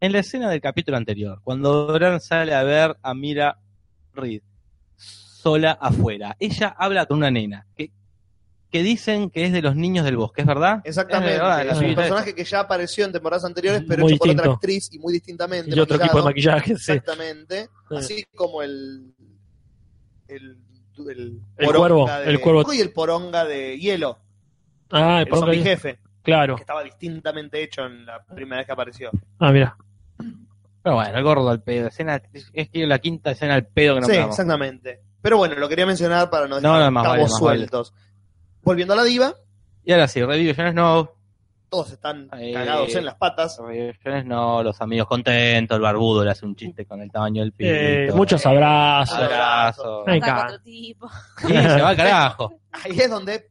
Speaker 4: En la escena del capítulo anterior, cuando Doran sale a ver a Mira Reed sola afuera, ella habla con una nena que, que dicen que es de los niños del bosque, ¿es verdad?
Speaker 1: Exactamente.
Speaker 4: Es verdad, la
Speaker 1: es un
Speaker 3: Eh, sí.
Speaker 1: personaje que ya apareció en temporadas anteriores, pero
Speaker 3: Muy
Speaker 1: hecho por otra
Speaker 3: distinto.
Speaker 1: actriz y muy distintamente.
Speaker 3: Y otro
Speaker 1: maquillado.
Speaker 3: tipo de maquillaje, sí.
Speaker 1: Exactamente.
Speaker 3: Sí.
Speaker 1: Así como el. El. El,
Speaker 3: El
Speaker 1: poronga
Speaker 3: cuervo,
Speaker 1: de-
Speaker 3: el cuervo.
Speaker 1: Y el poronga de hielo.
Speaker 3: Ah,
Speaker 1: El,
Speaker 3: el
Speaker 1: zombie
Speaker 3: que
Speaker 1: jefe.
Speaker 3: Claro.
Speaker 1: Que estaba distintamente hecho en la primera vez que apareció.
Speaker 3: Ah, mira.
Speaker 4: Pero bueno, el gordo al pedo. Escena, es que la quinta escena al pedo que no
Speaker 1: Sí, exactamente. Pero bueno, lo quería mencionar para no
Speaker 4: No,
Speaker 1: dejar
Speaker 4: no, más vale,
Speaker 1: cabos
Speaker 4: más vale.
Speaker 1: sueltos. Volviendo a la diva,
Speaker 4: Y ahora sí, revive Jon Snow.
Speaker 1: todos están
Speaker 4: Ahí.
Speaker 1: cagados en las patas.
Speaker 4: Revive Jon Snow, los amigos contentos, el barbudo le hace un chiste con el tamaño del pito.
Speaker 3: Eh, muchos abrazos.
Speaker 4: abrazos.
Speaker 3: Ay.
Speaker 2: Está
Speaker 3: Venga.
Speaker 2: cuatro tipos.
Speaker 4: Sí, se va al carajo.
Speaker 1: Ahí es donde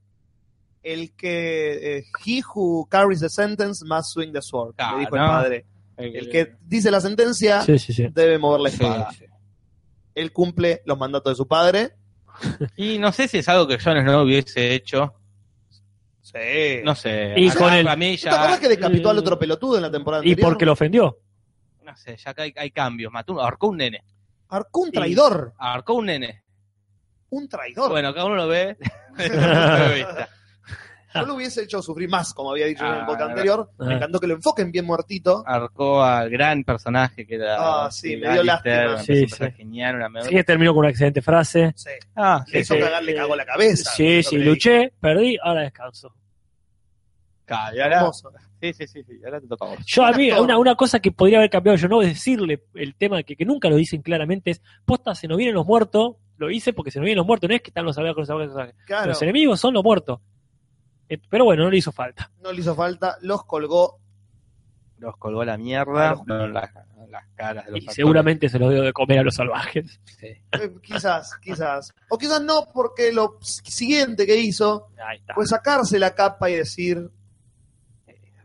Speaker 1: el que eh, he who carries the sentence must swing the sword,
Speaker 4: Claro,
Speaker 1: le dijo el
Speaker 4: ¿no?
Speaker 1: padre. El que dice la sentencia
Speaker 3: Sí, sí, sí.
Speaker 1: debe mover la
Speaker 4: Sí,
Speaker 1: espada.
Speaker 4: sí.
Speaker 1: Él cumple los mandatos de su padre.
Speaker 4: Y no sé si es algo que Jon Snow hubiese hecho.
Speaker 1: Sí.
Speaker 4: No sé.
Speaker 3: Y
Speaker 4: acá
Speaker 3: con el-
Speaker 4: para mí
Speaker 1: ¿Te acuerdas
Speaker 4: ya.
Speaker 1: que decapitó al
Speaker 3: Mm.
Speaker 1: otro pelotudo en la temporada
Speaker 3: Y
Speaker 1: anterior?
Speaker 3: porque lo ofendió.
Speaker 4: No sé, ya acá hay, hay cambios. Mató un, ahorcó un nene.
Speaker 1: Arcó un traidor.
Speaker 4: Ahorcó un nene.
Speaker 1: Un traidor.
Speaker 4: Bueno, cada uno lo ve desde su punto de vista.
Speaker 1: Yo lo hubiese hecho sufrir más, como había dicho en el
Speaker 4: Ah,
Speaker 1: podcast anterior. Me
Speaker 3: ah.
Speaker 1: encantó que lo enfoquen bien muertito.
Speaker 4: Ahorcó al gran personaje que era.
Speaker 1: Ah, sí, me dio
Speaker 4: Lannister,
Speaker 1: lástima.
Speaker 4: un
Speaker 3: Sí,
Speaker 4: personaje
Speaker 3: sí.
Speaker 4: genial, una
Speaker 3: Sí, que terminó con una excelente frase.
Speaker 1: Sí.
Speaker 4: Ah,
Speaker 1: Le
Speaker 4: sí,
Speaker 1: hizo
Speaker 3: Ese-
Speaker 1: cagar, le cagó la cabeza.
Speaker 3: Sí,
Speaker 1: Eso
Speaker 3: sí,
Speaker 1: que le
Speaker 3: luché, perdí, ahora descanso.
Speaker 4: Ca- y
Speaker 1: dije.
Speaker 4: ahora-
Speaker 1: Hermoso.
Speaker 4: sí, sí, sí, sí, ahora te toca a vos.
Speaker 3: Yo
Speaker 1: Un
Speaker 3: a mí,
Speaker 1: actor.
Speaker 3: una, una cosa que podría haber cambiado yo no es decirle el tema que, que nunca lo dicen claramente es, posta, se nos vienen los muertos, lo hice porque se nos vienen los muertos, no es que están los abrazos, los abrazos, los abrazos.
Speaker 1: Claro,
Speaker 3: Los enemigos son los muertos. Eh, Pero bueno, no le hizo falta.
Speaker 1: no le hizo falta, los colgó.
Speaker 4: Los colgó a la mierda, con las, las caras de los
Speaker 3: Y
Speaker 4: actores.
Speaker 3: seguramente se los dio de comer a los salvajes.
Speaker 4: Sí.
Speaker 1: Eh, quizás, quizás. O quizás no, porque lo siguiente que hizo
Speaker 3: Ahí está.
Speaker 1: fue sacarse la capa y decir.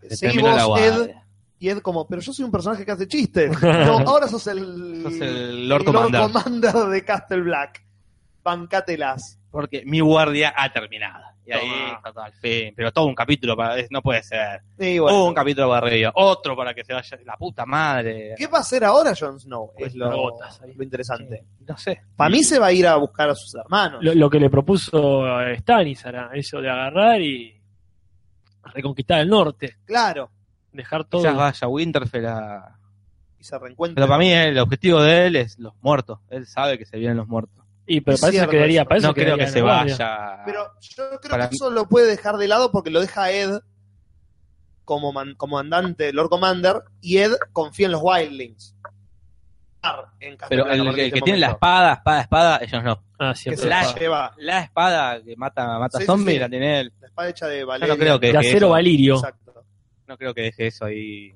Speaker 4: Se
Speaker 1: Seguí
Speaker 4: terminó la
Speaker 1: vos, Ed.
Speaker 4: guardia.
Speaker 1: Y Ed, como, pero yo soy un personaje que hace chistes. No, ahora sos el.
Speaker 4: Sos
Speaker 1: el
Speaker 4: el
Speaker 1: Lord
Speaker 4: Lord Commander.
Speaker 1: Commander de Castle Black. Bancatelas.
Speaker 4: Porque mi guardia ha terminado. Y ahí
Speaker 3: Toma.
Speaker 4: está todo al fin. Pero todo un capítulo para. es- No puede ser.
Speaker 1: Y bueno,
Speaker 4: Un capítulo para arriba. Otro para que se vaya. La puta madre.
Speaker 1: ¿Qué va a hacer ahora Jon Snow? Es
Speaker 4: Pues
Speaker 3: Cuesta
Speaker 1: lo,
Speaker 3: gotas ahí.
Speaker 1: lo interesante.
Speaker 4: No sé.
Speaker 1: Para mí se va a ir a buscar a sus hermanos.
Speaker 3: Lo, lo que le propuso eh, Stannis era eso de agarrar y reconquistar el norte,
Speaker 1: Claro.
Speaker 3: dejar todo.
Speaker 4: Quizás vaya Winterfell a.
Speaker 1: Y se reencuentra.
Speaker 4: Pero para mí eh, el objetivo de él es los muertos. Él sabe que se vienen los muertos.
Speaker 3: Y pero
Speaker 1: Es
Speaker 3: parece
Speaker 1: cierto
Speaker 3: que quedaría,
Speaker 1: eso.
Speaker 3: parece
Speaker 4: no creo
Speaker 3: quedaría
Speaker 4: que
Speaker 3: en
Speaker 4: se
Speaker 3: el guardia.
Speaker 4: vaya.
Speaker 1: Pero yo creo
Speaker 4: Para
Speaker 1: que
Speaker 4: mí-
Speaker 1: eso lo puede dejar de lado porque lo deja Ed como man- comandante, Lord Commander, y Ed confía en los Wildlings. En
Speaker 4: Pero
Speaker 1: Castellano,
Speaker 4: el,
Speaker 1: a
Speaker 4: el
Speaker 1: partir de
Speaker 4: que
Speaker 1: este
Speaker 4: tiene la
Speaker 1: momento.
Speaker 4: espada, espada, espada, ellos no.
Speaker 3: Ah,
Speaker 1: que
Speaker 3: cierto.
Speaker 1: se la
Speaker 4: espada.
Speaker 1: lleva,
Speaker 4: La espada que mata, mata
Speaker 1: Sí, sí,
Speaker 4: zombies
Speaker 1: sí.
Speaker 4: la tiene él.
Speaker 1: la espada hecha de
Speaker 4: Yo
Speaker 1: Valeria.
Speaker 4: no creo que
Speaker 3: De
Speaker 4: deje
Speaker 3: acero
Speaker 4: eso.
Speaker 3: valirio.
Speaker 1: Exacto.
Speaker 4: No creo que deje eso ahí.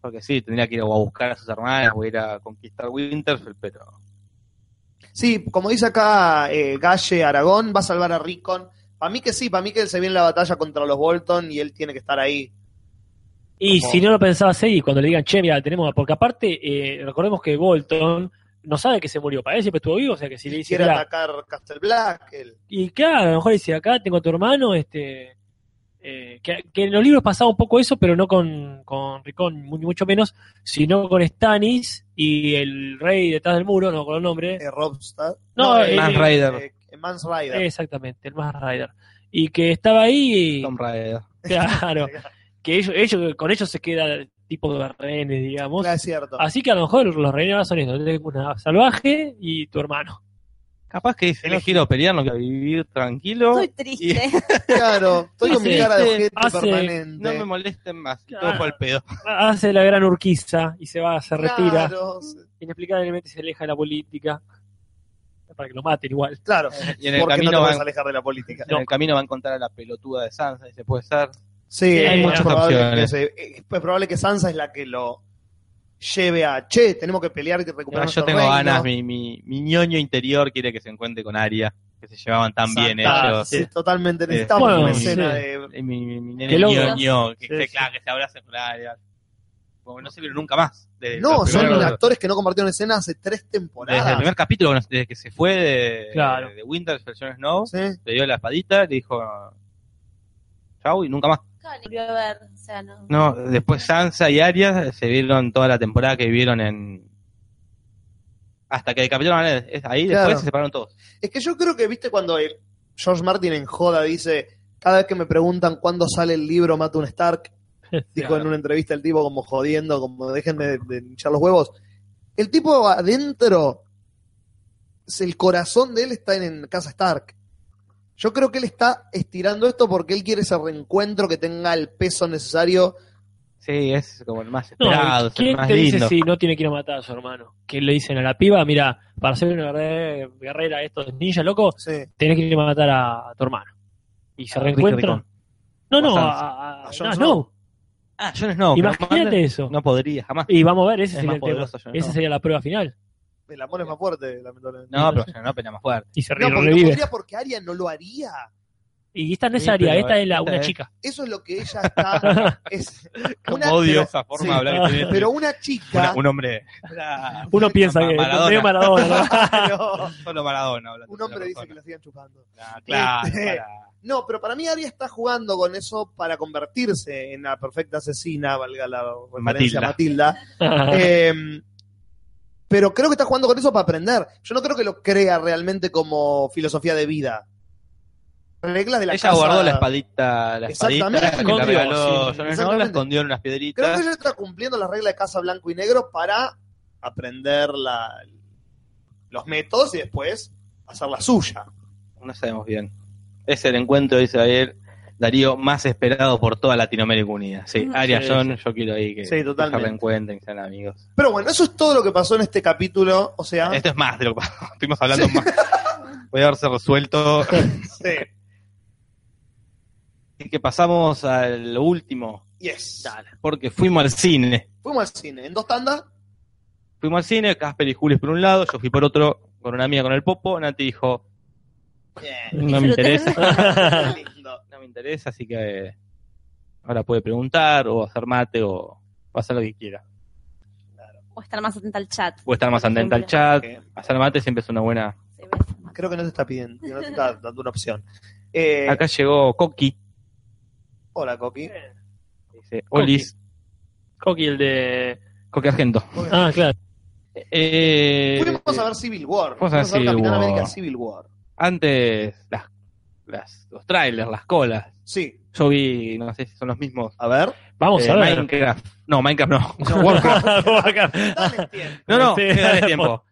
Speaker 4: Porque sí, tendría que ir a buscar a sus hermanas o ir a conquistar Winterfell, pero.
Speaker 1: Sí, como dice acá eh, Galle Aragón, va a salvar a Rickon. Para mí que sí, para mí que se viene la batalla contra los Bolton y él tiene que estar ahí.
Speaker 3: Y
Speaker 1: Como-
Speaker 3: si no lo pensaba así, cuando le digan, che, mira, tenemos. Porque aparte, eh, recordemos que Bolton no sabe que se murió. Para él siempre estuvo vivo, o sea que si le
Speaker 1: Quiere
Speaker 3: hiciera.
Speaker 1: atacar Castle Black. él.
Speaker 3: Y claro, a lo mejor dice, acá tengo a tu hermano, este. eh, que, que en los libros pasaba un poco eso, pero no con, con Ricón, ni mucho menos, sino con Stannis y el rey detrás del muro, no con el nombre.
Speaker 1: Eh, Robstad.
Speaker 3: No, eh,
Speaker 4: Mans Rider.
Speaker 1: eh, eh, Mans Rider.
Speaker 3: Exactamente, el más rider. Y que estaba ahí. y-
Speaker 4: Tomb Raider.
Speaker 3: Claro. que ellos, ellos, con ellos se queda tipo de rehenes, digamos.
Speaker 1: Claro, Ah, es cierto.
Speaker 3: Así que a lo mejor los rehenes ahora son eso, tenés una salvaje y tu hermano.
Speaker 4: Capaz que dice, no quiero pelear, no quiero vivir tranquilo.
Speaker 2: Estoy triste.
Speaker 1: Claro, estoy con mi
Speaker 3: Hace-
Speaker 1: cara de objeto
Speaker 3: hace-
Speaker 1: permanente.
Speaker 4: No me molesten más.
Speaker 3: Claro.
Speaker 4: Todo fue al pedo.
Speaker 3: Hace la gran urquiza y se va, se retira.
Speaker 1: Claro,
Speaker 3: Inexplicablemente se aleja de la política. Para que lo maten igual.
Speaker 1: claro.
Speaker 4: Y en el,
Speaker 1: porque no
Speaker 4: camino
Speaker 1: te
Speaker 4: va,
Speaker 1: vas a alejar de la política.
Speaker 4: en el camino va a encontrar a la pelotuda de Sansa y se puede ser.
Speaker 1: Sí,
Speaker 3: Sí, hay
Speaker 1: es
Speaker 3: muchas
Speaker 1: probable
Speaker 4: opciones.
Speaker 1: que se- es pues probable que Sansa es la que lo lleve a, che, tenemos que pelear y recuperar
Speaker 4: yo
Speaker 1: nuestro
Speaker 4: tengo
Speaker 1: reino".
Speaker 4: ganas, mi, mi, mi ñoño interior quiere que se encuentre con Aria, que se llevaban tan bien
Speaker 1: Santa-
Speaker 4: ellos.
Speaker 1: sí,
Speaker 3: Sí.
Speaker 1: totalmente. Necesitamos
Speaker 3: Bueno,
Speaker 1: una escena
Speaker 3: sí.
Speaker 1: de...
Speaker 4: Y Mi, mi, mi nene
Speaker 3: Qué loco.
Speaker 4: ñoño, que,
Speaker 3: Sí,
Speaker 4: se-
Speaker 3: sí.
Speaker 4: claro, que se abrace con Aria. Como no se vieron nunca más. desde
Speaker 1: No,
Speaker 4: los
Speaker 1: son
Speaker 4: primeros-
Speaker 1: actores que no compartieron escena hace tres
Speaker 4: Desde el
Speaker 1: temporadas.
Speaker 4: primer capítulo, bueno, desde que se fue de,
Speaker 3: Claro.
Speaker 4: de Winterfell, Jon Snow,
Speaker 1: Sí.
Speaker 4: le dio la espadita, le dijo chau y nunca más.
Speaker 2: Claro, volvió a ver, o sea, no.
Speaker 4: No, después Sansa y Arya se vieron toda la temporada que vivieron en. Hasta que el capitán Marvel es ahí,
Speaker 1: Claro.
Speaker 4: después se separaron todos.
Speaker 1: Es que yo creo que, viste, cuando el George Martin en joda dice, cada vez que me preguntan cuándo sale el libro Mata un Stark, dijo
Speaker 4: Claro.
Speaker 1: en una entrevista el tipo como jodiendo, como déjenme de, de hinchar los huevos. El tipo adentro, es el corazón de él está en, en Casa Stark. Yo creo que él está estirando esto porque él quiere ese reencuentro que tenga el peso necesario.
Speaker 4: Sí, es como el más
Speaker 3: No,
Speaker 4: esperado, es el
Speaker 3: ¿Quién
Speaker 4: más
Speaker 3: te dice
Speaker 4: lindo.
Speaker 3: si no tiene que ir a matar a su hermano? Que le dicen a la piba, mira, para ser una guerre- guerrera, esto es ninja, loco,
Speaker 1: Sí.
Speaker 3: tenés que ir a matar a, tu hermano. Y se
Speaker 4: A Ricky
Speaker 3: reencuentran.
Speaker 4: Ricón.
Speaker 3: No, no,
Speaker 4: Ah, O
Speaker 3: a, a-
Speaker 4: a Sansa.
Speaker 1: A
Speaker 3: a-
Speaker 1: Jon
Speaker 3: no,
Speaker 1: Snow.
Speaker 4: Ah, Jon Snow.
Speaker 3: no.
Speaker 4: que
Speaker 3: Imagínate
Speaker 4: Marvel
Speaker 3: eso.
Speaker 4: No podría, jamás.
Speaker 3: Y vamos a ver, ese
Speaker 4: Es
Speaker 3: sería
Speaker 4: más
Speaker 3: el tema.
Speaker 4: poderoso Jon
Speaker 3: Esa
Speaker 4: Snow.
Speaker 3: sería la prueba final.
Speaker 1: El amor es más fuerte, lamentablemente.
Speaker 4: No, pero Jon Snow pelea más fuerte.
Speaker 3: Y se
Speaker 1: No, porque no
Speaker 3: revive.
Speaker 1: podría porque Arya no lo haría.
Speaker 3: Y esta no es
Speaker 4: Sí,
Speaker 3: Aria,
Speaker 4: pero
Speaker 3: esta es la,
Speaker 4: esta
Speaker 3: una
Speaker 4: es-
Speaker 3: chica.
Speaker 1: Eso es lo que ella está. es una-
Speaker 4: Como odio
Speaker 1: pero-
Speaker 4: esa forma
Speaker 1: sí,
Speaker 4: de hablar que tiene.
Speaker 1: Pero una chica.
Speaker 4: Una- un hombre.
Speaker 3: Uno piensa que
Speaker 4: Maradona.
Speaker 3: medio Maradona. ¿no?
Speaker 1: pero
Speaker 4: Solo Maradona. hablando
Speaker 1: un
Speaker 4: de
Speaker 1: hombre
Speaker 4: la
Speaker 1: dice que
Speaker 4: persona.
Speaker 1: la sigan chupando.
Speaker 4: Ah, claro,
Speaker 1: Este-
Speaker 4: para-
Speaker 1: No, pero para mí Arya está jugando con eso para convertirse en la perfecta asesina, valga la referencia a Matilda. Eh, pero creo que está jugando con eso para aprender. Yo no creo que lo crea realmente como filosofía de vida. Reglas de la
Speaker 4: Ella
Speaker 1: casa-
Speaker 4: guardó la espadita, la espadita,
Speaker 1: Exactamente.
Speaker 4: que
Speaker 3: Escondió,
Speaker 4: la regaló
Speaker 3: sí,
Speaker 4: Jon Snow,
Speaker 1: exactamente.
Speaker 4: la escondió en unas piedritas.
Speaker 1: Creo que ella está cumpliendo la regla de casa blanco y negro para aprender la- los métodos y después hacer la suya.
Speaker 4: No sabemos bien. Es el encuentro, dice ayer, Darío, más esperado por toda Latinoamérica Unida. Sí, Aria
Speaker 3: Sí,
Speaker 4: John, yo quiero ahí que
Speaker 1: Ah, Sí,
Speaker 4: que
Speaker 1: totalmente.
Speaker 4: se reencuentren, que sean amigos.
Speaker 1: Pero bueno, eso es todo lo que pasó en este capítulo. O sea,
Speaker 4: Esto es más de lo que estuvimos hablando más. Voy a haberse resuelto.
Speaker 1: sí.
Speaker 4: Así que pasamos al último,
Speaker 1: Yes.
Speaker 4: porque fuimos al cine.
Speaker 1: Fuimos al cine. En dos tandas.
Speaker 4: Fuimos al cine, Casper y Julius por un lado, yo fui por otro, con una amiga con el Popo, Nati dijo,
Speaker 1: Bien.
Speaker 4: no me interesa.
Speaker 1: Qué lindo.
Speaker 4: no me interesa, así que eh, ahora puede preguntar o hacer mate o, o hacer lo que quiera.
Speaker 2: O estar más atenta al chat.
Speaker 4: Puede estar más
Speaker 2: Por
Speaker 4: atenta al
Speaker 2: ejemplo.
Speaker 4: chat.
Speaker 1: Eh,
Speaker 4: Hacer mate siempre es una buena.
Speaker 2: Sí, voy a estar más-
Speaker 1: Creo que no te está pidiendo, no te está dando una opción. Eh,
Speaker 4: Acá llegó Coqui.
Speaker 1: Hola, Coqui.
Speaker 4: Dice, Olis.
Speaker 3: Coqui, el de.
Speaker 4: Coqui Argento.
Speaker 3: Ah, claro.
Speaker 4: Eh,
Speaker 1: Fuimos a ver Civil War.
Speaker 4: fuimos a ver Civil
Speaker 1: Capitán
Speaker 4: War.
Speaker 1: América Civil War.
Speaker 4: Antes, las, las- los trailers, las colas.
Speaker 1: Sí.
Speaker 4: Yo vi, no sé si son los mismos.
Speaker 1: A ver.
Speaker 3: Vamos
Speaker 4: eh,
Speaker 3: a ver.
Speaker 4: Minecraft. No, Minecraft no. Warcraft.
Speaker 3: Acá.
Speaker 1: Dale tiempo.
Speaker 4: No, no,
Speaker 3: Sí,
Speaker 4: que dale tiempo.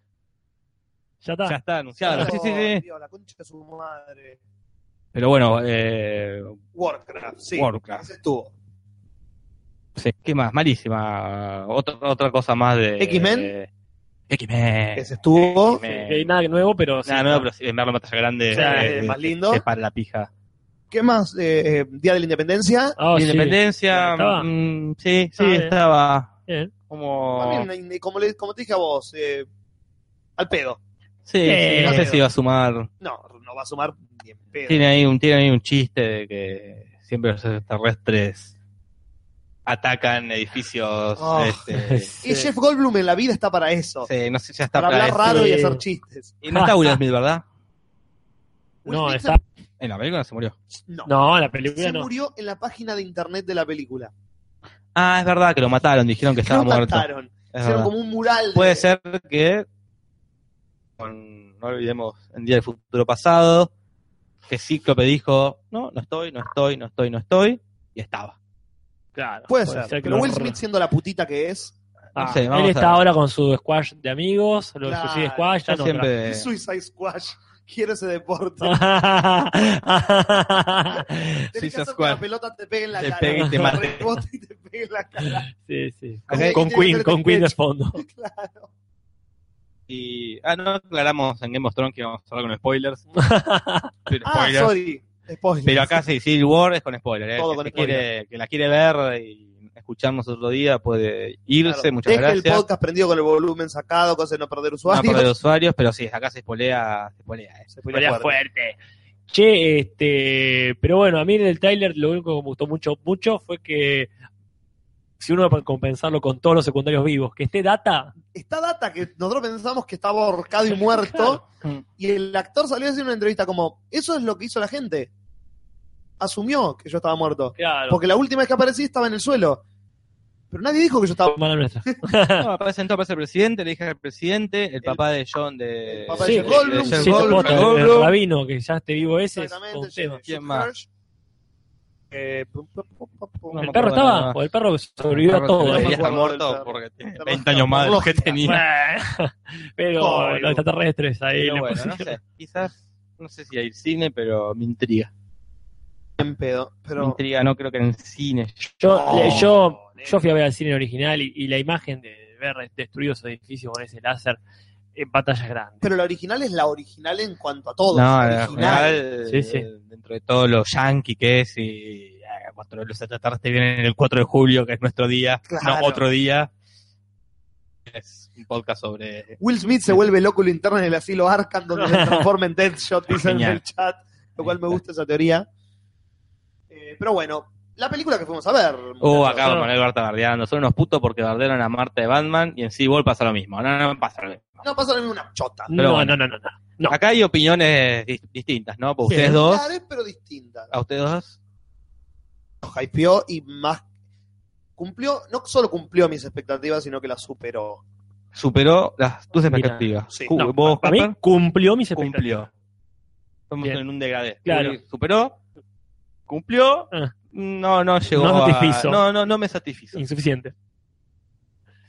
Speaker 3: Ya está.
Speaker 4: Ya está anunciado. Sí, sí, sí.
Speaker 1: Dios, la concha de su madre.
Speaker 4: Pero bueno, eh,
Speaker 1: Warcraft, sí.
Speaker 4: Warcraft.
Speaker 1: Ese estuvo.
Speaker 4: sí, ¿qué más? Malísima. Otra, otra cosa más de.
Speaker 1: ¿X-Men?
Speaker 4: eh, X-Men.
Speaker 1: Ese estuvo. eh,
Speaker 4: X-Men.
Speaker 3: Que hay nada nuevo, pero. sí,
Speaker 4: Nada nuevo,
Speaker 3: está.
Speaker 4: pero sí, verlo en pantalla grande.
Speaker 1: Sí,
Speaker 4: eh,
Speaker 1: más
Speaker 4: eh,
Speaker 1: lindo.
Speaker 4: Es para la pija.
Speaker 1: ¿Qué más? Eh, eh, Día de la Independencia.
Speaker 3: Ah, sí.
Speaker 4: Independencia.
Speaker 3: ¿Estaba?
Speaker 4: mm, sí,
Speaker 1: Ah,
Speaker 4: sí,
Speaker 3: bien.
Speaker 4: estaba.
Speaker 3: Bien.
Speaker 4: Como.
Speaker 1: También, eh, como, le- como te dije a vos, eh, al pedo.
Speaker 4: Sí,
Speaker 3: Eh.
Speaker 4: sí, no sé si va a sumar.
Speaker 1: No, no va a sumar ni en pedo.
Speaker 4: Tiene ahí un, tiene ahí un chiste de que siempre los extraterrestres atacan edificios.
Speaker 1: Oh.
Speaker 4: este,
Speaker 1: Y Jeff Goldblum en la vida está para eso.
Speaker 4: sí, no sé, ya está
Speaker 1: para
Speaker 4: para
Speaker 1: hablar
Speaker 4: eso.
Speaker 1: raro y
Speaker 3: Sí.
Speaker 1: hacer chistes.
Speaker 4: Y no está Will Smith, ¿verdad?
Speaker 1: Will
Speaker 3: No,
Speaker 1: Smith
Speaker 3: está-
Speaker 4: En la película se murió.
Speaker 1: No.
Speaker 3: No, la película
Speaker 1: Se
Speaker 3: no.
Speaker 1: murió en la página de internet de la película.
Speaker 4: Ah, es verdad que lo mataron, dijeron que estaba
Speaker 1: Lo
Speaker 4: muerto.
Speaker 1: mataron.
Speaker 4: Es
Speaker 1: Hicieron
Speaker 4: verdad.
Speaker 1: como un mural. de-
Speaker 4: Puede ser que, con- no olvidemos, en Día del Futuro Pasado, que Cíclope dijo, no, no estoy, no estoy, no estoy, no estoy, y estaba.
Speaker 3: Claro.
Speaker 1: Puede ser.
Speaker 3: que
Speaker 1: Pero
Speaker 3: lo-
Speaker 1: Will Smith siendo la putita que es,
Speaker 3: Ah,
Speaker 4: No sé, vamos
Speaker 3: él
Speaker 4: a ver.
Speaker 3: está ahora con su squash de amigos, lo de
Speaker 1: Claro,
Speaker 3: Suicide Squash, ya
Speaker 4: Yo
Speaker 3: no.
Speaker 4: siempre...
Speaker 1: Suicide Squash, quiero ese deporte. Tenés que
Speaker 4: Suicide
Speaker 1: hacer que
Speaker 4: Squad.
Speaker 1: la pelota te pegue en la
Speaker 4: Te
Speaker 1: cara.
Speaker 4: pegue y te mate.
Speaker 1: Rebote y te pegue en la cara.
Speaker 3: sí, sí.
Speaker 4: Acá
Speaker 3: Con,
Speaker 4: hay-
Speaker 1: tiene
Speaker 3: con
Speaker 1: que
Speaker 3: Queen,
Speaker 1: ser
Speaker 3: con
Speaker 1: de
Speaker 3: Queen de
Speaker 1: pecho.
Speaker 3: fondo.
Speaker 1: Claro.
Speaker 4: Y, ah, no aclaramos en Game of Thrones que íbamos a hablar con spoilers. Pero,
Speaker 1: Ah,
Speaker 4: spoilers.
Speaker 1: sorry. Spoiler.
Speaker 4: Pero acá sí, Civil War es con spoilers.
Speaker 1: Todo
Speaker 4: Todo
Speaker 1: con
Speaker 4: que, quiere, que la quiere ver y escucharnos otro día puede irse.
Speaker 1: Claro.
Speaker 4: Muchas
Speaker 1: Deje el
Speaker 4: gracias.
Speaker 1: podcast prendido con el volumen sacado, cosa de no perder
Speaker 4: No,
Speaker 1: usuarios.
Speaker 4: para los usuarios, pero sí, acá se spolea. Se spolea eh.
Speaker 1: Se ponía fuerte.
Speaker 3: Che, este, pero bueno, a mí en el tráiler lo único que me gustó mucho, mucho fue que si uno va a compensarlo con todos los secundarios vivos, que esté data,
Speaker 1: Está data que nosotros pensamos que estaba ahorcado y muerto.
Speaker 4: Mm.
Speaker 1: Y el actor salió a hacer una entrevista como: Eso es lo que hizo la gente. Asumió que yo estaba muerto.
Speaker 3: claro,
Speaker 1: Porque la última vez que aparecí estaba en el suelo. Pero nadie dijo que yo estaba.
Speaker 3: mala nuestra.
Speaker 4: No, aparece, entonces aparece el presidente, le dije al presidente, el, papá de John de.
Speaker 1: el papá
Speaker 3: de
Speaker 4: de
Speaker 3: Jeff
Speaker 1: Goldblum,
Speaker 4: Jeff
Speaker 3: Sí,
Speaker 1: Goldblum,
Speaker 3: Zapota,
Speaker 1: Goldblum.
Speaker 3: el rabino, que ya esté vivo ese, es todo un
Speaker 1: Exactamente.
Speaker 3: tema.
Speaker 4: ¿Quién más?
Speaker 1: Hirsch. Eh, pum, pum, pum, pum, pum.
Speaker 4: No,
Speaker 3: ¿El
Speaker 4: me
Speaker 3: perro
Speaker 4: acuerdo
Speaker 3: estaba?
Speaker 4: nada más.
Speaker 3: ¿O el perro que
Speaker 4: El
Speaker 3: sobrevivió a
Speaker 4: perro
Speaker 3: todo? ¿eh?
Speaker 4: debería
Speaker 1: me
Speaker 4: estar
Speaker 1: acuerdo del
Speaker 4: muerto
Speaker 1: perro.
Speaker 4: porque tiene
Speaker 1: Está
Speaker 4: 20 años más de lo que
Speaker 1: lógica.
Speaker 4: tenía.
Speaker 3: pero
Speaker 1: Oh,
Speaker 3: los extraterrestres ahí
Speaker 4: Pero
Speaker 3: le
Speaker 4: bueno, no
Speaker 3: pusieron-
Speaker 4: sé, quizás, no sé si hay cine, pero me intriga.
Speaker 1: Bien pedo, pero.
Speaker 4: Me intriga, no creo que en el cine.
Speaker 3: Yo,
Speaker 1: No,
Speaker 3: le- yo,
Speaker 1: nene.
Speaker 3: yo fui a ver el cine original y, y la imagen de ver destruidos esos edificios con ese láser en batallas grandes.
Speaker 1: Pero la original es la original en cuanto a todo.
Speaker 4: No,
Speaker 1: es
Speaker 4: en
Speaker 1: original.
Speaker 4: general,
Speaker 3: Sí, sí.
Speaker 4: eh, dentro de todo lo yankee que es, y eh, cuatro, los extraterrestres vienen el 4 de julio, que es nuestro día,
Speaker 1: Claro.
Speaker 4: no otro día. Es un podcast sobre.
Speaker 1: Will Smith se vuelve loco lo interno en el asilo Arkham donde se transforma en Deadshot, dicen en
Speaker 4: Genial.
Speaker 1: el chat. Lo cual me gusta esa teoría. Eh, pero bueno, la película que fuimos a ver.
Speaker 4: Uh,
Speaker 1: muchachos.
Speaker 4: acá va a poner Barta bardeando. Son unos putos porque bardearon a Marta de Batman y en Seawall pasa lo mismo. No, no, no pasa lo mismo.
Speaker 1: No pasa lo mismo una chota.
Speaker 4: pero
Speaker 3: no,
Speaker 4: bueno.
Speaker 3: no, no, no, no. No.
Speaker 4: Acá hay opiniones dis- distintas, ¿no? Porque ustedes dos,
Speaker 1: Similares, pero distinta.
Speaker 4: a ustedes dos,
Speaker 1: Nos hypeó y más. Cumplió, no solo cumplió mis expectativas, sino que las superó.
Speaker 4: superó las tus
Speaker 3: Mira,
Speaker 4: expectativas.
Speaker 1: sí.
Speaker 4: Cu-
Speaker 3: No,
Speaker 4: vos,
Speaker 3: Para mí
Speaker 4: Harper,
Speaker 3: cumplió mis expectativas.
Speaker 4: cumplió. Estamos
Speaker 3: Bien.
Speaker 4: en un degradé.
Speaker 3: Claro.
Speaker 4: Superó, cumplió,
Speaker 3: Ah.
Speaker 4: no, no llegó.
Speaker 3: No
Speaker 4: a-
Speaker 3: satisfizo.
Speaker 4: No, no, no me satisfizo.
Speaker 3: Insuficiente.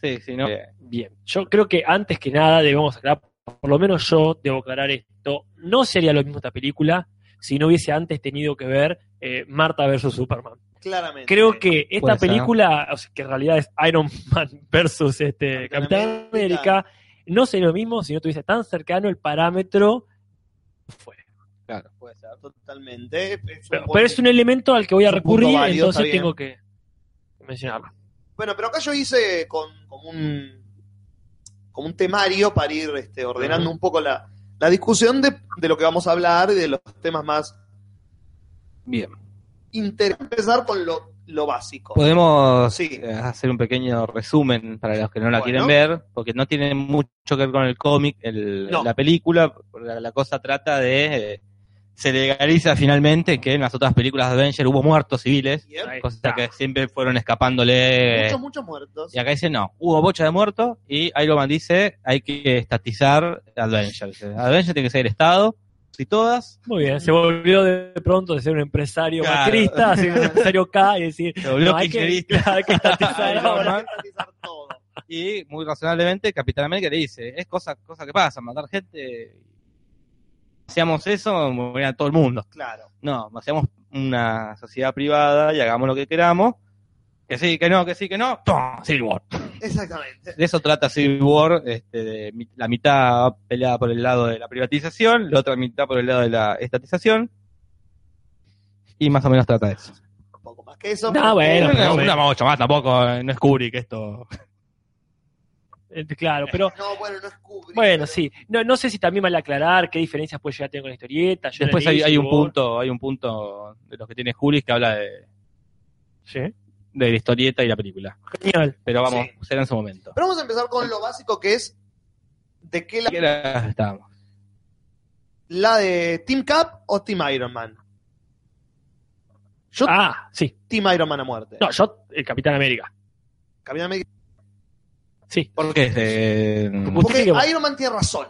Speaker 4: Sí, sí, no.
Speaker 3: Bien. Yo creo que antes que nada debemos aclarar, por lo menos yo debo aclarar esto. No sería lo mismo esta película si no hubiese antes tenido que ver eh, Marta versus Superman.
Speaker 1: Claramente.
Speaker 3: Creo que esta
Speaker 4: Puede ser.
Speaker 3: película, o sea, que en realidad es Iron Man versus
Speaker 1: Capitán
Speaker 3: este Capitán
Speaker 1: América.
Speaker 3: América, no sería lo mismo si no tuviese tan cercano el parámetro. Fue.
Speaker 4: Claro.
Speaker 1: Puede ser, totalmente. Es un
Speaker 3: Pero,
Speaker 1: buen-
Speaker 3: pero es un elemento al que voy a
Speaker 1: Es un punto
Speaker 3: recurrir,
Speaker 1: válido,
Speaker 3: entonces
Speaker 1: está bien.
Speaker 3: tengo que mencionarlo.
Speaker 1: Bueno, pero acá yo hice con, como un como un temario para ir este, ordenando un poco la, la discusión de, de lo que vamos a hablar y de los temas más
Speaker 4: Bien.
Speaker 1: inter empezar con lo, lo básico.
Speaker 4: Podemos
Speaker 1: Sí.
Speaker 4: eh, hacer un pequeño resumen para los que no la
Speaker 1: Bueno.
Speaker 4: quieren ver, porque no tiene mucho que ver con el cómic, el-
Speaker 1: No.
Speaker 4: la película, la, la cosa trata de... eh, se legaliza finalmente que en las otras películas de Avenger hubo muertos civiles,
Speaker 1: Bien.
Speaker 3: Ahí eh.
Speaker 4: cosas
Speaker 3: está.
Speaker 4: que siempre fueron escapándole.
Speaker 1: eh? Muchos, muchos muertos.
Speaker 4: Y acá dice, no, hubo bocha de muertos y Iron Man dice, hay que estatizar Adventure. Dice, Adventure tiene que ser el Estado, si todas,
Speaker 3: Muy bien, se volvió de pronto de ser un empresario
Speaker 4: Claro.
Speaker 3: macrista a ser un empresario K y decir,
Speaker 4: se volvió
Speaker 3: no, hay, que,
Speaker 4: kirchnerista.
Speaker 3: claro, hay que estatizar
Speaker 1: Ahora
Speaker 3: ahora.
Speaker 1: hay que estatizar todo.
Speaker 4: y muy razonablemente Capitán América le dice, es cosa, cosa que pasa, matar gente. Hacíamos eso, moría todo el mundo.
Speaker 1: Claro.
Speaker 4: No, hacíamos una sociedad privada y hagamos lo que queramos. Que sí, que no, que sí, que no. ¡Pum! Civil War.
Speaker 1: Exactamente.
Speaker 4: De eso trata Civil War, este, de mi- la mitad peleada por el lado de la privatización, la otra mitad por el lado de la estatización. Y más o menos trata de eso.
Speaker 1: Un poco más que eso. Eh,
Speaker 3: No, bueno,
Speaker 4: No,
Speaker 3: pero
Speaker 4: no,
Speaker 3: bueno.
Speaker 4: no, mucho más tampoco, eh, no es Kubrick esto.
Speaker 3: Eh, Claro, pero
Speaker 1: No, bueno, no es Kubrick.
Speaker 3: bueno,
Speaker 1: pero-
Speaker 3: sí. No, no sé si también vale aclarar qué diferencias puede llegar a tener con la historieta. Yo la
Speaker 4: Después
Speaker 3: leí,
Speaker 4: hay, hay un
Speaker 3: supongo.
Speaker 4: punto, hay un punto de los que tiene Kubrick que habla de,
Speaker 3: Sí.
Speaker 4: de la historieta y la película.
Speaker 3: Genial.
Speaker 4: Pero vamos,
Speaker 1: Sí.
Speaker 4: será en su momento.
Speaker 1: Pero vamos a empezar con lo básico que es de qué la,
Speaker 4: ¿Qué era? Estábamos.
Speaker 1: la de Team Cap o Team Iron Man. Yo
Speaker 3: Ah, sí.
Speaker 1: Team Iron Man a muerte.
Speaker 3: No, yo, el Capitán América.
Speaker 1: Capitán América-
Speaker 3: Sí.
Speaker 4: ¿Por qué? Eh,
Speaker 1: Porque
Speaker 3: Justifiquemos.
Speaker 1: Iron Man tiene razón.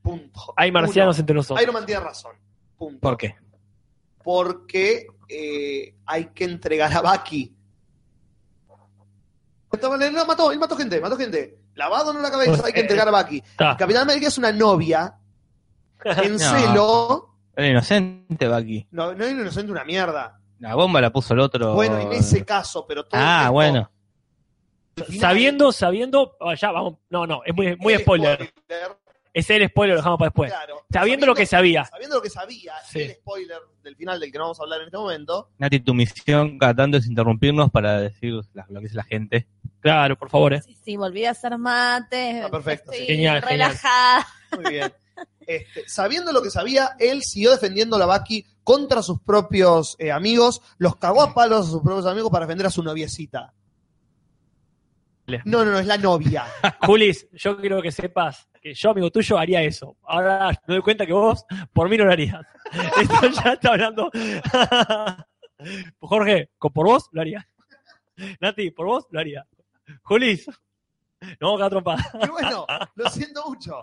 Speaker 1: Punto.
Speaker 3: Hay marcianos entre
Speaker 1: Uno.
Speaker 3: nosotros.
Speaker 1: Iron Man tiene razón. Punto.
Speaker 4: ¿Por qué?
Speaker 1: Porque eh, hay que entregar a Bucky. Estaba- No, mató, él mató gente, mató gente. Lavado no la
Speaker 3: Pues,
Speaker 1: cabeza,
Speaker 3: eh,
Speaker 1: hay que entregar a Bucky.
Speaker 3: Está.
Speaker 1: Capitán América es una novia en
Speaker 4: No.
Speaker 1: celo.
Speaker 4: Era inocente, Bucky.
Speaker 1: No, no es inocente una mierda.
Speaker 4: La bomba la puso el otro.
Speaker 1: Bueno, en ese caso, pero todo.
Speaker 4: Ah,
Speaker 1: esto-
Speaker 4: bueno.
Speaker 1: al final-
Speaker 3: Sabiendo, sabiendo. oh, ya, vamos. No, no, es muy, muy
Speaker 4: Eh,
Speaker 1: el
Speaker 3: spoiler. Es el spoiler, lo dejamos para después.
Speaker 1: claro.
Speaker 3: Sabiendo lo que sabía.
Speaker 1: Sabiendo lo que sabía,
Speaker 3: Sí.
Speaker 1: el spoiler del final del que no vamos a hablar en este momento.
Speaker 4: Nati, tu misión cada tanto es interrumpirnos para decir la- lo que dice la gente.
Speaker 3: Claro, por favor, eh.
Speaker 2: Sí, sí, volví a hacer mate.
Speaker 1: Ah, perfecto,
Speaker 2: Estoy
Speaker 1: sí.
Speaker 3: Genial, genial.
Speaker 2: relajada.
Speaker 1: Muy bien. Este, sabiendo lo que sabía, él siguió defendiendo a la Bucky contra sus propios eh, amigos, los cagó a palos a sus propios amigos para defender a su noviecita.
Speaker 3: Le-
Speaker 1: No, no, no, es la novia.
Speaker 3: Julis, yo quiero que sepas que yo, amigo tuyo, haría eso. Ahora me doy cuenta que vos, por mí no lo harías. Esto ya está hablando. Jorge, con- por vos lo haría. Nati, por vos lo haría. Julis, no vamos a quedar trompada.
Speaker 1: Y bueno, lo siento mucho.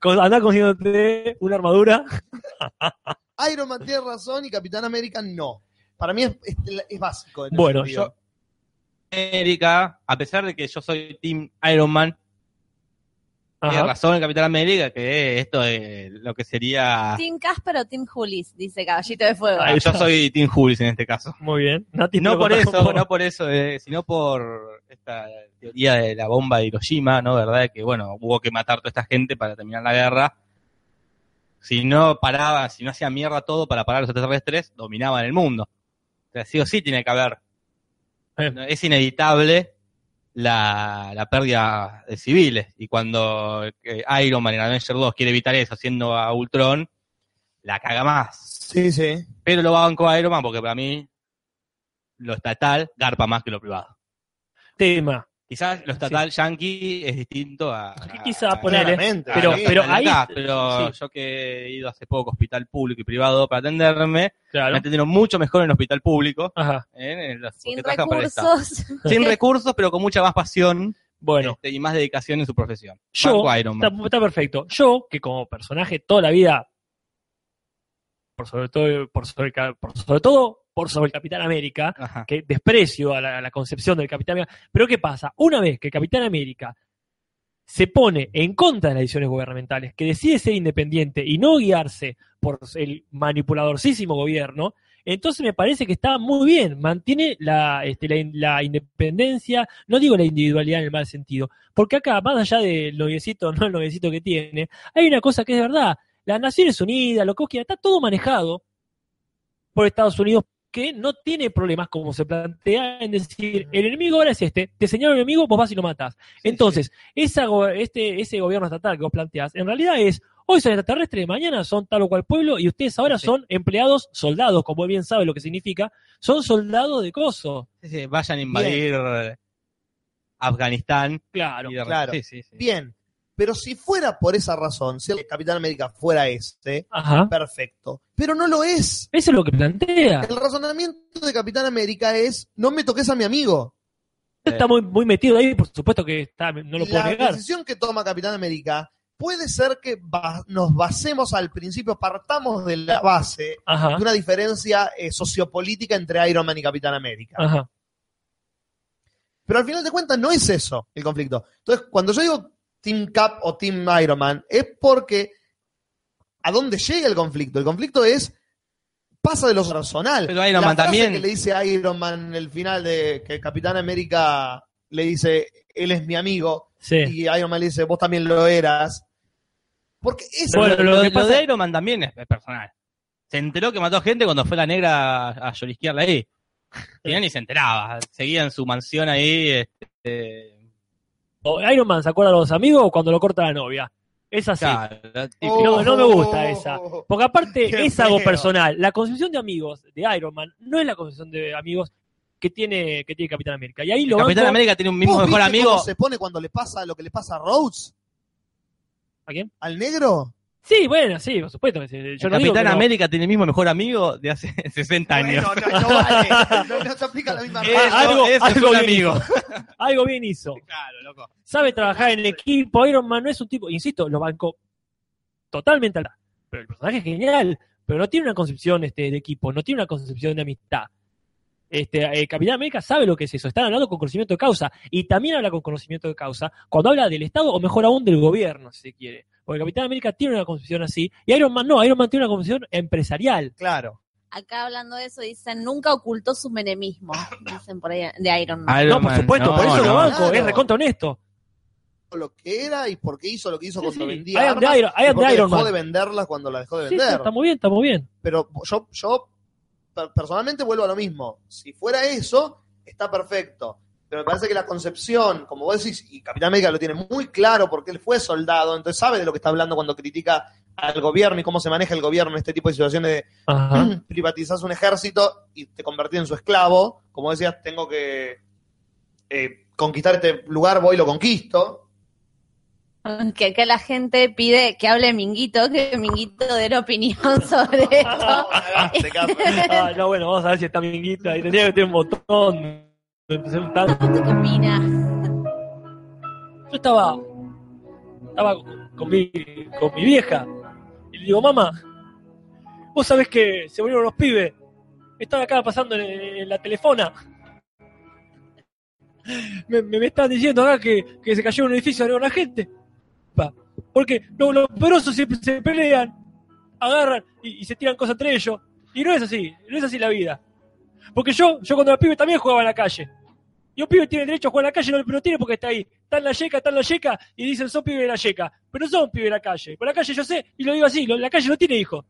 Speaker 3: Con- Andá consiguiéndote una armadura.
Speaker 1: Iron Man tiene razón y Capitán América no. Para mí es, es- es básico. en ese
Speaker 3: Bueno,
Speaker 1: sentido.
Speaker 3: yo-
Speaker 4: América, a pesar de que yo soy Team Iron Man, tiene
Speaker 3: Ajá.
Speaker 4: razón el Capitán América que esto es lo que sería.
Speaker 2: Team Casper o Team Julis, dice Caballito de Fuego.
Speaker 4: Ah, yo soy Team Julis en este caso.
Speaker 3: Muy bien. Nati,
Speaker 4: No
Speaker 3: te lo
Speaker 4: por
Speaker 3: contaron
Speaker 4: eso,
Speaker 3: vos.
Speaker 4: no por eso, eh, sino por esta teoría de la bomba de Hiroshima, ¿no? ¿Verdad? Que, bueno, hubo que matar toda esta gente para terminar la guerra. Si no paraba, si no hacía mierda todo para parar a los extraterrestres, dominaban el mundo. O sea, sí o sí tiene que haber.
Speaker 3: Eh.
Speaker 4: No, Es inevitable la, la pérdida de civiles. Y cuando eh, Iron Man en Avenger 2 quiere evitar eso haciendo a Ultron, la caga más.
Speaker 1: Sí, sí.
Speaker 4: Pero lo banco a Iron Man porque para mí lo estatal garpa más que lo privado.
Speaker 3: Tema.
Speaker 4: Quizás lo estatal yankee es distinto a.
Speaker 3: Sí, quizá,
Speaker 4: a-
Speaker 3: ponele.
Speaker 1: Claramente.
Speaker 3: Pero-
Speaker 1: Sí.
Speaker 3: pero
Speaker 4: a-
Speaker 3: ahí-
Speaker 4: acá, pero
Speaker 3: sí.
Speaker 4: yo que he ido hace poco a hospital público y privado para atenderme, me
Speaker 3: Claro.
Speaker 4: atendieron mucho mejor en el hospital público.
Speaker 3: Ajá.
Speaker 4: ¿eh? En los-
Speaker 2: Sin
Speaker 4: porque trabajan para el Estado.
Speaker 2: recursos.
Speaker 4: Sin recursos, pero con mucha más pasión
Speaker 3: Bueno,
Speaker 4: este, y más dedicación en su profesión.
Speaker 3: Yo-
Speaker 4: Banco Iron Man.
Speaker 3: Está, está perfecto. Yo, que como personaje toda la vida, por sobre todo, por sobre, ca- por sobre todo, por sobre el Capitán América,
Speaker 4: Ajá.
Speaker 3: que desprecio a la, a la concepción del Capitán América. Pero ¿qué pasa? Una vez que el Capitán América se pone en contra de las decisiones gubernamentales, que decide ser independiente y no guiarse por el manipuladorcísimo gobierno, entonces me parece que está muy bien, mantiene la, este, la, in- la independencia, no digo la individualidad en el mal sentido, porque acá, más allá del noviecito no el noviecito que tiene, hay una cosa que es verdad, las Naciones Unidas, lo que vos quieras, está todo manejado por Estados Unidos, que no tiene problemas como se plantea en decir, el enemigo ahora es este, te señalo el enemigo, vos vas y lo matas. Entonces, esa go- este, ese gobierno estatal que vos planteás, en realidad es, hoy son extraterrestres, mañana son tal o cual pueblo, y ustedes ahora
Speaker 4: Sí.
Speaker 3: son empleados, soldados, como bien sabe lo que significa, son soldados de coso.
Speaker 4: Sí, sí, Vayan a invadir eh, Afganistán.
Speaker 3: Claro.
Speaker 4: y de-
Speaker 1: Claro.
Speaker 4: sí, sí, sí.
Speaker 1: Bien. Pero si fuera por esa razón, si el Capitán América fuera este,
Speaker 3: Ajá.
Speaker 1: perfecto. Pero no lo es.
Speaker 3: Eso es lo que plantea.
Speaker 1: El razonamiento de Capitán América es, no me toques a mi amigo.
Speaker 3: Está muy, muy metido ahí, por supuesto que está, no lo puedo
Speaker 1: la
Speaker 3: negar.
Speaker 1: decisión que toma Capitán América puede ser que ba- nos basemos al principio, partamos de la base
Speaker 3: Ajá.
Speaker 1: de una diferencia eh, sociopolítica entre Iron Man y Capitán América.
Speaker 3: Ajá.
Speaker 1: Pero al final de cuentas no es eso el conflicto. Entonces, cuando yo digo Team Cap o Team Iron Man, es porque a dónde llega el conflicto. El conflicto es pasa de lo personal.
Speaker 4: Pero Iron
Speaker 1: La
Speaker 4: Man
Speaker 1: frase
Speaker 4: también.
Speaker 1: que le dice Iron Man en el final de que Capitán América le dice, él es mi amigo,
Speaker 3: Sí.
Speaker 1: y Iron Man le dice, vos también lo eras. Porque eso
Speaker 3: Bueno,
Speaker 4: lo,
Speaker 3: lo
Speaker 4: lo-
Speaker 3: que
Speaker 4: lo
Speaker 3: pasa-
Speaker 4: de Iron Man también es personal. Se enteró que mató a gente cuando fue la negra a, a llorisquearla ahí. Y ni se enteraba. Seguía en su mansión ahí. Este,
Speaker 3: O Iron Man se acuerda de los amigos o cuando lo corta la novia. Es así.
Speaker 4: claro,
Speaker 3: Oh,
Speaker 4: típico.
Speaker 3: No, no me
Speaker 1: Oh.
Speaker 3: gusta esa. Porque aparte
Speaker 1: Qué
Speaker 3: es algo
Speaker 1: feo.
Speaker 3: personal. La concepción de amigos de Iron Man no es la concepción de amigos que tiene, que tiene Capitán América. Y ahí lo
Speaker 4: Capitán
Speaker 3: banco-
Speaker 4: América tiene un
Speaker 1: ¿Vos
Speaker 4: mismo mejor
Speaker 1: viste
Speaker 4: amigo.
Speaker 1: cómo se pone cuando le pasa lo que le pasa a Rhodes?
Speaker 3: ¿A quién?
Speaker 1: ¿Al negro?
Speaker 3: Sí, bueno, sí, por supuesto. que sí. Yo no digo
Speaker 4: Capitán
Speaker 3: que no.
Speaker 4: América tiene el mismo mejor amigo de hace 60 años.
Speaker 1: Bueno, no, no vale. No, no te aplica la misma
Speaker 4: Eso,
Speaker 1: regla.
Speaker 3: algo-
Speaker 4: eso es
Speaker 3: algo
Speaker 4: un
Speaker 3: bien
Speaker 4: amigo.
Speaker 3: Algo bien hizo.
Speaker 4: Claro, loco.
Speaker 3: Sabe trabajar en equipo. Iron Man no es un tipo, insisto, lo banco totalmente al. Pero el personaje es genial. Pero no tiene una concepción este, de equipo, no tiene una concepción de amistad. Este, eh, Capitán América sabe lo que es eso. Están hablando con conocimiento de causa. Y también habla con conocimiento de causa cuando habla del Estado o mejor aún del gobierno, si se quiere. Porque Capitán América tiene una concepción así. Y Iron Man no, Iron Man tiene una concepción empresarial.
Speaker 1: Claro.
Speaker 2: Acá hablando de eso, dicen, nunca ocultó su menemismo, dicen por ahí, de Iron Man.
Speaker 4: Iron
Speaker 3: no, por
Speaker 4: Man,
Speaker 3: supuesto,
Speaker 4: no,
Speaker 3: por eso
Speaker 4: no.
Speaker 3: lo banco,
Speaker 1: Claro.
Speaker 3: es recontra honesto.
Speaker 1: Lo que era y por qué hizo lo que hizo
Speaker 3: Sí,
Speaker 1: cuando
Speaker 3: sí.
Speaker 1: vendía
Speaker 3: I am the
Speaker 1: armas
Speaker 3: Iron- I am
Speaker 1: y por
Speaker 3: the
Speaker 1: qué
Speaker 3: Iron
Speaker 1: dejó
Speaker 3: Man.
Speaker 1: de venderlas cuando las dejó de
Speaker 3: Sí, sí,
Speaker 1: vender.
Speaker 3: está muy bien, está muy bien.
Speaker 1: Pero yo, yo per- personalmente vuelvo a lo mismo. Si fuera eso, está perfecto. Pero me parece que la concepción, como vos decís, y Capitán América lo tiene muy claro porque él fue soldado, entonces sabe de lo que está hablando cuando critica al gobierno y cómo se maneja el gobierno en este tipo de situaciones de
Speaker 3: Ajá.
Speaker 1: privatizás un ejército y te convertís en su esclavo. Como decías, tengo que eh, conquistar este lugar, voy y lo conquisto.
Speaker 2: Que acá la gente pide que hable Minguito, que Minguito dé la opinión sobre esto.
Speaker 1: Te quedas-
Speaker 3: Ah, no, bueno, vamos a ver si está minguita. Y tenía que tener un botón. Empecé un tanto.
Speaker 2: ¿Tú qué opinas?
Speaker 3: Yo estaba. Estaba con mi, con mi vieja. Y le digo, mamá, vos sabés que se murieron los pibes. Estaba acá pasando en, en la telefona. Me, me, me están diciendo acá que, que se cayó un edificio de una gente. Pa, Porque los, los poderosos siempre se pelean, agarran y, y se tiran cosas entre ellos. Y no es así, no es así la vida. Porque yo, yo cuando era pibe también jugaba en la calle. Y un pibe tiene derecho a jugar en la calle, no, no tiene porque está ahí. Está en la yeca, está en la yeca, y dicen son pibe de la yeca. Pero no son pibe de la calle. Por la calle yo sé, y lo digo así, lo- la calle no tiene hijo.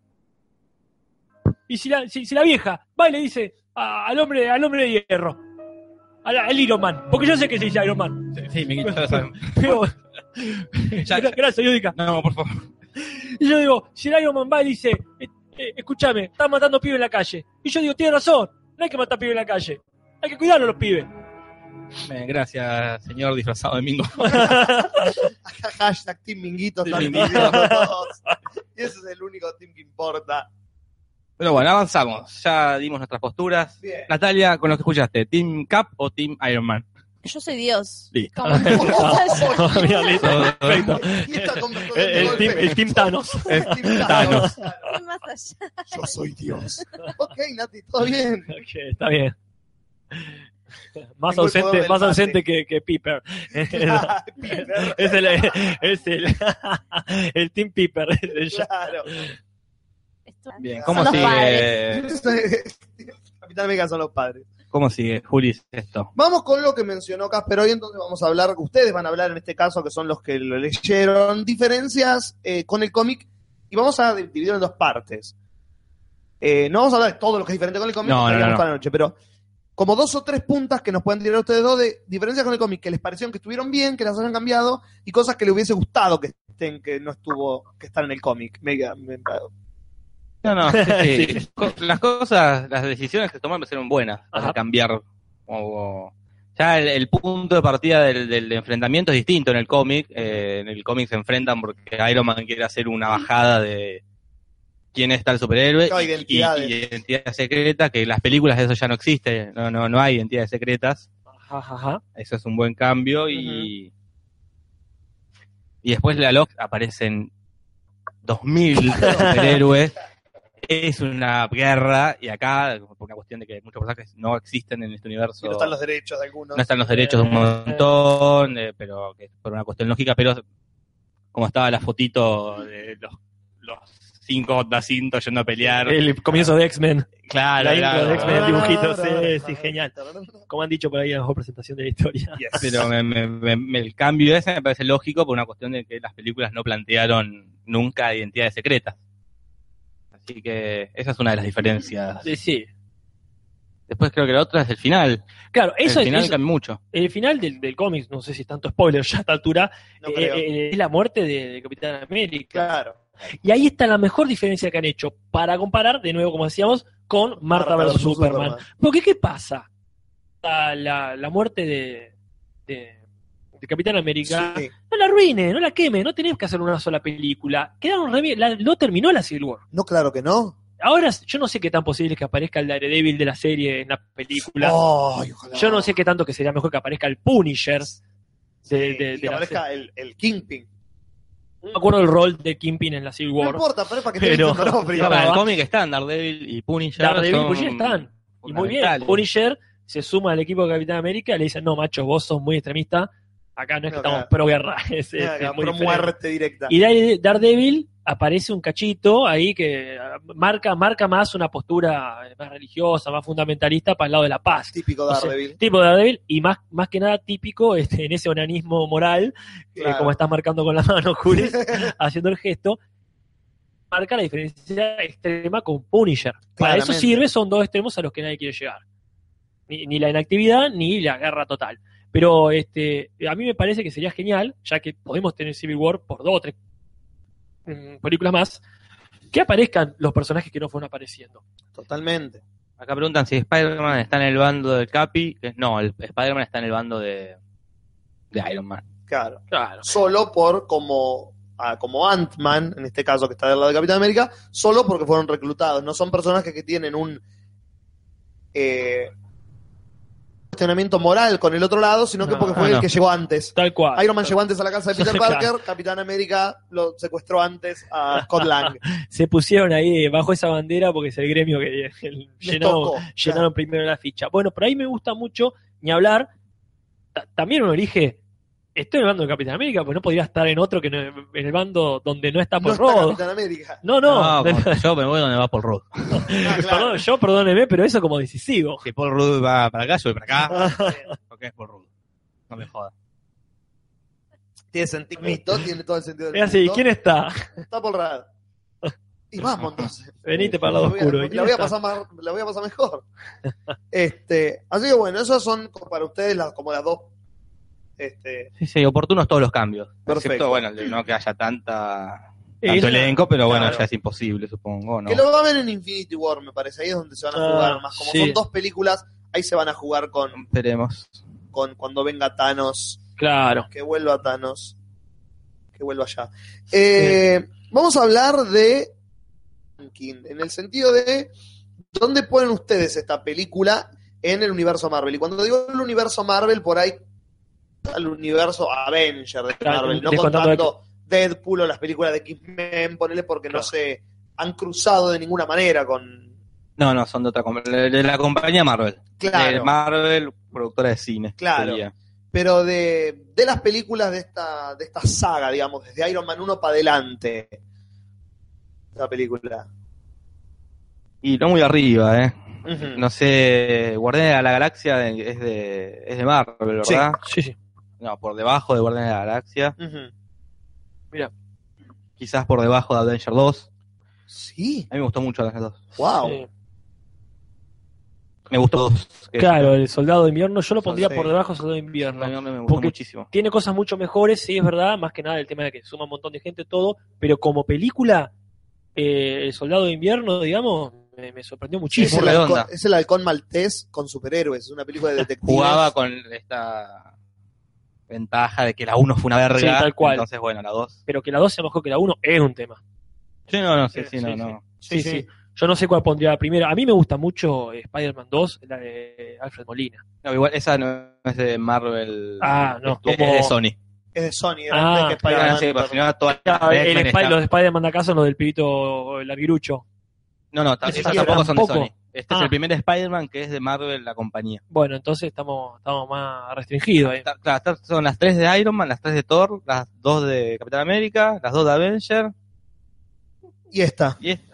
Speaker 3: Y si la, si, si la vieja va y le dice a- al hombre al hombre de hierro, a la- al Iron Man, porque yo sé que se dice Iron Man.
Speaker 4: Sí, Miguel, ya lo sabemos.
Speaker 3: Pero-
Speaker 4: Ya-
Speaker 3: Gra- gracias, Yudica.
Speaker 4: No, por favor.
Speaker 3: Y yo digo, si el Iron Man va y dice, eh, eh, escúchame, están matando pibes en la calle. Y yo digo, tiene razón, no hay que matar pibes en la calle. Hay que cuidarlo a los pibes.
Speaker 4: Bien, gracias, señor disfrazado de Mingo.
Speaker 1: Hashtag Team Minguito
Speaker 4: Team
Speaker 1: también.
Speaker 4: Minguito.
Speaker 1: todos. Y ese es el único team que importa.
Speaker 4: Pero bueno, avanzamos. Ya dimos nuestras posturas.
Speaker 1: Bien.
Speaker 4: Natalia, con lo que escuchaste, ¿Team Cap o Team Iron Man?
Speaker 2: Yo soy Dios.
Speaker 4: Listo.
Speaker 2: Como que
Speaker 3: Mira, listo, perfecto.
Speaker 1: Y esta conversación
Speaker 3: El,
Speaker 1: de
Speaker 3: el
Speaker 1: golpe.
Speaker 3: team, el team Thanos.
Speaker 1: Team
Speaker 4: Thanos.
Speaker 2: voy más allá.
Speaker 1: Yo soy Dios. Ok, Nati, todo bien.
Speaker 3: Ok, está bien.
Speaker 1: Tengo
Speaker 3: Más
Speaker 1: el poder
Speaker 3: ausente,
Speaker 1: del
Speaker 3: más
Speaker 1: mate.
Speaker 3: ausente que, que Piper. es el, es el, el Team Piper.
Speaker 1: Claro.
Speaker 2: Esto-
Speaker 4: Bien,
Speaker 1: Son
Speaker 4: ¿cómo
Speaker 2: los
Speaker 4: sigue,
Speaker 3: Eh.
Speaker 1: Capitán América son los padres.
Speaker 4: ¿cómo sigue, Julis, esto?
Speaker 1: Vamos con lo que mencionó Casper hoy, entonces vamos a hablar, ustedes van a hablar en este caso, que son los que lo leyeron, diferencias eh, con el cómic, y vamos a dividirlo en dos partes. Eh, no vamos a hablar de todo lo que es diferente con el cómic,
Speaker 4: No,
Speaker 1: porque
Speaker 4: no,
Speaker 1: estaríamos
Speaker 4: no.
Speaker 1: para la noche, pero como dos o tres puntas que nos pueden tirar ustedes dos de diferencias con el cómic, que les parecieron que estuvieron bien, que las hayan cambiado, y cosas que les hubiese gustado que estén, que no estuvo, que están en el cómic. Me- me-
Speaker 4: No, no, sí, sí. Co- las cosas, las decisiones que tomaron fueron buenas para
Speaker 3: Ajá.
Speaker 4: cambiar. como- ya el, el punto de partida del, del enfrentamiento es distinto en el cómic. Eh, en el cómic se enfrentan porque Iron Man quiere hacer una bajada de quién está el superhéroe
Speaker 1: No,
Speaker 4: y- y-
Speaker 1: identidades.
Speaker 4: y identidades secretas, que en las películas eso ya no existe, no, no, no hay identidades secretas.
Speaker 3: Ajá, ajá.
Speaker 4: Eso es un buen cambio y. Y después la LOC aparecen 2000 superhéroes es una guerra y acá, por una cuestión de que muchos personajes no existen en este universo,
Speaker 1: Y no están los derechos de algunos.
Speaker 4: no están los derechos de un montón, eh, pero que es por una cuestión lógica, pero como estaba la fotito de los, los cinco Dacintos yendo a pelear.
Speaker 3: El comienzo de X-Men.
Speaker 4: claro,
Speaker 3: la intro de
Speaker 4: claro,
Speaker 3: X-Men, el dibujito, sí, sí, genial. Como han dicho por ahí en la mejor presentación de la historia.
Speaker 1: Yes.
Speaker 4: Pero me- me- me- me- el cambio ese me parece lógico por una cuestión de que las películas no plantearon nunca identidades secretas. Así que esa es una de las diferencias.
Speaker 3: Sí, sí.
Speaker 4: Después creo que la otra es el final.
Speaker 3: Claro, eso
Speaker 4: el
Speaker 3: es.
Speaker 4: final
Speaker 3: eso-
Speaker 4: cambia mucho.
Speaker 3: el final del, del cómic, no sé si es tanto spoiler ya a esta altura,
Speaker 1: No
Speaker 3: eh,
Speaker 1: creo.
Speaker 3: eh, es la muerte de, de Capitán América.
Speaker 1: claro.
Speaker 3: Y ahí está la mejor diferencia que han hecho para comparar, de nuevo, como decíamos, con Marta vs.
Speaker 1: versus
Speaker 3: Superman. Porque, ¿qué pasa? La, la- la muerte de, de- de Capitán América.
Speaker 1: Sí.
Speaker 3: No la arruine, no la queme, no tenés que hacer una sola película. Quedaron re bien, la- no terminó la Civil War.
Speaker 1: No, claro que no.
Speaker 3: Ahora, yo no sé qué tan posible es que aparezca el Daredevil de la serie en la película.
Speaker 1: Oh, Ay, ojalá.
Speaker 3: Yo no sé qué tanto que sería mejor que aparezca el Punisher.
Speaker 1: Sí,
Speaker 3: de- de-
Speaker 1: y
Speaker 3: de
Speaker 1: que
Speaker 3: la
Speaker 1: aparezca el, el Kingpin.
Speaker 3: No me acuerdo el rol de Kingpin en la Civil
Speaker 1: No
Speaker 3: War.
Speaker 1: importa, pero es para que
Speaker 3: Pero-
Speaker 1: te vistas propio.
Speaker 4: No, para el
Speaker 3: va.
Speaker 4: cómic están Daredevil y Punisher.
Speaker 3: Daredevil y
Speaker 4: son
Speaker 3: Punisher están. Y muy bien,
Speaker 4: fundamentales.
Speaker 3: Punisher se suma al equipo de Capitán América y le dice, no, macho, vos sos muy extremista. Acá no es
Speaker 1: No,
Speaker 3: que estamos
Speaker 1: acá-
Speaker 3: pro guerra. Es, es-
Speaker 1: Nada,
Speaker 3: es muy
Speaker 1: pero
Speaker 3: diferente.
Speaker 1: muerte directa.
Speaker 3: Y Dare- Daredevil aparece un cachito ahí que ah, marca, marca más una postura eh, más religiosa, más fundamentalista para el lado de la paz.
Speaker 1: Típico
Speaker 3: O sea,
Speaker 1: Daredevil.
Speaker 3: Tipo de Daredevil y más, más que nada típico este, en ese onanismo moral, eh,
Speaker 1: Claro.
Speaker 3: como estás marcando con la mano, Juli, haciendo el gesto, marca la diferencia extrema con Punisher. Para eso
Speaker 1: Claramente.
Speaker 3: sirve, son dos extremos a los que nadie quiere llegar. Ni, ni la inactividad ni la guerra total. Pero este, a mí me parece que sería genial, ya que podemos tener Civil War por dos o tres mm, películas más, que aparezcan los personajes que no fueron apareciendo.
Speaker 1: Totalmente.
Speaker 4: Acá preguntan si Spider-Man está en el bando del Capi. que No, el Spider-Man está en el bando de, de Iron Man.
Speaker 1: Claro.
Speaker 3: Claro.
Speaker 1: Solo por como, ah, como Ant-Man, en este caso que está del lado de Capitán América, solo porque fueron reclutados. No son personajes que tienen un eh, cuestionamiento moral con el otro lado, sino que
Speaker 3: No,
Speaker 1: porque fue
Speaker 4: no,
Speaker 1: el
Speaker 4: no.
Speaker 1: que llegó antes.
Speaker 3: Tal cual.
Speaker 1: Iron Man llegó antes a la casa de Peter
Speaker 3: Claro.
Speaker 1: Parker, Capitán América lo secuestró antes a Scott Lang.
Speaker 3: se pusieron ahí bajo esa bandera porque es el gremio que eh,
Speaker 1: Le
Speaker 3: llenaron,
Speaker 1: tocó.
Speaker 3: llenaron primero la ficha. Bueno, por ahí me gusta mucho ni hablar. Ta- También uno elige, estoy en el bando de Capitán América, pues no podría estar en otro que no- en el bando donde no está
Speaker 1: No
Speaker 3: por
Speaker 1: está
Speaker 3: rodo.
Speaker 1: Capitán América.
Speaker 3: No, no,
Speaker 4: Ah, como que yo me voy donde va Paul Rudd.
Speaker 1: Ah,
Speaker 3: Perdón,
Speaker 1: claro.
Speaker 3: yo perdóneme, pero eso como decisivo.
Speaker 4: Si Paul Rudd va para acá, yo voy para acá. Porque es Paul Rudd. No me jodas.
Speaker 1: Tiene sentido, tiene todo el sentido del
Speaker 3: Es así,
Speaker 1: mundo.
Speaker 3: ¿quién está?
Speaker 1: Está por Rad. Y vamos entonces.
Speaker 3: Venite para el lado
Speaker 1: La voy a-
Speaker 3: oscuro. ¿y
Speaker 1: La
Speaker 3: quién
Speaker 1: voy, a
Speaker 3: está?
Speaker 1: pasar más- la voy a pasar mejor. Este, así que bueno, esas son como para ustedes las, como las dos. Este,
Speaker 4: Sí, sí, oportunos todos los cambios.
Speaker 1: Perfecto.
Speaker 4: Excepto, bueno, el de no que haya tanta,
Speaker 3: Eh,
Speaker 4: tanto
Speaker 3: no,
Speaker 4: elenco, pero bueno,
Speaker 1: Claro.
Speaker 4: ya es imposible, supongo, ¿no?
Speaker 1: Que lo va a ver en Infinity War, me parece. Ahí es donde se van a
Speaker 3: Ah,
Speaker 1: jugar más. Como
Speaker 3: sí.
Speaker 1: son dos películas, ahí se van a jugar con,
Speaker 4: Esperemos.
Speaker 1: con cuando venga Thanos.
Speaker 3: Claro.
Speaker 1: Que vuelva Thanos. Que vuelva ya. Eh, Vamos a hablar de ranking, en el sentido de dónde ponen ustedes esta película en el universo Marvel. Y cuando digo el universo Marvel, por ahí al universo Avenger de
Speaker 3: Claro,
Speaker 1: Marvel, no
Speaker 3: descontando
Speaker 1: contando Deadpool o las películas de X-Men, ponele porque no
Speaker 3: Claro.
Speaker 1: se han cruzado de ninguna manera con...
Speaker 4: No, no, son de otra com- de la compañía Marvel.
Speaker 1: Claro.
Speaker 4: De Marvel, productora de cine.
Speaker 1: Claro.
Speaker 4: sería.
Speaker 1: pero de, de las películas de esta, de esta saga, digamos, desde Iron Man 1 para adelante. La película.
Speaker 4: Y no muy arriba, ¿eh?
Speaker 1: Ujú.
Speaker 4: No sé, Guardianes de la Galaxia de- es de, es de Marvel,
Speaker 1: Sí.
Speaker 4: ¿verdad?
Speaker 3: Sí, sí.
Speaker 4: No, por debajo de Guardianes de la Galaxia.
Speaker 1: Ujú.
Speaker 4: Quizás por debajo de Avenger 2.
Speaker 1: Sí,
Speaker 4: A mí me gustó mucho Avenger 2.
Speaker 1: wow.
Speaker 3: Eh,
Speaker 4: Me gustó dos. que-
Speaker 3: claro, el soldado de invierno, yo lo pondría
Speaker 1: sí.
Speaker 3: por debajo del soldado de
Speaker 4: a
Speaker 3: invierno.
Speaker 4: mí me gustó
Speaker 3: Porque-
Speaker 4: muchísimo.
Speaker 3: tiene cosas mucho mejores, sí, es verdad, más que nada el tema de que suma un montón de gente, todo, pero como película, eh, El Soldado de Invierno, digamos, me, me sorprendió
Speaker 1: Es
Speaker 3: muchísimo.
Speaker 1: el,
Speaker 4: Muy redonda.
Speaker 1: halcón, es el halcón maltés con superhéroes, es una película de detectives.
Speaker 4: jugaba con esta ventaja de que la 1 fue una verga.
Speaker 3: Sí, tal cual.
Speaker 4: Entonces, bueno, la 2.
Speaker 3: Pero que la 2 sea mejor que la 1 es un tema.
Speaker 4: Sí, no, no, sí,
Speaker 3: Eh,
Speaker 4: sí,
Speaker 3: sí,
Speaker 4: no,
Speaker 3: sí.
Speaker 4: no.
Speaker 3: Sí, sí. Yo no sé cuál pondría la primera. A mí me gusta mucho eh, Spider-Man 2, la de Alfred Molina.
Speaker 4: No, igual esa no es de Marvel.
Speaker 3: Ah, no,
Speaker 4: es,
Speaker 3: como-
Speaker 4: es de Sony.
Speaker 1: Es de Sony, de
Speaker 3: Ah,
Speaker 1: repente que Spider-Man-
Speaker 4: Ah, sí, porque si no, toda
Speaker 3: El
Speaker 4: X-Men
Speaker 3: Spy-
Speaker 4: está-
Speaker 3: los de Spider-Man de acá son los del pibito eh, larguirucho.
Speaker 4: No, no, ta-
Speaker 3: Ese
Speaker 4: esas
Speaker 1: también,
Speaker 4: tampoco son de
Speaker 3: tampoco.
Speaker 4: Sony. Este es
Speaker 3: Ah.
Speaker 4: el primer Spider-Man que es de Marvel, la compañía.
Speaker 3: Bueno, entonces estamos, estamos más restringidos. eh. ahí.
Speaker 4: Ta- claro, estas son las tres de Iron Man, las tres de Thor, las dos de Capitán América, las dos de Avenger
Speaker 1: Y esta.
Speaker 4: y esta.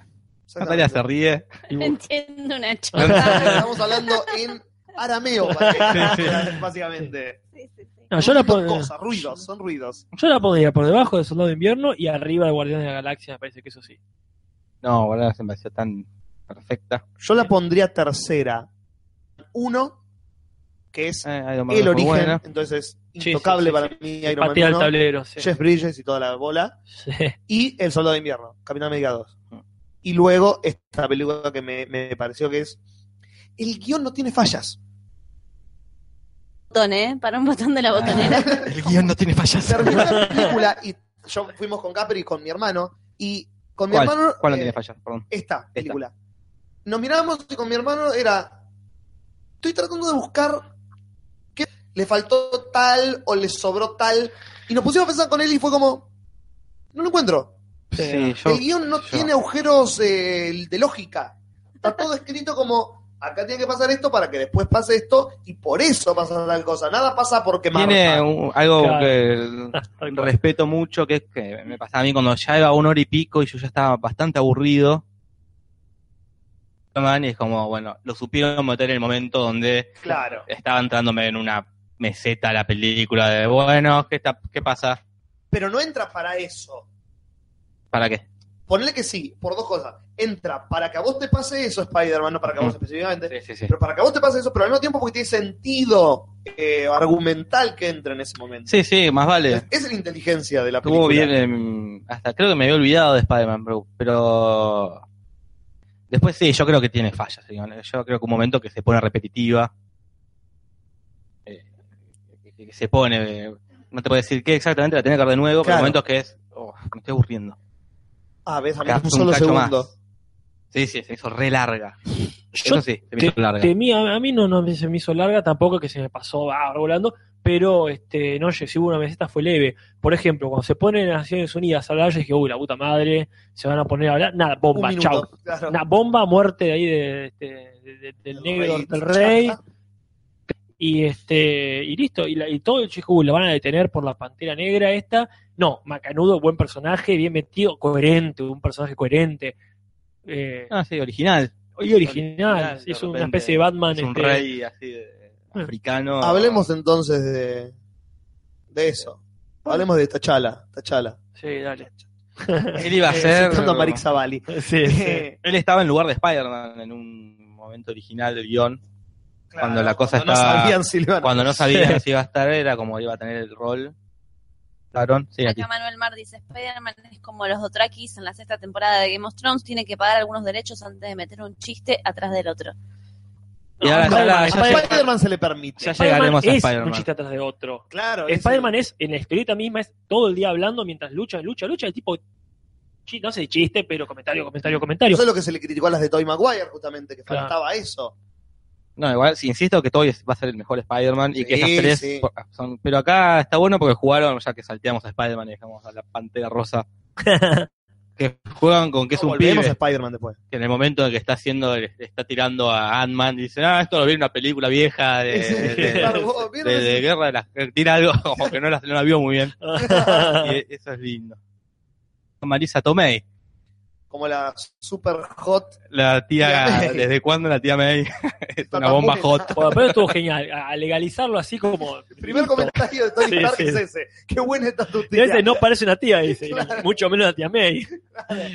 Speaker 4: Natalia se ríe.
Speaker 3: Y bueno,
Speaker 2: Entiendo, Nacho.
Speaker 1: Estamos hablando en arameo, básicamente.
Speaker 3: no, yo, la
Speaker 1: Son
Speaker 3: pon-
Speaker 1: cosas, ruidos, son ruidos.
Speaker 3: yo la pondría por debajo de Soldado de Invierno y arriba de Guardianes de la Galaxia, me parece que eso sí.
Speaker 4: No, boludo, se me pareció tan perfecta.
Speaker 1: Yo la pondría tercera. Uno, que es
Speaker 4: Eh, Iron Man
Speaker 1: el
Speaker 4: fue
Speaker 1: origen,
Speaker 4: buena.
Speaker 1: entonces
Speaker 3: sí,
Speaker 1: intocable
Speaker 3: sí,
Speaker 1: para mí Iron Man
Speaker 3: Patea el
Speaker 1: 1,
Speaker 3: tablero, sí.
Speaker 1: Jeff Bridges y toda la bola,
Speaker 3: Sí.
Speaker 1: y El Soldado de Invierno, Capitán América 2.
Speaker 4: Mm.
Speaker 1: Y luego esta película que me, me pareció que es... El guión no tiene fallas.
Speaker 2: Botón, ¿eh? Para un botón de la botonera.
Speaker 4: El guión no tiene fallas.
Speaker 1: Terminó la película y yo fuimos con Capri y con mi hermano, y con mi
Speaker 4: ¿Cuál?
Speaker 1: hermano...
Speaker 4: ¿Cuál no
Speaker 1: eh,
Speaker 4: tiene fallas? Perdón.
Speaker 1: esta película. Nos mirábamos y con mi hermano era. Estoy tratando de buscar qué le faltó tal o le sobró tal. Y nos pusimos a pensar con él y fue como. No lo encuentro.
Speaker 4: Sí, yo-
Speaker 1: El guión no
Speaker 4: yo-
Speaker 1: tiene agujeros eh, de lógica. Está todo escrito como. Acá tiene que pasar esto para que después pase esto y por eso pasa tal cosa. Nada pasa porque
Speaker 4: Tiene
Speaker 1: Marta.
Speaker 4: un- algo
Speaker 3: Claro.
Speaker 4: que
Speaker 3: Tal cual.
Speaker 4: respeto mucho, que es que me pasaba a mí cuando ya iba una hora y pico y yo ya estaba bastante aburrido. Iron Man Y es como, bueno, lo supieron meter en el momento donde
Speaker 1: Claro.
Speaker 4: estaba entrándome en una meseta la película de, bueno, ¿qué, está, qué pasa?
Speaker 1: Pero no entra para eso.
Speaker 4: ¿Para qué?
Speaker 1: Ponle que sí, por dos cosas. Entra para que a vos te pase eso, Spider-Man, no para que a vos
Speaker 4: Ujú.
Speaker 1: específicamente,
Speaker 4: Sí, sí, sí.
Speaker 1: pero para que a vos te pase eso, pero al mismo tiempo porque tiene sentido eh, argumental que entra en ese momento.
Speaker 4: Sí, sí, más vale.
Speaker 1: Es, es la inteligencia de la
Speaker 4: Estuvo
Speaker 1: película.
Speaker 4: bien, em, hasta creo que me había olvidado de Spider-Man, bro, pero después sí, yo creo que tiene fallas. ¿sí? Yo creo que un momento que se pone repetitiva, eh, que, que se pone, eh, no te puedo decir qué exactamente, la tiene que ver de nuevo, pero
Speaker 1: Claro.
Speaker 4: hay momentos que es, oh, me estoy aburriendo.
Speaker 1: Ah, ves, a mí
Speaker 4: Acá
Speaker 1: un
Speaker 4: un
Speaker 1: solo
Speaker 4: cacho
Speaker 1: segundo.
Speaker 4: más. Sí, sí, se hizo re larga.
Speaker 3: Yo
Speaker 4: Eso sí, se me
Speaker 3: Te-
Speaker 4: hizo larga.
Speaker 3: temí- a, a mí no, no se me hizo larga, tampoco que se me pasó ah, volando, pero este, no, lle- si hubo una meseta fue leve. Por ejemplo, cuando se ponen en Naciones Unidas a hablar, yo dije, uy, la puta madre, se van a poner a hablar. Nada,
Speaker 1: Un
Speaker 3: bomba,
Speaker 1: minuto.
Speaker 3: chau.
Speaker 1: claro.
Speaker 3: Una bomba, muerte de ahí de, este, de- de- del
Speaker 1: El
Speaker 3: negro,
Speaker 1: rey.
Speaker 3: del rey. Y este y listo, y, la- y todo el chico, uy, la van a detener por la pantera negra esta. No, Macanudo, buen personaje, bien metido, coherente, un personaje coherente. Eh,
Speaker 4: Ah, sí, original.
Speaker 3: y original,
Speaker 4: de
Speaker 3: es una
Speaker 4: repente,
Speaker 3: especie de Batman.
Speaker 4: Es un
Speaker 3: este,
Speaker 4: rey así de-
Speaker 3: Mm.
Speaker 4: africano.
Speaker 1: Hablemos entonces de, de eso. Hablemos de Tachala. Tachala.
Speaker 3: Sí, dale.
Speaker 4: Él iba a
Speaker 1: Eh,
Speaker 4: ser...
Speaker 1: citando a Eh, Marik Zavalli.
Speaker 3: Sí,
Speaker 1: sí.
Speaker 4: Él estaba en lugar de Spider-Man en un momento original del guión. Cuando la cosa
Speaker 1: cuando
Speaker 4: estaba-
Speaker 1: No sabían si le iban a-
Speaker 4: Cuando no sabía si iba a estar, era como iba a tener el rol. ¿Claro? Sí, aquí.
Speaker 2: Acá Manuel Mar dice, Spider-Man es como los Dothrakis en la sexta temporada de Game of Thrones, tiene que pagar algunos derechos antes de meter un chiste atrás del otro.
Speaker 4: Y ahora ya, la-
Speaker 1: A
Speaker 4: ya
Speaker 3: Spider-Man-
Speaker 4: llega-
Speaker 1: Spider-Man se le permite.
Speaker 4: ya
Speaker 3: Spider-Man
Speaker 4: llegaremos a
Speaker 3: es un
Speaker 4: Spider-Man.
Speaker 3: chiste atrás de otro.
Speaker 1: Claro. es-
Speaker 3: Spider-Man es, en la historieta misma, es todo el día hablando mientras lucha, lucha, lucha. El tipo, chi- no sé, chiste, pero comentario, comentario, comentario.
Speaker 1: Eso es lo que se le criticó a las de Toy Maguire, justamente, que
Speaker 3: Claro.
Speaker 1: faltaba eso.
Speaker 4: No, igual, sí, insisto que Toby va a ser el mejor Spider-Man y que
Speaker 1: Sí,
Speaker 4: esas tres
Speaker 1: sí.
Speaker 4: por- son. Pero acá está bueno porque jugaron, ya que salteamos a Spider-Man y dejamos a la pantera rosa. que juegan con que es
Speaker 1: No,
Speaker 4: un
Speaker 1: volvemos
Speaker 4: pibe.
Speaker 1: a Spider-Man después.
Speaker 4: que en el momento en que está haciendo, está tirando a Ant-Man, dice, ah, esto lo vi en una película vieja de, de-
Speaker 1: Star Wars, ¿vieron
Speaker 4: de,
Speaker 1: ese?
Speaker 4: de guerra de las que tira algo como que no la, no la vio muy bien. Y e- eso es lindo. Marisa Tomei,
Speaker 1: Como la super hot.
Speaker 4: la tía,
Speaker 1: Tía May.
Speaker 4: desde cuándo la tía May es una
Speaker 1: Tata
Speaker 4: bomba
Speaker 1: Mune.
Speaker 4: hot.
Speaker 3: Bueno, pero estuvo genial. A a legalizarlo así como.
Speaker 1: El primer comentario de Tony
Speaker 3: Sí,
Speaker 1: Stark
Speaker 3: sí.
Speaker 1: es ese. Qué buena está tu tía.
Speaker 3: Este no parece una tía, dice.
Speaker 1: Claro.
Speaker 3: Mucho menos la tía May.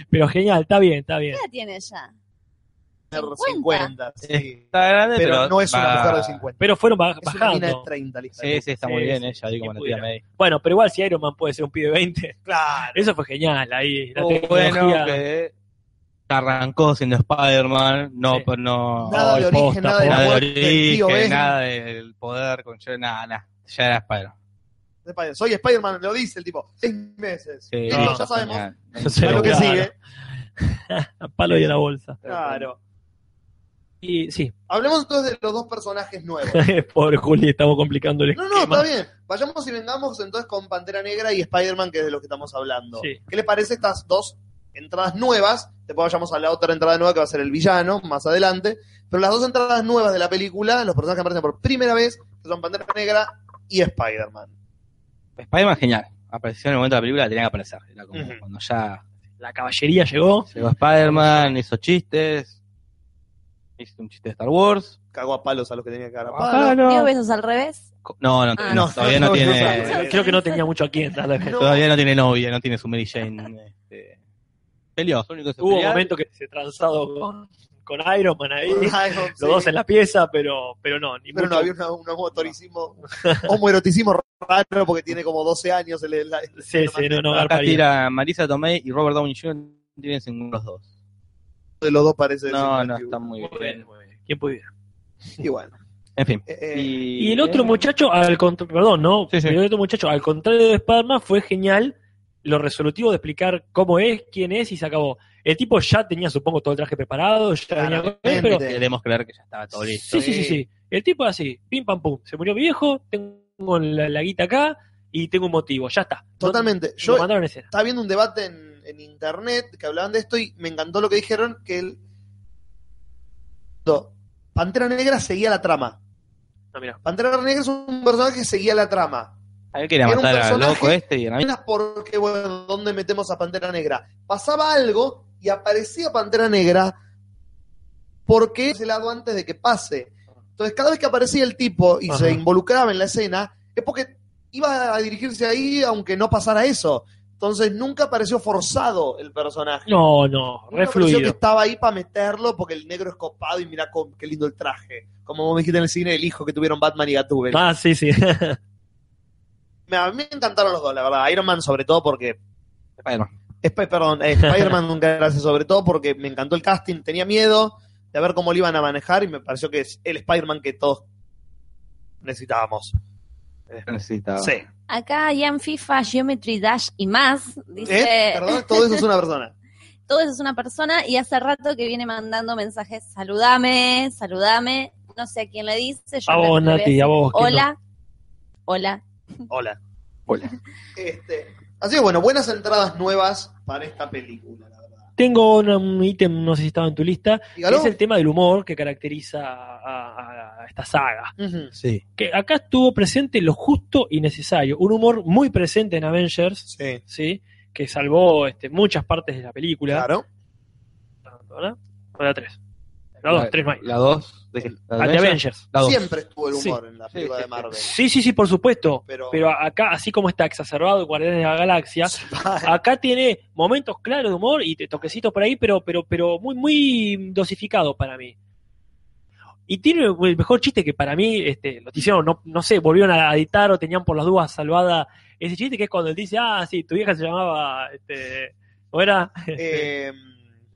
Speaker 3: Pero genial, está bien, está bien.
Speaker 2: ¿Qué edad tiene ya?
Speaker 1: 50, sí.
Speaker 4: Está grande,
Speaker 1: Pero,
Speaker 4: pero,
Speaker 1: no es una
Speaker 4: va-
Speaker 1: mujer de 50.
Speaker 3: Pero fueron ba-
Speaker 1: es una mina de
Speaker 3: bajando.
Speaker 1: 30, lista.
Speaker 4: Sí, sí, está muy
Speaker 3: Sí,
Speaker 4: bien
Speaker 3: sí,
Speaker 4: ella, ahí como
Speaker 3: quien
Speaker 4: la tía
Speaker 3: pudiera.
Speaker 4: May.
Speaker 3: Bueno, pero igual si Iron Man puede ser un pibe de 20.
Speaker 1: Claro.
Speaker 3: Eso fue genial ahí. La
Speaker 4: Estuvo
Speaker 3: tecnología.
Speaker 4: Oh, bueno que arrancó siendo Spider-Man, no,
Speaker 3: Sí.
Speaker 4: pero no...
Speaker 1: Nada de
Speaker 3: Ay,
Speaker 1: origen,
Speaker 3: posta,
Speaker 1: nada de la
Speaker 4: nada de
Speaker 1: muerte del tío
Speaker 4: origen,
Speaker 1: Ben.
Speaker 4: nada del poder con yo, nada, nada. Ya era Spider-Man.
Speaker 1: Spider- Soy Spider-Man, lo dice el tipo. Seis meses.
Speaker 4: Sí,
Speaker 1: Listo,
Speaker 3: no,
Speaker 1: ya sabemos.
Speaker 4: genial.
Speaker 3: Sí,
Speaker 1: a lo que
Speaker 3: claro.
Speaker 1: sigue.
Speaker 3: A palo y a la bolsa.
Speaker 1: Claro.
Speaker 3: Y sí,
Speaker 1: Hablemos entonces de los dos personajes nuevos.
Speaker 3: pobre Juli, estamos complicando el
Speaker 1: No, no,
Speaker 3: esquema.
Speaker 1: está bien. Vayamos y vengamos entonces con Pantera Negra y Spider-Man, que es de lo que estamos hablando.
Speaker 3: Sí.
Speaker 1: ¿Qué le parece estas dos entradas nuevas. Después vayamos a la otra entrada nueva que va a ser el villano, más adelante. Pero las dos entradas nuevas de la película, los personajes que aparecen por primera vez, que son Pantera Negra y Spider-Man.
Speaker 4: Spider-Man genial. Apareció en el momento de la película, tenía que aparecer. Era como
Speaker 1: Ujú.
Speaker 4: cuando ya
Speaker 3: La caballería llegó.
Speaker 4: llegó Spider-Man, hizo chistes, hizo un chiste de Star Wars.
Speaker 1: Cagó a palos a los que tenía que cagar a palos.
Speaker 4: Ah, no.
Speaker 2: Diego besos al revés.
Speaker 4: Co- No, no,
Speaker 2: Ah.
Speaker 4: no,
Speaker 1: No,
Speaker 4: todavía no,
Speaker 1: no,
Speaker 4: tiene.
Speaker 1: no, no, no.
Speaker 3: Creo que no tenía mucho aquí entrar. también.
Speaker 4: Todavía no tiene novia, no tiene su Mary Jane. Este, peleó, lo único que se
Speaker 3: Hubo un
Speaker 4: peleó.
Speaker 3: momento que se transado con, con Iron Man ahí. Los
Speaker 1: Ay, no, Ah, sí.
Speaker 3: dos en la pieza, pero, pero no. Ni
Speaker 1: Pero no,
Speaker 3: mucho.
Speaker 1: había una- un homotorismo, homoeroticismo raro porque tiene como 12 años. El, la-
Speaker 3: Sí, sí, no, no,
Speaker 4: Acá
Speaker 3: garparía.
Speaker 4: tira Marisa Tomei y Robert Downey Jr. no tienen ninguno de los dos.
Speaker 1: de los dos parece.
Speaker 4: No,
Speaker 1: ser
Speaker 4: no,
Speaker 1: antiguo.
Speaker 4: está muy
Speaker 3: Muy bien,
Speaker 4: bien.
Speaker 3: muy bien. ¿Quién pudiera?
Speaker 1: Y bueno.
Speaker 4: En fin.
Speaker 1: eh, eh,
Speaker 4: Y,
Speaker 3: Y el otro muchacho, al contra- perdón, ¿no?
Speaker 4: Sí, sí.
Speaker 3: Pero El otro muchacho, al contrario de Spider-Man, fue genial lo resolutivo de explicar cómo es, quién es y se acabó. El tipo ya tenía, supongo, todo el traje preparado, ya venía con él, pero...
Speaker 1: Claramente.
Speaker 4: Queremos creer que ya estaba todo Oh, listo.
Speaker 3: Sí, sí, sí, sí. El tipo así, pim, pam, pum. Se murió mi viejo, tengo la, la guita acá y tengo un motivo, ya está. No-
Speaker 1: Totalmente.
Speaker 3: lo
Speaker 1: Yo
Speaker 3: mandaron a escena.
Speaker 1: estaba viendo un debate en, en internet que hablaban de esto y me encantó lo que dijeron que el No, Pantera Negra seguía la trama.
Speaker 3: No, mirá.
Speaker 1: Pantera Negra es un personaje que seguía la trama.
Speaker 4: A él quería
Speaker 1: Era un
Speaker 4: matar al
Speaker 1: personaje-
Speaker 4: loco este y a mí.
Speaker 1: Apenas porque, bueno, ¿dónde metemos a Pantera Negra? Pasaba algo y aparecía Pantera Negra porque ese lado antes de que pase. Entonces, cada vez que aparecía el tipo y
Speaker 3: Ajá.
Speaker 1: se involucraba en la escena, es porque iba a dirigirse ahí aunque no pasara eso. Entonces, nunca pareció forzado el personaje.
Speaker 3: no, no,
Speaker 1: Nunca
Speaker 3: re
Speaker 1: pareció que
Speaker 3: fluido.
Speaker 1: estaba ahí para meterlo porque el negro es copado y mira qué lindo el traje. Como vos me dijiste en el cine, el hijo que tuvieron Batman y Gatúbel.
Speaker 3: Ah, sí, sí.
Speaker 1: Me- A mí me encantaron los dos, la verdad. Iron Man sobre todo porque
Speaker 4: Spider-Man.
Speaker 1: Sp- perdón, eh, Spider-Man nunca gracias, sobre todo porque me encantó el casting, tenía miedo de ver cómo lo iban a manejar y me pareció que es el Spider-Man que todos necesitábamos.
Speaker 4: Necesitaba.
Speaker 1: Sí.
Speaker 2: Acá Ian FIFA, Geometry Dash y más. Dice,
Speaker 1: ¿Eh? Perdón, todo eso es una persona.
Speaker 2: todo eso es una persona y hace rato que viene mandando mensajes, saludame, saludame. No sé a quién le dice. yo
Speaker 3: A
Speaker 2: le-
Speaker 3: vos,
Speaker 2: le voy a
Speaker 3: Ah, Nati,
Speaker 2: decir,
Speaker 3: a vos. que
Speaker 2: Hola, hola.
Speaker 1: Hola.
Speaker 4: Hola.
Speaker 1: Este, así que bueno, buenas entradas nuevas para esta película, la verdad.
Speaker 3: no. Tengo un- un ítem, no sé si estaba en tu lista,
Speaker 1: Dígalo.
Speaker 3: es el tema del humor que caracteriza a- a- a esta saga.
Speaker 1: Ujú.
Speaker 4: Sí.
Speaker 3: que acá estuvo presente lo justo y necesario. Un humor muy presente en Avengers,
Speaker 1: Sí.
Speaker 3: ¿sí? Que salvó este, muchas partes de la película.
Speaker 1: Claro.
Speaker 3: ¿Verdad? O la tres. La dos, tres más.
Speaker 4: La dos. de- la
Speaker 3: Ah, de Avengers.
Speaker 4: La dos.
Speaker 1: Siempre estuvo el humor en la
Speaker 4: Sí,
Speaker 1: película
Speaker 4: sí,
Speaker 1: de
Speaker 4: sí.
Speaker 1: Marvel.
Speaker 3: Sí, sí, sí, por supuesto.
Speaker 1: Pero-
Speaker 3: Pero, acá, así como está exacerbado Guardianes de la Galaxia, acá tiene momentos claros de humor y te- toquecitos por ahí, pero, pero, pero muy, muy dosificado para mí. Y tiene el mejor chiste que para mí, este, lo que hicieron, no, no sé, volvieron a editar o tenían por las dudas salvada ese chiste que es cuando él dice, ah, sí, tu vieja se llamaba, este, ¿o era?
Speaker 1: Eh,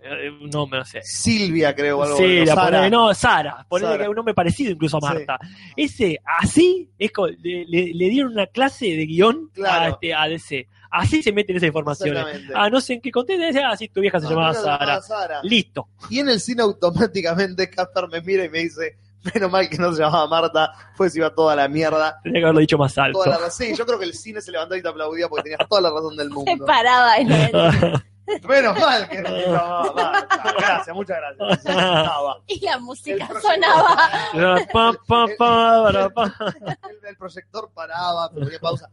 Speaker 3: Eh, un nombre, no sé.
Speaker 1: Silvia, creo, o algo
Speaker 3: Sí,
Speaker 1: bueno,
Speaker 3: la
Speaker 1: Sara.
Speaker 3: ponele- no, Sara, ponele
Speaker 1: Sara.
Speaker 3: que hay un nombre parecido incluso a Marta. Ese, así, es co- le, le- le dieron una clase de guión a,
Speaker 1: Claro.
Speaker 3: este, a DC. Así se meten esas informaciones.
Speaker 1: Exactamente.
Speaker 3: Ah, no sé en qué contexto, dice, ah, sí, tu vieja se llamaba
Speaker 1: Sara, llamaba
Speaker 3: Sara.
Speaker 1: Sara.
Speaker 3: Listo.
Speaker 1: Y en el cine automáticamente Casper me mira y me dice, menos mal que no se llamaba Marta, pues iba toda la mierda.
Speaker 3: Tendría que haberlo dicho más alto.
Speaker 1: Toda la razón. Sí, yo creo que el cine se levantó y te aplaudía porque tenías toda la razón del
Speaker 2: Se
Speaker 1: mundo.
Speaker 2: paraba en el-
Speaker 1: Menos mal que no se llamaba Marta. Gracias, muchas gracias. Sí, estaba.
Speaker 2: y la música
Speaker 1: El proyector-
Speaker 2: sonaba.
Speaker 3: Ra, pa, pa, pa, ra, pa.
Speaker 1: El, el proyector paraba, pero ponía pausa.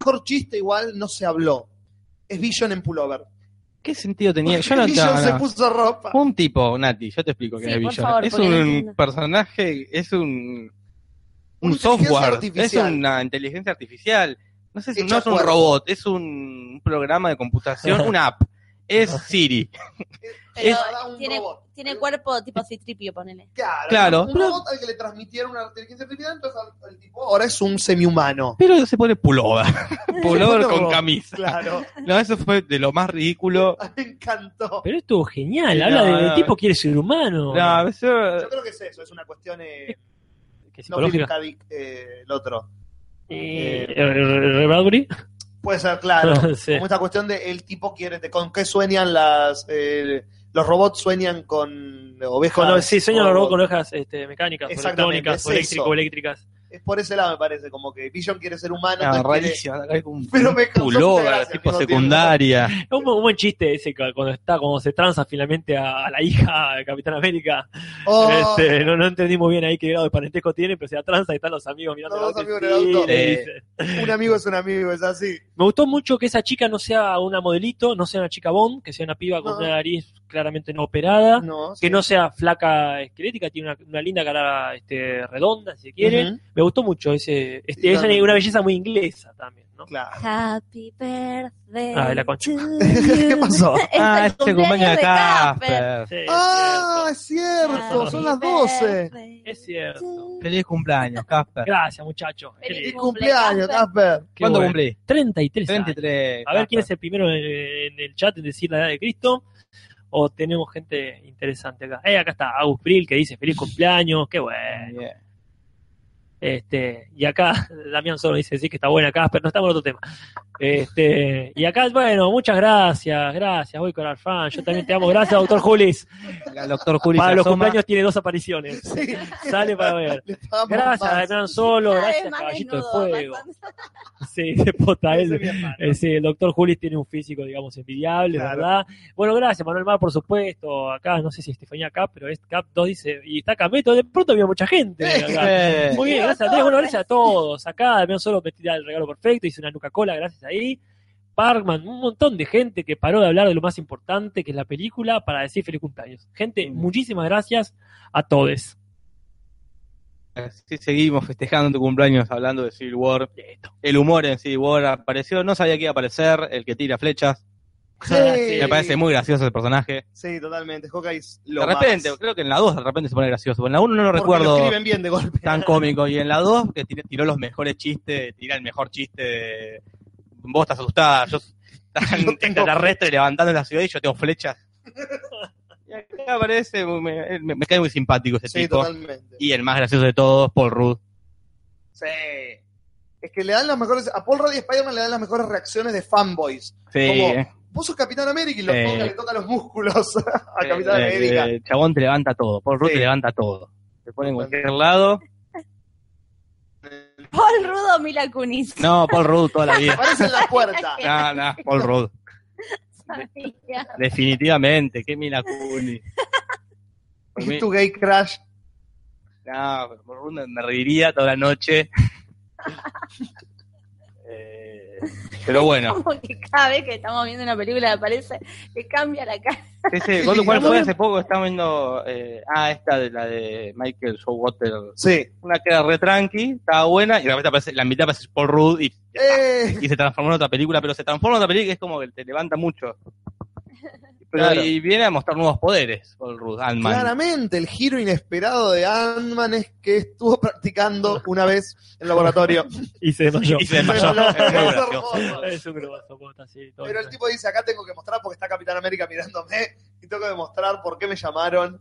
Speaker 1: Mejor chiste igual no se habló. Es Vision en pullover.
Speaker 4: ¿Qué sentido tenía? Uh, Yo no te
Speaker 1: Vision se
Speaker 4: no.
Speaker 1: puso ropa.
Speaker 4: Un tipo, Nati, yo te explico que
Speaker 2: Sí,
Speaker 4: es
Speaker 2: por
Speaker 4: Vision.
Speaker 2: favor,
Speaker 4: es
Speaker 2: porque
Speaker 4: un
Speaker 2: no entiendo.
Speaker 4: personaje, es un, un
Speaker 1: Una inteligencia
Speaker 4: software,
Speaker 1: artificial.
Speaker 4: es una inteligencia artificial. No sé si
Speaker 1: Hecha
Speaker 4: no es un
Speaker 1: cuerpo.
Speaker 4: robot, es un, un programa de computación, una app. Es Siri.
Speaker 2: Pero
Speaker 1: Eh, Era un
Speaker 2: tiene,
Speaker 1: robot.
Speaker 2: tiene cuerpo tipo citripio, ponele.
Speaker 1: Claro,
Speaker 4: Claro,
Speaker 1: un
Speaker 4: pero-
Speaker 1: robot al que le transmitieron una inteligencia artificial, entonces al- el tipo ahora es un semihumano.
Speaker 4: Pero se pone pullover. pullover con camisa.
Speaker 1: Claro,
Speaker 4: No, eso fue de lo más ridículo.
Speaker 1: me encantó.
Speaker 3: Pero esto es genial,
Speaker 4: No,
Speaker 3: habla de- del
Speaker 4: no.
Speaker 3: tipo quiere ser humano.
Speaker 4: No, a veces-
Speaker 1: Yo creo que es eso, es una cuestión eh,
Speaker 3: Que
Speaker 1: no Philip
Speaker 3: psicológica.
Speaker 1: K. Dick, eh, el otro.
Speaker 3: Eh, eh, Bradbury.
Speaker 1: Puede ser, claro.
Speaker 3: Sí.
Speaker 1: Como esta cuestión de el tipo quiere, de con qué sueñan las eh, los robots sueñan con ovejas.
Speaker 3: Con los- sí, sueño
Speaker 1: o-
Speaker 3: los robots con ovejas este, mecánicas, o
Speaker 1: Exactamente,
Speaker 3: electrónicas, o
Speaker 1: es
Speaker 3: eléctrico-
Speaker 1: eso.
Speaker 3: eléctricas.
Speaker 1: es por ese lado, me parece. Como que Vision quiere ser humano.
Speaker 4: Ah,
Speaker 1: no quiere-
Speaker 4: rarísimo, acá con un
Speaker 1: Pero me causó mucha
Speaker 4: pullover,
Speaker 1: gracia,
Speaker 4: tipo
Speaker 1: al mismo
Speaker 4: secundaria.
Speaker 3: Un, bu- un buen chiste ese que cuando está, cuando se tranza finalmente a, a la hija de Capitán América.
Speaker 1: Oh,
Speaker 3: Este, no, no entendí muy bien ahí qué grado de parentesco tiene, pero se la tranza y están los amigos mirando
Speaker 1: Los dos
Speaker 3: el auto y
Speaker 1: amigos en el auto.
Speaker 3: sí, le
Speaker 4: Eh.
Speaker 3: dice.
Speaker 1: Un amigo es un amigo, es así.
Speaker 3: Me gustó mucho que esa chica no sea una modelito, no sea una chica Bond, que sea una piba con
Speaker 1: No.
Speaker 3: una nariz claramente no operada,
Speaker 1: No,
Speaker 3: Ah, que no sea flaca esquelética, tiene una, una linda cara este, redonda, si se quiere. Me gustó mucho ese, este, es
Speaker 1: también.
Speaker 3: una belleza muy inglesa también, ¿no?
Speaker 1: Claro.
Speaker 2: Happy birthday.
Speaker 3: Ay, Ah, la concha.
Speaker 2: to
Speaker 1: ¿Qué
Speaker 2: you.
Speaker 1: pasó?
Speaker 2: Es
Speaker 4: Ah,
Speaker 2: el
Speaker 4: este compañero
Speaker 2: cumpleaños de
Speaker 4: de
Speaker 2: Casper.
Speaker 4: Casper.
Speaker 3: Sí, es
Speaker 1: Ah, es cierto,
Speaker 2: Happy
Speaker 1: son las 12.
Speaker 2: birthday
Speaker 3: cierto, es cierto.
Speaker 2: to
Speaker 4: Feliz cumpleaños, Casper.
Speaker 3: Gracias, muchachos.
Speaker 2: Feliz
Speaker 3: Qué
Speaker 1: Y
Speaker 3: lindo.
Speaker 1: cumpleaños, Casper.
Speaker 3: Qué
Speaker 4: ¿Cuándo
Speaker 3: bueno.
Speaker 4: cumplí?
Speaker 3: 33. años.
Speaker 4: 33.
Speaker 3: A ver quién es el primero en, en el chat en decir la edad de Cristo. O tenemos gente interesante acá. Eh, acá está Agus Pril que dice feliz cumpleaños. Qué bueno. Este, y acá Damián Solo dice sí que está buena Casper, no estamos en otro tema. Este, y acá, bueno, mugas gracias, gracias, voy con Alfran, yo también te amo, gracias, doctor Julis.
Speaker 4: El doctor Juli
Speaker 3: Para
Speaker 4: se
Speaker 3: los
Speaker 4: asoma.
Speaker 3: cumpleaños tiene dos apariciones.
Speaker 1: Sí.
Speaker 3: Sale para ver.
Speaker 1: Le estábamos
Speaker 3: Gracias,
Speaker 1: más.
Speaker 3: Damián Solo,
Speaker 2: Cada vez
Speaker 3: gracias,
Speaker 2: más
Speaker 3: caballito de
Speaker 2: desnudo,
Speaker 3: fuego.
Speaker 2: más-
Speaker 3: Sí, de pota,
Speaker 1: Ese
Speaker 3: él-
Speaker 1: es mi hermano.
Speaker 3: Eh, sí, el doctor Julis tiene un físico, digamos, envidiable,
Speaker 1: Claro.
Speaker 3: ¿verdad? Bueno, gracias, Manuel Mar, por supuesto. Acá, no sé si Estefanía Cap, pero es Cap 2 dice, y está Cameto, de pronto había mucha gente. acá.
Speaker 4: Eh,
Speaker 3: Muy bien,
Speaker 2: Diego
Speaker 3: gracias a Andrés, bueno,
Speaker 2: Torres.
Speaker 3: gracias a todos. Acá, Damián Solo me tira el regalo perfecto, hice una nuca cola, gracias ahí. Parkman, un montón de gente que paró de hablar de lo más importante, que es la película, para decir feliz cumpleaños. Gente, muchísimas gracias a todos.
Speaker 4: Así Eh, seguimos festejando tu cumpleaños hablando de Civil War. El humor en Civil War apareció, no sabía que iba a aparecer, el que tira flechas.
Speaker 1: Sí.
Speaker 4: Me parece muy gracioso el personaje.
Speaker 1: Sí, totalmente. Hawkeye es lo
Speaker 4: De repente,
Speaker 1: más.
Speaker 4: creo que en la 2 de repente se pone gracioso. En la 1 no lo
Speaker 1: Porque Lo
Speaker 4: recuerdo
Speaker 1: escriben bien de golpe.
Speaker 4: tan cómico. Y en la 2 que tiró, tiró los mejores chistes, tira el mejor chiste de vos estás asustada, yo tan
Speaker 1: Yo tengo-
Speaker 4: extraterrestre levantando en la ciudad y yo tengo flechas. Y acá aparece, me, me- me cae muy simpático ese
Speaker 1: Sí,
Speaker 4: tipo.
Speaker 1: totalmente.
Speaker 4: Y el más gracioso de todos, Paul Rudd.
Speaker 1: Sí. Es que le dan las mejores. A Paul Rudd y Spider-Man le dan las mejores reacciones de fanboys.
Speaker 4: Sí,
Speaker 1: Como,
Speaker 4: eh.
Speaker 1: Vos sos Capitán América y lo
Speaker 4: Sí.
Speaker 1: toca, le toca los músculos a
Speaker 4: Eh,
Speaker 1: Ah, Capitán
Speaker 4: eh,
Speaker 1: América.
Speaker 4: El chabón te levanta todo, Paul Rudd
Speaker 1: Sí.
Speaker 4: te levanta todo. Te pone en cualquier lado.
Speaker 2: Paul Rudo Mila Kunis.
Speaker 4: No, Paul Rudd toda la vida.
Speaker 1: Aparece en la puerta.
Speaker 4: No, no, Paul Rudd.
Speaker 2: Sabía.
Speaker 4: Definitivamente, qué mina Kuni. Por mí-
Speaker 1: Y tu gay crash.
Speaker 4: No, Paul Rudd me- me reiría toda la noche. Eh, pero bueno,
Speaker 2: Como que cada vez que estamos viendo una película aparece, le cambia la cara.
Speaker 4: ese, ¿cuál, cuál fue hace poco? Estaba viendo. eh, ah, esta de la de Michael Showalter.
Speaker 1: Sí.
Speaker 4: Una que era re tranqui, estaba buena, y de repente aparece, la mitad aparece Paul Rudd y
Speaker 1: Eh,
Speaker 4: y se transformó en otra película, pero se transforma en otra película que es como que te levanta mucho. Pero
Speaker 1: Claro.
Speaker 4: y viene a mostrar nuevos poderes, Paul Rudd, Ant-Man.
Speaker 1: claramente el giro inesperado de Ant-Man es que estuvo practicando una vez en el laboratorio.
Speaker 3: Y se desmayó.
Speaker 4: Y se desmayó.
Speaker 1: Pero-
Speaker 4: Es muy
Speaker 1: es
Speaker 4: gracioso.
Speaker 1: hermoso.
Speaker 3: Es un grosso, pota, sí, todo
Speaker 1: Pero el
Speaker 3: bien.
Speaker 1: tipo dice, acá tengo que mostrar porque está Capitán América mirándome y tengo que demostrar por qué me llamaron.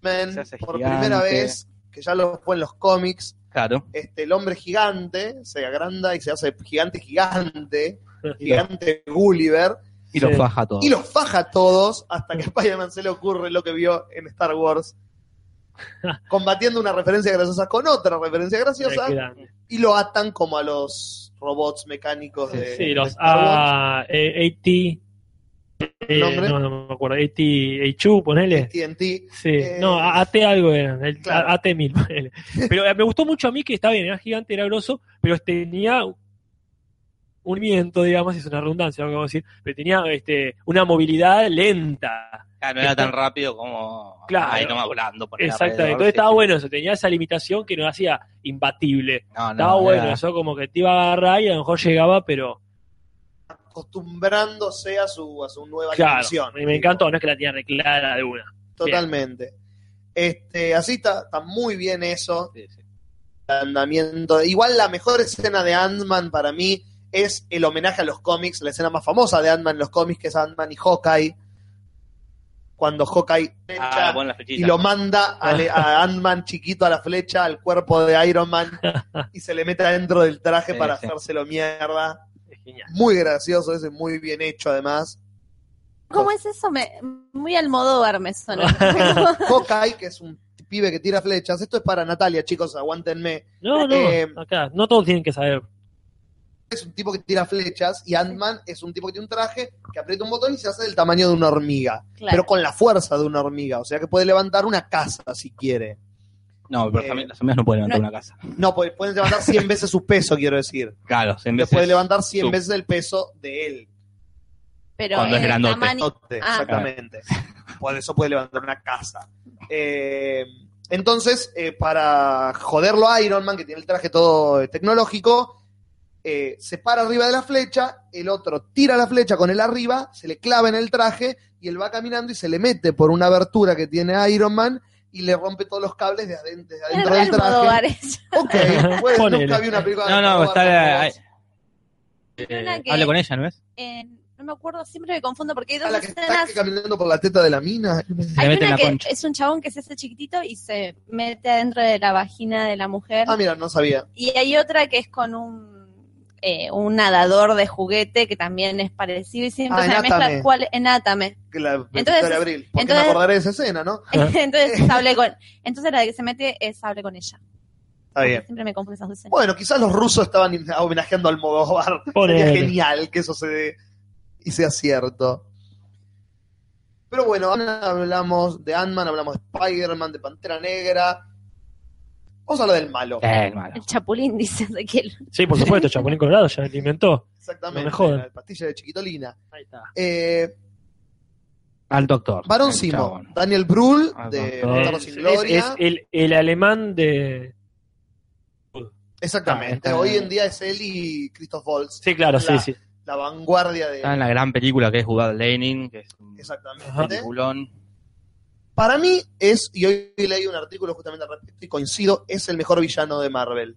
Speaker 1: Man,
Speaker 4: Se hace
Speaker 1: por
Speaker 4: gigante.
Speaker 1: primera vez, que ya lo fue en los cómics,
Speaker 4: Claro.
Speaker 1: este, el hombre gigante se agranda y se hace gigante, gigante, gigante Gulliver,
Speaker 4: Y
Speaker 3: Sí.
Speaker 4: los baja todos.
Speaker 1: y los faja a todos hasta que a Spider-Man se le ocurre lo que vio en Star Wars, combatiendo una referencia graciosa con otra referencia graciosa,
Speaker 3: Qué grande.
Speaker 1: y lo atan como a los robots mecánicos de,
Speaker 3: Sí,
Speaker 4: Eh,
Speaker 1: de
Speaker 3: los
Speaker 1: Star Wars.
Speaker 3: A, eh, AT, eh,
Speaker 1: ¿Nombre?
Speaker 3: no, no me acuerdo, AT, ATU, ponele.
Speaker 1: AT&T.
Speaker 3: Sí,
Speaker 1: Eh,
Speaker 3: no, a- AT algo eran, el-
Speaker 1: claro.
Speaker 3: a- AT1000, ponele. Pero eh, me gustó mucho a mí que estaba bien, era gigante, era grosso, pero tenía un miento, digamos, es una redundancia, lo que vamos a decir, pero tenía este, una movilidad lenta.
Speaker 4: Claro, no era tan rápido como
Speaker 3: Claro.
Speaker 4: ahí nomás volando. Por ahí
Speaker 3: Exactamente,
Speaker 4: alrededor,
Speaker 3: entonces
Speaker 4: sí,
Speaker 3: estaba
Speaker 4: sí.
Speaker 3: bueno eso, tenía esa limitación que nos hacía imbatible.
Speaker 4: No, no,
Speaker 3: Estaba bueno
Speaker 4: era-
Speaker 3: eso, como que te iba a agarrar y a lo mejor llegaba, pero...
Speaker 1: acostumbrándose a su, a su nueva
Speaker 3: Claro,
Speaker 1: dimensión.
Speaker 3: y me encantó, no es que la tenía reclara de una.
Speaker 1: Totalmente. Este, así está, está muy bien eso,
Speaker 4: Sí, sí.
Speaker 1: el andamiento. Igual la mejor escena de Ant-Man para mí es el homenaje a los cómics, la escena más famosa de Ant-Man en los cómics, que es Ant-Man y Hawkeye. Cuando Hawkeye
Speaker 4: Ah,
Speaker 1: echa
Speaker 4: bueno, la
Speaker 1: y
Speaker 4: flechita.
Speaker 1: lo manda a, le- a Ant-Man chiquito a la flecha, al cuerpo de Iron Man, y se le mete adentro del traje
Speaker 4: Sí,
Speaker 1: para
Speaker 4: sí.
Speaker 1: hacérselo mierda.
Speaker 3: Es genial.
Speaker 1: Muy gracioso ese, muy bien hecho además.
Speaker 2: ¿Cómo es eso? Me, muy Almodóvar me suena.
Speaker 1: Hawkeye, que es un pibe que tira flechas. Esto es para Natalia, chicos, aguántenme.
Speaker 3: No, no,
Speaker 1: Eh,
Speaker 3: acá, no todos tienen que saber.
Speaker 1: Es un tipo que tira flechas y Ant-Man es un tipo que tiene un traje que aprieta un botón y se hace del tamaño de una hormiga,
Speaker 2: Claro.
Speaker 1: pero con la fuerza de una hormiga. O sea que puede levantar una casa si quiere.
Speaker 4: No, pero
Speaker 1: Eh,
Speaker 4: también- las hormigas no pueden levantar
Speaker 2: no-
Speaker 4: una casa.
Speaker 1: No, pu- pueden levantar 100 veces su peso, quiero decir.
Speaker 4: Claro, en
Speaker 1: Le
Speaker 4: vez
Speaker 1: puede levantar 100
Speaker 4: su-
Speaker 1: veces el peso de él.
Speaker 2: Pero
Speaker 4: Cuando es
Speaker 2: el
Speaker 4: grandote.
Speaker 2: tamaño-
Speaker 1: Norte,
Speaker 2: Ah.
Speaker 1: Exactamente. Por eso puede levantar una casa. Eh, entonces, eh, para joderlo a Iron Man, que tiene el traje todo eh, tecnológico, eh, se para arriba de la flecha, el otro tira la flecha con él arriba, se le clava en el traje y él va caminando y se le mete por una abertura que tiene Iron Man y le rompe todos los cables de adent- de
Speaker 2: Es
Speaker 1: adentro,
Speaker 2: re
Speaker 1: del traje.
Speaker 2: Almodóvar eso.
Speaker 1: Ok, pues,
Speaker 3: Ponele.
Speaker 1: nunca vi una película de
Speaker 4: No, no,
Speaker 1: Almodóvar
Speaker 4: está
Speaker 1: con
Speaker 4: la-
Speaker 1: robots.
Speaker 4: eh,
Speaker 2: Una que-
Speaker 4: habla con ella, ¿no es?
Speaker 2: Eh, no me acuerdo, siempre me confundo porque hay
Speaker 1: Ah,
Speaker 2: dos
Speaker 1: la que está
Speaker 2: escenas.
Speaker 1: caminando por la teta de la mina.
Speaker 4: le
Speaker 2: Hay
Speaker 4: mete en
Speaker 2: una
Speaker 4: la
Speaker 2: que
Speaker 4: concha.
Speaker 2: es un chabón que se hace chiquitito y se mete adentro de la vagina de la mujer.
Speaker 1: Ah, mira, no sabía.
Speaker 2: Y hay otra que es con un, eh, un nadador de juguete que también es parecido y siempre
Speaker 1: Ah,
Speaker 2: se
Speaker 1: Enátame.
Speaker 2: mezcla cuál enátame.
Speaker 1: que la de
Speaker 2: Entonces-
Speaker 1: Victoria Abril, porque
Speaker 2: entonces-
Speaker 1: me acordaré de esa escena, ¿no?
Speaker 2: entonces hablé con, entonces la de que se mete es hablé con ella.
Speaker 1: Está bien.
Speaker 2: Siempre me confundo esas dos escenas.
Speaker 1: Bueno, quizás los rusos estaban in- homenajeando al Modovar. Sería
Speaker 3: Ponele.
Speaker 1: genial que eso se dé y sea cierto. Pero bueno, ahora hablamos de Ant-Man, hablamos de Spider-Man, de Pantera Negra. Vamos a hablar del malo.
Speaker 4: Eh, el malo.
Speaker 2: El chapulín dice Ezequiel.
Speaker 3: Sí, por supuesto, Chapulín Colorado ya lo inventó.
Speaker 1: Exactamente.
Speaker 3: no me jodan.
Speaker 1: La pastilla de chiquitolina.
Speaker 3: Ahí está.
Speaker 1: Eh,
Speaker 4: Alto actor.
Speaker 1: Barón
Speaker 4: El
Speaker 1: Simo,
Speaker 4: chabón.
Speaker 1: Daniel Brühl,
Speaker 4: Ah,
Speaker 1: de
Speaker 4: no, no.
Speaker 1: Bastardos
Speaker 3: Eh,
Speaker 1: sin
Speaker 3: Es, es-
Speaker 1: Gloria.
Speaker 3: es el, el alemán de.
Speaker 1: Exactamente.
Speaker 4: Ah, está
Speaker 1: Hoy
Speaker 4: bien.
Speaker 1: en día es él y Christoph Waltz,
Speaker 3: Sí, claro,
Speaker 1: La-
Speaker 3: sí, sí.
Speaker 1: la vanguardia
Speaker 3: Ah,
Speaker 1: de...
Speaker 4: Está en la gran película que es Jugad Lenin, que es un
Speaker 1: Exactamente.
Speaker 3: Ajá.
Speaker 4: peliculón.
Speaker 1: Para mí es, y hoy leí un artículo justamente al respecto y coincido, es el mejor villano de Marvel.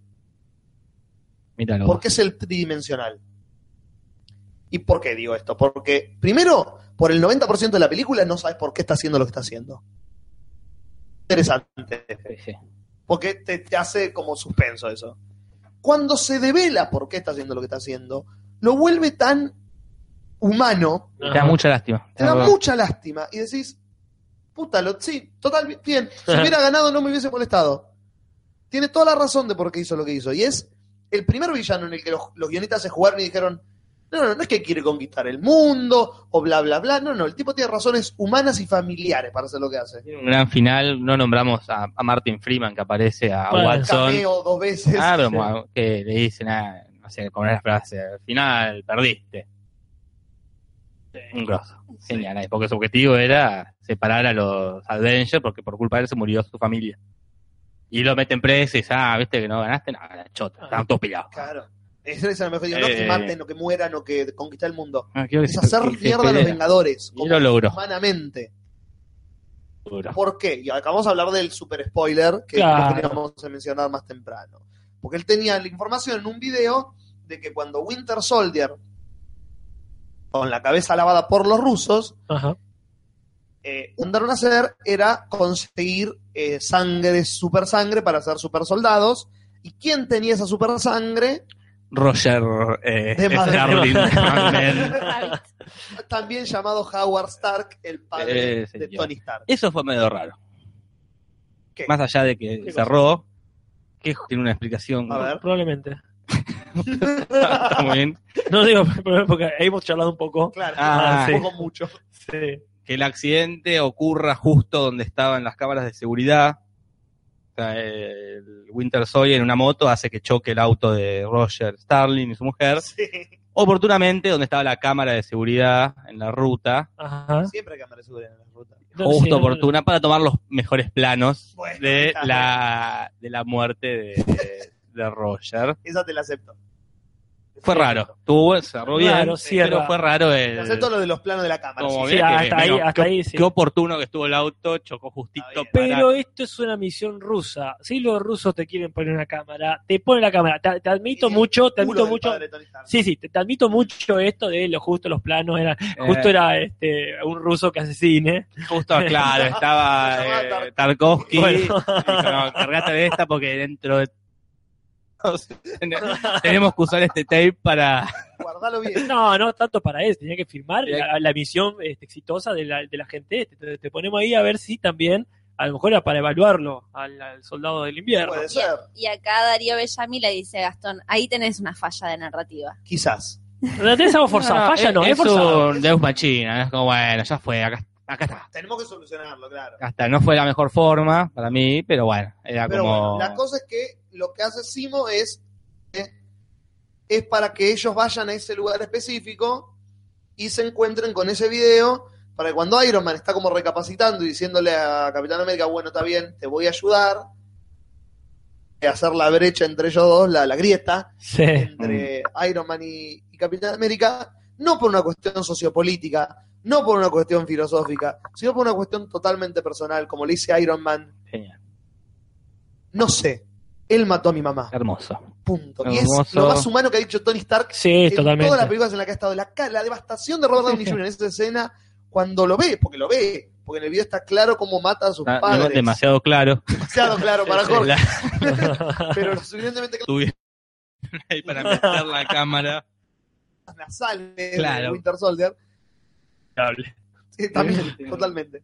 Speaker 4: Míralo.
Speaker 1: Porque es el tridimensional. ¿Y por qué digo esto? Porque, primero, por el 90% de la película no sabes por qué está haciendo lo que está haciendo. Interesante.
Speaker 4: Sí, sí.
Speaker 1: Porque te, te hace como suspenso eso. Cuando se devela por qué está haciendo lo que está haciendo, lo vuelve tan humano
Speaker 4: Te da mucha lástima.
Speaker 1: te da mucha lástima y decís, puta, lo, sí, total, bien, si hubiera ganado no me hubiese molestado. Tiene toda la razón de por qué hizo lo que hizo. Y es el primer villano en el que los, los guionistas se jugaron y dijeron, no, no, no es que quiere conquistar el mundo o bla, bla, bla. No, no, el tipo tiene razones humanas y familiares para hacer lo que hace.
Speaker 4: Tiene un gran final. No nombramos a, a Martin Freeman que aparece, a
Speaker 3: Bueno.
Speaker 4: Watson.
Speaker 1: Cameo dos veces.
Speaker 4: Ah, pero
Speaker 3: sí.
Speaker 4: bueno, que le dicen, ah, no sé, como era la frase, al final perdiste. Un grosso. Genial, ahí, porque su objetivo era separar a los Avengers porque por culpa de él se murió su familia. Y lo meten preso y dice, ah, viste que no ganaste, no, la chota, estaban todos pelados.
Speaker 1: Claro. Esa es la mejor idea. No que
Speaker 4: Eh.
Speaker 1: maten, o que mueran, o que conquistar el mundo.
Speaker 4: Ah, quiero que
Speaker 1: Es
Speaker 4: se-
Speaker 1: hacer
Speaker 4: que se
Speaker 1: mierda a los
Speaker 4: peleen.
Speaker 1: Vengadores.
Speaker 4: Y lo logró.
Speaker 1: Humanamente.
Speaker 4: Duro.
Speaker 1: ¿Por qué? Y acabamos de hablar del super spoiler que
Speaker 3: Claro.
Speaker 1: no queríamos mencionar más temprano. Porque él tenía la información en un video de que cuando Winter Soldier, con la cabeza lavada por los rusos,
Speaker 3: Ajá.
Speaker 1: eh, mandaron a hacer era conseguir eh, sangre, super sangre para hacer super soldados. ¿Y quién tenía esa super sangre?
Speaker 4: Roger eh,
Speaker 1: De madre.
Speaker 4: Starling, Starman.
Speaker 1: También llamado Howard Stark, el padre
Speaker 4: Eh,
Speaker 1: de
Speaker 4: señor.
Speaker 1: Tony Stark.
Speaker 4: Eso fue medio raro.
Speaker 1: ¿Qué?
Speaker 4: Más allá de que
Speaker 1: cosa?
Speaker 4: cerró, que tiene una explicación
Speaker 1: A ver.
Speaker 3: Probablemente.
Speaker 4: está muy bien,
Speaker 3: No digo, pero porque hemos charlado un poco.
Speaker 1: Claro,
Speaker 4: Ah,
Speaker 1: un poco mucho.
Speaker 3: Sí.
Speaker 4: que el accidente ocurra justo donde estaban las cámaras de seguridad. O sea, el Winter Soldier en una moto hace que choque el auto de Roger Starling y su mujer.
Speaker 1: Sí.
Speaker 4: Oportunamente, donde estaba la cámara de seguridad en la ruta,
Speaker 3: Ajá.
Speaker 1: Siempre hay cámaras de seguridad en la ruta.
Speaker 4: justo
Speaker 3: Sí, no-
Speaker 4: oportuna para tomar los mejores planos
Speaker 1: Bueno,
Speaker 4: de,
Speaker 1: está bien.
Speaker 4: la, de la muerte de- de- de Roger.
Speaker 1: Esa te la acepto.
Speaker 4: Fue raro. Tuvo, cerró bien.
Speaker 3: Raro, cierra.
Speaker 4: Pero fue raro
Speaker 1: Te
Speaker 4: el.
Speaker 1: acepto lo de los planos de la cámara.
Speaker 4: como
Speaker 1: sí,
Speaker 3: Sí,
Speaker 4: bien, que,
Speaker 3: hasta ahí-
Speaker 4: bueno,
Speaker 3: hasta
Speaker 4: qué-
Speaker 3: ahí, sí.
Speaker 4: Qué oportuno que estuvo el auto, chocó justito.
Speaker 1: Está bien.
Speaker 4: para-
Speaker 3: Pero esto es una misión rusa. Si los rusos te quieren poner una cámara, te ponen la cámara. Te, te admito
Speaker 1: Tiene
Speaker 3: mucho, te
Speaker 1: culo
Speaker 3: admito
Speaker 1: del
Speaker 3: mucho.
Speaker 1: padre de Tony Stark.
Speaker 3: Sí, sí, te, te admito mucho esto de lo justo, los planos. Era,
Speaker 4: Eh,
Speaker 3: Justo era este, un ruso que asesine.
Speaker 4: justo, claro,
Speaker 1: Se llamaba
Speaker 4: estaba eh,
Speaker 1: Tarkovsky.
Speaker 4: Tarkovsky.
Speaker 3: Bueno.
Speaker 4: Dijo, no, cargate de esta porque dentro de. Tenemos que usar este tape para.
Speaker 1: Guardalo bien.
Speaker 3: No, no tanto para eso. Tenía que firmar
Speaker 4: Bien.
Speaker 3: este. la, la misión este, exitosa de la, de la gente. Te, te- te ponemos ahí a ver si también a lo mejor era para evaluarlo al, al soldado del invierno.
Speaker 1: Puede
Speaker 2: Y,
Speaker 1: ser,
Speaker 2: y acá Darío Bellamy le dice a Gastón, ahí tenés una falla de narrativa.
Speaker 1: quizás.
Speaker 3: La tenés algo forzada, falla
Speaker 1: eh,
Speaker 3: no, es forzado.
Speaker 4: un Deus Machina, es como, bueno, ya fue, acá, acá está.
Speaker 1: Tenemos que solucionarlo, claro.
Speaker 4: Acá está, no fue la mejor forma para mí, pero bueno, era
Speaker 1: Pero
Speaker 4: Ah, como...
Speaker 1: bueno, la cosa es que lo que hace Simo es eh, es para que ellos vayan a ese lugar específico y se encuentren con ese video para que cuando Iron Man está como recapacitando y diciéndole a Capitán América, bueno, está bien, te voy a ayudar a hacer la brecha entre ellos dos, la, la grieta
Speaker 3: Sí.
Speaker 1: entre Iron Man y, y Capitán América, no por una cuestión sociopolítica, no por una cuestión filosófica, sino por una cuestión totalmente personal, como le dice Iron Man
Speaker 4: Genial,
Speaker 1: no sé, él mató a mi mamá.
Speaker 4: hermoso.
Speaker 1: Punto. Y es
Speaker 4: Hermoso.
Speaker 1: lo más humano que ha dicho Tony Stark
Speaker 3: Sí,
Speaker 1: en
Speaker 3: totalmente.
Speaker 1: todas las películas en las que ha estado. La, ca- la devastación de Robert Downey Jr. en esa escena, cuando lo ve, porque lo ve, porque en el video está claro cómo mata a sus
Speaker 4: Está- Ah, no,
Speaker 1: padres.
Speaker 4: demasiado claro.
Speaker 1: Demasiado claro para Jorge,
Speaker 4: La-
Speaker 1: pero lo suficientemente claro
Speaker 4: tuvieron ahí para meter la cámara.
Speaker 1: en la sala de
Speaker 4: Claro.
Speaker 1: Winter Soldier. Sí, también, totalmente.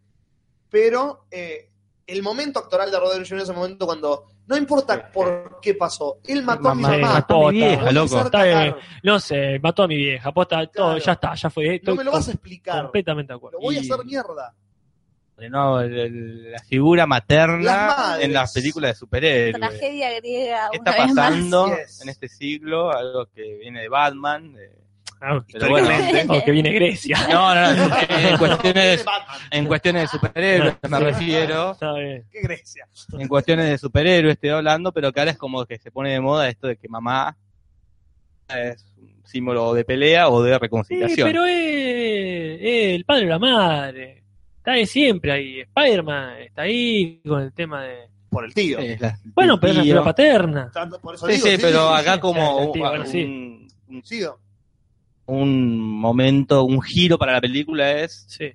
Speaker 1: Pero eh, el momento actoral de Robert Downey Jr. es el momento cuando, no importa por qué pasó, él mató a mi
Speaker 4: Mamá,
Speaker 1: mamá.
Speaker 3: mató
Speaker 4: a
Speaker 3: Posta.
Speaker 4: mi vieja,
Speaker 1: Voy a hacer
Speaker 4: loco. eh,
Speaker 3: Está bien.
Speaker 1: cagar.
Speaker 3: No sé, mató a mi vieja, posta, todo,
Speaker 1: Claro.
Speaker 3: ya está, ya fue. eh,
Speaker 1: No
Speaker 3: Estoy
Speaker 1: me lo vas a explicar.
Speaker 3: completamente de acuerdo.
Speaker 1: Lo voy a
Speaker 4: Y-
Speaker 1: hacer mierda.
Speaker 4: No, el- el- la figura materna
Speaker 1: Las madres.
Speaker 4: en las películas de superhéroes. ¿Qué
Speaker 2: Tragedia griega una
Speaker 4: está
Speaker 2: vez más.
Speaker 4: pasando
Speaker 1: Así es.
Speaker 4: en este siglo? Algo que viene de Batman. de-
Speaker 3: Ah,
Speaker 4: Pero bueno.
Speaker 3: Porque viene Grecia.
Speaker 4: No, no, no, Eh, en
Speaker 1: Viene
Speaker 4: cuestiones,
Speaker 1: Batman.
Speaker 4: en cuestiones de superhéroes me refiero.
Speaker 3: Está bien.
Speaker 1: Qué Grecia.
Speaker 4: En cuestiones de superhéroes estoy hablando, pero que ahora es como que se pone de moda esto de que mamá es un símbolo de pelea o de
Speaker 3: Eh,
Speaker 4: reconciliación.
Speaker 3: pero eh, eh, el padre o la madre. Está de siempre ahí. Spider-Man está ahí con el tema de.
Speaker 1: Por el tío.
Speaker 4: Sí, es la-
Speaker 3: Bueno,
Speaker 4: el
Speaker 3: pero es la
Speaker 4: tío.
Speaker 3: figura paterna.
Speaker 1: Tanto- por eso
Speaker 4: Sí,
Speaker 1: digo,
Speaker 4: sí, pero acá
Speaker 3: Sí,
Speaker 4: como
Speaker 3: sí, bueno, sí.
Speaker 4: un, un-
Speaker 1: sí, digo,
Speaker 4: un momento, un giro para la película es,
Speaker 3: Sí,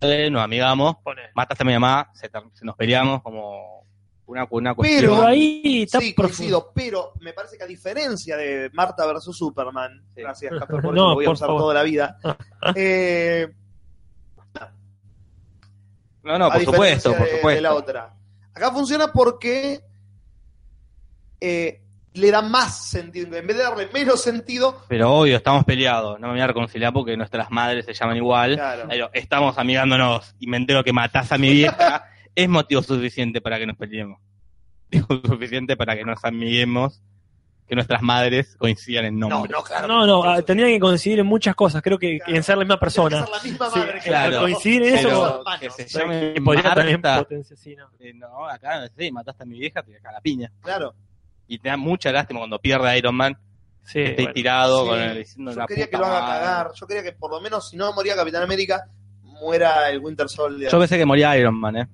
Speaker 4: eh, nos amigamos,
Speaker 3: pone.
Speaker 4: mataste a mi mamá, se, ter- se nos peleamos como una, una cuestión.
Speaker 3: Pero
Speaker 1: Pero
Speaker 3: ahí está
Speaker 1: sí,
Speaker 3: profundo.
Speaker 1: coincido, pero me parece que a diferencia de Marta versus Superman,
Speaker 4: Sí.
Speaker 1: gracias Casper, por eso
Speaker 3: No,
Speaker 1: lo voy a
Speaker 3: por
Speaker 1: usar
Speaker 3: favor.
Speaker 1: toda la vida. Eh,
Speaker 4: no, no,
Speaker 1: a
Speaker 4: por
Speaker 1: diferencia
Speaker 4: supuesto, por
Speaker 1: de-
Speaker 4: supuesto.
Speaker 1: De la otra. Acá funciona porque eh, le da más sentido. En vez de darle menos sentido,
Speaker 4: Pero obvio, estamos peleados, no me voy a reconciliar porque nuestras madres se llaman igual,
Speaker 1: claro.
Speaker 4: pero estamos amigándonos y me entero que matás a mi vieja, es motivo suficiente para que nos peleemos. Digo, suficiente para que nos amiguemos, que nuestras madres coincidan en
Speaker 1: No,
Speaker 4: nombre.
Speaker 1: no, claro.
Speaker 3: No, no, ah, tendrían que coincidir en muchas cosas. Creo que
Speaker 1: Claro.
Speaker 3: en ser la
Speaker 1: Tiene
Speaker 3: misma
Speaker 1: que
Speaker 3: persona.
Speaker 1: ser la misma
Speaker 3: Sí,
Speaker 1: madre que
Speaker 4: claro.
Speaker 1: la-
Speaker 3: Coincidir en eso
Speaker 1: Pero-
Speaker 3: como-
Speaker 4: que
Speaker 1: hermanos.
Speaker 4: se
Speaker 3: Sí,
Speaker 4: llame
Speaker 3: que podría tener
Speaker 4: Marta.
Speaker 3: potencia, sí, no.
Speaker 4: Eh, No, acá sí, mataste a mi vieja, te acá la piña.
Speaker 1: claro.
Speaker 4: Y te da mucha lástima cuando pierde a Iron Man,
Speaker 3: Sí,
Speaker 4: que esté
Speaker 3: bueno.
Speaker 4: Este tirado
Speaker 1: Sí.
Speaker 4: con el, diciendo
Speaker 1: Yo
Speaker 4: la
Speaker 1: quería que lo
Speaker 4: puta
Speaker 1: haga
Speaker 4: madre.
Speaker 1: cagar. Yo quería que por lo menos, si no moría Capitán América, muera el Winter Soldier.
Speaker 4: Yo pensé que moría Iron Man, eh.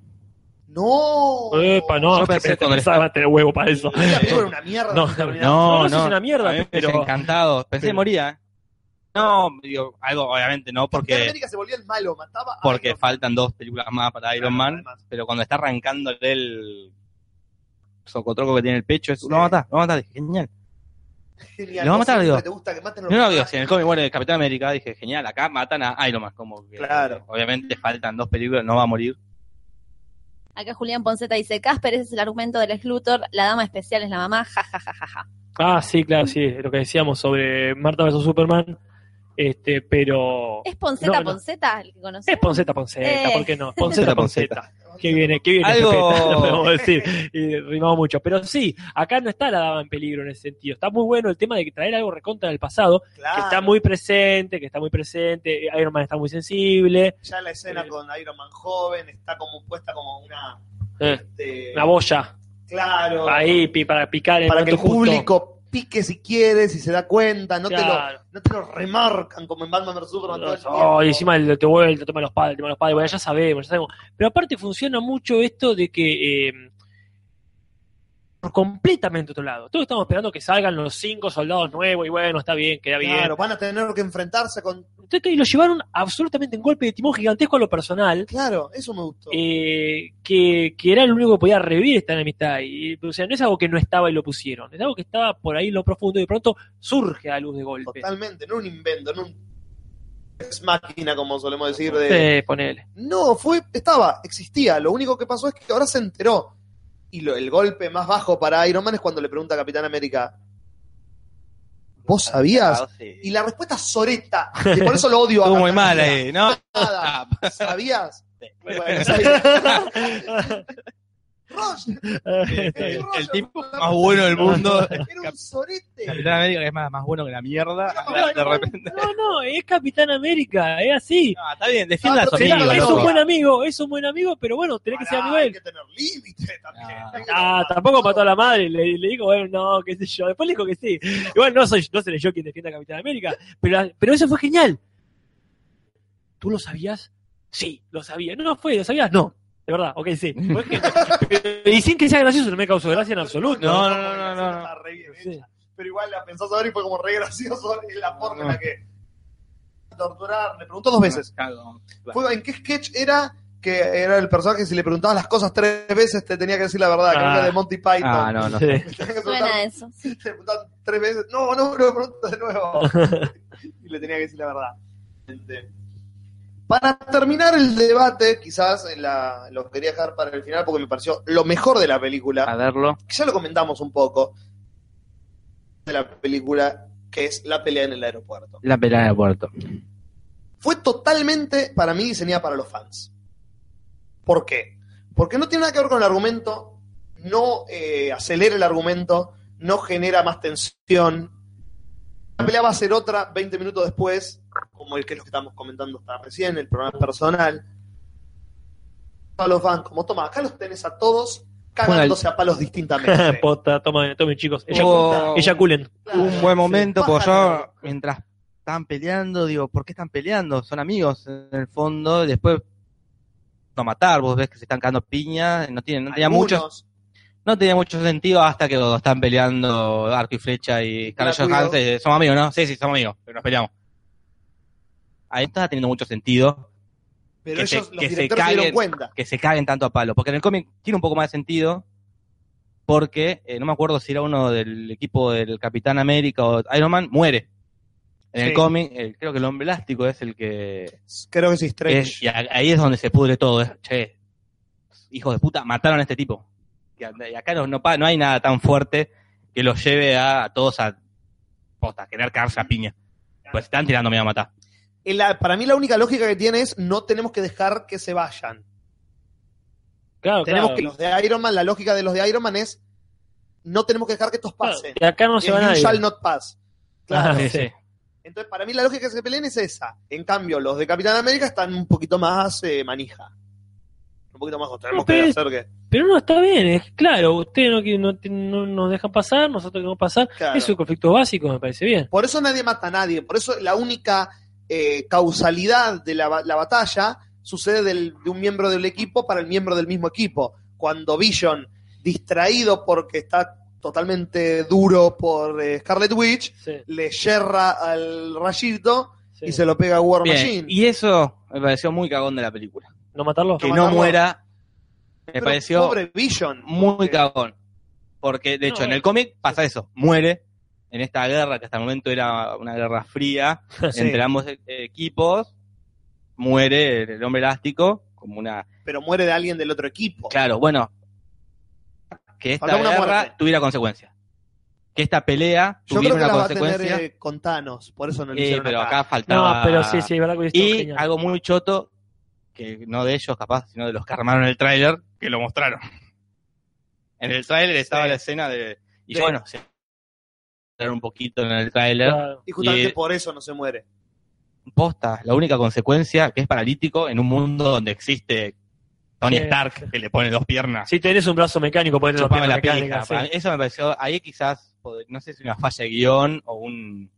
Speaker 1: No.
Speaker 3: Epa, no,
Speaker 4: Yo
Speaker 3: es que
Speaker 4: pensé
Speaker 3: pensé-
Speaker 4: cuando-
Speaker 3: pensaba tener huevo para eso.
Speaker 1: La película era una mierda.
Speaker 3: No, No, no, eso es una mierda,
Speaker 4: a mí me
Speaker 3: pero-
Speaker 4: hubiese encantado. Pensé que
Speaker 3: Sí.
Speaker 4: moría, eh. No, digo, algo obviamente no,
Speaker 1: Capitán
Speaker 4: porque,
Speaker 1: América se volvía el malo, mataba a
Speaker 4: porque
Speaker 1: Iron Man.
Speaker 4: faltan dos películas más para Iron
Speaker 1: Claro,
Speaker 4: Man,
Speaker 1: además.
Speaker 4: pero cuando está arrancando el socotroco que tiene en el pecho, es,
Speaker 1: Sí.
Speaker 4: lo va a matar, lo va a matar, genial.
Speaker 1: Genial,
Speaker 4: Lo va a
Speaker 1: no
Speaker 4: matar,
Speaker 1: siempre
Speaker 4: digo.
Speaker 1: te gusta que maten a
Speaker 4: No,
Speaker 1: los
Speaker 4: no, digo,
Speaker 1: personajes.
Speaker 4: si en el cómic muere el Capitán América, dije, genial, acá matan a Iron Man, como que
Speaker 1: Claro.
Speaker 4: obviamente faltan dos películas, no va a morir.
Speaker 2: Acá Julián Ponceta dice, Casper, ese es el argumento del Slutor, la dama especial es la mamá, ja, ja, ja, ja, ja.
Speaker 3: Ah, sí, claro, sí, lo que decíamos sobre Marta vs Superman. Este, pero.
Speaker 2: ¿Es Ponceta
Speaker 3: No, no.
Speaker 2: Ponceta el que conoce?
Speaker 3: Es Ponceta Ponceta,
Speaker 2: Eh.
Speaker 3: ¿por qué no? Ponceta
Speaker 4: Ponceta.
Speaker 3: Ponceta. Qué viene, qué viene.
Speaker 4: Algo-
Speaker 3: Pepeta, lo podemos decir. Y rimamos mucho. Pero sí, acá no está la dama en peligro en ese sentido. Está muy bueno el tema de que traer algo recontra del pasado,
Speaker 1: Claro,
Speaker 3: que está muy presente, que está muy presente. Iron Man está muy sensible.
Speaker 1: Ya la escena
Speaker 3: Eh.
Speaker 1: con Iron Man joven está como puesta como una.
Speaker 3: Eh,
Speaker 1: este,
Speaker 3: Una boya
Speaker 1: Claro.
Speaker 3: ahí pi- para picar el
Speaker 1: para que el
Speaker 3: momento justo.
Speaker 1: público pique si quiere, si se da cuenta. No, te,
Speaker 3: Claro.
Speaker 1: lo, no te lo remarcan como en Batman vs Superman. todo el
Speaker 3: Oh,
Speaker 1: tiempo.
Speaker 3: y encima el, te vuelta, toma los padres, toma los padres, bueno, ya sabemos, ya sabemos. Pero aparte funciona mucho esto de que eh, por completamente otro lado. Todos estamos esperando que salgan los cinco soldados nuevos y bueno, está bien, queda bien.
Speaker 1: Claro, van a tener que enfrentarse con.
Speaker 3: Entonces que lo llevaron absolutamente en golpe de timón gigantesco a lo personal,
Speaker 1: Claro, eso me gustó.
Speaker 3: eh, que, que era el único que podía revivir esta enemistad. Y, o sea, no es algo que no estaba y lo pusieron, es algo que estaba por ahí en lo profundo y de pronto surge a la luz de golpe.
Speaker 1: Totalmente, no un invento, no un Ex máquina, como solemos decir, de,
Speaker 8: Sí, ponele.
Speaker 1: No, fue, estaba, existía. Lo único que pasó es que ahora se enteró. Y lo- el golpe más bajo para Iron Man es cuando le pregunta a Capitán América, ¿vos sabías? Y la respuesta es soreta. Y por eso lo odio a
Speaker 4: Ah, Estuvo muy
Speaker 1: Capitán
Speaker 4: mal
Speaker 1: América.
Speaker 4: ahí, ¿no?
Speaker 1: Nada. ¿Sabías? Bueno, ¿sabías?
Speaker 3: Está
Speaker 1: Roger,
Speaker 3: bien.
Speaker 4: El, el tipo
Speaker 1: Roger,
Speaker 4: más bueno del mundo.
Speaker 1: era un sorete.
Speaker 4: Capitán América que es más, más bueno que la mierda. De repente.
Speaker 3: No, no, es Capitán América, es así.
Speaker 4: No, está bien, defienda
Speaker 1: Ah,
Speaker 4: a su
Speaker 1: pero
Speaker 3: Será-
Speaker 4: amigo,
Speaker 1: la-
Speaker 3: es
Speaker 1: loco.
Speaker 3: un
Speaker 4: loco.
Speaker 3: buen amigo, es un buen amigo, pero bueno, tenés que ser
Speaker 1: Pará,
Speaker 3: amigo de
Speaker 1: hay
Speaker 3: él.
Speaker 1: que tener límite también.
Speaker 4: Ah.
Speaker 1: Hay que-
Speaker 3: Ah, tampoco mató a la madre, le, le dijo, bueno, no, qué sé yo. Después le dijo que sí. Igual no soy, no seré yo quien defienda a Capitán América, pero, pero eso fue genial. ¿Tú lo sabías? Sí, lo sabía. No, no fue, ¿lo sabías? No. De verdad, ok, sí. Fue genial. y sin que sea gracioso, no me causó gracia en absoluto.
Speaker 4: No, no, no, no, no, no.
Speaker 1: Está re bien hecha.
Speaker 3: Sí.
Speaker 1: pero igual la pensás ahora y fue como re gracioso en la forma en la que torturar, le preguntó dos
Speaker 4: Pues
Speaker 1: veces. Fue, ¿En qué sketch era que era el personaje si le preguntabas las cosas tres veces te tenía que decir la verdad? Creo que
Speaker 3: Ah.
Speaker 1: era de Monty Python.
Speaker 4: Ah, no, no.
Speaker 3: Sí.
Speaker 1: Le tenían que preguntar-
Speaker 2: Suena a eso.
Speaker 1: le preguntaban tres veces. No, no, no, preguntas de nuevo. y le tenía que decir la verdad. Este, Para terminar el debate, quizás en la- lo quería dejar para el final porque me pareció lo mejor de la película
Speaker 4: A verlo.
Speaker 1: que ya lo comentamos un poco, de la película que es la pelea en el aeropuerto.
Speaker 4: La pelea en el puerto.
Speaker 1: Fue totalmente, para mí, diseñada para los fans. ¿Por qué? Porque no tiene nada que ver con el argumento, no eh, acelera el argumento, no genera más tensión. La pelea va a ser otra 20 minutos después, como el que es lo que estamos comentando hasta recién, el programa personal. A los fans, como toma, acá los tenés a todos cagándose a palos distintamente.
Speaker 3: Posta, tomen, tomen chicos. Ella,
Speaker 4: Hubo
Speaker 3: culen.
Speaker 1: Claro,
Speaker 4: un buen momento,
Speaker 1: sí,
Speaker 4: porque
Speaker 1: pájaro.
Speaker 4: yo, mientras estaban peleando, digo, ¿por qué están peleando? Son amigos en el fondo, y después no matar, vos ves que se están cagando piña, no tiene, no tenía
Speaker 1: Algunos,
Speaker 4: mucho, no tenía mucho sentido hasta que cuando están peleando arco y flecha y Scarlett
Speaker 1: Black
Speaker 4: Johansson,
Speaker 1: Widow.
Speaker 4: eh, somos amigos, ¿no? Sí, sí, somos amigos, pero nos peleamos. Ahí no estaba teniendo mucho sentido
Speaker 1: Pero
Speaker 4: que se-
Speaker 1: ellos, los
Speaker 4: que se
Speaker 1: directores se dieron
Speaker 4: caguen.
Speaker 1: cuenta.
Speaker 4: que se caguen tanto a palo, porque en el cómic tiene un poco más de sentido, porque eh, no me acuerdo si era uno del equipo del Capitán América o Iron Man, muere. En
Speaker 1: Sí.
Speaker 4: el cómic, eh, creo que el hombre elástico es el que...
Speaker 1: Creo que sí, Strange.
Speaker 4: es- y a- ahí es donde se pudre todo, es, che, hijos de puta, mataron a este tipo. Y, a- y acá no, no, pa- no hay nada tan fuerte que los lleve a, a todos a, posta, a querer cagarse a piña. Pues están tirando, me van a matar.
Speaker 1: Y la- para mí la única lógica que tiene es no tenemos que dejar que se vayan.
Speaker 3: Claro,
Speaker 1: tenemos
Speaker 3: claro.
Speaker 1: que los de Iron Man, la lógica de los de Iron Man es no tenemos que dejar que estos
Speaker 3: Claro,
Speaker 1: pasen.
Speaker 3: que acá no se
Speaker 1: El
Speaker 3: va
Speaker 1: you
Speaker 3: nadie.
Speaker 1: shall not pass. Claro.
Speaker 3: Ah,
Speaker 4: Sí,
Speaker 3: sí.
Speaker 4: sí.
Speaker 1: Entonces, para mí la lógica que se peleen es esa. En cambio, los de Capitán América están un poquito más eh, manija. Un poquito más, tenemos
Speaker 3: No, pero
Speaker 1: que
Speaker 3: es-
Speaker 1: hacer que...
Speaker 3: Pero no, está bien, es claro, ustedes no, quieren- no, te- no nos dejan pasar, nosotros queremos pasar.
Speaker 1: Claro.
Speaker 3: Es un conflicto básico, me parece bien.
Speaker 1: Por eso nadie mata a nadie. Por eso la única eh, causalidad de la, ba- la batalla sucede del- de un miembro del equipo para el miembro del mismo equipo. Cuando Vision, distraído porque está totalmente duro por eh, Scarlet Witch,
Speaker 3: Sí,
Speaker 1: le yerra al rayito
Speaker 3: sí.
Speaker 1: y se lo pega a War
Speaker 4: Bien,
Speaker 1: Machine.
Speaker 4: Y eso me pareció muy cagón de la película.
Speaker 3: ¿No matarlo?
Speaker 4: que
Speaker 1: No,
Speaker 4: no
Speaker 1: no, no.
Speaker 4: muera me
Speaker 1: Pero
Speaker 4: pareció
Speaker 1: Pobre Vision.
Speaker 4: muy
Speaker 1: porque-
Speaker 4: cagón. Porque, de hecho,
Speaker 3: No,
Speaker 4: en el
Speaker 3: eh.
Speaker 4: cómic pasa eso, muere en esta guerra que hasta el momento era una guerra fría
Speaker 1: Sí,
Speaker 4: entre ambos eh, equipos, muere el hombre elástico como una...
Speaker 1: pero muere de alguien del otro equipo.
Speaker 4: Claro, bueno, que esta
Speaker 1: Faltaba una
Speaker 4: guerra
Speaker 1: muerte.
Speaker 4: tuviera consecuencias. Que esta pelea
Speaker 1: Yo creo
Speaker 4: tuviera
Speaker 1: que
Speaker 4: una
Speaker 1: la va a tener
Speaker 4: consecuencia.
Speaker 1: eh, con Thanos, por eso no lo
Speaker 4: Eh,
Speaker 1: hicieron
Speaker 4: pero
Speaker 1: acá.
Speaker 4: acá faltaba...
Speaker 3: No, pero sí, sí, verdad que hubiese estado
Speaker 4: Y
Speaker 3: genial.
Speaker 4: algo muy choto, que no de ellos capaz, sino de los que armaron el tráiler, que lo mostraron. En el tráiler estaba la escena de... Y
Speaker 1: Sí.
Speaker 4: yo, bueno, se mostraron un poquito en el tráiler.
Speaker 3: Claro.
Speaker 1: Y justamente
Speaker 4: y-
Speaker 1: por eso no se muere.
Speaker 4: Posta, la única consecuencia que es paralítico en un mundo donde existe Tony
Speaker 3: Sí.
Speaker 4: Stark, que le pone dos piernas.
Speaker 3: Si tenés un brazo mecánico, podés tener
Speaker 4: Chupame
Speaker 3: una
Speaker 4: la
Speaker 3: pierna
Speaker 4: pija.
Speaker 3: mecánica.
Speaker 4: Para mí,
Speaker 3: sí.
Speaker 4: Eso me pareció, ahí quizás, pod- no sé si una falla de guión o un,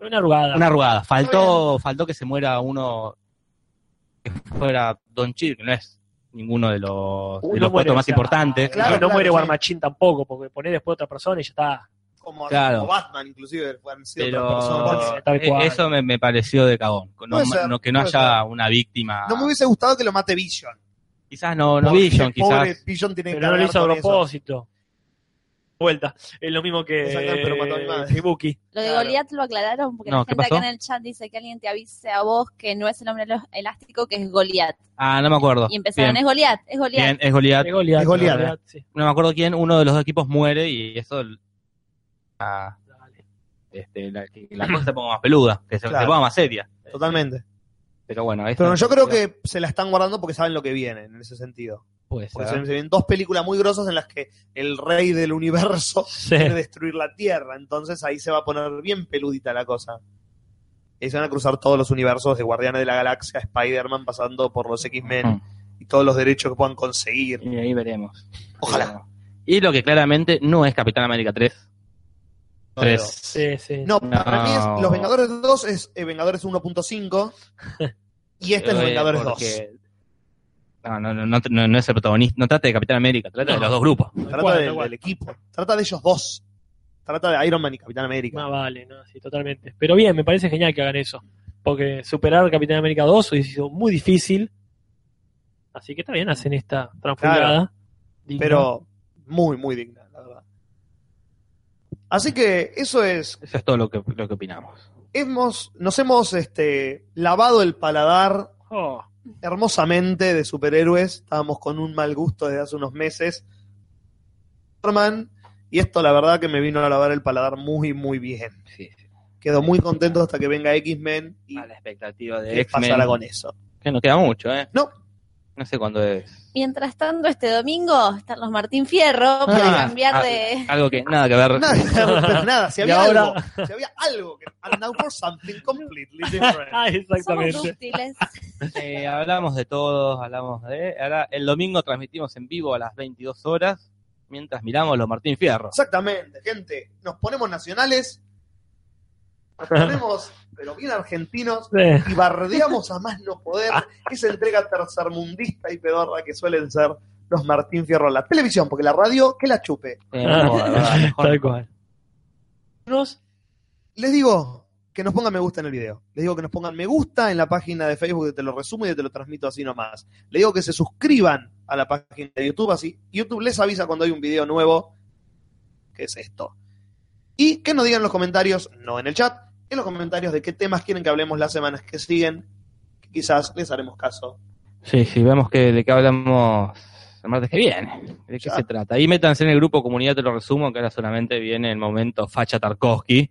Speaker 3: Una arrugada.
Speaker 4: una arrugada. Faltó, faltó que se muera uno que fuera Don Chir, que no es ninguno de los,
Speaker 3: Uno
Speaker 4: de
Speaker 3: muere,
Speaker 4: los puestos más
Speaker 3: o sea, No,
Speaker 4: importantes.
Speaker 1: ah, Claro,
Speaker 3: no
Speaker 1: claro,
Speaker 3: muere
Speaker 1: sí.
Speaker 3: War Machine tampoco, porque poner después otra persona y ya está.
Speaker 1: Como,
Speaker 4: Claro.
Speaker 1: como Batman, inclusive, han sido otras personas.
Speaker 4: Pero
Speaker 3: Tal
Speaker 4: eh,
Speaker 3: cual.
Speaker 4: eso me, me pareció de cagón. No,
Speaker 1: Puede ser,
Speaker 4: no- que no
Speaker 1: puede
Speaker 4: haya una víctima.
Speaker 1: No me hubiese gustado que lo mate Vision.
Speaker 4: Quizás no, no
Speaker 1: Porque
Speaker 4: Vision,
Speaker 1: Pobre
Speaker 4: quizás.
Speaker 1: Vision tiene que
Speaker 3: Pero no lo
Speaker 1: cargar
Speaker 3: hizo a
Speaker 1: con eso.
Speaker 3: propósito. vuelta. Es lo mismo que,
Speaker 1: Exacto, pero mató a mi madre.
Speaker 3: que Buki.
Speaker 2: Lo de
Speaker 1: Claro.
Speaker 2: Goliath lo aclararon porque
Speaker 4: No,
Speaker 2: la
Speaker 4: ¿qué
Speaker 2: gente acá
Speaker 4: pasó?
Speaker 2: en el chat dice que alguien te avise a vos que no es el hombre elo- elástico, que es Goliath.
Speaker 4: Ah, no me acuerdo.
Speaker 2: Y empezaron,
Speaker 4: Bien,
Speaker 2: es Goliath, es Goliath.
Speaker 4: bien, es Goliat.
Speaker 3: Es Goliath.
Speaker 1: Es Goliath.
Speaker 3: sí.
Speaker 4: No me acuerdo quién, uno de los dos equipos muere y eso. ah, este, la, que la cosa se ponga más peluda, que se,
Speaker 1: Claro.
Speaker 4: se ponga más seria.
Speaker 1: Totalmente.
Speaker 4: Pero bueno, esta-
Speaker 1: Pero yo creo que se la están guardando porque saben lo que viene en ese sentido.
Speaker 4: Puede
Speaker 1: Porque
Speaker 4: ser.
Speaker 1: se se vienen dos películas muy grosas en las que el rey del universo
Speaker 3: Sí.
Speaker 1: quiere destruir la Tierra. Entonces ahí se va a poner bien peludita la cosa. Y se van a cruzar todos los universos de Guardianes de la Galaxia, Spider-Man, pasando por los X-Men
Speaker 4: Mm.
Speaker 1: y todos los derechos que puedan conseguir.
Speaker 4: Y ahí veremos.
Speaker 1: Ojalá.
Speaker 4: Veremos. Y lo que claramente no es Capitán América 3. Tres.
Speaker 3: Sí, sí.
Speaker 1: No, para
Speaker 4: No.
Speaker 1: mí es Los Vengadores 2 es eh, Vengadores 1.5 y este es Los
Speaker 4: Eh,
Speaker 1: Vengadores 2.
Speaker 4: porque- No, no, no, no, no, no es el protagonista. No trate de Capitán América, trate de
Speaker 3: No.
Speaker 4: los dos grupos.
Speaker 1: Trata
Speaker 3: Igual,
Speaker 1: del,
Speaker 3: igual.
Speaker 1: del equipo. Trata de ellos dos. Trata de Iron Man y Capitán América.
Speaker 3: Más vale, ¿no? Sí, totalmente. Pero bien, me parece genial que hagan eso. Porque superar Capitán América 2 se hizo muy difícil. Así que está bien, hacen esta transformada. digna.
Speaker 1: pero muy, muy digna, la verdad. Así que eso es.
Speaker 4: Eso es todo lo que, lo que opinamos.
Speaker 1: Hemos, nos hemos este, lavado el paladar
Speaker 3: Oh,
Speaker 1: hermosamente de superhéroes. Estábamos con un mal gusto desde hace unos meses. Superman, y esto la verdad que me vino a lavar el paladar muy, muy bien.
Speaker 4: Sí, sí.
Speaker 1: Quedo muy contento hasta que venga X-Men y
Speaker 4: A la expectativa de
Speaker 1: qué
Speaker 4: X-Men.
Speaker 1: pasará con eso.
Speaker 4: Que no queda mucho, ¿eh?
Speaker 1: No.
Speaker 4: No sé cuándo es.
Speaker 2: Mientras tanto, este domingo están los Martín Fierro para
Speaker 4: Ah,
Speaker 2: cambiar
Speaker 4: ah,
Speaker 2: de.
Speaker 4: Algo que nada que ver.
Speaker 1: Nada, nada, si
Speaker 3: Y
Speaker 1: había
Speaker 3: ahora-
Speaker 1: algo, si había algo que and now for something completely different.
Speaker 3: ah,
Speaker 2: Somos
Speaker 3: exactamente.
Speaker 2: dúctiles.
Speaker 4: Eh, hablamos de todos, hablamos de. Ahora, el domingo transmitimos en vivo a las 22 horas mientras miramos los Martín Fierro.
Speaker 1: Exactamente, gente. Nos ponemos nacionales, nos ponemos, pero bien argentinos,
Speaker 3: Sí.
Speaker 1: y bardeamos a más no poder esa entrega tercermundista y pedorra que suelen ser los Martín Fierro en la televisión, porque la radio que la chupe.
Speaker 4: Eh, no, de verdad, mejor.
Speaker 3: Tal cual. Nos-
Speaker 1: Les digo que nos pongan me gusta en el video. Les digo que nos pongan me gusta en la página de Facebook, que te lo resumo y que te lo transmito así nomás. Les digo que se suscriban a la página de YouTube, así YouTube les avisa cuando hay un video nuevo, que es esto. Y que nos digan en los comentarios, no en el chat, en los comentarios de qué temas quieren que hablemos las semanas que siguen. que Quizás les haremos caso.
Speaker 4: Sí, sí, vemos que de qué hablamos el martes que viene. ¿De qué
Speaker 1: Ya.
Speaker 4: se trata? Ahí métanse en el grupo Comunidad, te lo resumo, que ahora solamente viene el momento Facha Tarkovsky.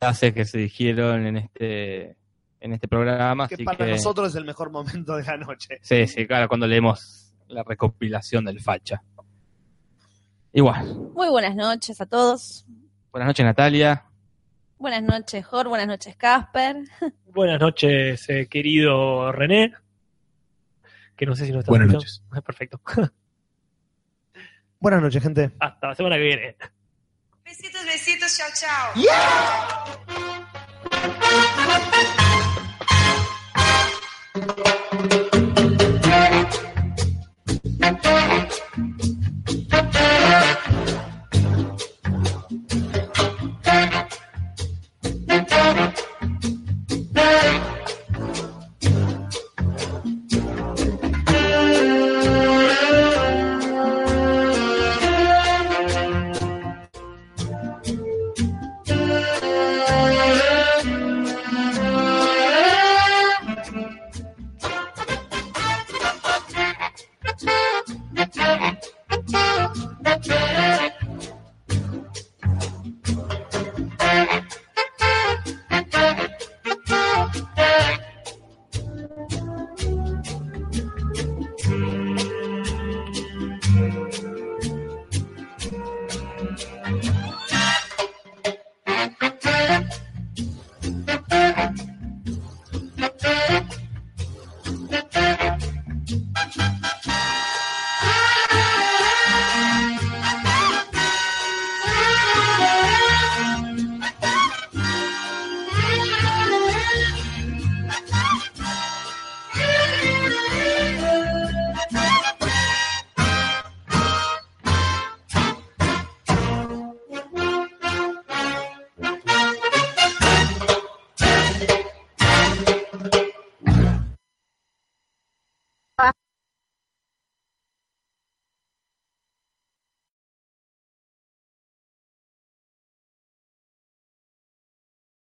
Speaker 4: Frases que se dijeron en este, en este programa.
Speaker 1: Que
Speaker 4: así
Speaker 1: para
Speaker 4: que-
Speaker 1: nosotros es el mejor momento de la noche.
Speaker 4: Sí, sí, claro, cuando leemos la recopilación del Facha. Igual.
Speaker 2: Muy buenas noches a todos.
Speaker 4: Buenas noches, Natalia.
Speaker 2: Buenas noches, Jor. Buenas noches, Casper.
Speaker 3: Buenas noches, eh, querido René. Que no sé si nos está
Speaker 8: Buenas
Speaker 3: escuchando. Perfecto.
Speaker 1: Buenas noches, gente.
Speaker 3: Hasta la semana que viene.
Speaker 9: Besitos, besitos, chao, chao.